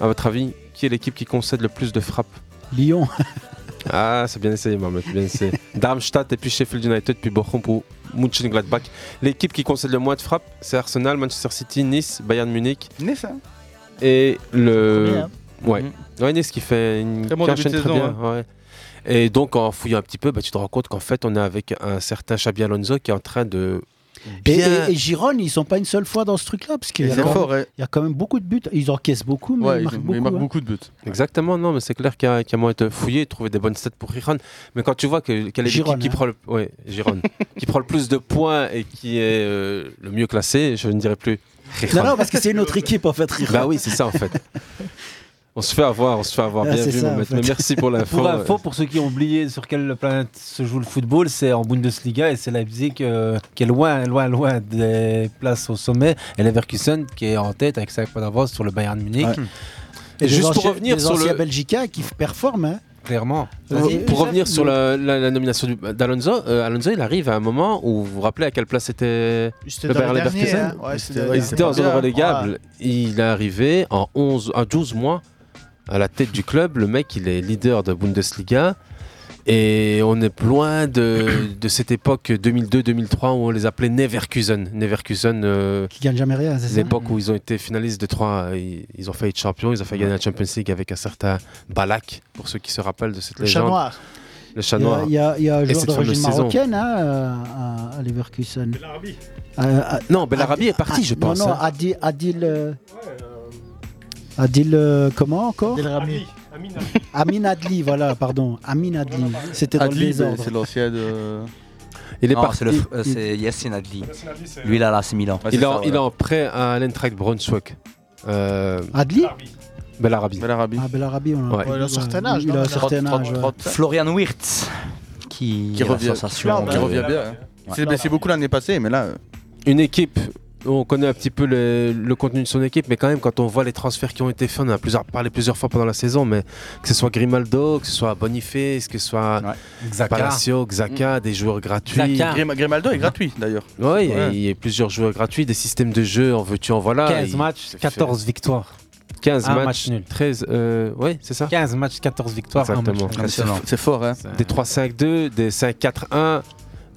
[SPEAKER 8] À votre avis, qui est l'équipe qui concède le plus de frappes
[SPEAKER 15] Lyon.
[SPEAKER 8] Ah, c'est bien essayé, Mohamed. bien essayé. Darmstadt et puis Sheffield United, puis Bochum pour Mönchengladbach. L'équipe qui concède le moins de frappes, c'est Arsenal, Manchester City, Nice, Bayern Munich.
[SPEAKER 10] Nice, hein.
[SPEAKER 8] Et
[SPEAKER 10] premier,
[SPEAKER 8] le.
[SPEAKER 10] hein.
[SPEAKER 8] Ouais. Ouais, Nice qui fait une.
[SPEAKER 10] Très bon
[SPEAKER 8] qui
[SPEAKER 10] début de
[SPEAKER 8] enchaîne très
[SPEAKER 10] saison,
[SPEAKER 8] bien, ouais. Et donc, en fouillant un petit peu, bah, tu te rends compte qu'en fait, on est avec un certain Xabi Alonso qui est en train de.
[SPEAKER 15] Et,
[SPEAKER 8] Bien.
[SPEAKER 15] et, et Gironne, ils sont pas une seule fois dans ce truc-là, parce qu'il y,
[SPEAKER 8] Ils
[SPEAKER 15] a quand
[SPEAKER 8] sont
[SPEAKER 15] même-
[SPEAKER 8] forts, ouais.
[SPEAKER 15] il y a quand même beaucoup de buts. Ils encaissent beaucoup, mais ils marquent beaucoup. hein.
[SPEAKER 10] de buts.
[SPEAKER 8] Exactement, non, mais c'est clair qu'il y a, qu'il y a moyen de fouiller, de trouver des bonnes stats pour Giron. Mais quand tu vois que, quelle est l'équipe
[SPEAKER 15] Giron,
[SPEAKER 8] qui,
[SPEAKER 15] hein.
[SPEAKER 8] prend le, ouais, Giron, qui prend le plus de points et qui est euh, le mieux classé, je ne dirais plus Giron.
[SPEAKER 15] Non, non, parce que c'est une autre équipe en fait. Giron.
[SPEAKER 8] Bah oui, c'est ça en fait. On se fait avoir, on se fait avoir.
[SPEAKER 15] Ah,
[SPEAKER 8] bien
[SPEAKER 15] c'est
[SPEAKER 8] vu,
[SPEAKER 15] ça,
[SPEAKER 8] Mohamed.
[SPEAKER 15] en fait.
[SPEAKER 8] Mais merci pour l'info.
[SPEAKER 11] Pour info, pour ceux qui ont oublié sur quelle planète se joue le football, c'est en Bundesliga et c'est Leipzig euh, qui est loin, loin, loin des places au sommet et Leverkusen qui est en tête avec 5 points d'avance sur le Bayern Munich. Hmm.
[SPEAKER 15] Ouais.
[SPEAKER 11] Et
[SPEAKER 15] Des
[SPEAKER 11] juste pour
[SPEAKER 15] anciens-
[SPEAKER 11] revenir
[SPEAKER 15] des
[SPEAKER 11] sur
[SPEAKER 15] anciens
[SPEAKER 11] le.
[SPEAKER 15] Belgica qui performent. hein.
[SPEAKER 8] Clairement.
[SPEAKER 15] Vas-y,
[SPEAKER 8] Pour revenir
[SPEAKER 15] Jacques,
[SPEAKER 8] sur
[SPEAKER 15] nous-
[SPEAKER 8] la, la- la nomination du- d'Alonso, euh, Alonso il arrive à un moment où vous vous rappelez à quelle place c'était
[SPEAKER 1] C'était
[SPEAKER 8] le
[SPEAKER 1] dans
[SPEAKER 8] Bayer
[SPEAKER 1] les derniers,
[SPEAKER 8] Leverkusen
[SPEAKER 1] hein. Ouais, c'était dans les
[SPEAKER 8] Ils étaient en
[SPEAKER 1] derniers.
[SPEAKER 8] zone
[SPEAKER 1] Ouais.
[SPEAKER 8] relégable. Il est arrivé en 11, en 12 mois à la tête du club. Le mec, il est leader de Bundesliga. Et on est loin de, de cette époque 2002-2003 où on les appelait Neverkusen. Neverkusen, euh,
[SPEAKER 15] Qui gagnent jamais rien, c'est ça
[SPEAKER 8] L'époque où ils ont été finalistes de 3, ils, ils ont failli être champions, ils ont failli gagner la Champions League avec un certain Balak, pour ceux qui se rappellent de cette
[SPEAKER 15] Le chat
[SPEAKER 8] légende.
[SPEAKER 15] noir.
[SPEAKER 8] Le chat
[SPEAKER 15] Il y a-
[SPEAKER 8] noir.
[SPEAKER 15] Il y a, il y a un
[SPEAKER 8] Et
[SPEAKER 15] joueur
[SPEAKER 8] cette fameuse
[SPEAKER 15] d'origine
[SPEAKER 8] saison.
[SPEAKER 15] marocaine hein, euh, à, à Leverkusen. Belarabi.
[SPEAKER 8] Ah, Non, Belarabi est parti, je pense,
[SPEAKER 15] Ah, Non, non,
[SPEAKER 8] hein.
[SPEAKER 15] Adil. Adil, euh, Adil euh, comment encore Adil
[SPEAKER 1] Rami.
[SPEAKER 15] Amin Adli, voilà, pardon. Amin Adli. C'était dans le
[SPEAKER 10] Adli,
[SPEAKER 15] désordre.
[SPEAKER 10] c'est l'ancienne. euh,
[SPEAKER 8] Il est
[SPEAKER 12] Non,
[SPEAKER 8] parti-
[SPEAKER 12] c'est le fr-
[SPEAKER 8] il-
[SPEAKER 12] euh, c'est Yassine Adli. Lui, là, là, c'est Milan.
[SPEAKER 8] il, est en, il est en prêt à l'Eintracht Braunschweig. Euh,
[SPEAKER 15] Adli
[SPEAKER 8] Belarabi.
[SPEAKER 10] Belarabi.
[SPEAKER 15] Ah, Belarabi, on l'a
[SPEAKER 8] Ouais.
[SPEAKER 15] pas
[SPEAKER 8] Ouais,
[SPEAKER 15] dit,
[SPEAKER 8] il a un certain
[SPEAKER 15] ouais.
[SPEAKER 1] âge,
[SPEAKER 15] Il
[SPEAKER 1] non,
[SPEAKER 15] a un
[SPEAKER 1] il a
[SPEAKER 15] certain
[SPEAKER 1] trente-
[SPEAKER 15] âge. ouais.
[SPEAKER 1] trente-
[SPEAKER 12] Florian Wirtz qui,
[SPEAKER 10] Qui
[SPEAKER 12] est la
[SPEAKER 10] revient,
[SPEAKER 12] sensation.
[SPEAKER 10] qui revient bien. hein. Il s'est blessé beaucoup l'année passée, mais là. euh,
[SPEAKER 8] Une équipe on connaît un petit peu le, le contenu de son équipe, mais quand même, quand on voit les transferts qui ont été faits, on en a plusieurs, parlé plusieurs fois pendant la saison, mais que ce soit Grimaldo, que ce soit Boniface, que ce soit
[SPEAKER 9] Xhaka.
[SPEAKER 8] Palacio, Xhaka, des joueurs gratuits. Mm.
[SPEAKER 9] Xhaka.
[SPEAKER 10] Grima- Grimaldo est gratuit d'ailleurs.
[SPEAKER 8] Oui, il y a- il y a plusieurs joueurs gratuits, des systèmes de jeu, en veux-tu, en voilà.
[SPEAKER 9] 15
[SPEAKER 8] Il-
[SPEAKER 9] matchs,
[SPEAKER 8] c'est fait.
[SPEAKER 9] 14 victoires.
[SPEAKER 8] 15
[SPEAKER 9] Un
[SPEAKER 8] matchs,
[SPEAKER 9] match nul.
[SPEAKER 8] 13, euh, ouais, c'est ça
[SPEAKER 9] 15 matchs, 14 victoires. un match
[SPEAKER 8] Exactement.
[SPEAKER 9] nul.
[SPEAKER 10] C'est fort, hein.
[SPEAKER 8] Des 3-5-2, des 5-4-1,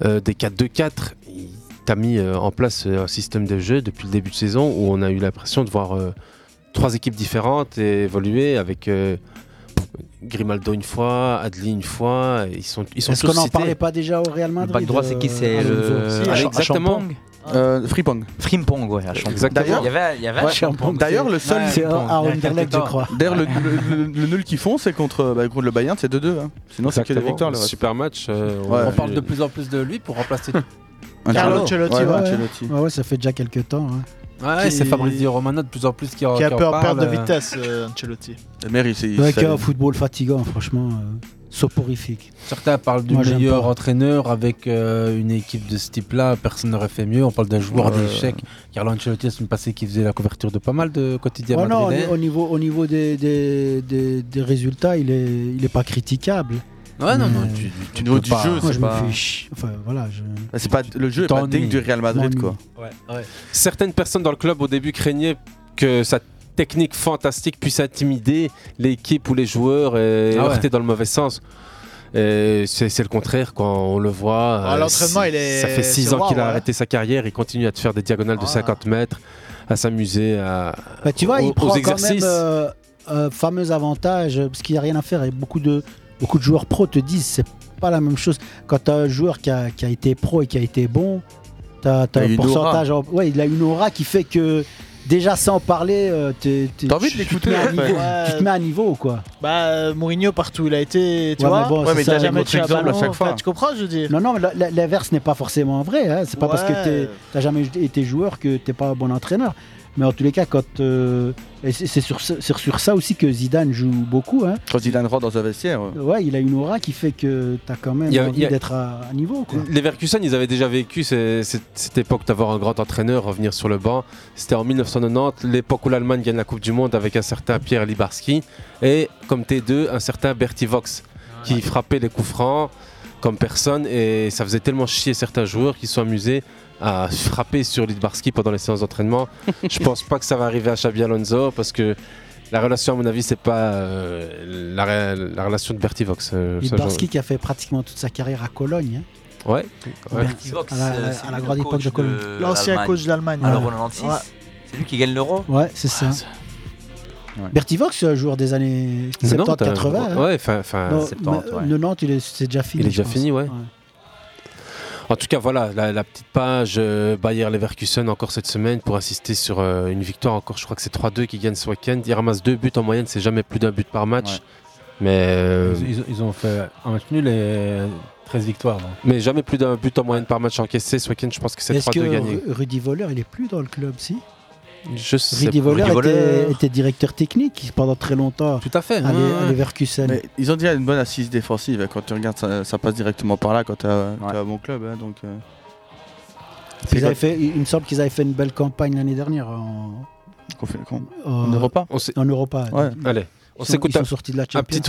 [SPEAKER 8] euh, des 4-2-4. Il- T'as mis euh, en place euh, un système de jeu depuis le début de saison où on a eu l'impression de voir euh, trois équipes différentes et évoluer avec euh, Grimaldo une fois, Adli une fois. Ils sont, ils sont
[SPEAKER 15] Est-ce
[SPEAKER 8] tous
[SPEAKER 15] qu'on n'en
[SPEAKER 8] cités.
[SPEAKER 15] parlait pas déjà au Real Madrid euh,
[SPEAKER 8] back droit, c'est qui, c'est euh, le-
[SPEAKER 15] Alonso
[SPEAKER 8] Si, Allez, Ach- exactement. Achampong
[SPEAKER 10] Frimpong.
[SPEAKER 12] Frimpong, ouais, à Champong.
[SPEAKER 10] D'ailleurs,
[SPEAKER 12] Il y avait, il y avait
[SPEAKER 10] Ouais.
[SPEAKER 12] un Champong.
[SPEAKER 10] D'ailleurs, le seul.
[SPEAKER 12] Ouais, Champong. Il y a quelques temps.
[SPEAKER 10] D'ailleurs, le, le- le- le nul qu'ils font, c'est contre, bah, contre le Bayern, c'est 2-2. hein. Sinon, c'est que des
[SPEAKER 8] Exactement.
[SPEAKER 10] victoires. le reste.
[SPEAKER 8] Super match. euh,
[SPEAKER 10] Ouais.
[SPEAKER 8] a
[SPEAKER 10] On
[SPEAKER 8] vu-
[SPEAKER 10] parle de
[SPEAKER 9] plus en plus de lui pour remplacer.
[SPEAKER 10] Carlo Ancelotti,
[SPEAKER 15] ouais,
[SPEAKER 10] ouais.
[SPEAKER 15] ouais.
[SPEAKER 10] Ancelotti.
[SPEAKER 15] Ouais, ouais, ça fait déjà quelques temps. hein.
[SPEAKER 9] Ouais, c'est Fabrizio Romano de plus en plus qui, en-
[SPEAKER 15] qui a
[SPEAKER 9] en
[SPEAKER 15] peur-
[SPEAKER 9] parle,
[SPEAKER 15] peur de
[SPEAKER 9] euh.
[SPEAKER 1] vitesse, euh, Ancelotti.
[SPEAKER 10] Le maire, il s'est- il
[SPEAKER 15] Ouais,
[SPEAKER 10] s'est-
[SPEAKER 15] qui a un football fatigant, franchement, euh, soporifique.
[SPEAKER 9] Certains parlent du
[SPEAKER 15] Moi, j'aime Oh
[SPEAKER 9] meilleur entraîneur avec euh, une équipe de ce type-là, personne n'aurait fait mieux. On parle d'un joueur
[SPEAKER 15] Ouais.
[SPEAKER 9] d'échec. Carlo Ancelotti, la semaine passée, qui faisait la couverture de pas mal de quotidiens
[SPEAKER 15] Ouais, Oh non,
[SPEAKER 9] madrilènes.
[SPEAKER 15] au, au niveau, au niveau des, des- des- des résultats, il est, il est pas critiquable.
[SPEAKER 9] Ouais, non, non,
[SPEAKER 10] tu-
[SPEAKER 15] peux
[SPEAKER 10] Au niveau du
[SPEAKER 15] pas-
[SPEAKER 10] jeu,
[SPEAKER 15] Moi,
[SPEAKER 10] c'est
[SPEAKER 15] je me
[SPEAKER 10] pas-
[SPEAKER 15] fais chi- Enfin, voilà. je-
[SPEAKER 10] Bah, c'est pas le jeu est pas digne du Real Madrid quoi.
[SPEAKER 8] Certaines personnes dans le club au début craignaient que sa technique fantastique puisse intimider l'équipe ou les joueurs et
[SPEAKER 9] Ah ouais.
[SPEAKER 8] heurter dans le mauvais sens. Et C'est c'est le contraire quand on le voit.
[SPEAKER 1] Ah,
[SPEAKER 8] euh,
[SPEAKER 1] l'entraînement,
[SPEAKER 8] si-
[SPEAKER 1] il est-
[SPEAKER 8] Ça fait 6
[SPEAKER 1] c'est
[SPEAKER 8] ans qu'il a
[SPEAKER 1] waouh, ouais. Ah.
[SPEAKER 8] arrêté sa carrière, il continue à te faire des diagonales de 50 mètres, à s'amuser à
[SPEAKER 15] Bah, tu vois,
[SPEAKER 8] aux,
[SPEAKER 15] il
[SPEAKER 8] aux
[SPEAKER 15] prend quand même
[SPEAKER 8] exercices.
[SPEAKER 15] euh, un fameux avantage euh, parce qu'il n'y a rien à faire et beaucoup de, beaucoup de joueurs pro te disent c'est pas la même chose. Quand tu as un joueur qui a, qui a été pro et qui a été bon, tu as,
[SPEAKER 10] Il a
[SPEAKER 15] un
[SPEAKER 10] une
[SPEAKER 15] pourcentage. en- ouais, il a une aura qui fait que déjà sans parler, euh, t'es- t'es-
[SPEAKER 10] T'as envie de
[SPEAKER 15] tu-
[SPEAKER 10] l'écouter,
[SPEAKER 15] Tu te mets à
[SPEAKER 10] ouais.
[SPEAKER 15] niveau,
[SPEAKER 10] Ouais.
[SPEAKER 15] tu te mets à niveau, quoi.
[SPEAKER 1] Bah, euh, Mourinho partout, il a été. Tu
[SPEAKER 15] Ouais,
[SPEAKER 1] vois,
[SPEAKER 15] mais bon, Ouais, mais c'est il a ça. des
[SPEAKER 1] jamais tué un
[SPEAKER 15] contre-exemples à
[SPEAKER 1] ballon,
[SPEAKER 15] chaque fois.
[SPEAKER 1] enfin, Bah, Tu comprends, je veux dire
[SPEAKER 15] Non, non, mais la- la- l'inverse n'est pas forcément vrai. hein. C'est pas parce
[SPEAKER 1] Ouais.
[SPEAKER 15] que t'es- t'as jamais été joueur que t'es pas un bon entraîneur. Mais en tous les cas, quand euh, et c'est c'est sur, ce- sur, sur ça aussi que Zidane joue beaucoup. hein.
[SPEAKER 10] Quand il rentre dans un vestiaire. ouais.
[SPEAKER 15] Ouais, il a une aura qui fait que t'as quand même
[SPEAKER 8] Il y a- il
[SPEAKER 15] envie
[SPEAKER 8] y a-
[SPEAKER 15] d'être à, à niveau. Quoi.
[SPEAKER 8] Les Verkusen, ils avaient déjà vécu ces- cette, cette époque d'avoir un grand entraîneur revenir sur le banc. C'était en 1990, l'époque où l'Allemagne gagne la Coupe du Monde avec un certain Pierre Libarski et, comme T2, un certain Bertie Vox qui frappait les coups francs comme personne et ça faisait tellement chier certains joueurs qui se sont amusés à frapper sur Libarski pendant les séances d'entraînement. Je pense pas que ça va arriver à Xabi Alonso parce que la relation, à mon avis, c'est pas euh, la, ré- la relation de Bertie Vox. euh, ça, j'en-
[SPEAKER 15] Libarski qui a fait pratiquement toute sa carrière à Cologne. hein.
[SPEAKER 8] Ouais. ouais.
[SPEAKER 15] Bertie Vox, À la- euh, c'est à la lui grande le époque coach de Cologne. de
[SPEAKER 1] L'ancien
[SPEAKER 15] l'Allemagne.
[SPEAKER 1] coach d'Allemagne.
[SPEAKER 15] Alors,
[SPEAKER 1] ouais.
[SPEAKER 12] 96,
[SPEAKER 1] Ouais.
[SPEAKER 12] c'est lui qui gagne l'euro.
[SPEAKER 15] Ouais, c'est ça. Bertivox, c'est un joueur des années hein.
[SPEAKER 8] 90,
[SPEAKER 15] 70-80.
[SPEAKER 8] ouais, ouais, fin- fin 70, ouais.
[SPEAKER 15] 90, il est- c'est déjà fini.
[SPEAKER 8] Il est
[SPEAKER 15] je
[SPEAKER 8] déjà
[SPEAKER 15] pense.
[SPEAKER 8] fini, ouais. En tout cas, voilà, la, la petite page euh, Bayer Leverkusen encore cette semaine pour insister sur euh, une victoire encore, je crois que c'est 3-2 qui gagne ce week-end. Ils ramassent deux buts en moyenne, c'est jamais plus d'un but par match. Mais, euh,
[SPEAKER 9] Ils, ils ont fait un match nul et 13 victoires. donc.
[SPEAKER 8] mais jamais plus d'un but en moyenne par match encaissé. Ce week-end, je pense que c'est
[SPEAKER 15] Est-ce que
[SPEAKER 8] 3-2 gagné.
[SPEAKER 15] Ru- Rudy Voller, il est plus dans le club, si
[SPEAKER 8] Je sais
[SPEAKER 15] Rudy
[SPEAKER 8] pas.
[SPEAKER 15] Voller
[SPEAKER 8] Rudy Voller.
[SPEAKER 15] était, était directeur technique pendant très longtemps.
[SPEAKER 9] Tout à fait.
[SPEAKER 8] Ah,
[SPEAKER 15] À l'E- à Leverkusen.
[SPEAKER 10] Mais ils ont déjà une bonne assise défensive. hein. Quand tu regardes, ça, ça passe directement par là quand tu as, un bon club. hein, donc, euh.
[SPEAKER 15] Puis ils avaient
[SPEAKER 10] quand-
[SPEAKER 15] fait, il il me semble qu'ils avaient fait une belle campagne l'année dernière en,
[SPEAKER 10] qu'on fait- qu'on-
[SPEAKER 15] en,
[SPEAKER 10] en Europa
[SPEAKER 15] En Europa.
[SPEAKER 10] Ouais.
[SPEAKER 8] Allez,
[SPEAKER 15] on s'écoute. Ils sont sortis de la Champions.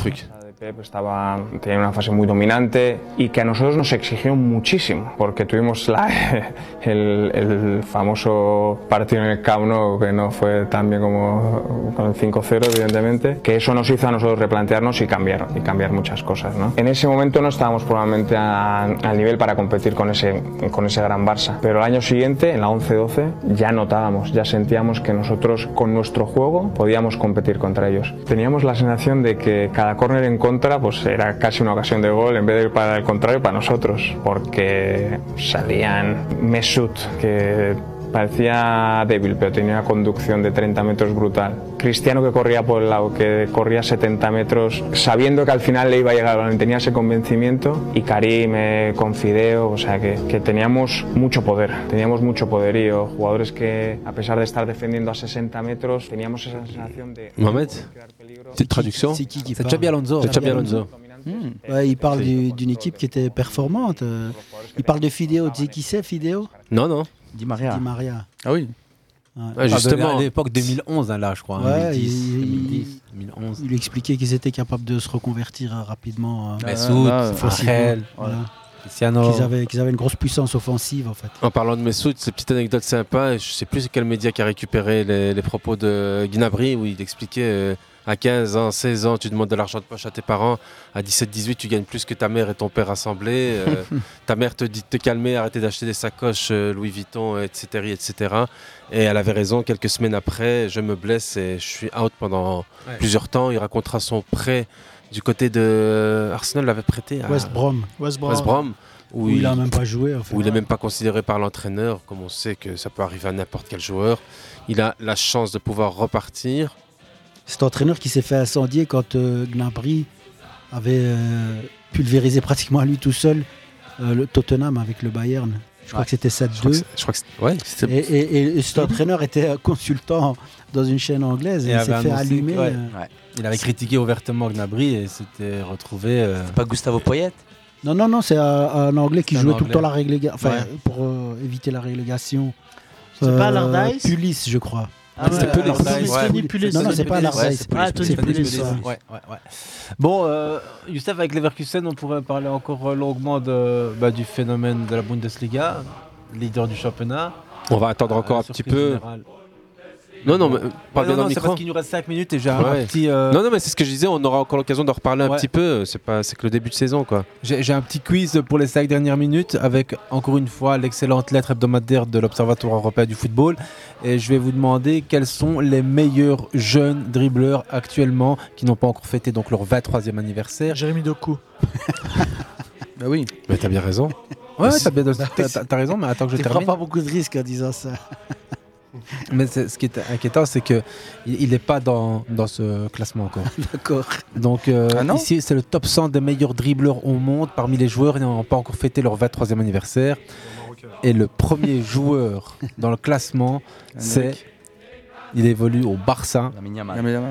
[SPEAKER 3] Pep estaba, tenía una fase muy dominante y que a nosotros nos exigió muchísimo, porque tuvimos la- el, el famoso partido en el Camp Nou que no fue tan bien como con el 5-0, evidentemente, que eso nos hizo a nosotros replantearnos y cambiar, y cambiar muchas cosas. ¿no? En ese momento no estábamos probablemente a- al nivel para competir con ese, con ese gran Barça, pero el año siguiente, en la 11-12, ya notábamos, ya sentíamos que nosotros con nuestro juego podíamos competir contra ellos. Teníamos la sensación de que cada córner en contra pues era casi una ocasión de gol en vez de ir para el contrario para nosotros, porque salían Mesut que parecía débil pero tenía una conducción de 30 metros brutal. Cristiano que corría por el lado, que corría 70 metros sabiendo que al final le iba a llegar el balón, tenía ese convencimiento y Karim eh, con Fideo, o sea que, que teníamos mucho poder, teníamos mucho poderío, jugadores que a pesar de estar defendiendo a 60 metros teníamos esa sensación de
[SPEAKER 8] Mohamed, petite traduction.
[SPEAKER 15] C'est qui qui
[SPEAKER 8] C'est
[SPEAKER 15] parle
[SPEAKER 8] Xabi Alonso. C'est Xabi Alonso.
[SPEAKER 15] Hmm. Ouais, il parle du- d'une équipe qui était performante. euh. Il parle de Fideo. Tu sais qui c'est, Fideo
[SPEAKER 8] Non, non.
[SPEAKER 15] Di Maria. Di Maria.
[SPEAKER 10] Ah oui.
[SPEAKER 8] Ouais, justement, à l'époque 2011, hein, là, je crois. hein,
[SPEAKER 15] Ouais,
[SPEAKER 8] 2010,
[SPEAKER 15] il-
[SPEAKER 8] 2010, 2011.
[SPEAKER 15] Il expliquait qu'ils étaient capables de se reconvertir euh, rapidement. euh,
[SPEAKER 8] Messoud,
[SPEAKER 15] euh, facilement,
[SPEAKER 8] Farrell,
[SPEAKER 15] voilà.
[SPEAKER 8] Cristiano.
[SPEAKER 15] Qu'ils avaient, qu'ils avaient une grosse puissance offensive en fait.
[SPEAKER 9] En parlant de Messoud, c'est une petite anecdote sympa. Je sais plus quel média qui a récupéré les, les propos de Guinabri où il expliquait euh, à 15 ans, 16 ans, tu demandes de l'argent de poche à tes parents. À 17, 18, tu gagnes plus que ta mère et ton père assemblés. Euh, ta mère te dit de te calmer, arrêter d'acheter des sacoches euh, Louis Vuitton, etc., etc. Et elle avait raison. Quelques semaines après, je me blesse et je suis out pendant
[SPEAKER 15] Ouais.
[SPEAKER 9] plusieurs temps. Il racontera son prêt du côté de euh, Arsenal l'avait prêté à
[SPEAKER 15] West Brom.
[SPEAKER 1] West Brom.
[SPEAKER 9] West Brom,
[SPEAKER 15] Où il a même pas joué, en fait.
[SPEAKER 9] où il n'est même pas considéré par l'entraîneur, comme on sait que ça peut arriver à n'importe quel joueur. Il a la chance de pouvoir repartir.
[SPEAKER 15] Cet entraîneur qui s'est fait incendier quand euh, Gnabry avait euh, pulvérisé pratiquement à lui tout seul euh, le Tottenham avec le Bayern. Je crois
[SPEAKER 9] Ouais.
[SPEAKER 15] que c'était 7-2.
[SPEAKER 9] Je crois que c'est- ouais,
[SPEAKER 15] Et, et- et cet entraîneur était euh, consultant dans une chaîne anglaise et, il s'est fait
[SPEAKER 8] annoncé que-
[SPEAKER 15] allumer.
[SPEAKER 8] ouais.
[SPEAKER 15] euh,
[SPEAKER 8] Ouais. Il avait critiqué ouvertement Gnabry et s'était retrouvé. euh,
[SPEAKER 12] Pas Gustavo Poyet
[SPEAKER 15] Non, non, non, c'est un, un Anglais qui
[SPEAKER 8] C'est un
[SPEAKER 15] jouait tout
[SPEAKER 8] Anglais.
[SPEAKER 15] le temps la rélégation. Enfin,
[SPEAKER 8] Ouais.
[SPEAKER 15] pour euh, éviter la rélégation. Euh,
[SPEAKER 1] C'est pas Allardyce
[SPEAKER 15] Pulis, je crois.
[SPEAKER 1] Ah ouais,
[SPEAKER 15] C'était Pulis.
[SPEAKER 1] Allardyce.
[SPEAKER 15] Non, non,
[SPEAKER 1] Ouais.
[SPEAKER 15] Tony Pulis. Non, non, c'est pas Allardyce.
[SPEAKER 8] Ouais,
[SPEAKER 15] c'est
[SPEAKER 8] c'est
[SPEAKER 15] Pulis,
[SPEAKER 8] Pulis, Pulis,
[SPEAKER 15] c'est Pulis,
[SPEAKER 8] Pulis, Pulis,
[SPEAKER 15] ouais.
[SPEAKER 8] Pulis. Ouais, ouais, ouais. Bon, euh, Youssef, avec Leverkusen, on pourrait parler encore euh, longuement de, bah, du phénomène de la Bundesliga, leader du championnat.
[SPEAKER 9] On va attendre encore
[SPEAKER 8] Euh,
[SPEAKER 9] un petit
[SPEAKER 8] surprise
[SPEAKER 9] peu.
[SPEAKER 8] générale.
[SPEAKER 9] Non, non, mais
[SPEAKER 8] Ouais,
[SPEAKER 9] parle bien
[SPEAKER 8] non,
[SPEAKER 9] dans le
[SPEAKER 8] non, c'est
[SPEAKER 9] micro.
[SPEAKER 8] parce qu'il nous reste 5 minutes et j'ai
[SPEAKER 9] Ouais.
[SPEAKER 8] un petit. euh,
[SPEAKER 9] Non, non, mais c'est ce que je disais, on aura encore l'occasion d'en reparler un
[SPEAKER 8] Ouais.
[SPEAKER 9] petit peu. C'est pas, c'est que le début de saison, quoi.
[SPEAKER 8] J'ai j'ai un petit quiz pour les cinq dernières minutes avec encore une fois l'excellente lettre hebdomadaire de l'Observatoire européen du football. Et je vais vous demander quels sont les meilleurs jeunes dribbleurs actuellement qui n'ont pas encore fêté donc leur 23e anniversaire.
[SPEAKER 1] Jérémy Doku.
[SPEAKER 8] bah oui. Mais t'as bien raison. Ouais, t'as bien- t'as- t'as- t'as raison, mais attends que je
[SPEAKER 15] Bah, Tu
[SPEAKER 8] termine. Euh,
[SPEAKER 15] prends pas beaucoup de risques en disant ça.
[SPEAKER 8] Mais c'est- ce qui est inquiétant, c'est que il il est pas dans, dans ce classement encore.
[SPEAKER 15] D'accord.
[SPEAKER 8] Donc euh,
[SPEAKER 15] Ah non
[SPEAKER 8] ici, c'est le top 100 des meilleurs dribbleurs au monde parmi les joueurs n'ayant pas encore fêté leur 23e anniversaire. Et le premier joueur dans le classement, c'est il évolue au Barça.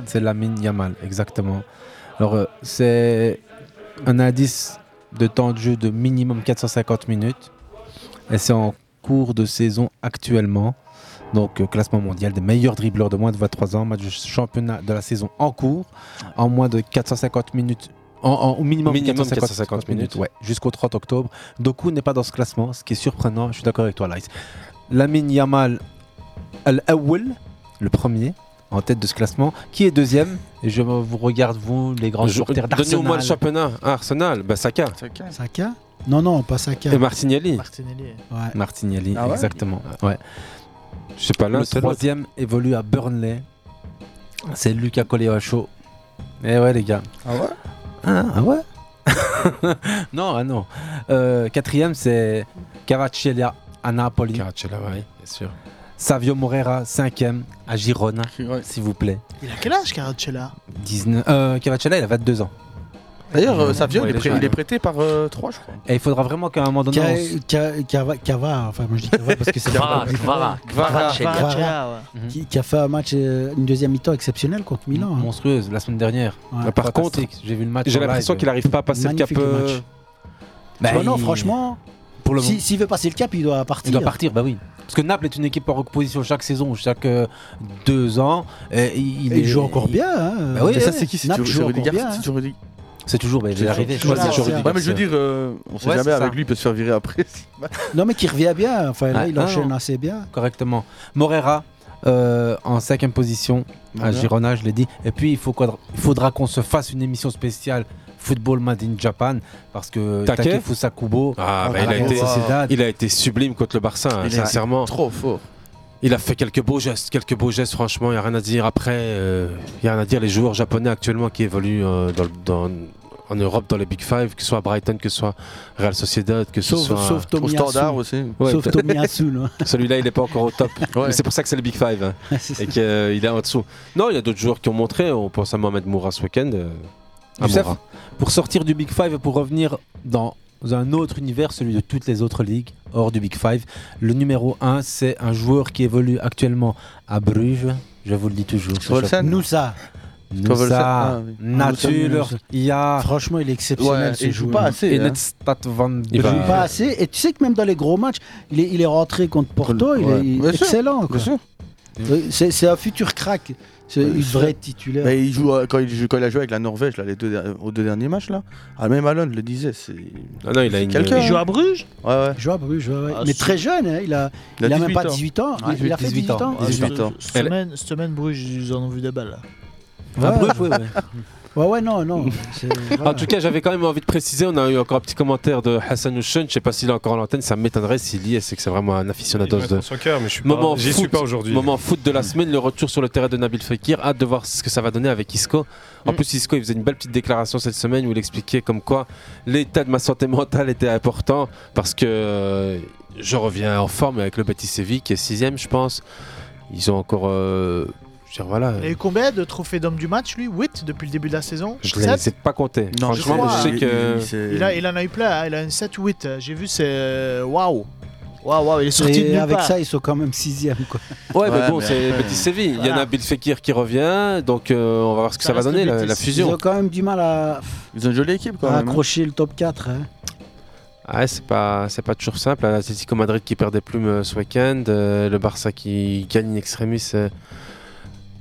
[SPEAKER 8] C'est Lamine Yamal, exactement. Alors euh, c'est un indice de temps de jeu de minimum 450 minutes. Et c'est en cours de saison actuellement. Donc euh, classement mondial des meilleurs dribbleurs de moins de 23 ans, match du championnat de la saison en cours, en moins de 450 minutes. En, en- au minimum,
[SPEAKER 9] Minimum
[SPEAKER 8] 450,
[SPEAKER 9] 450 minutes.
[SPEAKER 8] ouais, jusqu'au 30 octobre. Doku n'est pas dans ce classement, ce qui est surprenant. Je suis d'accord avec toi, Lice. Lamine Yamal Al-Awel, le premier, en tête de ce classement. Qui est deuxième Et je vous regarde, vous, les grands
[SPEAKER 9] Je-
[SPEAKER 8] supporters
[SPEAKER 9] Donnez-nous au moins
[SPEAKER 8] d'Arsenal.
[SPEAKER 9] le championnat. Ah, Arsenal, bah, Saka.
[SPEAKER 15] Saka Non, non, pas Saka.
[SPEAKER 9] Et Martinelli.
[SPEAKER 1] Martinelli.
[SPEAKER 15] Ouais.
[SPEAKER 8] Martinelli,
[SPEAKER 15] Ah ouais
[SPEAKER 8] exactement. Ouais.
[SPEAKER 9] Je sais pas, l'un,
[SPEAKER 8] Le
[SPEAKER 9] c'est l'autre.
[SPEAKER 8] troisième évolue à Burnley. C'est Lucas Coleacho. Eh ouais, les gars.
[SPEAKER 9] Ah ouais
[SPEAKER 8] Ah, ah ouais Non, ah non. Euh, quatrième, c'est Cavacella à Napoli.
[SPEAKER 9] Cavacella, oui, bien sûr.
[SPEAKER 8] Savio Moreira, cinquième, à Girona, s'il vous plaît.
[SPEAKER 1] Il a quel âge, Caracella
[SPEAKER 8] 19... Euh, Cavacella, il a 22 ans.
[SPEAKER 10] D'ailleurs, euh, Savio,
[SPEAKER 8] Ouais,
[SPEAKER 10] il, est prêt-
[SPEAKER 8] déjà,
[SPEAKER 10] il est
[SPEAKER 8] ouais.
[SPEAKER 10] prêté par 3, je crois.
[SPEAKER 8] Et il faudra vraiment qu'à un moment donné. Oh, on s-
[SPEAKER 15] Cava, enfin moi je dis Cava parce que c'est
[SPEAKER 8] Kvara,
[SPEAKER 15] Kvara,
[SPEAKER 8] Kvara,
[SPEAKER 15] Kvara,
[SPEAKER 8] Kvara,
[SPEAKER 15] Kvara,
[SPEAKER 8] Kvara, ouais.
[SPEAKER 15] qui, qui a fait un match, euh, une deuxième mi-temps exceptionnelle contre Milan. hein.
[SPEAKER 8] monstrueuse la semaine dernière.
[SPEAKER 15] Ouais.
[SPEAKER 9] Ah, par contre,
[SPEAKER 8] Fantastique. j'ai vu le match.
[SPEAKER 9] j'ai
[SPEAKER 8] en
[SPEAKER 9] l'impression
[SPEAKER 8] live.
[SPEAKER 9] qu'il arrive pas à passer
[SPEAKER 8] Magnifique
[SPEAKER 9] le cap.
[SPEAKER 8] match.
[SPEAKER 9] euh,
[SPEAKER 8] Bah,
[SPEAKER 15] Tu vois, non,
[SPEAKER 8] il-
[SPEAKER 15] franchement,
[SPEAKER 8] Pour le
[SPEAKER 15] si- s'il veut passer le cap, il doit partir.
[SPEAKER 8] Il doit partir, bah oui. Parce que Naples est une équipe en reposition chaque saison, chaque euh, deux ans. Et il,
[SPEAKER 15] Et il
[SPEAKER 8] est-
[SPEAKER 15] joue encore bien, hein.
[SPEAKER 8] Bah oui,
[SPEAKER 15] Mais ça,
[SPEAKER 8] oui.
[SPEAKER 15] c'est qui C'est Naples toujours- joue c'est encore Rudiger, bien, c'est hein. toujours
[SPEAKER 8] C'est toujours. bah,
[SPEAKER 10] C'est
[SPEAKER 8] j'arrive-
[SPEAKER 10] toujours-
[SPEAKER 8] je vois, c'est toujours
[SPEAKER 10] Ouais,
[SPEAKER 8] Rudiger,
[SPEAKER 10] mais je veux
[SPEAKER 8] c'est-
[SPEAKER 10] dire, euh, on sait
[SPEAKER 8] Ouais,
[SPEAKER 10] jamais
[SPEAKER 8] c'est ça.
[SPEAKER 10] avec lui, il peut se faire virer après.
[SPEAKER 15] Non, mais qui revient bien. Enfin, là,
[SPEAKER 8] Ouais,
[SPEAKER 15] il
[SPEAKER 8] non,
[SPEAKER 15] enchaîne
[SPEAKER 8] non.
[SPEAKER 15] assez bien.
[SPEAKER 8] Correctement. Morera euh, en cinquième position à
[SPEAKER 15] Morera.
[SPEAKER 8] Girona, je l'ai dit. Et puis il, faut qu'on- il faudra qu'on se fasse une émission spéciale Football Made in Japan parce que
[SPEAKER 9] Take
[SPEAKER 8] Take Fusakubo
[SPEAKER 9] Ah, bah,
[SPEAKER 8] à
[SPEAKER 9] il, a
[SPEAKER 8] la
[SPEAKER 9] été,
[SPEAKER 8] Sociedad,
[SPEAKER 9] il a été sublime contre le Barça, hein,
[SPEAKER 8] Il a été
[SPEAKER 9] sincèrement.
[SPEAKER 10] Trop fort.
[SPEAKER 9] Il a fait quelques beaux gestes, Euh, quelques beaux gestes, franchement, il n'y a rien à dire. Après, euh, il n'y a rien à dire. Les joueurs japonais actuellement qui évoluent euh, dans, le- dans- en Europe, dans les Big Five, que ce soit à Brighton, que ce soit Real Sociedad, que ce
[SPEAKER 15] Sauf-
[SPEAKER 9] soit.
[SPEAKER 15] sauf Tomiyasu. Au Standard aussi.
[SPEAKER 9] Ouais,
[SPEAKER 15] Sauf
[SPEAKER 9] peut-être.
[SPEAKER 15] Tomiyasu, là.
[SPEAKER 9] Celui-là, il n'est pas encore au top. Mais C'est pour ça que c'est le Big Five. hein, et qu'il est en dessous. Non, il y a d'autres joueurs qui ont montré. On pense à Mohamed Moura ce week-end. euh,
[SPEAKER 15] Ah
[SPEAKER 9] à
[SPEAKER 8] Youssef,
[SPEAKER 9] Moura.
[SPEAKER 8] pour sortir du Big Five et pour revenir dans un autre univers, celui de toutes les autres ligues hors du Big Five, le numéro 1, c'est un joueur qui évolue actuellement à Bruges. Je vous le dis toujours.
[SPEAKER 15] Olsen. Nous, ça.
[SPEAKER 8] Nous
[SPEAKER 15] Ah,
[SPEAKER 8] ça, nature, Ah, il y a.
[SPEAKER 15] Franchement, il est exceptionnel. ce joueur.
[SPEAKER 8] Et net stat van
[SPEAKER 15] hein. Il joue pas assez. Et tu sais que même dans les gros matchs, il est, il est rentré contre Porto, il
[SPEAKER 10] Ouais.
[SPEAKER 15] est il est
[SPEAKER 10] Bien sûr,
[SPEAKER 15] excellent. quoi.
[SPEAKER 10] bien sûr.
[SPEAKER 15] Euh, C'est c'est un futur crack. C'est- Il devrait être titulaire.
[SPEAKER 10] Bah, Euh, il joue, euh, quand, il joue- quand il a joué avec la Norvège là, les deux, der- aux deux derniers matchs, là, ah, même Alon le disait. C'est
[SPEAKER 9] Ah non, il a
[SPEAKER 10] c'est
[SPEAKER 15] Euh,
[SPEAKER 9] une-
[SPEAKER 10] quelqu'un,
[SPEAKER 9] Il joue
[SPEAKER 10] hein.
[SPEAKER 9] à
[SPEAKER 1] Bruges
[SPEAKER 10] Ouais, ouais.
[SPEAKER 15] Il joue à Bruges, ouais, ouais.
[SPEAKER 10] Ah,
[SPEAKER 15] mais
[SPEAKER 10] c'est-
[SPEAKER 15] très jeune, hein, il a, il a même pas 18 ans. il- il a fait 18 ans.
[SPEAKER 1] Semaine, semaine Bruges, ils en ont vu des balles.
[SPEAKER 15] Ouais,
[SPEAKER 8] Bruges,
[SPEAKER 15] ouais,
[SPEAKER 8] ouais.
[SPEAKER 15] Ah, ouais, ouais, non, non. c'est-
[SPEAKER 8] En
[SPEAKER 15] voilà.
[SPEAKER 8] tout cas, j'avais quand même envie de préciser, on a eu encore un petit commentaire de Hassan Hussein, je sais pas s'il est encore en l'antenne, ça m'étonnerait s'il y est, c'est que c'est vraiment un aficionado
[SPEAKER 11] Il doit être
[SPEAKER 8] de
[SPEAKER 11] en soccer, mais je suis pas-
[SPEAKER 8] moment
[SPEAKER 11] j'y suis
[SPEAKER 8] foot,
[SPEAKER 11] pas aujourd'hui.
[SPEAKER 8] Moment foot de la semaine, le retour sur le terrain de Nabil Fekir, hâte de voir ce que ça va donner avec Isco. En
[SPEAKER 11] Mm.
[SPEAKER 8] plus, Isco, il faisait une belle petite déclaration cette semaine où il expliquait comme quoi l'état de ma santé mentale était important parce que euh, je reviens en forme avec le Betis Séville qui est sixième, je pense. Ils ont encore, euh, je veux dire, voilà.
[SPEAKER 1] Il a eu combien de trophées d'homme du match, lui 8 depuis le début de la saison
[SPEAKER 8] Je ne
[SPEAKER 1] Sept
[SPEAKER 8] sais pas compter.
[SPEAKER 1] Non, je
[SPEAKER 8] Franchement,
[SPEAKER 1] crois,
[SPEAKER 8] je sais
[SPEAKER 1] hein.
[SPEAKER 8] que.
[SPEAKER 1] il, a- il en a eu plein, hein, il a une 7 ou 8. J'ai vu, c'est. euh, Waouh Waouh, waouh, il est sorti de
[SPEAKER 15] Et
[SPEAKER 1] nulle
[SPEAKER 15] avec
[SPEAKER 1] part.
[SPEAKER 15] ça, ils sont quand même sixième. Quoi.
[SPEAKER 8] Ouais, mais bon, c'est
[SPEAKER 15] après-
[SPEAKER 8] Betis Séville. Il y en
[SPEAKER 15] Voilà.
[SPEAKER 8] a Bill Fekir qui revient, donc euh, on va voir ce que ça, va
[SPEAKER 15] reste
[SPEAKER 8] donner,
[SPEAKER 15] le
[SPEAKER 8] la,
[SPEAKER 15] Betis.
[SPEAKER 8] la
[SPEAKER 15] Ils
[SPEAKER 8] fusion.
[SPEAKER 15] ont quand même du mal à,
[SPEAKER 10] Ils ont une jolie équipe quand
[SPEAKER 15] à
[SPEAKER 10] même. hein.
[SPEAKER 15] accrocher le top 4. hein.
[SPEAKER 8] Ouais, c'est pas, c'est pas toujours simple. L'Atlético Madrid qui perd des plumes euh, ce week-end, euh, le Barça qui gagne in extremis. euh,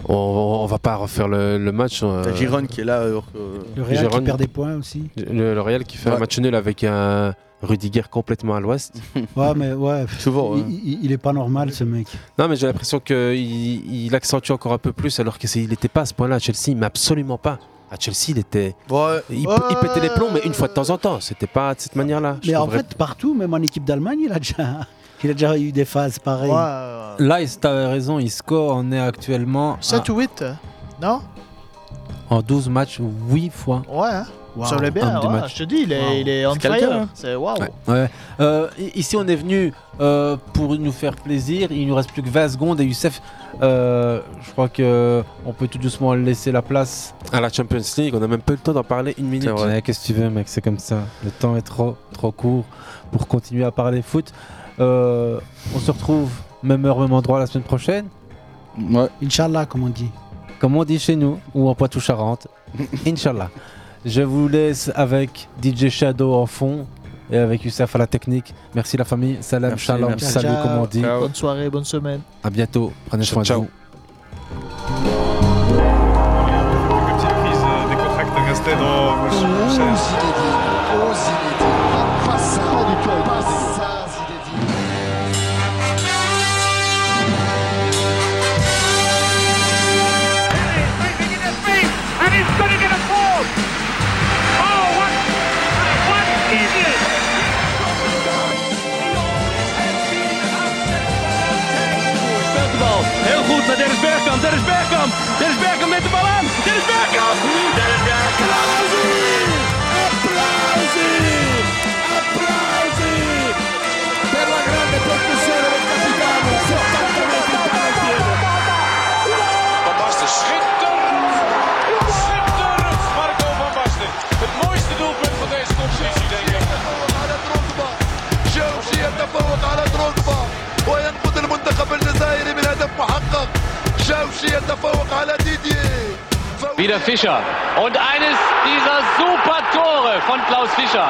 [SPEAKER 8] on, on va pas refaire le, le match. euh,
[SPEAKER 10] T'as Giron qui est là. alors que-
[SPEAKER 15] Le Real
[SPEAKER 8] Giron-
[SPEAKER 15] qui perd des points aussi.
[SPEAKER 8] Le, le Real qui fait un
[SPEAKER 10] Ouais.
[SPEAKER 8] match nul avec un Rudiger complètement à l'ouest.
[SPEAKER 15] Ouais, mais ouais.
[SPEAKER 10] Souvent.
[SPEAKER 15] il, il- il est pas normal ce mec.
[SPEAKER 8] Non, mais j'ai l'impression qu'il il accentue encore un peu plus alors qu'il n'était pas à ce point-là à Chelsea, mais absolument pas. À Chelsea, il était. Il, il pétait les plombs, mais une fois de temps en temps. C'était pas de cette manière-là. je
[SPEAKER 15] Mais en
[SPEAKER 8] trouverais.
[SPEAKER 15] fait, partout, même en équipe d'Allemagne, il a déjà, il a déjà eu des phases pareilles.
[SPEAKER 8] Là, tu as raison, Isco en est actuellement
[SPEAKER 1] 7 ou 8 Non
[SPEAKER 8] en 12 matchs 8 fois.
[SPEAKER 1] Ouais, hein.
[SPEAKER 8] Wow.
[SPEAKER 1] ça me bien,
[SPEAKER 8] Homme du
[SPEAKER 1] ouais,
[SPEAKER 8] match.
[SPEAKER 1] je te dis, il est,
[SPEAKER 8] Wow.
[SPEAKER 1] il est on
[SPEAKER 8] C'est quelqu'un,
[SPEAKER 1] fire.
[SPEAKER 8] hein.
[SPEAKER 1] C'est waouh.
[SPEAKER 8] Ouais. Ouais. Euh, i- ici, on est venu euh, pour nous faire plaisir. Il nous reste plus que 20 secondes et Youssef, euh, je crois que on peut tout doucement laisser la place à la Champions League. On n'a même pas eu le temps d'en parler une minute. Qu'est-ce que tu veux, mec C'est comme ça. Le temps est trop, trop court pour continuer à parler foot. Euh, on se retrouve même heure, même endroit la semaine prochaine.
[SPEAKER 10] Ouais.
[SPEAKER 15] Inch'Allah, comme on dit.
[SPEAKER 8] Comme on dit chez nous, ou en Poitou-Charentes. Inch'Allah. Je vous laisse avec DJ Shadow en fond et avec Youssef à la technique. Merci la famille. Salam, shalom,
[SPEAKER 1] Merci.
[SPEAKER 8] salut
[SPEAKER 1] Ciao.
[SPEAKER 8] comme on dit.
[SPEAKER 1] Bonne soirée, bonne semaine.
[SPEAKER 8] À bientôt. Prenez soin de vous.
[SPEAKER 11] euh, Restez dans.
[SPEAKER 4] and he's going to get a foul. Oh, what, what is it? Speelt de bal. Heel goed naar Dennis Bergkamp. Dennis Bergkamp. Dennis Bergkamp met de bal aan. Dennis Bergkamp. Dennis Bergkamp. Applausie. Applausie. Applausie. Per la grande percussione del capitano. Fortemente in piede.
[SPEAKER 5] Van Basten schitterend. Schitterend. Marco van Basten. Het mooiste doelpunt van deze competitie, denk ik.
[SPEAKER 6] الشمسي يتفوق على تروسبا وينقذ المنتخب الجزائري من هدف محقق شاوشي يتفوق على ديدييه
[SPEAKER 4] Wieder Fischer. Und eines dieser super Tore von Klaus Fischer.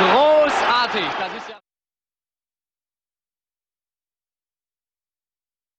[SPEAKER 4] Großartig.